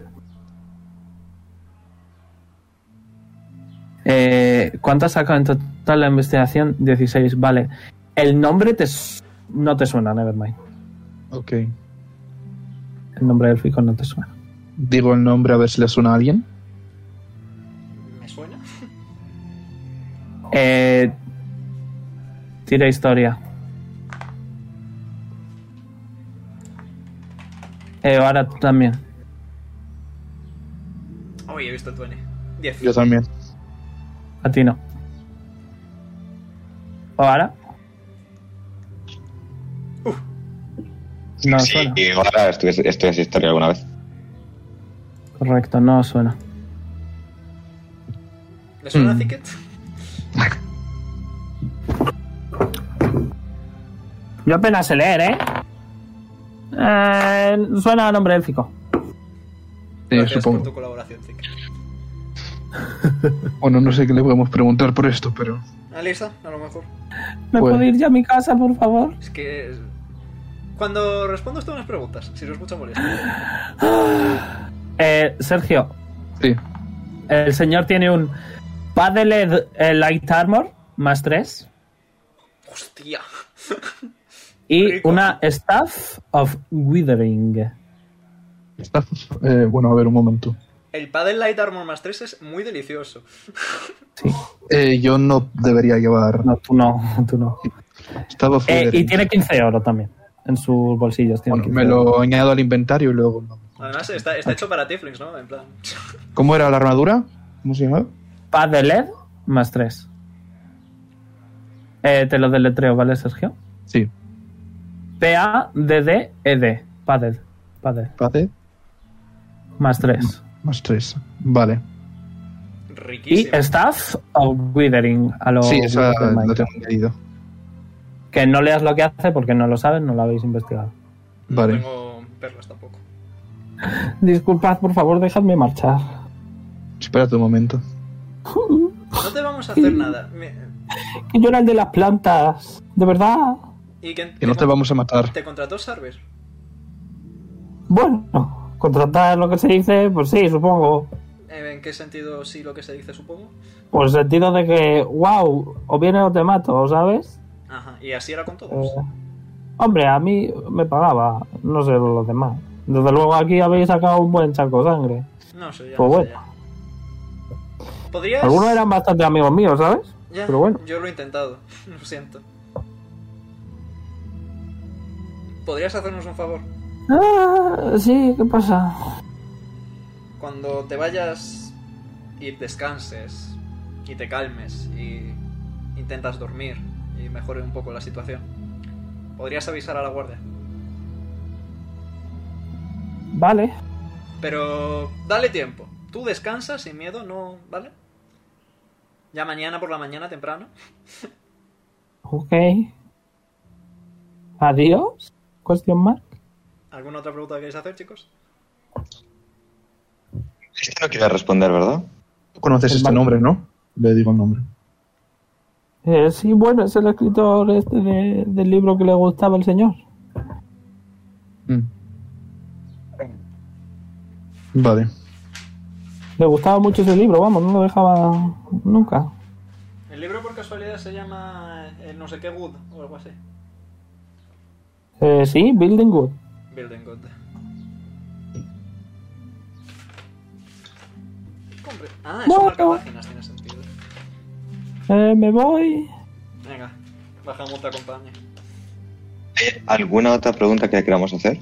Speaker 2: Eh, ¿Cuánto has sacado en total la investigación? 16, vale. El nombre te su- no te suena, nevermind.
Speaker 4: Ok.
Speaker 2: El nombre élfico no te suena.
Speaker 4: Digo el nombre a ver si le suena a alguien.
Speaker 1: ¿Me suena?
Speaker 2: Eh, tira historia. Eh, ahora tú también.
Speaker 1: Uy, he visto el 20. Diez.
Speaker 4: Yo también.
Speaker 2: A ti no. ¿O ahora? No,
Speaker 7: sí,
Speaker 2: suena.
Speaker 3: ah,
Speaker 7: y ahora estudias, estudias historia alguna vez.
Speaker 2: Correcto, no os suena.
Speaker 1: ¿Le suena
Speaker 4: Mm.
Speaker 1: a Ticket?
Speaker 2: Yo apenas sé leer, ¿eh? Eh, suena a nombre élfico.
Speaker 4: Eh,
Speaker 1: Gracias por tu
Speaker 4: supongo.
Speaker 1: colaboración, Ticket.
Speaker 4: Bueno, no sé qué le podemos preguntar por esto, pero.
Speaker 1: Alisa, a lo mejor.
Speaker 2: ¿Me
Speaker 4: Bueno.
Speaker 2: puedo ir ya a mi casa, por favor?
Speaker 1: Es que. es- Cuando respondo esto unas preguntas, si no es mucha molestia.
Speaker 2: Eh, Sergio,
Speaker 4: Sí.
Speaker 2: el señor tiene un Paddled eh, Light Armor más 3
Speaker 1: ¡Hostia!
Speaker 2: y
Speaker 1: Rico.
Speaker 2: una Staff of Withering.
Speaker 4: Está- eh, bueno, a ver, un momento.
Speaker 1: El Paddle Light Armor más 3 es muy delicioso.
Speaker 2: Sí,
Speaker 4: Eh, yo no debería llevar.
Speaker 2: no, tú no, tú no.
Speaker 4: Estado
Speaker 2: Eh, y
Speaker 4: Federer.
Speaker 2: tiene 15 oro también en sus bolsillos. Tiene
Speaker 4: Bueno,
Speaker 2: 15
Speaker 4: me
Speaker 2: oro.
Speaker 4: lo añado al inventario y luego.
Speaker 1: Además, está, está hecho para Tiflings, ¿no? En plan.
Speaker 4: ¿Cómo era la armadura? ¿Cómo se llamaba?
Speaker 2: Paddled más 3. Eh, te lo deletreo, ¿vale, Sergio?
Speaker 4: Sí.
Speaker 2: P-A-D-D-E-D. Padded. Padded.
Speaker 4: Pate
Speaker 2: Más 3.
Speaker 4: más tres. Vale.
Speaker 2: Y
Speaker 1: Riquísimo.
Speaker 2: Staff of Withering. A lo
Speaker 4: sí, esa
Speaker 2: Withering
Speaker 4: la
Speaker 2: Mind.
Speaker 4: tengo añadido.
Speaker 2: Que no leas lo que hace porque no lo sabes, no lo habéis investigado.
Speaker 4: Vale.
Speaker 1: No tengo perlas tampoco.
Speaker 2: Disculpad, por favor, dejadme marchar.
Speaker 4: Espérate un momento.
Speaker 1: No te vamos a hacer nada. Me-
Speaker 2: Que yo era el de las plantas. De verdad.
Speaker 1: Y que,
Speaker 4: Que no te vamos a matar.
Speaker 1: ¿Te contrató Sarver?
Speaker 2: Bueno, contratar lo que se dice, pues sí, supongo.
Speaker 1: Eh, ¿En qué sentido sí lo que se dice, supongo?
Speaker 2: Por el sentido de que, wow, o viene o te mato, ¿sabes?
Speaker 1: Ajá, y así era con todos.
Speaker 2: Eh, hombre, a mí me pagaba, no sé los demás. Desde luego aquí habéis sacado un buen charco de sangre.
Speaker 1: No sé, ya.
Speaker 2: Pues
Speaker 1: no sé,
Speaker 2: bueno.
Speaker 1: ya. ¿Podrías...?
Speaker 2: Algunos eran bastante amigos míos, ¿sabes?
Speaker 1: Ya,
Speaker 2: pero bueno.
Speaker 1: Yo lo he intentado, lo siento. ¿Podrías hacernos un favor?
Speaker 2: Ah, sí, ¿qué pasa?
Speaker 1: Cuando te vayas y descanses y te calmes y intentas dormir y mejore un poco la situación, podrías avisar a la guardia.
Speaker 2: Vale,
Speaker 1: Pero dale tiempo. Tú descansas sin miedo, no, ¿vale? Ya mañana por la mañana temprano.
Speaker 2: ok. Adiós. Question mark.
Speaker 1: ¿Alguna otra pregunta que queréis hacer, chicos?
Speaker 3: Este no quiere responder, ¿verdad?
Speaker 4: Tú conoces
Speaker 2: El
Speaker 4: este
Speaker 2: banco.
Speaker 4: nombre, ¿no? Le digo el nombre.
Speaker 2: Eh, sí, bueno, es el escritor este de- del libro que le gustaba al señor.
Speaker 4: Mm. Vale.
Speaker 2: Le gustaba mucho ese libro, vamos, no lo dejaba nunca.
Speaker 1: El libro por casualidad se llama eh, no sé qué Good o algo así.
Speaker 2: Eh, sí, Building Good.
Speaker 1: Building God. Compre- Ah, eso
Speaker 2: Bueno.
Speaker 1: marca páginas, tiene sentido.
Speaker 2: Eh, me voy.
Speaker 1: Venga, bajamos la compañía.
Speaker 3: ¿Hay alguna otra pregunta que queramos hacer?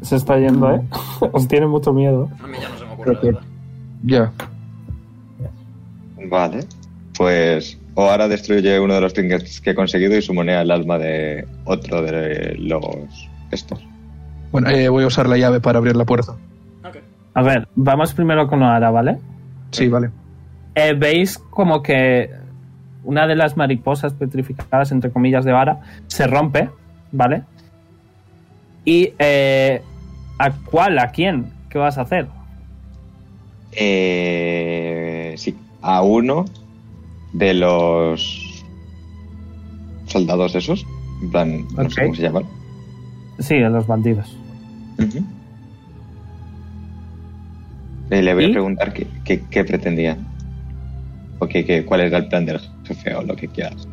Speaker 2: Se está yendo, ¿eh? Os tiene mucho miedo.
Speaker 1: A mí ya no se me ocurre, la
Speaker 4: Creo que-
Speaker 1: verdad.
Speaker 4: Ya.
Speaker 3: Vale. Pues ahora destruye uno de los trinkets que he conseguido y sumonea el alma de otro de los estos.
Speaker 4: Bueno, eh, voy a usar la llave para abrir la puerta.
Speaker 1: Ok.
Speaker 2: A ver, vamos primero con Oara, ¿vale?
Speaker 4: Sí, vale.
Speaker 2: Eh, Veis como que una de las mariposas petrificadas, entre comillas, de Oara se rompe, ¿vale? Y eh, ¿a cuál? ¿A quién? ¿Qué vas a hacer?
Speaker 3: Eh, sí, a uno de los soldados esos. En plan, no sé
Speaker 2: Ok.
Speaker 3: cómo se llaman.
Speaker 2: Sí, a los bandidos.
Speaker 3: Ujú. Eh, le voy
Speaker 2: ¿Y?
Speaker 3: a preguntar qué, qué- qué pretendía. O qué, qué- cuál era el plan del jefe o lo que quieras.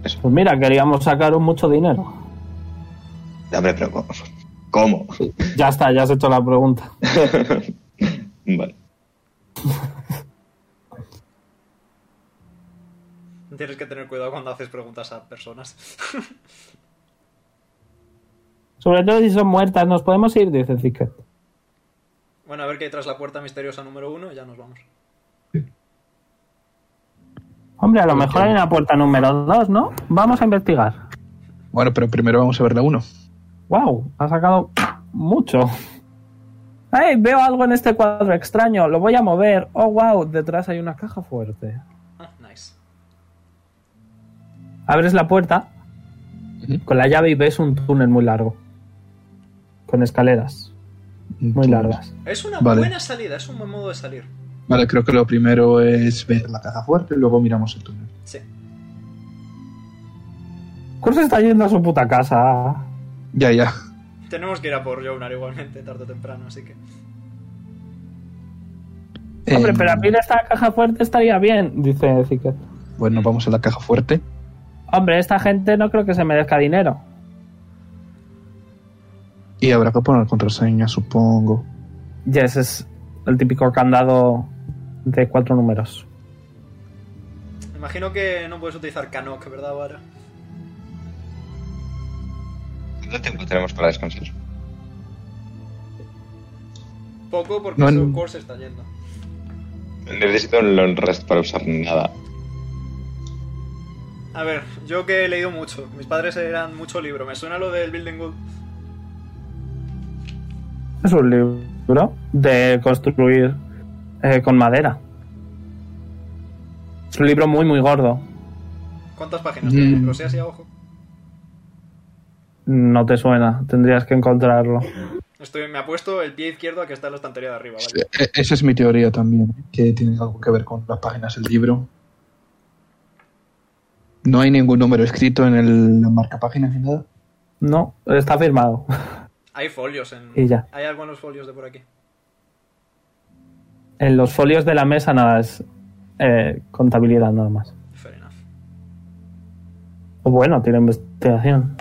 Speaker 2: Pues mira, queríamos sacar un mucho dinero.
Speaker 3: Hombre, pero ¿cómo? ¿Cómo?
Speaker 2: Ya está, ya has hecho la pregunta.
Speaker 3: vale.
Speaker 1: Tienes que tener cuidado cuando haces preguntas a personas.
Speaker 2: Sobre todo si son muertas, nos podemos ir, dice Ticket.
Speaker 1: bueno, a ver qué hay tras la puerta misteriosa número uno y ya nos vamos.
Speaker 2: Hombre, a lo mejor hay una puerta número 2, ¿no? Vamos a investigar.
Speaker 4: Bueno, pero primero vamos a ver la 1.
Speaker 2: ¡Wow! Ha sacado mucho. ¡Ay! Veo algo en este cuadro extraño, lo voy a mover. ¡Oh, wow! Detrás hay una caja fuerte.
Speaker 1: Ah, nice.
Speaker 2: Abres la puerta
Speaker 4: Ujú.
Speaker 2: con la llave y ves un túnel muy largo. Con escaleras muy largas.
Speaker 1: Es una
Speaker 4: Vale.
Speaker 1: buena salida, es un buen modo de salir.
Speaker 4: Vale, creo que lo primero es ver la caja fuerte, luego miramos el túnel.
Speaker 1: Sí.
Speaker 2: Curso está yendo a su puta casa.
Speaker 4: Ya, ya.
Speaker 1: Tenemos que ir a por Jonar igualmente, tarde o temprano, así que.
Speaker 2: Hombre,
Speaker 4: Em,
Speaker 2: pero abrir esta caja fuerte estaría bien, dice Zicker.
Speaker 4: Bueno, vamos a la caja fuerte.
Speaker 2: Hombre, esta gente no creo que se merezca dinero.
Speaker 4: Y habrá que poner contraseña, supongo.
Speaker 2: Yes, es el típico candado de cuatro números.
Speaker 1: Imagino que no puedes utilizar Kanok, ¿verdad, Vara?
Speaker 3: ¿Cuánto tiempo tenemos para descansar?
Speaker 1: Poco porque
Speaker 4: No,
Speaker 1: su
Speaker 4: no.
Speaker 1: core se está yendo.
Speaker 3: Necesito un long rest para usar nada.
Speaker 1: A ver, yo que he leído mucho. Mis padres eran mucho libro. Me suena lo del Building Good.
Speaker 2: Es un libro de construir eh, con madera. Es un libro muy, muy gordo.
Speaker 1: ¿Cuántas páginas tiene?
Speaker 4: Mm.
Speaker 1: Pero sí, así a ojo.
Speaker 2: No te suena, tendrías que encontrarlo.
Speaker 1: Estoy, me apuesto el pie izquierdo a que está en la estantería de arriba, ¿vale?
Speaker 4: E- esa es mi teoría también, ¿eh? que tiene algo que ver con las páginas del libro. No hay ningún número escrito en el, la marca páginas ni nada.
Speaker 2: No, está firmado.
Speaker 1: Hay folios en.
Speaker 2: Y ya.
Speaker 1: Hay algunos folios de por aquí.
Speaker 2: En los folios de la mesa nada es eh, contabilidad nada más.
Speaker 1: Fair enough.
Speaker 2: O bueno, tiene investigación.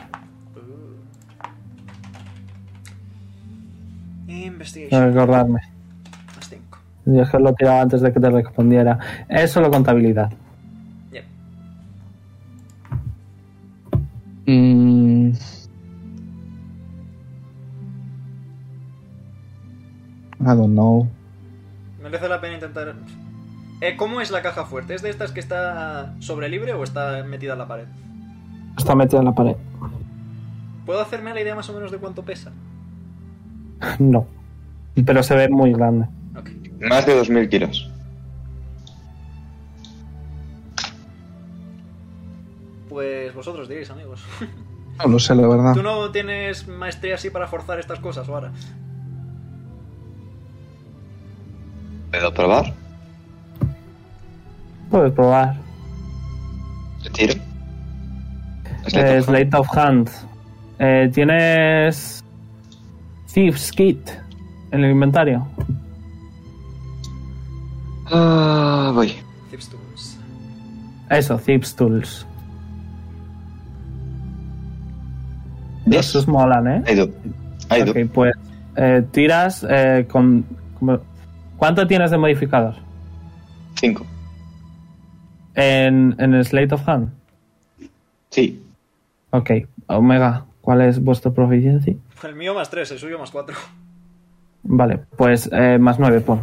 Speaker 1: Investigation.
Speaker 2: No recordarme.
Speaker 1: Más 5.
Speaker 2: Yo es que lo tiraba antes de que te respondiera. Es solo contabilidad.
Speaker 1: Yep.
Speaker 4: Mm. I don't know.
Speaker 1: Merece la pena intentar. Eh, ¿Cómo es la caja fuerte? ¿Es de estas que está sobre libre o está metida en la pared?
Speaker 2: Está metida en la pared.
Speaker 1: ¿Puedo hacerme la idea más o menos de cuánto pesa?
Speaker 2: No. Pero se ve muy grande.
Speaker 1: Ok.
Speaker 3: Más de 2.000 kilos.
Speaker 1: Pues vosotros diréis, amigos.
Speaker 4: No lo sé, la verdad.
Speaker 1: ¿Tú no tienes maestría así para forzar estas cosas, ahora?
Speaker 3: ¿Puedo probar?
Speaker 2: Puedes probar.
Speaker 3: ¿Le tiro? ¿Es la
Speaker 2: Eh,
Speaker 3: toca?
Speaker 2: Slate of Hand. Eh, Tienes. Thieves Kit en el inventario.
Speaker 3: Ah, voy.
Speaker 1: Tips Pues tools.
Speaker 2: Eso, Thieves Tools.
Speaker 3: Yes.
Speaker 2: Esos molan, ¿eh?
Speaker 3: I do. I do.
Speaker 2: Ok, pues. eh, tiras eh, con. como- ¿Cuánto tienes de modificador?
Speaker 3: Cinco.
Speaker 2: En, en el Slate of Hand.
Speaker 3: Sí.
Speaker 2: Ok. Omega, ¿cuál es vuestro proficiency?
Speaker 1: El mío más 3, el suyo más 4.
Speaker 2: Vale, pues eh, más 9, pon.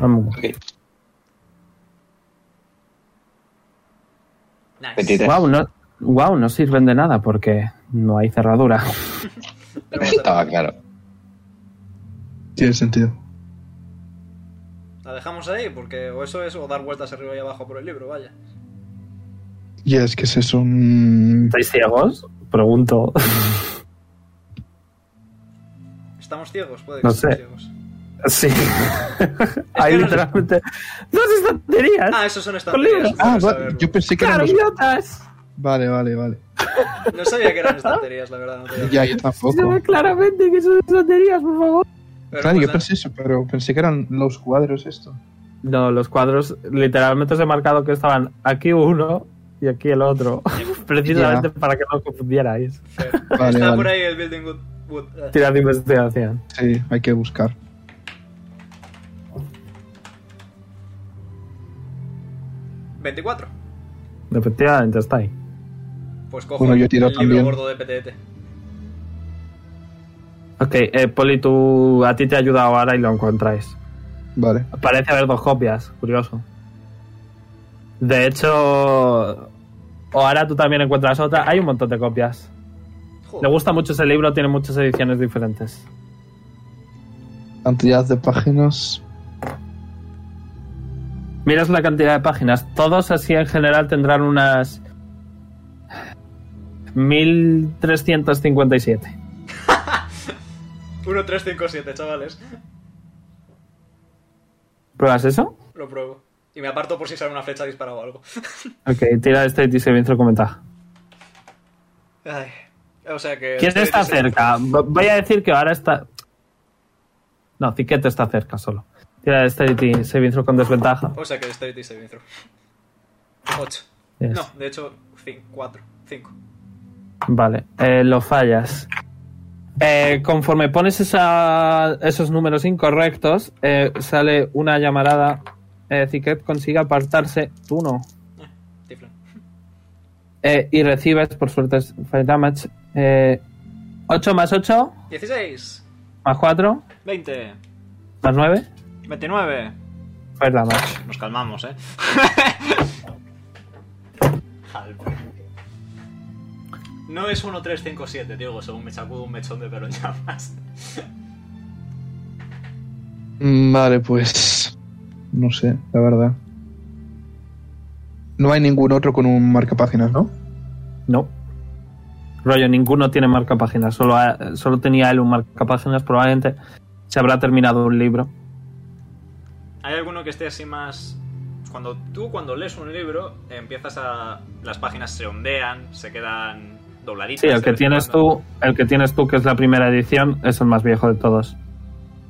Speaker 2: Vamos.
Speaker 3: Ok.
Speaker 1: Nice.
Speaker 3: 23.
Speaker 2: Wow, no, wow, no sirven de nada porque no hay cerradura.
Speaker 1: Pero vamos a-
Speaker 3: Estaba Ah, claro.
Speaker 4: Tiene sentido.
Speaker 1: La dejamos ahí porque o eso es o dar vueltas arriba y abajo por el libro, vaya.
Speaker 4: Y es que es eso. mm,
Speaker 2: ¿Estáis ciegos? Pregunto.
Speaker 1: Estamos ciegos, puede que
Speaker 2: No
Speaker 1: estemos
Speaker 2: sé.
Speaker 1: ciegos.
Speaker 2: sí. hay
Speaker 1: no sé.
Speaker 2: literalmente dos estanterías.
Speaker 1: Ah, esos son estanterías.
Speaker 2: libro.
Speaker 1: es bueno
Speaker 4: Ah, va-
Speaker 1: saberlo.
Speaker 4: yo pensé que
Speaker 2: ¡Claro,
Speaker 4: eran los-
Speaker 2: idiotas!
Speaker 4: Vale, vale, vale.
Speaker 1: No sabía que eran estanterías, la verdad. No te digo.
Speaker 4: Ya, yo
Speaker 2: Se
Speaker 4: tampoco.
Speaker 2: ve claramente que son estanterías, por favor.
Speaker 1: Pero
Speaker 4: Claro,
Speaker 1: pues
Speaker 4: yo
Speaker 1: nada.
Speaker 4: pensé eso, pero pensé que eran los cuadros esto.
Speaker 2: No, los cuadros literalmente os he marcado que estaban aquí uno y aquí el otro. Precisamente para que no os confundierais.
Speaker 1: Fair.
Speaker 4: Vale,
Speaker 1: Está
Speaker 4: vale.
Speaker 1: por ahí el Building Wood. wood, eh.
Speaker 2: Tirad de investigación.
Speaker 4: Sí, hay que buscar.
Speaker 1: ¿24?
Speaker 2: Efectivamente, está ahí.
Speaker 1: Pues cojo
Speaker 4: Bueno, yo tiro
Speaker 1: el
Speaker 4: también.
Speaker 1: libro gordo de E PTT.
Speaker 2: Ok, eh, Poli, tú, a ti te ha ayudado ahora y lo encontráis.
Speaker 4: Vale.
Speaker 2: Parece haber dos copias, curioso. De hecho, o ahora tú también encuentras otra. Hay un montón de copias. Le gusta mucho ese libro, tiene muchas ediciones diferentes.
Speaker 4: Cantidad de páginas.
Speaker 2: Miras la cantidad de páginas. Todos así en general tendrán unas 1357.
Speaker 1: 1357, chavales.
Speaker 2: ¿Pruebas eso?
Speaker 1: Lo pruebo. Y me aparto por si sale una flecha disparada o algo.
Speaker 2: Ok, tira este y se con ventaja.
Speaker 1: Ay, o sea que.
Speaker 2: ¿Quién este está cerca? V- Voy a decir que ahora está. No, Ciquete está cerca solo. Tira este Dexterity Saving Throw con desventaja.
Speaker 1: O sea que Dexterity Saving Throw. 8.
Speaker 2: Yes.
Speaker 1: No, de hecho, 4. 5.
Speaker 2: Vale, eh, lo fallas. Eh, conforme pones esa- esos números incorrectos, eh, sale una llamarada. Eh, Ziquet consigue apartarse. Tú no.
Speaker 1: Tiflin.
Speaker 2: Eh, y recibes, por suerte, es fire damage. Eh, 8 más 8,
Speaker 1: 16.
Speaker 2: más 4,
Speaker 1: 20.
Speaker 2: más 9.
Speaker 1: 29.
Speaker 2: Fire damage.
Speaker 1: Nos calmamos, eh. Joder. No es 1357, Diego, según me sacudo un mechón de pelo en llamas.
Speaker 4: Mm, Vale, pues. No sé, la verdad. No hay ningún otro con un marcapáginas, ¿no?
Speaker 2: No. Rollo, ninguno tiene marca páginas. Solo, ha- solo tenía él un marca páginas. Probablemente se habrá terminado un libro.
Speaker 1: ¿Hay alguno que esté así más.? Cuando tú, cuando lees un libro, empiezas a. Las páginas se ondean, se quedan dobladitas.
Speaker 2: Sí, el
Speaker 1: de
Speaker 2: que
Speaker 1: vez en
Speaker 2: tienes
Speaker 1: cuando.
Speaker 2: tú, el que tienes tú, que es la primera edición, es el más viejo de todos.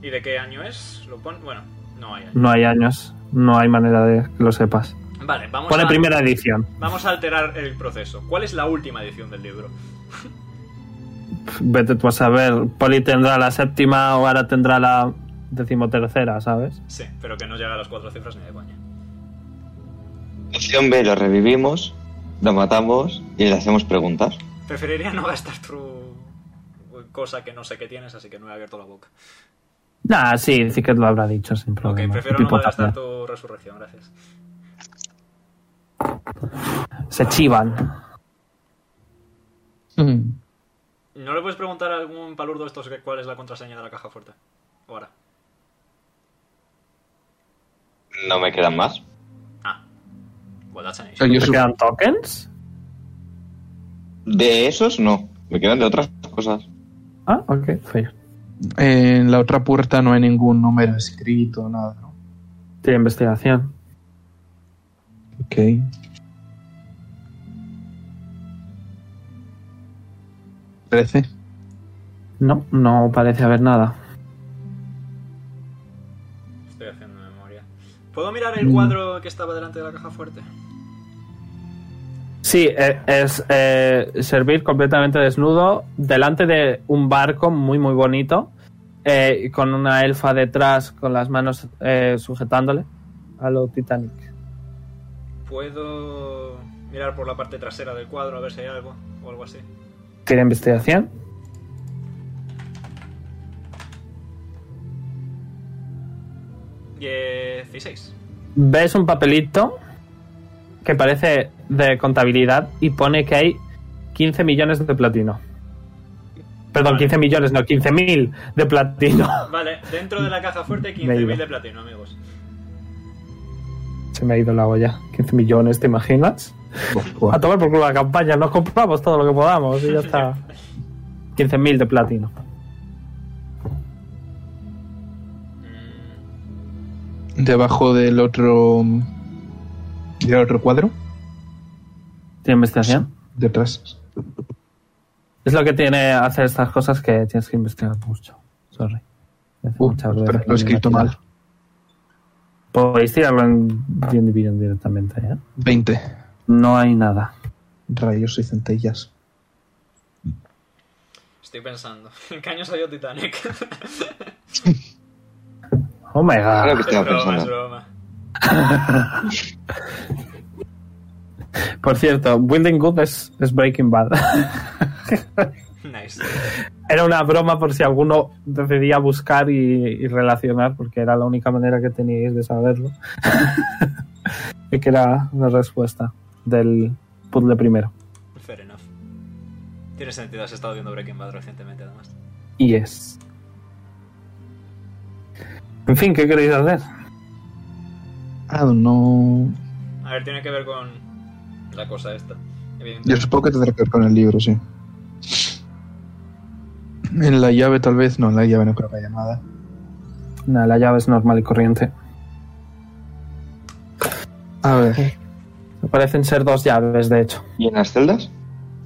Speaker 1: ¿Y de qué año es? ¿Lo pon... Bueno, no hay año.
Speaker 2: No hay años, no hay manera de que lo sepas.
Speaker 1: Vale, vamos
Speaker 2: Pone
Speaker 1: a.
Speaker 2: primera edición,
Speaker 1: Vamos a alterar el proceso. ¿Cuál es la última edición del libro?
Speaker 2: Pf, vete tú a saber. Poli tendrá la séptima o ahora tendrá la decimotercera, ¿sabes?
Speaker 1: Sí, pero que no llega a las cuatro cifras ni de coña.
Speaker 3: Opción B, lo revivimos, lo matamos y le hacemos preguntas.
Speaker 1: Preferiría no gastar tu cosa que no sé qué tienes, así que no he abierto la boca.
Speaker 2: Nah, sí, sí que lo habrá dicho sin
Speaker 1: Ok,
Speaker 2: problema.
Speaker 1: prefiero no
Speaker 2: Tipo
Speaker 1: gastar
Speaker 2: fácil.
Speaker 1: tu resurrección, gracias.
Speaker 2: Se chivan.
Speaker 4: Mm.
Speaker 1: ¿No le puedes preguntar a algún palurdo estos que- cuál es la contraseña de la caja fuerte? Ahora.
Speaker 3: No me quedan más.
Speaker 1: Ah. Well, that's an
Speaker 4: O
Speaker 1: issue.
Speaker 4: sea, yo
Speaker 2: ¿Te
Speaker 4: su-
Speaker 2: quedan tokens?
Speaker 3: De esos no, me quedan de otras cosas.
Speaker 2: Ah, ok, fair.
Speaker 4: en la otra puerta no hay ningún número escrito, nada, ¿no?
Speaker 2: Tiene investigación.
Speaker 4: Ok. Trece.
Speaker 2: No, no parece haber nada.
Speaker 1: Estoy haciendo memoria. ¿Puedo mirar el cuadro que estaba delante de la caja fuerte?
Speaker 2: Sí, eh, es eh, servir completamente desnudo delante de un barco muy, muy bonito, eh, con una elfa detrás con las manos eh, sujetándole a lo Titanic.
Speaker 1: ¿Puedo mirar por la parte trasera del cuadro a ver si hay algo o algo así?
Speaker 2: ¿Tiene investigación?
Speaker 1: Dieciséis.
Speaker 2: Ves un papelito que parece de contabilidad y pone que hay 15 millones de platino. Perdón,
Speaker 1: Vale.
Speaker 2: 15 millones, no, 15.000 de platino.
Speaker 1: Vale, dentro de la caja fuerte
Speaker 2: Me
Speaker 1: 15.000
Speaker 2: iba.
Speaker 1: de platino, amigos.
Speaker 2: Se me ha ido la olla. 15 millones, ¿te imaginas? A tomar por culo la campaña, nos compramos todo lo que podamos y ya está. 15.000 de platino.
Speaker 1: Mm,
Speaker 4: Debajo del otro. Del otro cuadro.
Speaker 2: ¿Tiene investigación?
Speaker 4: Detrás.
Speaker 2: Es lo que tiene hacer estas cosas que tienes que investigar mucho. Sorry. Hace
Speaker 4: Uh,
Speaker 2: muchas veces
Speaker 4: espera,
Speaker 2: que
Speaker 4: lo he escrito
Speaker 2: me-
Speaker 4: mal.
Speaker 2: Podéis tirarlo en Bien Division directamente, ¿eh?
Speaker 4: Veinte.
Speaker 2: No hay nada.
Speaker 4: Rayos y centellas.
Speaker 1: Estoy pensando. ¿En qué año salió Titanic?
Speaker 2: Oh my
Speaker 7: Ah,
Speaker 3: Ahora
Speaker 2: god.
Speaker 3: que estaba
Speaker 1: es broma, es
Speaker 3: pensando.
Speaker 1: broma.
Speaker 2: Por cierto, Building Good es, es Breaking Bad.
Speaker 1: Nice.
Speaker 2: era una broma por si alguno decidía buscar y, y relacionar, porque era la única manera que teníais de saberlo. y que era una respuesta del puzzle primero.
Speaker 1: Fair enough. Tiene sentido, has estado viendo Breaking Bad recientemente, además.
Speaker 2: Y es. En fin, ¿qué queréis hacer?
Speaker 4: I don't know.
Speaker 1: A ver, tiene que ver con la cosa esta. evidentemente.
Speaker 4: Yo supongo que tendrá que ver con el libro, sí. En la llave tal vez, no, en la llave no creo que haya nada.
Speaker 2: Nada, la llave es normal y corriente.
Speaker 4: A ver,
Speaker 2: Parecen ser dos llaves, de hecho.
Speaker 7: ¿Y en las celdas?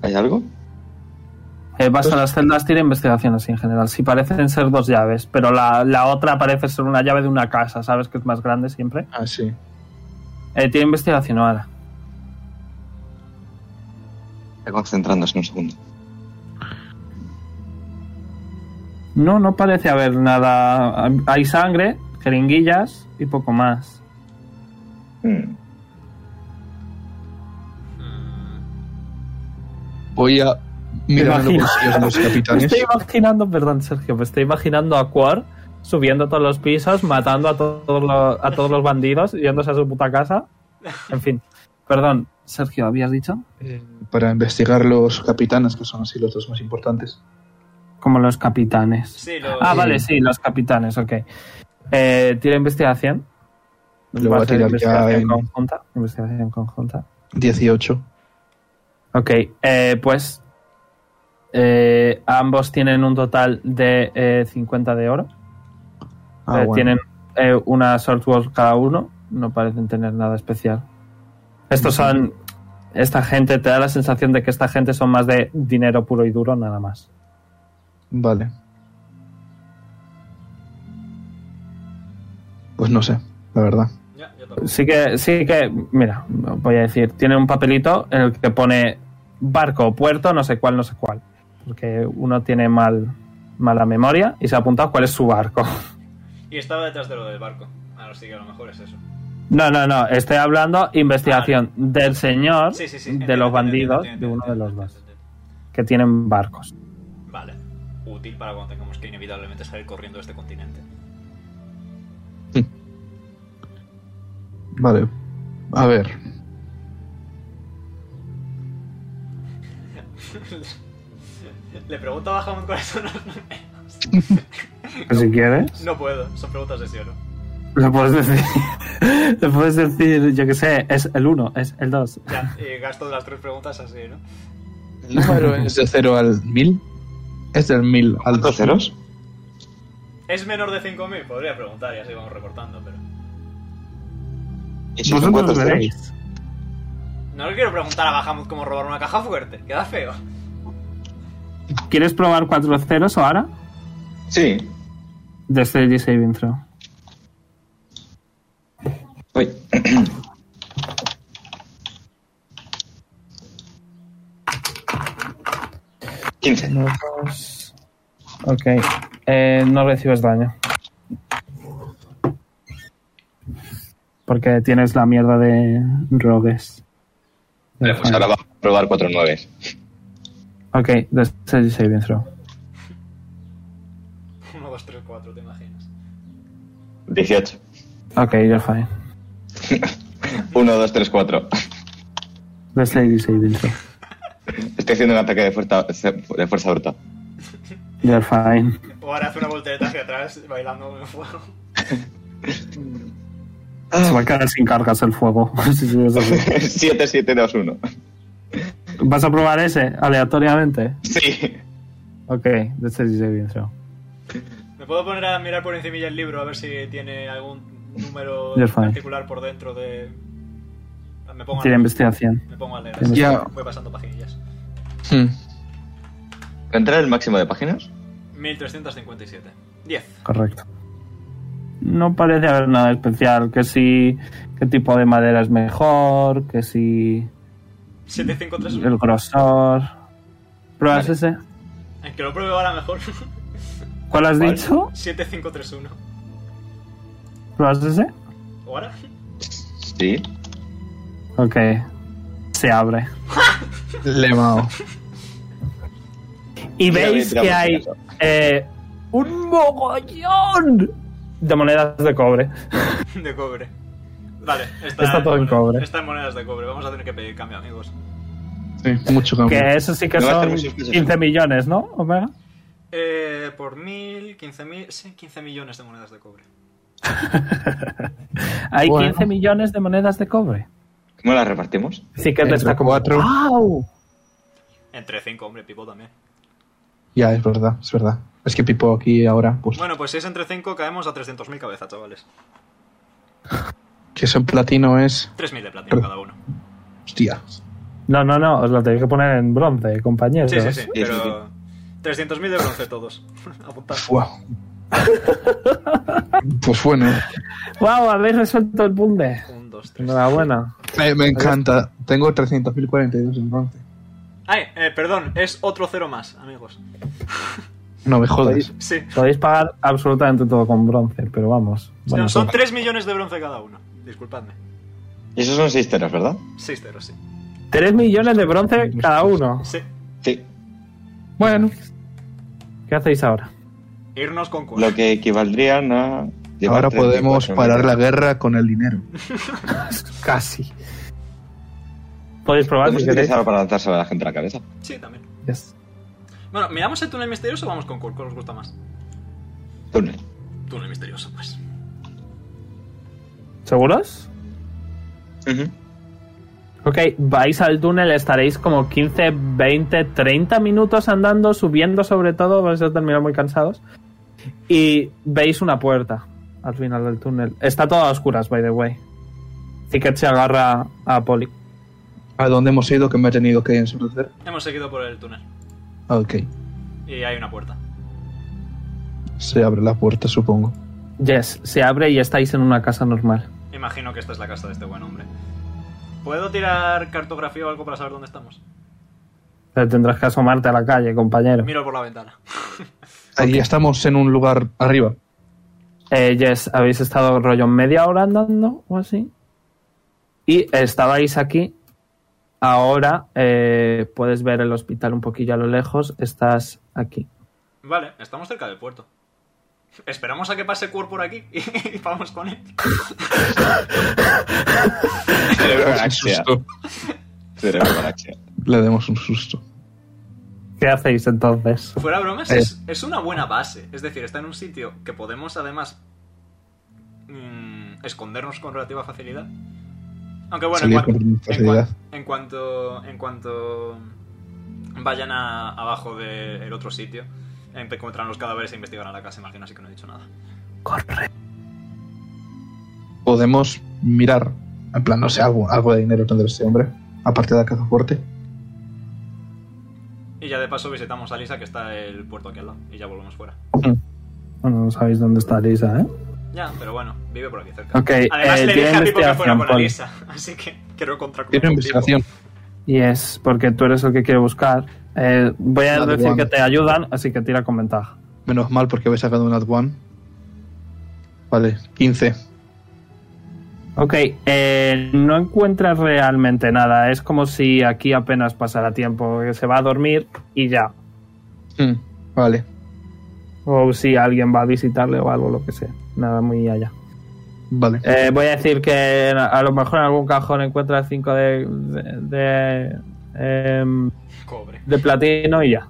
Speaker 7: ¿Hay algo?
Speaker 2: Eh, vas a las celdas, tira investigación así en general. Sí, parecen ser dos llaves, pero la, la otra parece ser una llave de una casa, ¿sabes? Que es más grande siempre.
Speaker 4: ah, sí.
Speaker 2: Eh, tira investigación ahora.
Speaker 7: Está concentrándose un segundo.
Speaker 2: No, no parece haber nada. Hay sangre, jeringuillas y poco más.
Speaker 7: Hmm.
Speaker 1: Mm,
Speaker 4: Voy a mirar los
Speaker 2: Imagina-
Speaker 4: bolsillos de los
Speaker 2: Me
Speaker 4: capitanes.
Speaker 2: estoy imaginando, perdón Sergio, me estoy imaginando a Quar subiendo todos los pisos, matando a, to- todos los, a todos los bandidos, yéndose a su puta casa. En fin, perdón, Sergio, ¿habías dicho?
Speaker 4: eh, para investigar los capitanes, que son así los dos más importantes.
Speaker 2: Como los capitanes.
Speaker 1: Sí, lo.
Speaker 2: Ah, vale, sí, los capitanes, ok. Eh, tira investigación.
Speaker 4: Lo voy
Speaker 2: Va
Speaker 4: a
Speaker 2: ser
Speaker 4: tirar ya
Speaker 2: investigación
Speaker 4: en-
Speaker 2: conjunta. Investigación conjunta.
Speaker 4: 18.
Speaker 2: Ok, eh, pues eh, ambos tienen un total de eh, 50 de oro.
Speaker 4: Ah,
Speaker 2: Eh,
Speaker 4: bueno.
Speaker 2: Tienen eh, una Sword cada uno. No parecen tener nada especial. Estos son. Esta gente te da la sensación de que esta gente son más de dinero puro y duro, nada más.
Speaker 4: Vale. Pues no sé, la verdad.
Speaker 1: Ya, yo tampoco.
Speaker 2: Sí que, sí que, mira, voy a decir, tienen un papelito en el que pone barco, puerto, no sé cuál, no sé cuál. Porque uno tiene mal, mala memoria y se ha apuntado cuál es su barco.
Speaker 1: Y estaba detrás de lo del barco. Ahora sí que a lo mejor es eso.
Speaker 2: No, no, no, estoy hablando investigación del señor,
Speaker 1: Ah, Sí, sí, sí.
Speaker 2: Ah, de
Speaker 1: entiendo,
Speaker 2: los
Speaker 1: entiendo,
Speaker 2: bandidos,
Speaker 1: entiendo,
Speaker 2: de uno de
Speaker 1: entiendo,
Speaker 2: los
Speaker 1: entiendo,
Speaker 2: dos,
Speaker 1: entiendo, entiendo.
Speaker 2: que tienen barcos.
Speaker 1: Vale. Útil para cuando tengamos que inevitablemente salir corriendo de este continente.
Speaker 4: Vale. A ver.
Speaker 1: Le pregunto a Bajamón cuáles son los números.
Speaker 2: Pues Si quieres,
Speaker 1: No puedo, son preguntas de sí o no.
Speaker 2: lo puedes decir. Le puedes decir, yo qué sé, es el 1, es el 2.
Speaker 1: Ya, y gasto de las tres preguntas así, ¿no?
Speaker 4: El número es de 0 al 1000. Es del 1000 al
Speaker 7: ¿Cuántos
Speaker 4: 2000.
Speaker 7: ceros?
Speaker 1: ¿Es menor de 5.000? Podría preguntar y así vamos recortando, pero...
Speaker 7: ¿Y si son cuántos ceros?
Speaker 1: No le quiero preguntar a Bahamut cómo robar una caja fuerte, queda feo.
Speaker 2: ¿Quieres probar cuatro ceros o ahora? este
Speaker 7: Sí.
Speaker 2: Desde el Saving Throw.
Speaker 7: Uy. Quince.
Speaker 2: No, pues- Ok. Eh, no recibes daño. Porque tienes la mierda de rogues.
Speaker 7: Vale,
Speaker 3: Ah.
Speaker 7: pues ahora vamos a probar cuatro nueves.
Speaker 2: Ok, desde el Saving Throw.
Speaker 1: 1, 2, 3, 4, te imaginas.
Speaker 7: 18.
Speaker 2: Ok, you're fine.
Speaker 7: 1, 2, 3, 4.
Speaker 2: Desde el Saving Throw.
Speaker 7: Estoy haciendo un ataque de fuerza, de fuerza bruta.
Speaker 2: You're fine.
Speaker 1: O ahora hace una voltereta hacia atrás bailando con el fuego.
Speaker 2: Se va a quedar sin cargas el fuego. Sí, sí, eso sí.
Speaker 7: 7, 7, 2, 1.
Speaker 2: ¿Vas a probar ese aleatoriamente?
Speaker 7: Sí.
Speaker 2: Ok, desde el Saving Throw.
Speaker 1: Me puedo poner a mirar por encimilla el libro a ver si tiene algún número
Speaker 2: You're fine.
Speaker 1: particular por dentro de... Me pongo a
Speaker 2: Tira
Speaker 1: leer.
Speaker 2: investigación.
Speaker 1: Me pongo a leer.
Speaker 2: Tienes-
Speaker 1: así
Speaker 4: Ya.
Speaker 1: Voy pasando paginillas.
Speaker 4: Hmm.
Speaker 7: ¿Entrar el máximo de páginas?
Speaker 1: 1357. 10.
Speaker 2: Correcto. No parece haber nada especial. Que si. ¿Qué tipo de madera es mejor? Que si.
Speaker 1: 7531.
Speaker 2: El grosor. ¿Pruebas
Speaker 7: Vale.
Speaker 2: ese?
Speaker 1: El que lo pruebe ahora mejor.
Speaker 2: ¿Cuál has
Speaker 7: Vale.
Speaker 2: dicho?
Speaker 1: 7531.
Speaker 2: ¿Pruebas ese?
Speaker 1: ¿O ahora?
Speaker 7: Sí.
Speaker 2: Ok. Se abre.
Speaker 4: Le he mamado.
Speaker 2: Y
Speaker 7: Mira,
Speaker 2: veis
Speaker 7: mira,
Speaker 2: que
Speaker 7: mira,
Speaker 2: hay
Speaker 7: mira.
Speaker 2: eh, un mogollón de monedas de cobre.
Speaker 1: De cobre. Vale, está,
Speaker 2: Está todo en
Speaker 1: bueno,
Speaker 2: cobre.
Speaker 1: Está en monedas de cobre. Vamos a tener que pedir cambio, amigos.
Speaker 4: Sí, mucho cambio.
Speaker 2: Que eso sí que
Speaker 3: No va a
Speaker 2: son
Speaker 3: hacer muchos pesos.
Speaker 2: 15 millones, ¿no, Omega?
Speaker 1: Eh, por mil, quince mil, sí, 15 millones de monedas de cobre.
Speaker 2: Hay
Speaker 4: Bueno.
Speaker 2: 15 millones de monedas de cobre.
Speaker 7: ¿Cómo la repartimos?
Speaker 2: Sí que te
Speaker 4: Entre
Speaker 2: está como...
Speaker 4: cuatro.
Speaker 2: ¡Au!
Speaker 1: Entre 5, hombre, Pipo también.
Speaker 4: Ya, es verdad, es verdad. Es que Pipo aquí ahora, pues,
Speaker 1: Bueno, pues si es entre 5, caemos a 300.000 cabezas, chavales.
Speaker 4: que ese platino es.
Speaker 1: 3.000 de platino cada uno.
Speaker 4: Hostia.
Speaker 2: No, no, no, os lo tenéis que poner en bronce, compañeros.
Speaker 1: Sí, sí, sí,
Speaker 7: sí,
Speaker 1: pero... 300.000 de bronce todos. Apuntad.
Speaker 4: Fua. pues bueno,
Speaker 2: ¡Wow! Habéis resuelto el puzzle.
Speaker 1: 1, 2, 3.
Speaker 2: Enhorabuena.
Speaker 4: eh, me encanta. Tengo 300.042 en bronce.
Speaker 1: Ay, eh, perdón, es otro cero más, amigos.
Speaker 4: No me jodas.
Speaker 1: Sí,
Speaker 2: Podéis pagar absolutamente todo con bronce, pero vamos. Bueno,
Speaker 1: son
Speaker 2: sí.
Speaker 1: 3 millones de bronce cada uno. Disculpadme.
Speaker 7: Y esos son seis teras, ¿verdad?
Speaker 1: 6 ceros, sí.
Speaker 2: 3 millones de bronce cada uno.
Speaker 1: Sí.
Speaker 7: Sí.
Speaker 4: Bueno,
Speaker 2: ¿Qué hacéis ahora?
Speaker 1: Irnos con
Speaker 7: Lo
Speaker 1: 4.
Speaker 7: que equivaldrían a. llevar
Speaker 4: ahora
Speaker 7: 34
Speaker 4: podemos
Speaker 7: metros.
Speaker 4: parar la guerra con el dinero.
Speaker 2: Casi. Podéis probar
Speaker 7: Podemos
Speaker 2: si queréis.
Speaker 7: utilizarlo para lanzárselo a la gente a la cabeza.
Speaker 1: Sí, también.
Speaker 2: Yes.
Speaker 1: Bueno, ¿miramos el túnel misterioso o vamos con Cork? ¿Cuál os gusta más?
Speaker 7: Túnel.
Speaker 1: Túnel misterioso, pues.
Speaker 2: ¿Seguros?
Speaker 7: Ujú.
Speaker 2: Ok, vais al túnel, estaréis como 15, 20, 30 minutos andando, subiendo sobre todo, vais a terminar muy cansados. Y veis una puerta al final del túnel. Está todo a oscuras, by the way. Ticket se agarra a Poli.
Speaker 4: ¿A dónde hemos ido que me he tenido que ensordecer?
Speaker 1: Hemos seguido por el túnel.
Speaker 4: Ah, Ok.
Speaker 1: Y hay una puerta.
Speaker 4: Se abre la puerta, supongo.
Speaker 2: Yes, se abre y estáis en una casa normal.
Speaker 1: Imagino que esta es la casa de este buen hombre. ¿Puedo tirar cartografía o algo para saber dónde estamos?
Speaker 2: Pero tendrás que asomarte a la calle, compañero.
Speaker 1: Miro por la ventana.
Speaker 4: Ahí estamos en un lugar arriba.
Speaker 2: Eh, yes, habéis estado rollo media hora andando o así. Y estabais aquí. Ahora eh, puedes ver el hospital un poquillo a lo lejos. Estás aquí.
Speaker 1: Vale, estamos cerca del puerto. Esperamos a que pase Quor por aquí y vamos con él.
Speaker 7: Cerebro
Speaker 4: Un
Speaker 7: galaxia.
Speaker 4: susto.
Speaker 7: Cerebro galaxia.
Speaker 4: Le demos un susto.
Speaker 2: ¿Qué hacéis entonces?
Speaker 1: Fuera bromas,
Speaker 4: Eh.
Speaker 1: es, es una buena base. Es decir, está en un sitio que podemos además mm, escondernos con relativa facilidad. Aunque bueno, en,
Speaker 4: Salir
Speaker 1: cuan-
Speaker 4: con
Speaker 1: en cuan-
Speaker 4: facilidad.
Speaker 1: en cuanto en cuanto vayan a- abajo del otro sitio, encontrarán los cadáveres e investigarán la casa, imagino, así que no he dicho nada.
Speaker 2: Corre.
Speaker 4: Podemos mirar, en plan, no sé, algo, algo de dinero tendrá este hombre, aparte de la caja fuerte.
Speaker 1: Y ya de paso visitamos a Lisa, que está el puerto aquí al lado, y ya volvemos fuera.
Speaker 2: Bueno, no sabéis dónde está Lisa, ¿eh?
Speaker 1: Ya, pero bueno, vive por aquí cerca.
Speaker 2: Ok,
Speaker 1: Además
Speaker 2: eh,
Speaker 1: le
Speaker 2: tiene
Speaker 1: dije a Pipo que fuera
Speaker 2: investigación,
Speaker 1: con
Speaker 2: Poli.
Speaker 1: Lisa, así que quiero contra
Speaker 4: Tiene investigación.
Speaker 2: Yes, porque tú eres el que quiere buscar. Eh, voy a
Speaker 4: Vale,
Speaker 2: decir
Speaker 4: bueno.
Speaker 2: que te ayudan, así que tira con ventaja.
Speaker 4: Menos mal porque habéis sacado un ad one. Vale, 15.
Speaker 2: Ok, eh, no encuentras realmente nada. Es como si aquí apenas pasara tiempo. Se va a dormir y ya.
Speaker 4: Hmm, Vale.
Speaker 2: O si alguien va a visitarle o algo, lo que sea. Nada muy allá.
Speaker 4: Vale.
Speaker 2: Eh, voy a decir que a lo mejor en algún cajón encuentras 5 de, de, de, em,
Speaker 1: Cobre.
Speaker 2: de platino y ya.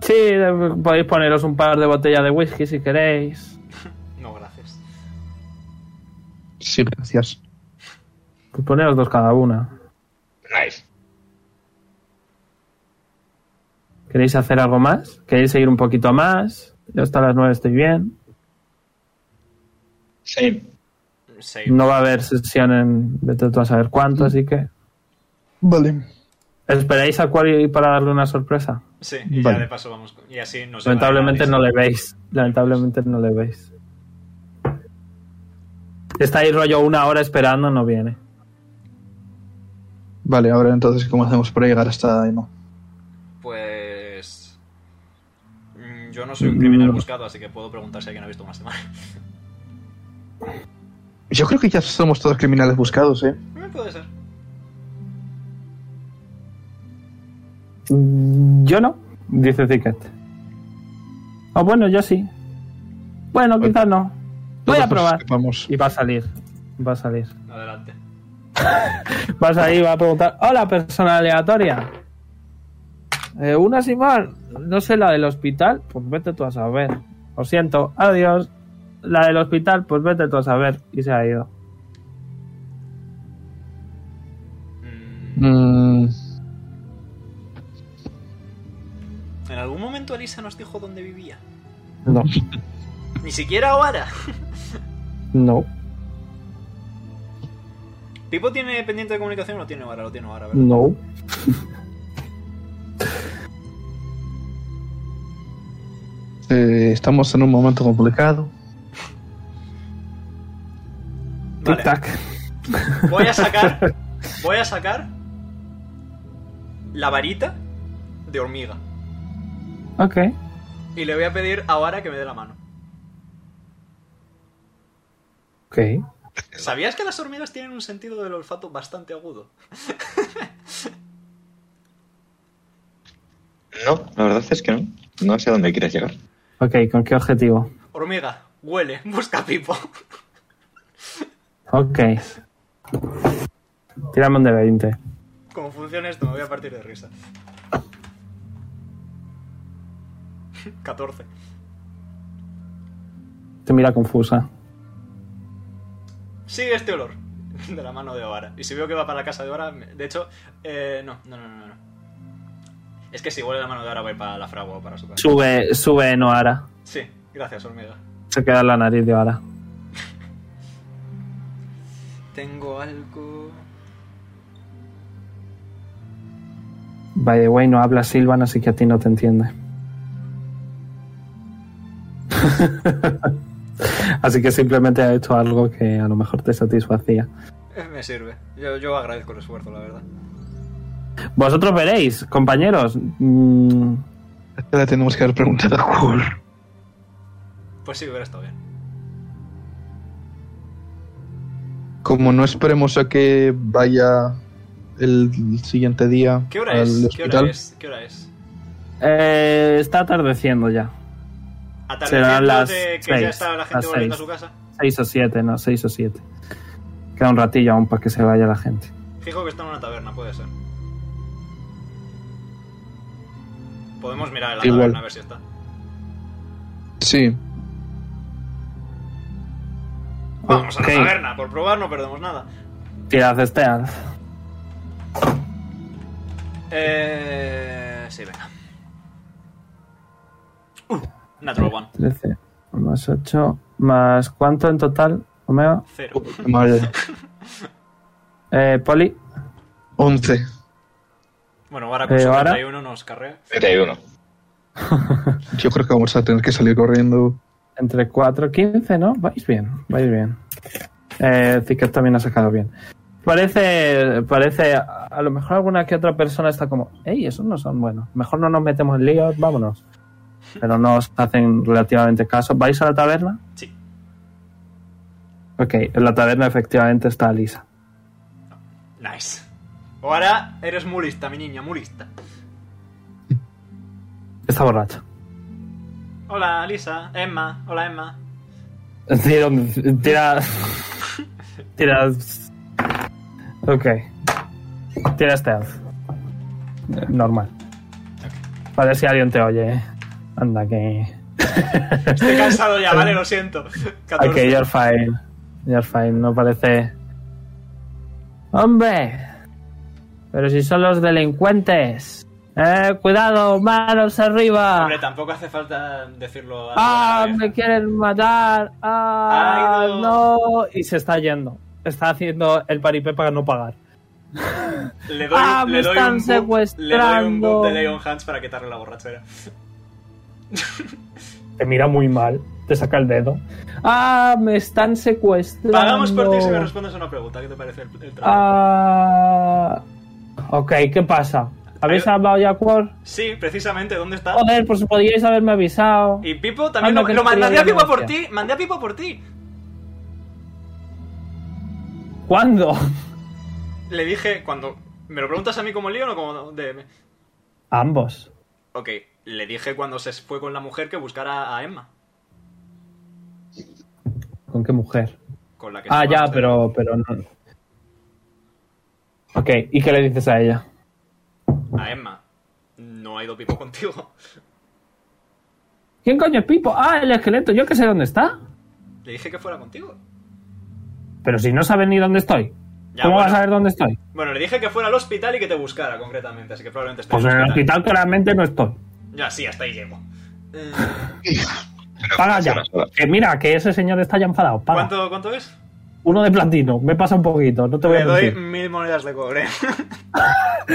Speaker 2: Sí, eh, podéis poneros un par de botellas de whisky si queréis.
Speaker 1: No, gracias.
Speaker 4: Sí, gracias.
Speaker 2: Pues poneros dos cada una.
Speaker 7: Nice.
Speaker 2: ¿Queréis hacer algo más? ¿Queréis seguir un poquito más? Yo hasta las 9 estoy bien.
Speaker 7: Same.
Speaker 1: Sí.
Speaker 2: No va a haber sesión en vete tú a saber cuánto, así que.
Speaker 4: Vale.
Speaker 2: ¿Esperáis a Quari para darle una sorpresa?
Speaker 1: Sí, y
Speaker 4: Vale.
Speaker 1: ya de paso vamos. con- Y así nos.
Speaker 2: Lamentablemente
Speaker 1: llevará a
Speaker 2: no le
Speaker 1: Lisa.
Speaker 2: veis. Lamentablemente no le veis. Está ahí rollo una hora esperando, no viene.
Speaker 4: Vale, ahora entonces, ¿cómo hacemos para llegar hasta Emma?
Speaker 1: Pues. mm, Yo no soy un criminal buscado, así que puedo preguntar si alguien ha visto una semana.
Speaker 4: Yo creo que ya somos todos criminales buscados, ¿eh?
Speaker 1: Puede ser.
Speaker 2: Mm, Yo no, dice Ticket. O bueno, yo sí. Bueno, quizás no. Voy a
Speaker 4: Todos nos
Speaker 2: probar.
Speaker 4: escapamos.
Speaker 2: Y va a salir. Va a salir.
Speaker 1: Adelante.
Speaker 2: Vas ahí, va a preguntar. Hola, persona aleatoria. Eh, una Simón, no sé la del hospital, pues vete tú a saber. Lo siento, adiós. La del hospital, pues vete tú a saber. Y se ha ido.
Speaker 4: Mm,
Speaker 1: En algún momento Elisa nos dijo dónde vivía.
Speaker 2: No,
Speaker 1: Ni siquiera ahora.
Speaker 2: no,
Speaker 1: ¿Pipo tiene pendiente de comunicación o lo tiene ahora? Lo tiene ahora, ¿verdad?
Speaker 2: no.
Speaker 4: eh, estamos en un momento complicado.
Speaker 1: Vale,
Speaker 2: Tic-tac.
Speaker 1: voy a sacar. Voy a sacar. La varita de hormiga.
Speaker 2: Ok.
Speaker 1: Y le voy a pedir a Ahora que me dé la mano.
Speaker 2: Ok.
Speaker 1: ¿Sabías que las hormigas tienen un sentido del olfato bastante agudo?
Speaker 3: No, la verdad es que no. No sé a dónde quieres llegar.
Speaker 2: Ok, ¿con qué objetivo?
Speaker 1: Hormiga, huele, busca a Pipo.
Speaker 2: Ok. Tírame un de 20.
Speaker 1: Como funciona esto, me voy a partir de risa. 14.
Speaker 2: Te mira confusa.
Speaker 1: Sigue este olor de la mano de Oara. Y si veo que va para la casa de Oara, me- de hecho, eh, no, no, no, no, no. Es que si huele la mano de Oara, voy para la fragua o para su casa.
Speaker 2: Sube, sube Noara.
Speaker 1: Sí, gracias, hormiga.
Speaker 2: Se queda en la nariz de Noara.
Speaker 1: Tengo algo.
Speaker 2: By the way, no habla Silvan, así que a ti no te entiende. así que simplemente ha hecho algo que a lo mejor te satisfacía.
Speaker 1: Eh, Me sirve. Yo, yo agradezco el esfuerzo, la verdad.
Speaker 2: Vosotros veréis, compañeros. Mm,
Speaker 4: Esta le tenemos que haber preguntado a Cole.
Speaker 1: Pues sí, hubiera estado bien.
Speaker 4: Como no esperemos a que vaya el siguiente día
Speaker 1: ¿Qué hora
Speaker 4: al
Speaker 1: es? ¿Qué
Speaker 4: hospital,
Speaker 1: hora es? ¿Qué hora es?
Speaker 2: eh, está atardeciendo ya.
Speaker 1: Atardeciendo
Speaker 2: las
Speaker 1: de que ya
Speaker 2: seis,
Speaker 1: está la gente
Speaker 2: las
Speaker 1: volviendo a
Speaker 2: seis.
Speaker 1: su casa.
Speaker 2: Seis o siete, no, seis o siete. Queda un ratillo aún para que se vaya la gente.
Speaker 1: Fijo que está en una taberna, puede ser. Podemos mirar en la
Speaker 4: Igual.
Speaker 1: taberna a ver si está.
Speaker 4: Sí,
Speaker 1: Vamos a la
Speaker 2: Ok.
Speaker 1: taberna, por probar no perdemos nada.
Speaker 2: Tirad este stealth.
Speaker 1: Eh. Sí, venga. Uh, natural one.
Speaker 2: 13 más 8 más cuánto en total, Omega.
Speaker 1: Cero.
Speaker 4: madre.
Speaker 2: Eh, Poli,
Speaker 4: 11.
Speaker 1: Bueno, ahora con
Speaker 2: Eh, ahora-
Speaker 1: 71 nos carrea.
Speaker 3: 31.
Speaker 4: Yo creo que vamos a tener que salir corriendo.
Speaker 2: entre 4 y 15, ¿no? Vais bien, vais bien. Eh, Zicket también ha sacado bien. Parece, parece, a a lo mejor alguna que otra persona está como, hey, esos no son buenos, mejor no nos metemos en líos, vámonos. Pero no os hacen relativamente caso. ¿Vais a la taberna?
Speaker 1: Sí.
Speaker 2: Ok, en la taberna efectivamente está Lisa.
Speaker 1: Nice. Ahora eres muy lista, mi niña, muy lista.
Speaker 2: Está borracha.
Speaker 1: Hola, Lisa. Emma. Hola, Emma.
Speaker 2: Tira. Tira. tira ok. Tira stealth. Eh, Normal. A ver si alguien te oye. eh. Anda, que.
Speaker 1: Estoy cansado ya, vale, lo siento. 14.
Speaker 2: Ok, you're fine. You're fine, no parece. ¡Hombre! Pero si son los delincuentes. ¡Eh, cuidado! ¡Manos arriba!
Speaker 1: Hombre, tampoco hace falta decirlo a
Speaker 2: ¡Ah,
Speaker 1: a la
Speaker 2: me
Speaker 1: vieja.
Speaker 2: quieren matar! ¡Ah,
Speaker 1: Ay, no.
Speaker 2: no. Y se está yendo. Está haciendo el paripé para no pagar.
Speaker 1: Le doy,
Speaker 2: ¡Ah, me
Speaker 1: le doy
Speaker 2: están
Speaker 1: un boot, le doy un boot
Speaker 2: secuestrando!
Speaker 1: de Leon Hans para quitarle la borrachera.
Speaker 2: Te mira muy mal, te saca el dedo. ¡Ah, me están secuestrando!
Speaker 1: Pagamos por ti si me respondes a una pregunta. ¿Qué te parece el, el trabajo?
Speaker 2: ¡Ah! Ok, ¿qué pasa? ¿Habéis
Speaker 1: Ay-
Speaker 2: hablado ya, Quor?
Speaker 1: Sí, precisamente, ¿dónde está?
Speaker 2: Joder, pues podíais haberme avisado.
Speaker 1: Y Pipo también
Speaker 2: Anda,
Speaker 1: lo,
Speaker 2: que
Speaker 1: lo
Speaker 2: no quería
Speaker 1: mandé a Pipo por
Speaker 2: denuncia.
Speaker 1: ti. Mandé a Pipo por ti.
Speaker 2: ¿Cuándo?
Speaker 1: Le dije cuando. ¿Me lo preguntas a mí como Leon o como DM?
Speaker 2: Ambos.
Speaker 1: Ok, le dije cuando se fue con la mujer que buscara a Emma.
Speaker 2: ¿Con qué mujer?
Speaker 1: Con la que
Speaker 2: Ah,
Speaker 1: se fue a
Speaker 2: ya,
Speaker 1: Amsterdam.
Speaker 2: pero, pero no. Ok, ¿y qué le dices a ella?
Speaker 1: A Emma, no ha ido Pipo contigo.
Speaker 2: ¿Quién coño es Pipo? Ah, el esqueleto, yo que sé dónde está.
Speaker 1: Le dije que fuera contigo.
Speaker 2: Pero si no sabe ni dónde estoy,
Speaker 1: Ya,
Speaker 2: ¿cómo va a
Speaker 1: bueno.
Speaker 2: saber dónde estoy?
Speaker 1: Bueno, le dije que fuera al hospital y que te buscara concretamente, así que probablemente esté
Speaker 2: Pues en el hospital claramente no estoy.
Speaker 1: Ya, sí, hasta ahí llego. Eh,
Speaker 2: Paga ya. Que mira, que ese señor está ya enfadado. Paga.
Speaker 1: ¿cuánto, ¿Cuánto es?
Speaker 2: Uno de platino. Me pasa un poquito. No te voy
Speaker 1: Le
Speaker 2: a
Speaker 1: doy
Speaker 2: decir.
Speaker 1: mil monedas de cobre.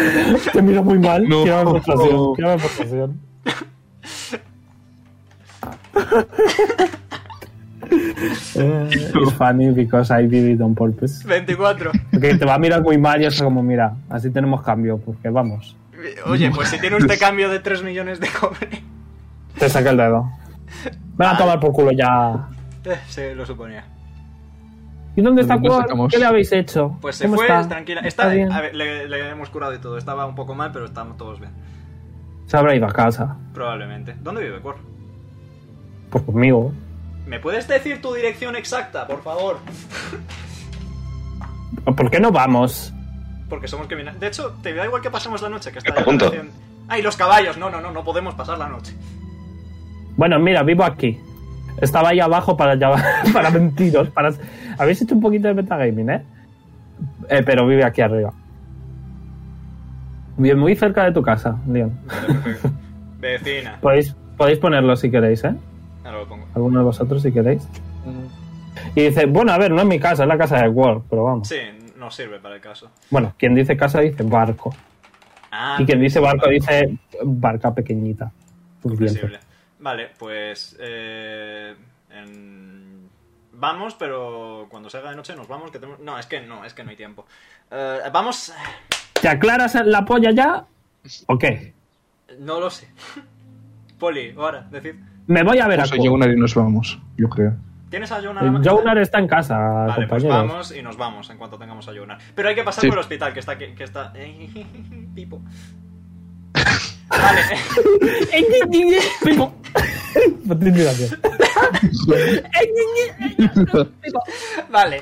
Speaker 2: Te miro muy mal.
Speaker 4: No.
Speaker 2: Quiero ver frustración. Quiero ver frustración. Eh, it's funny because I did it on purpose.
Speaker 1: 24.
Speaker 2: Porque te va a mirar muy mal y es como, mira, así tenemos cambio. Porque vamos.
Speaker 1: Oye, pues si tiene usted cambio de 3 millones de cobre.
Speaker 2: Te saca el dedo. Me van a tomar por culo ya.
Speaker 1: Eh, Se lo suponía.
Speaker 2: ¿Y dónde está
Speaker 4: ¿Dónde
Speaker 2: Quor?
Speaker 4: sacamos?
Speaker 2: ¿Qué le habéis hecho?
Speaker 1: Pues se
Speaker 2: ¿Cómo
Speaker 1: fue,
Speaker 2: está?
Speaker 1: tranquila. Está,
Speaker 2: Está bien.
Speaker 1: A ver, le, le hemos curado y todo. Estaba un poco mal, pero estamos todos bien.
Speaker 2: Se habrá ido a casa.
Speaker 1: Probablemente. ¿Dónde vive Cor?
Speaker 2: Pues conmigo.
Speaker 1: ¿Me puedes decir tu dirección exacta, por favor?
Speaker 2: ¿Por qué no vamos?
Speaker 1: Porque somos criminales. De hecho, te da igual que pasemos la noche, que está
Speaker 7: Está a
Speaker 1: ya
Speaker 7: punto.
Speaker 1: recién- ¡Ay, los caballos! No, no, no, no podemos pasar la noche.
Speaker 2: Bueno, mira, vivo aquí. Estaba ahí abajo para, llav- para mentiros. Para... Habéis hecho un poquito de metagaming, ¿eh? Eh, Pero vive aquí arriba. Bien, muy cerca de tu casa, Leon.
Speaker 1: Vecina.
Speaker 2: Podéis, podéis ponerlo si queréis, ¿eh?
Speaker 1: Ahora lo pongo.
Speaker 2: Alguno de vosotros si queréis.
Speaker 1: Mm.
Speaker 2: Y dice, bueno, a ver, no es mi casa, es la casa de Ward, pero vamos.
Speaker 1: Sí, nos sirve para el caso.
Speaker 2: Bueno, quien dice casa dice barco.
Speaker 1: Ah,
Speaker 2: Y quien dice barco dice barca pequeñita. Pues
Speaker 1: comprensible. Vale, pues. eh, en- Vamos, pero cuando se haga de noche nos vamos. Que tenemos... No, es que no, es que no hay tiempo. Eh, vamos.
Speaker 2: ¿Te aclaras la polla ya? ¿O qué?
Speaker 1: No lo sé. Poli, ahora, decid.
Speaker 2: Me voy a ver
Speaker 4: Pues
Speaker 2: a
Speaker 4: a
Speaker 2: Quor.
Speaker 4: Jonar y nos vamos, yo creo.
Speaker 1: ¿Tienes a
Speaker 2: Eh,
Speaker 1: Jonar? a la-
Speaker 2: Jonar está en casa,
Speaker 1: Vale, pues
Speaker 2: compañeros.
Speaker 1: vamos y nos vamos en cuanto tengamos a Jonar. Pero hay que pasar
Speaker 4: Sí.
Speaker 1: por el hospital, que está aquí, que está. Pipo. Vale.
Speaker 2: Pipo. No tiene gracia.
Speaker 1: Vale.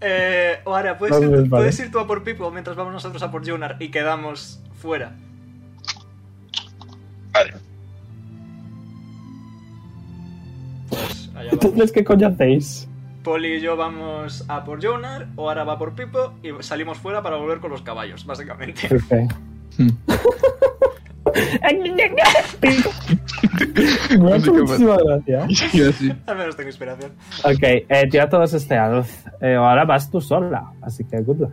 Speaker 1: Eh, ahora, ¿puedes,
Speaker 2: Vamos,
Speaker 1: ir,
Speaker 2: vale.
Speaker 1: puedes ir tú a por Pipo mientras vamos nosotros a por Jonar y quedamos fuera.
Speaker 7: Vale.
Speaker 1: Pues allá vamos.
Speaker 2: Entonces, ¿qué coño hacéis?
Speaker 1: Poli y yo vamos a por Jonar, ahora va por Pipo y salimos fuera para volver con los caballos, básicamente.
Speaker 2: Perfecto.
Speaker 4: Hmm.
Speaker 2: Me ha
Speaker 4: Así
Speaker 2: hecho
Speaker 4: que
Speaker 2: muchísima gracia.
Speaker 4: Y así.
Speaker 1: Al menos tengo inspiración.
Speaker 2: Ok, eh, tira todos este alz. Eh, ahora vas tú sola, así que good luck.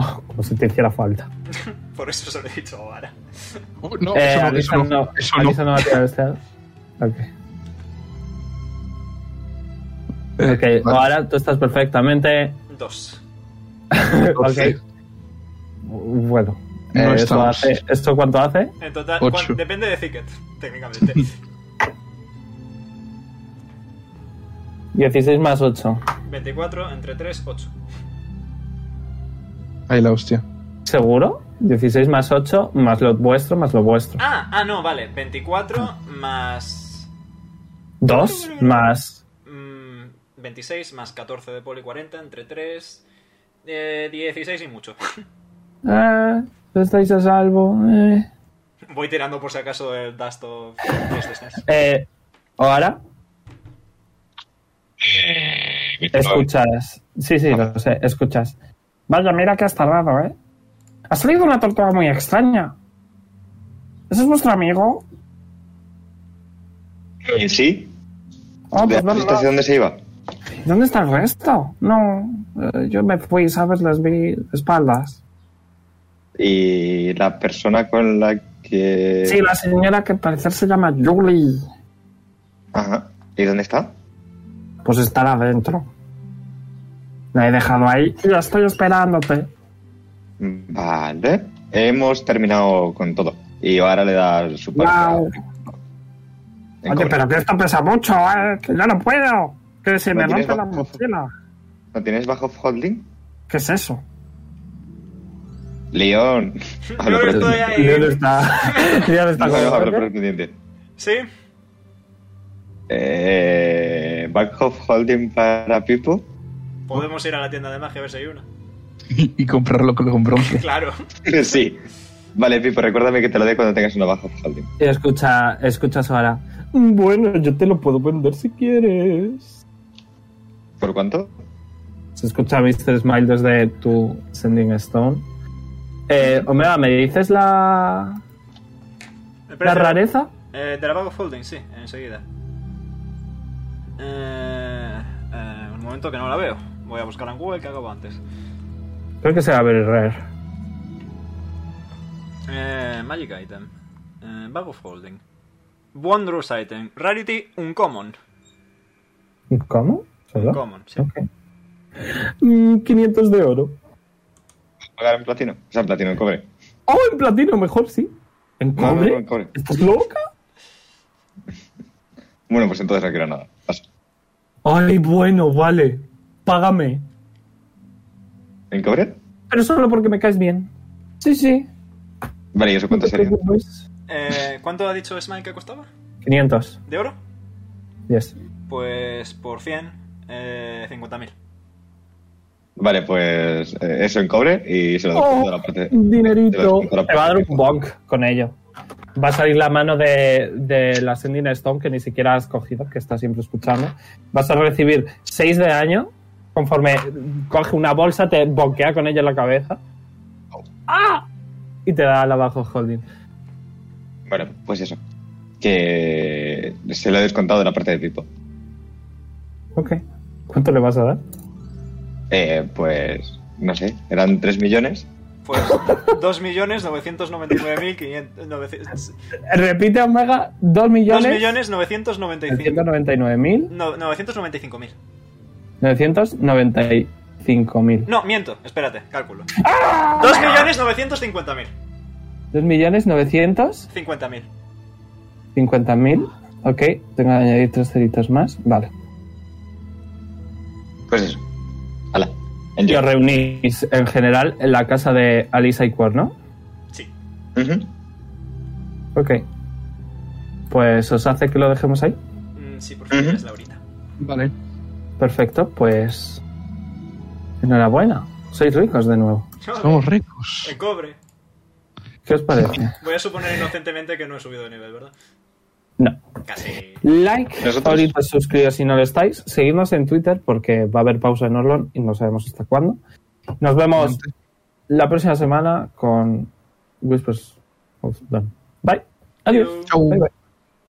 Speaker 2: Oh, como si te hiciera falta.
Speaker 1: Por eso se lo he dicho ahora.
Speaker 4: Oh, no,
Speaker 2: Eh,
Speaker 4: eso no,
Speaker 2: Alisa
Speaker 4: eso no,
Speaker 2: no,
Speaker 4: eso no.
Speaker 2: Alisa no va a tirar este alz. Ok.
Speaker 4: Eh,
Speaker 2: Ok,
Speaker 4: vale.
Speaker 2: ahora tú estás perfectamente.
Speaker 1: Dos.
Speaker 2: ok. Bueno,
Speaker 4: No
Speaker 2: eh, esto,
Speaker 4: estamos.
Speaker 2: hace, ¿esto cuánto hace?
Speaker 1: En total,
Speaker 4: Ocho.
Speaker 1: cuan- depende de Ticket, técnicamente.
Speaker 2: 16 más 8.
Speaker 1: 24 entre 3, 8.
Speaker 4: Ahí la hostia.
Speaker 2: ¿Seguro? 16 más 8, más lo vuestro, más lo vuestro.
Speaker 1: Ah, ah, no, vale. 24 más.
Speaker 2: 2 más.
Speaker 1: mm, 26 más 14 de poli 40 entre 3. 16 y mucho.
Speaker 2: Eh, estáis a salvo. eh.
Speaker 1: Voy tirando por si acaso el Dust of Restlessness.
Speaker 2: Eh, ahora escuchas. Sí, sí, lo sé, escuchas.
Speaker 5: Vaya, mira que has tardado, ¿eh? Ha salido una tortuga muy extraña. ¿Ese es vuestro amigo?
Speaker 7: Eh, ¿Sí?
Speaker 5: Oh,
Speaker 7: ¿De
Speaker 5: pues
Speaker 7: la
Speaker 5: no,
Speaker 7: pista hacia dónde se iba?
Speaker 5: ¿Dónde está el resto? No, eh, yo me fui, ¿sabes? Les vi espaldas.
Speaker 7: Y la persona con la que...
Speaker 5: Sí, la señora que al parecer se llama Julie.
Speaker 7: Ajá. ¿Y dónde está?
Speaker 5: Pues estará adentro. La he dejado ahí y la estoy esperándote.
Speaker 7: Vale. Hemos terminado con todo. Y ahora le da su parte.
Speaker 5: Guau.
Speaker 7: en
Speaker 5: Oye,
Speaker 7: cobre.
Speaker 5: pero que esto pesa mucho, ¿eh? Que yo no puedo. Que se
Speaker 7: ¿No
Speaker 5: me
Speaker 7: tienes
Speaker 5: rompe la
Speaker 7: bajo?
Speaker 5: mochila.
Speaker 7: ¿No tienes bajo holding?
Speaker 5: ¿Qué es eso?
Speaker 7: León.
Speaker 1: Yo
Speaker 3: Ah,
Speaker 7: Hablo por el
Speaker 1: estoy
Speaker 7: pendiente.
Speaker 1: ahí.
Speaker 2: Leon está. Leon está
Speaker 7: No, no, hablo por
Speaker 2: como.
Speaker 7: el pendiente.
Speaker 1: ¿Sí?
Speaker 7: Eh, back of holding para Pipo.
Speaker 1: Podemos ir a la tienda de magia a ver si hay una.
Speaker 4: y comprar lo que lo compró.
Speaker 1: Claro.
Speaker 3: sí. Vale, Pipo, recuérdame que te lo dé cuando tengas una baja, por favor.
Speaker 7: Y escucha, escuchas ahora. Bueno, yo te lo puedo vender si quieres.
Speaker 3: ¿Por cuánto?
Speaker 7: Se escucha Mr. Smile desde tu Sending Stone. Eh, Omega, ¿me dices la,
Speaker 1: Espera,
Speaker 7: la
Speaker 1: espera.
Speaker 7: rareza?
Speaker 1: Eh, de la Bag of Holding, sí, enseguida. Eh, eh, un momento que no la veo. Voy a buscar en Google que acabo antes.
Speaker 7: Creo que será Very Rare.
Speaker 1: Eh, magic Item. Eh, bag of Holding. Wondrous Item. Rarity Uncommon.
Speaker 7: ¿Cómo? ¿Solo?
Speaker 1: Uncommon, sí.
Speaker 7: Ok. Mm, 500 de oro.
Speaker 3: ¿Pagar en platino? O sea, en platino, en cobre.
Speaker 7: Oh, en platino, mejor sí. ¿En
Speaker 3: No, no,
Speaker 7: cobre?
Speaker 3: no, en cobre.
Speaker 7: ¿Estás loca?
Speaker 3: Bueno, pues entonces no quiero nada. Paso.
Speaker 7: Ay, bueno, vale. Págame.
Speaker 3: ¿En cobre?
Speaker 7: Pero solo porque me caes bien. Sí, sí. Pues,
Speaker 3: Vale, ¿y eso cuánto
Speaker 7: No te
Speaker 3: sería?
Speaker 7: preocupes.
Speaker 1: Eh, ¿Cuánto ha dicho Smile que costaba?
Speaker 7: 500.
Speaker 1: ¿De oro?
Speaker 7: Yes.
Speaker 1: Pues por 100, eh, 50.000.
Speaker 3: Vale, pues eh, eso en cobre y se lo doy
Speaker 7: Oh,
Speaker 3: toda la parte.
Speaker 7: dinerito.
Speaker 3: Te va a
Speaker 7: Te va a dar un bonk con ello. Va a salir la mano de, de la Sending Stone que ni siquiera has cogido, que está siempre escuchando. Vas a recibir 6 de daño conforme coge una bolsa, te bonquea con ella en la cabeza. ¡Ah! Y te da la bajo holding.
Speaker 3: Bueno, pues eso. Que se lo he descontado de la parte de Pipo.
Speaker 7: Ok. ¿Cuánto le vas a dar?
Speaker 3: Eh, pues no sé, eran 3 millones.
Speaker 1: Pues 2.999.500.
Speaker 7: Repite, Omega, 2 millones.
Speaker 1: 2.995.000.
Speaker 7: 995.995.
Speaker 1: No, 995.000. No, miento, espérate, cálculo. 2.950.000.
Speaker 7: 2 millones 900.
Speaker 1: 50.000.
Speaker 7: 50.000. Ok, tengo que añadir tres ceritos más. Vale.
Speaker 3: Pues eso. Hala.
Speaker 7: Y
Speaker 3: Enjoy.
Speaker 7: os reunís en general en la casa de Alisa y Cuerno.
Speaker 1: Sí.
Speaker 3: Ujú.
Speaker 7: Ok. Pues os hace que lo dejemos ahí.
Speaker 1: Mm, sí, por favor,
Speaker 3: Ujú.
Speaker 1: es Laurita.
Speaker 4: Vale.
Speaker 7: Perfecto, pues. Enhorabuena. Sois ricos de nuevo.
Speaker 4: Somos ricos.
Speaker 1: El cobre.
Speaker 7: ¿Qué os parece?
Speaker 1: Voy a suponer inocentemente que no he subido de nivel, ¿verdad?
Speaker 7: No.
Speaker 1: Casi.
Speaker 7: Like,
Speaker 3: Nosotros-
Speaker 7: ahorita suscribiros si no lo estáis. Seguidnos en Twitter porque va a haber pausa en Orlon y no sabemos hasta cuándo. Nos vemos la próxima semana con Whispers of Dawn. Bye. Adiós.
Speaker 1: Adiós.
Speaker 4: Chau.
Speaker 7: Bye, bye.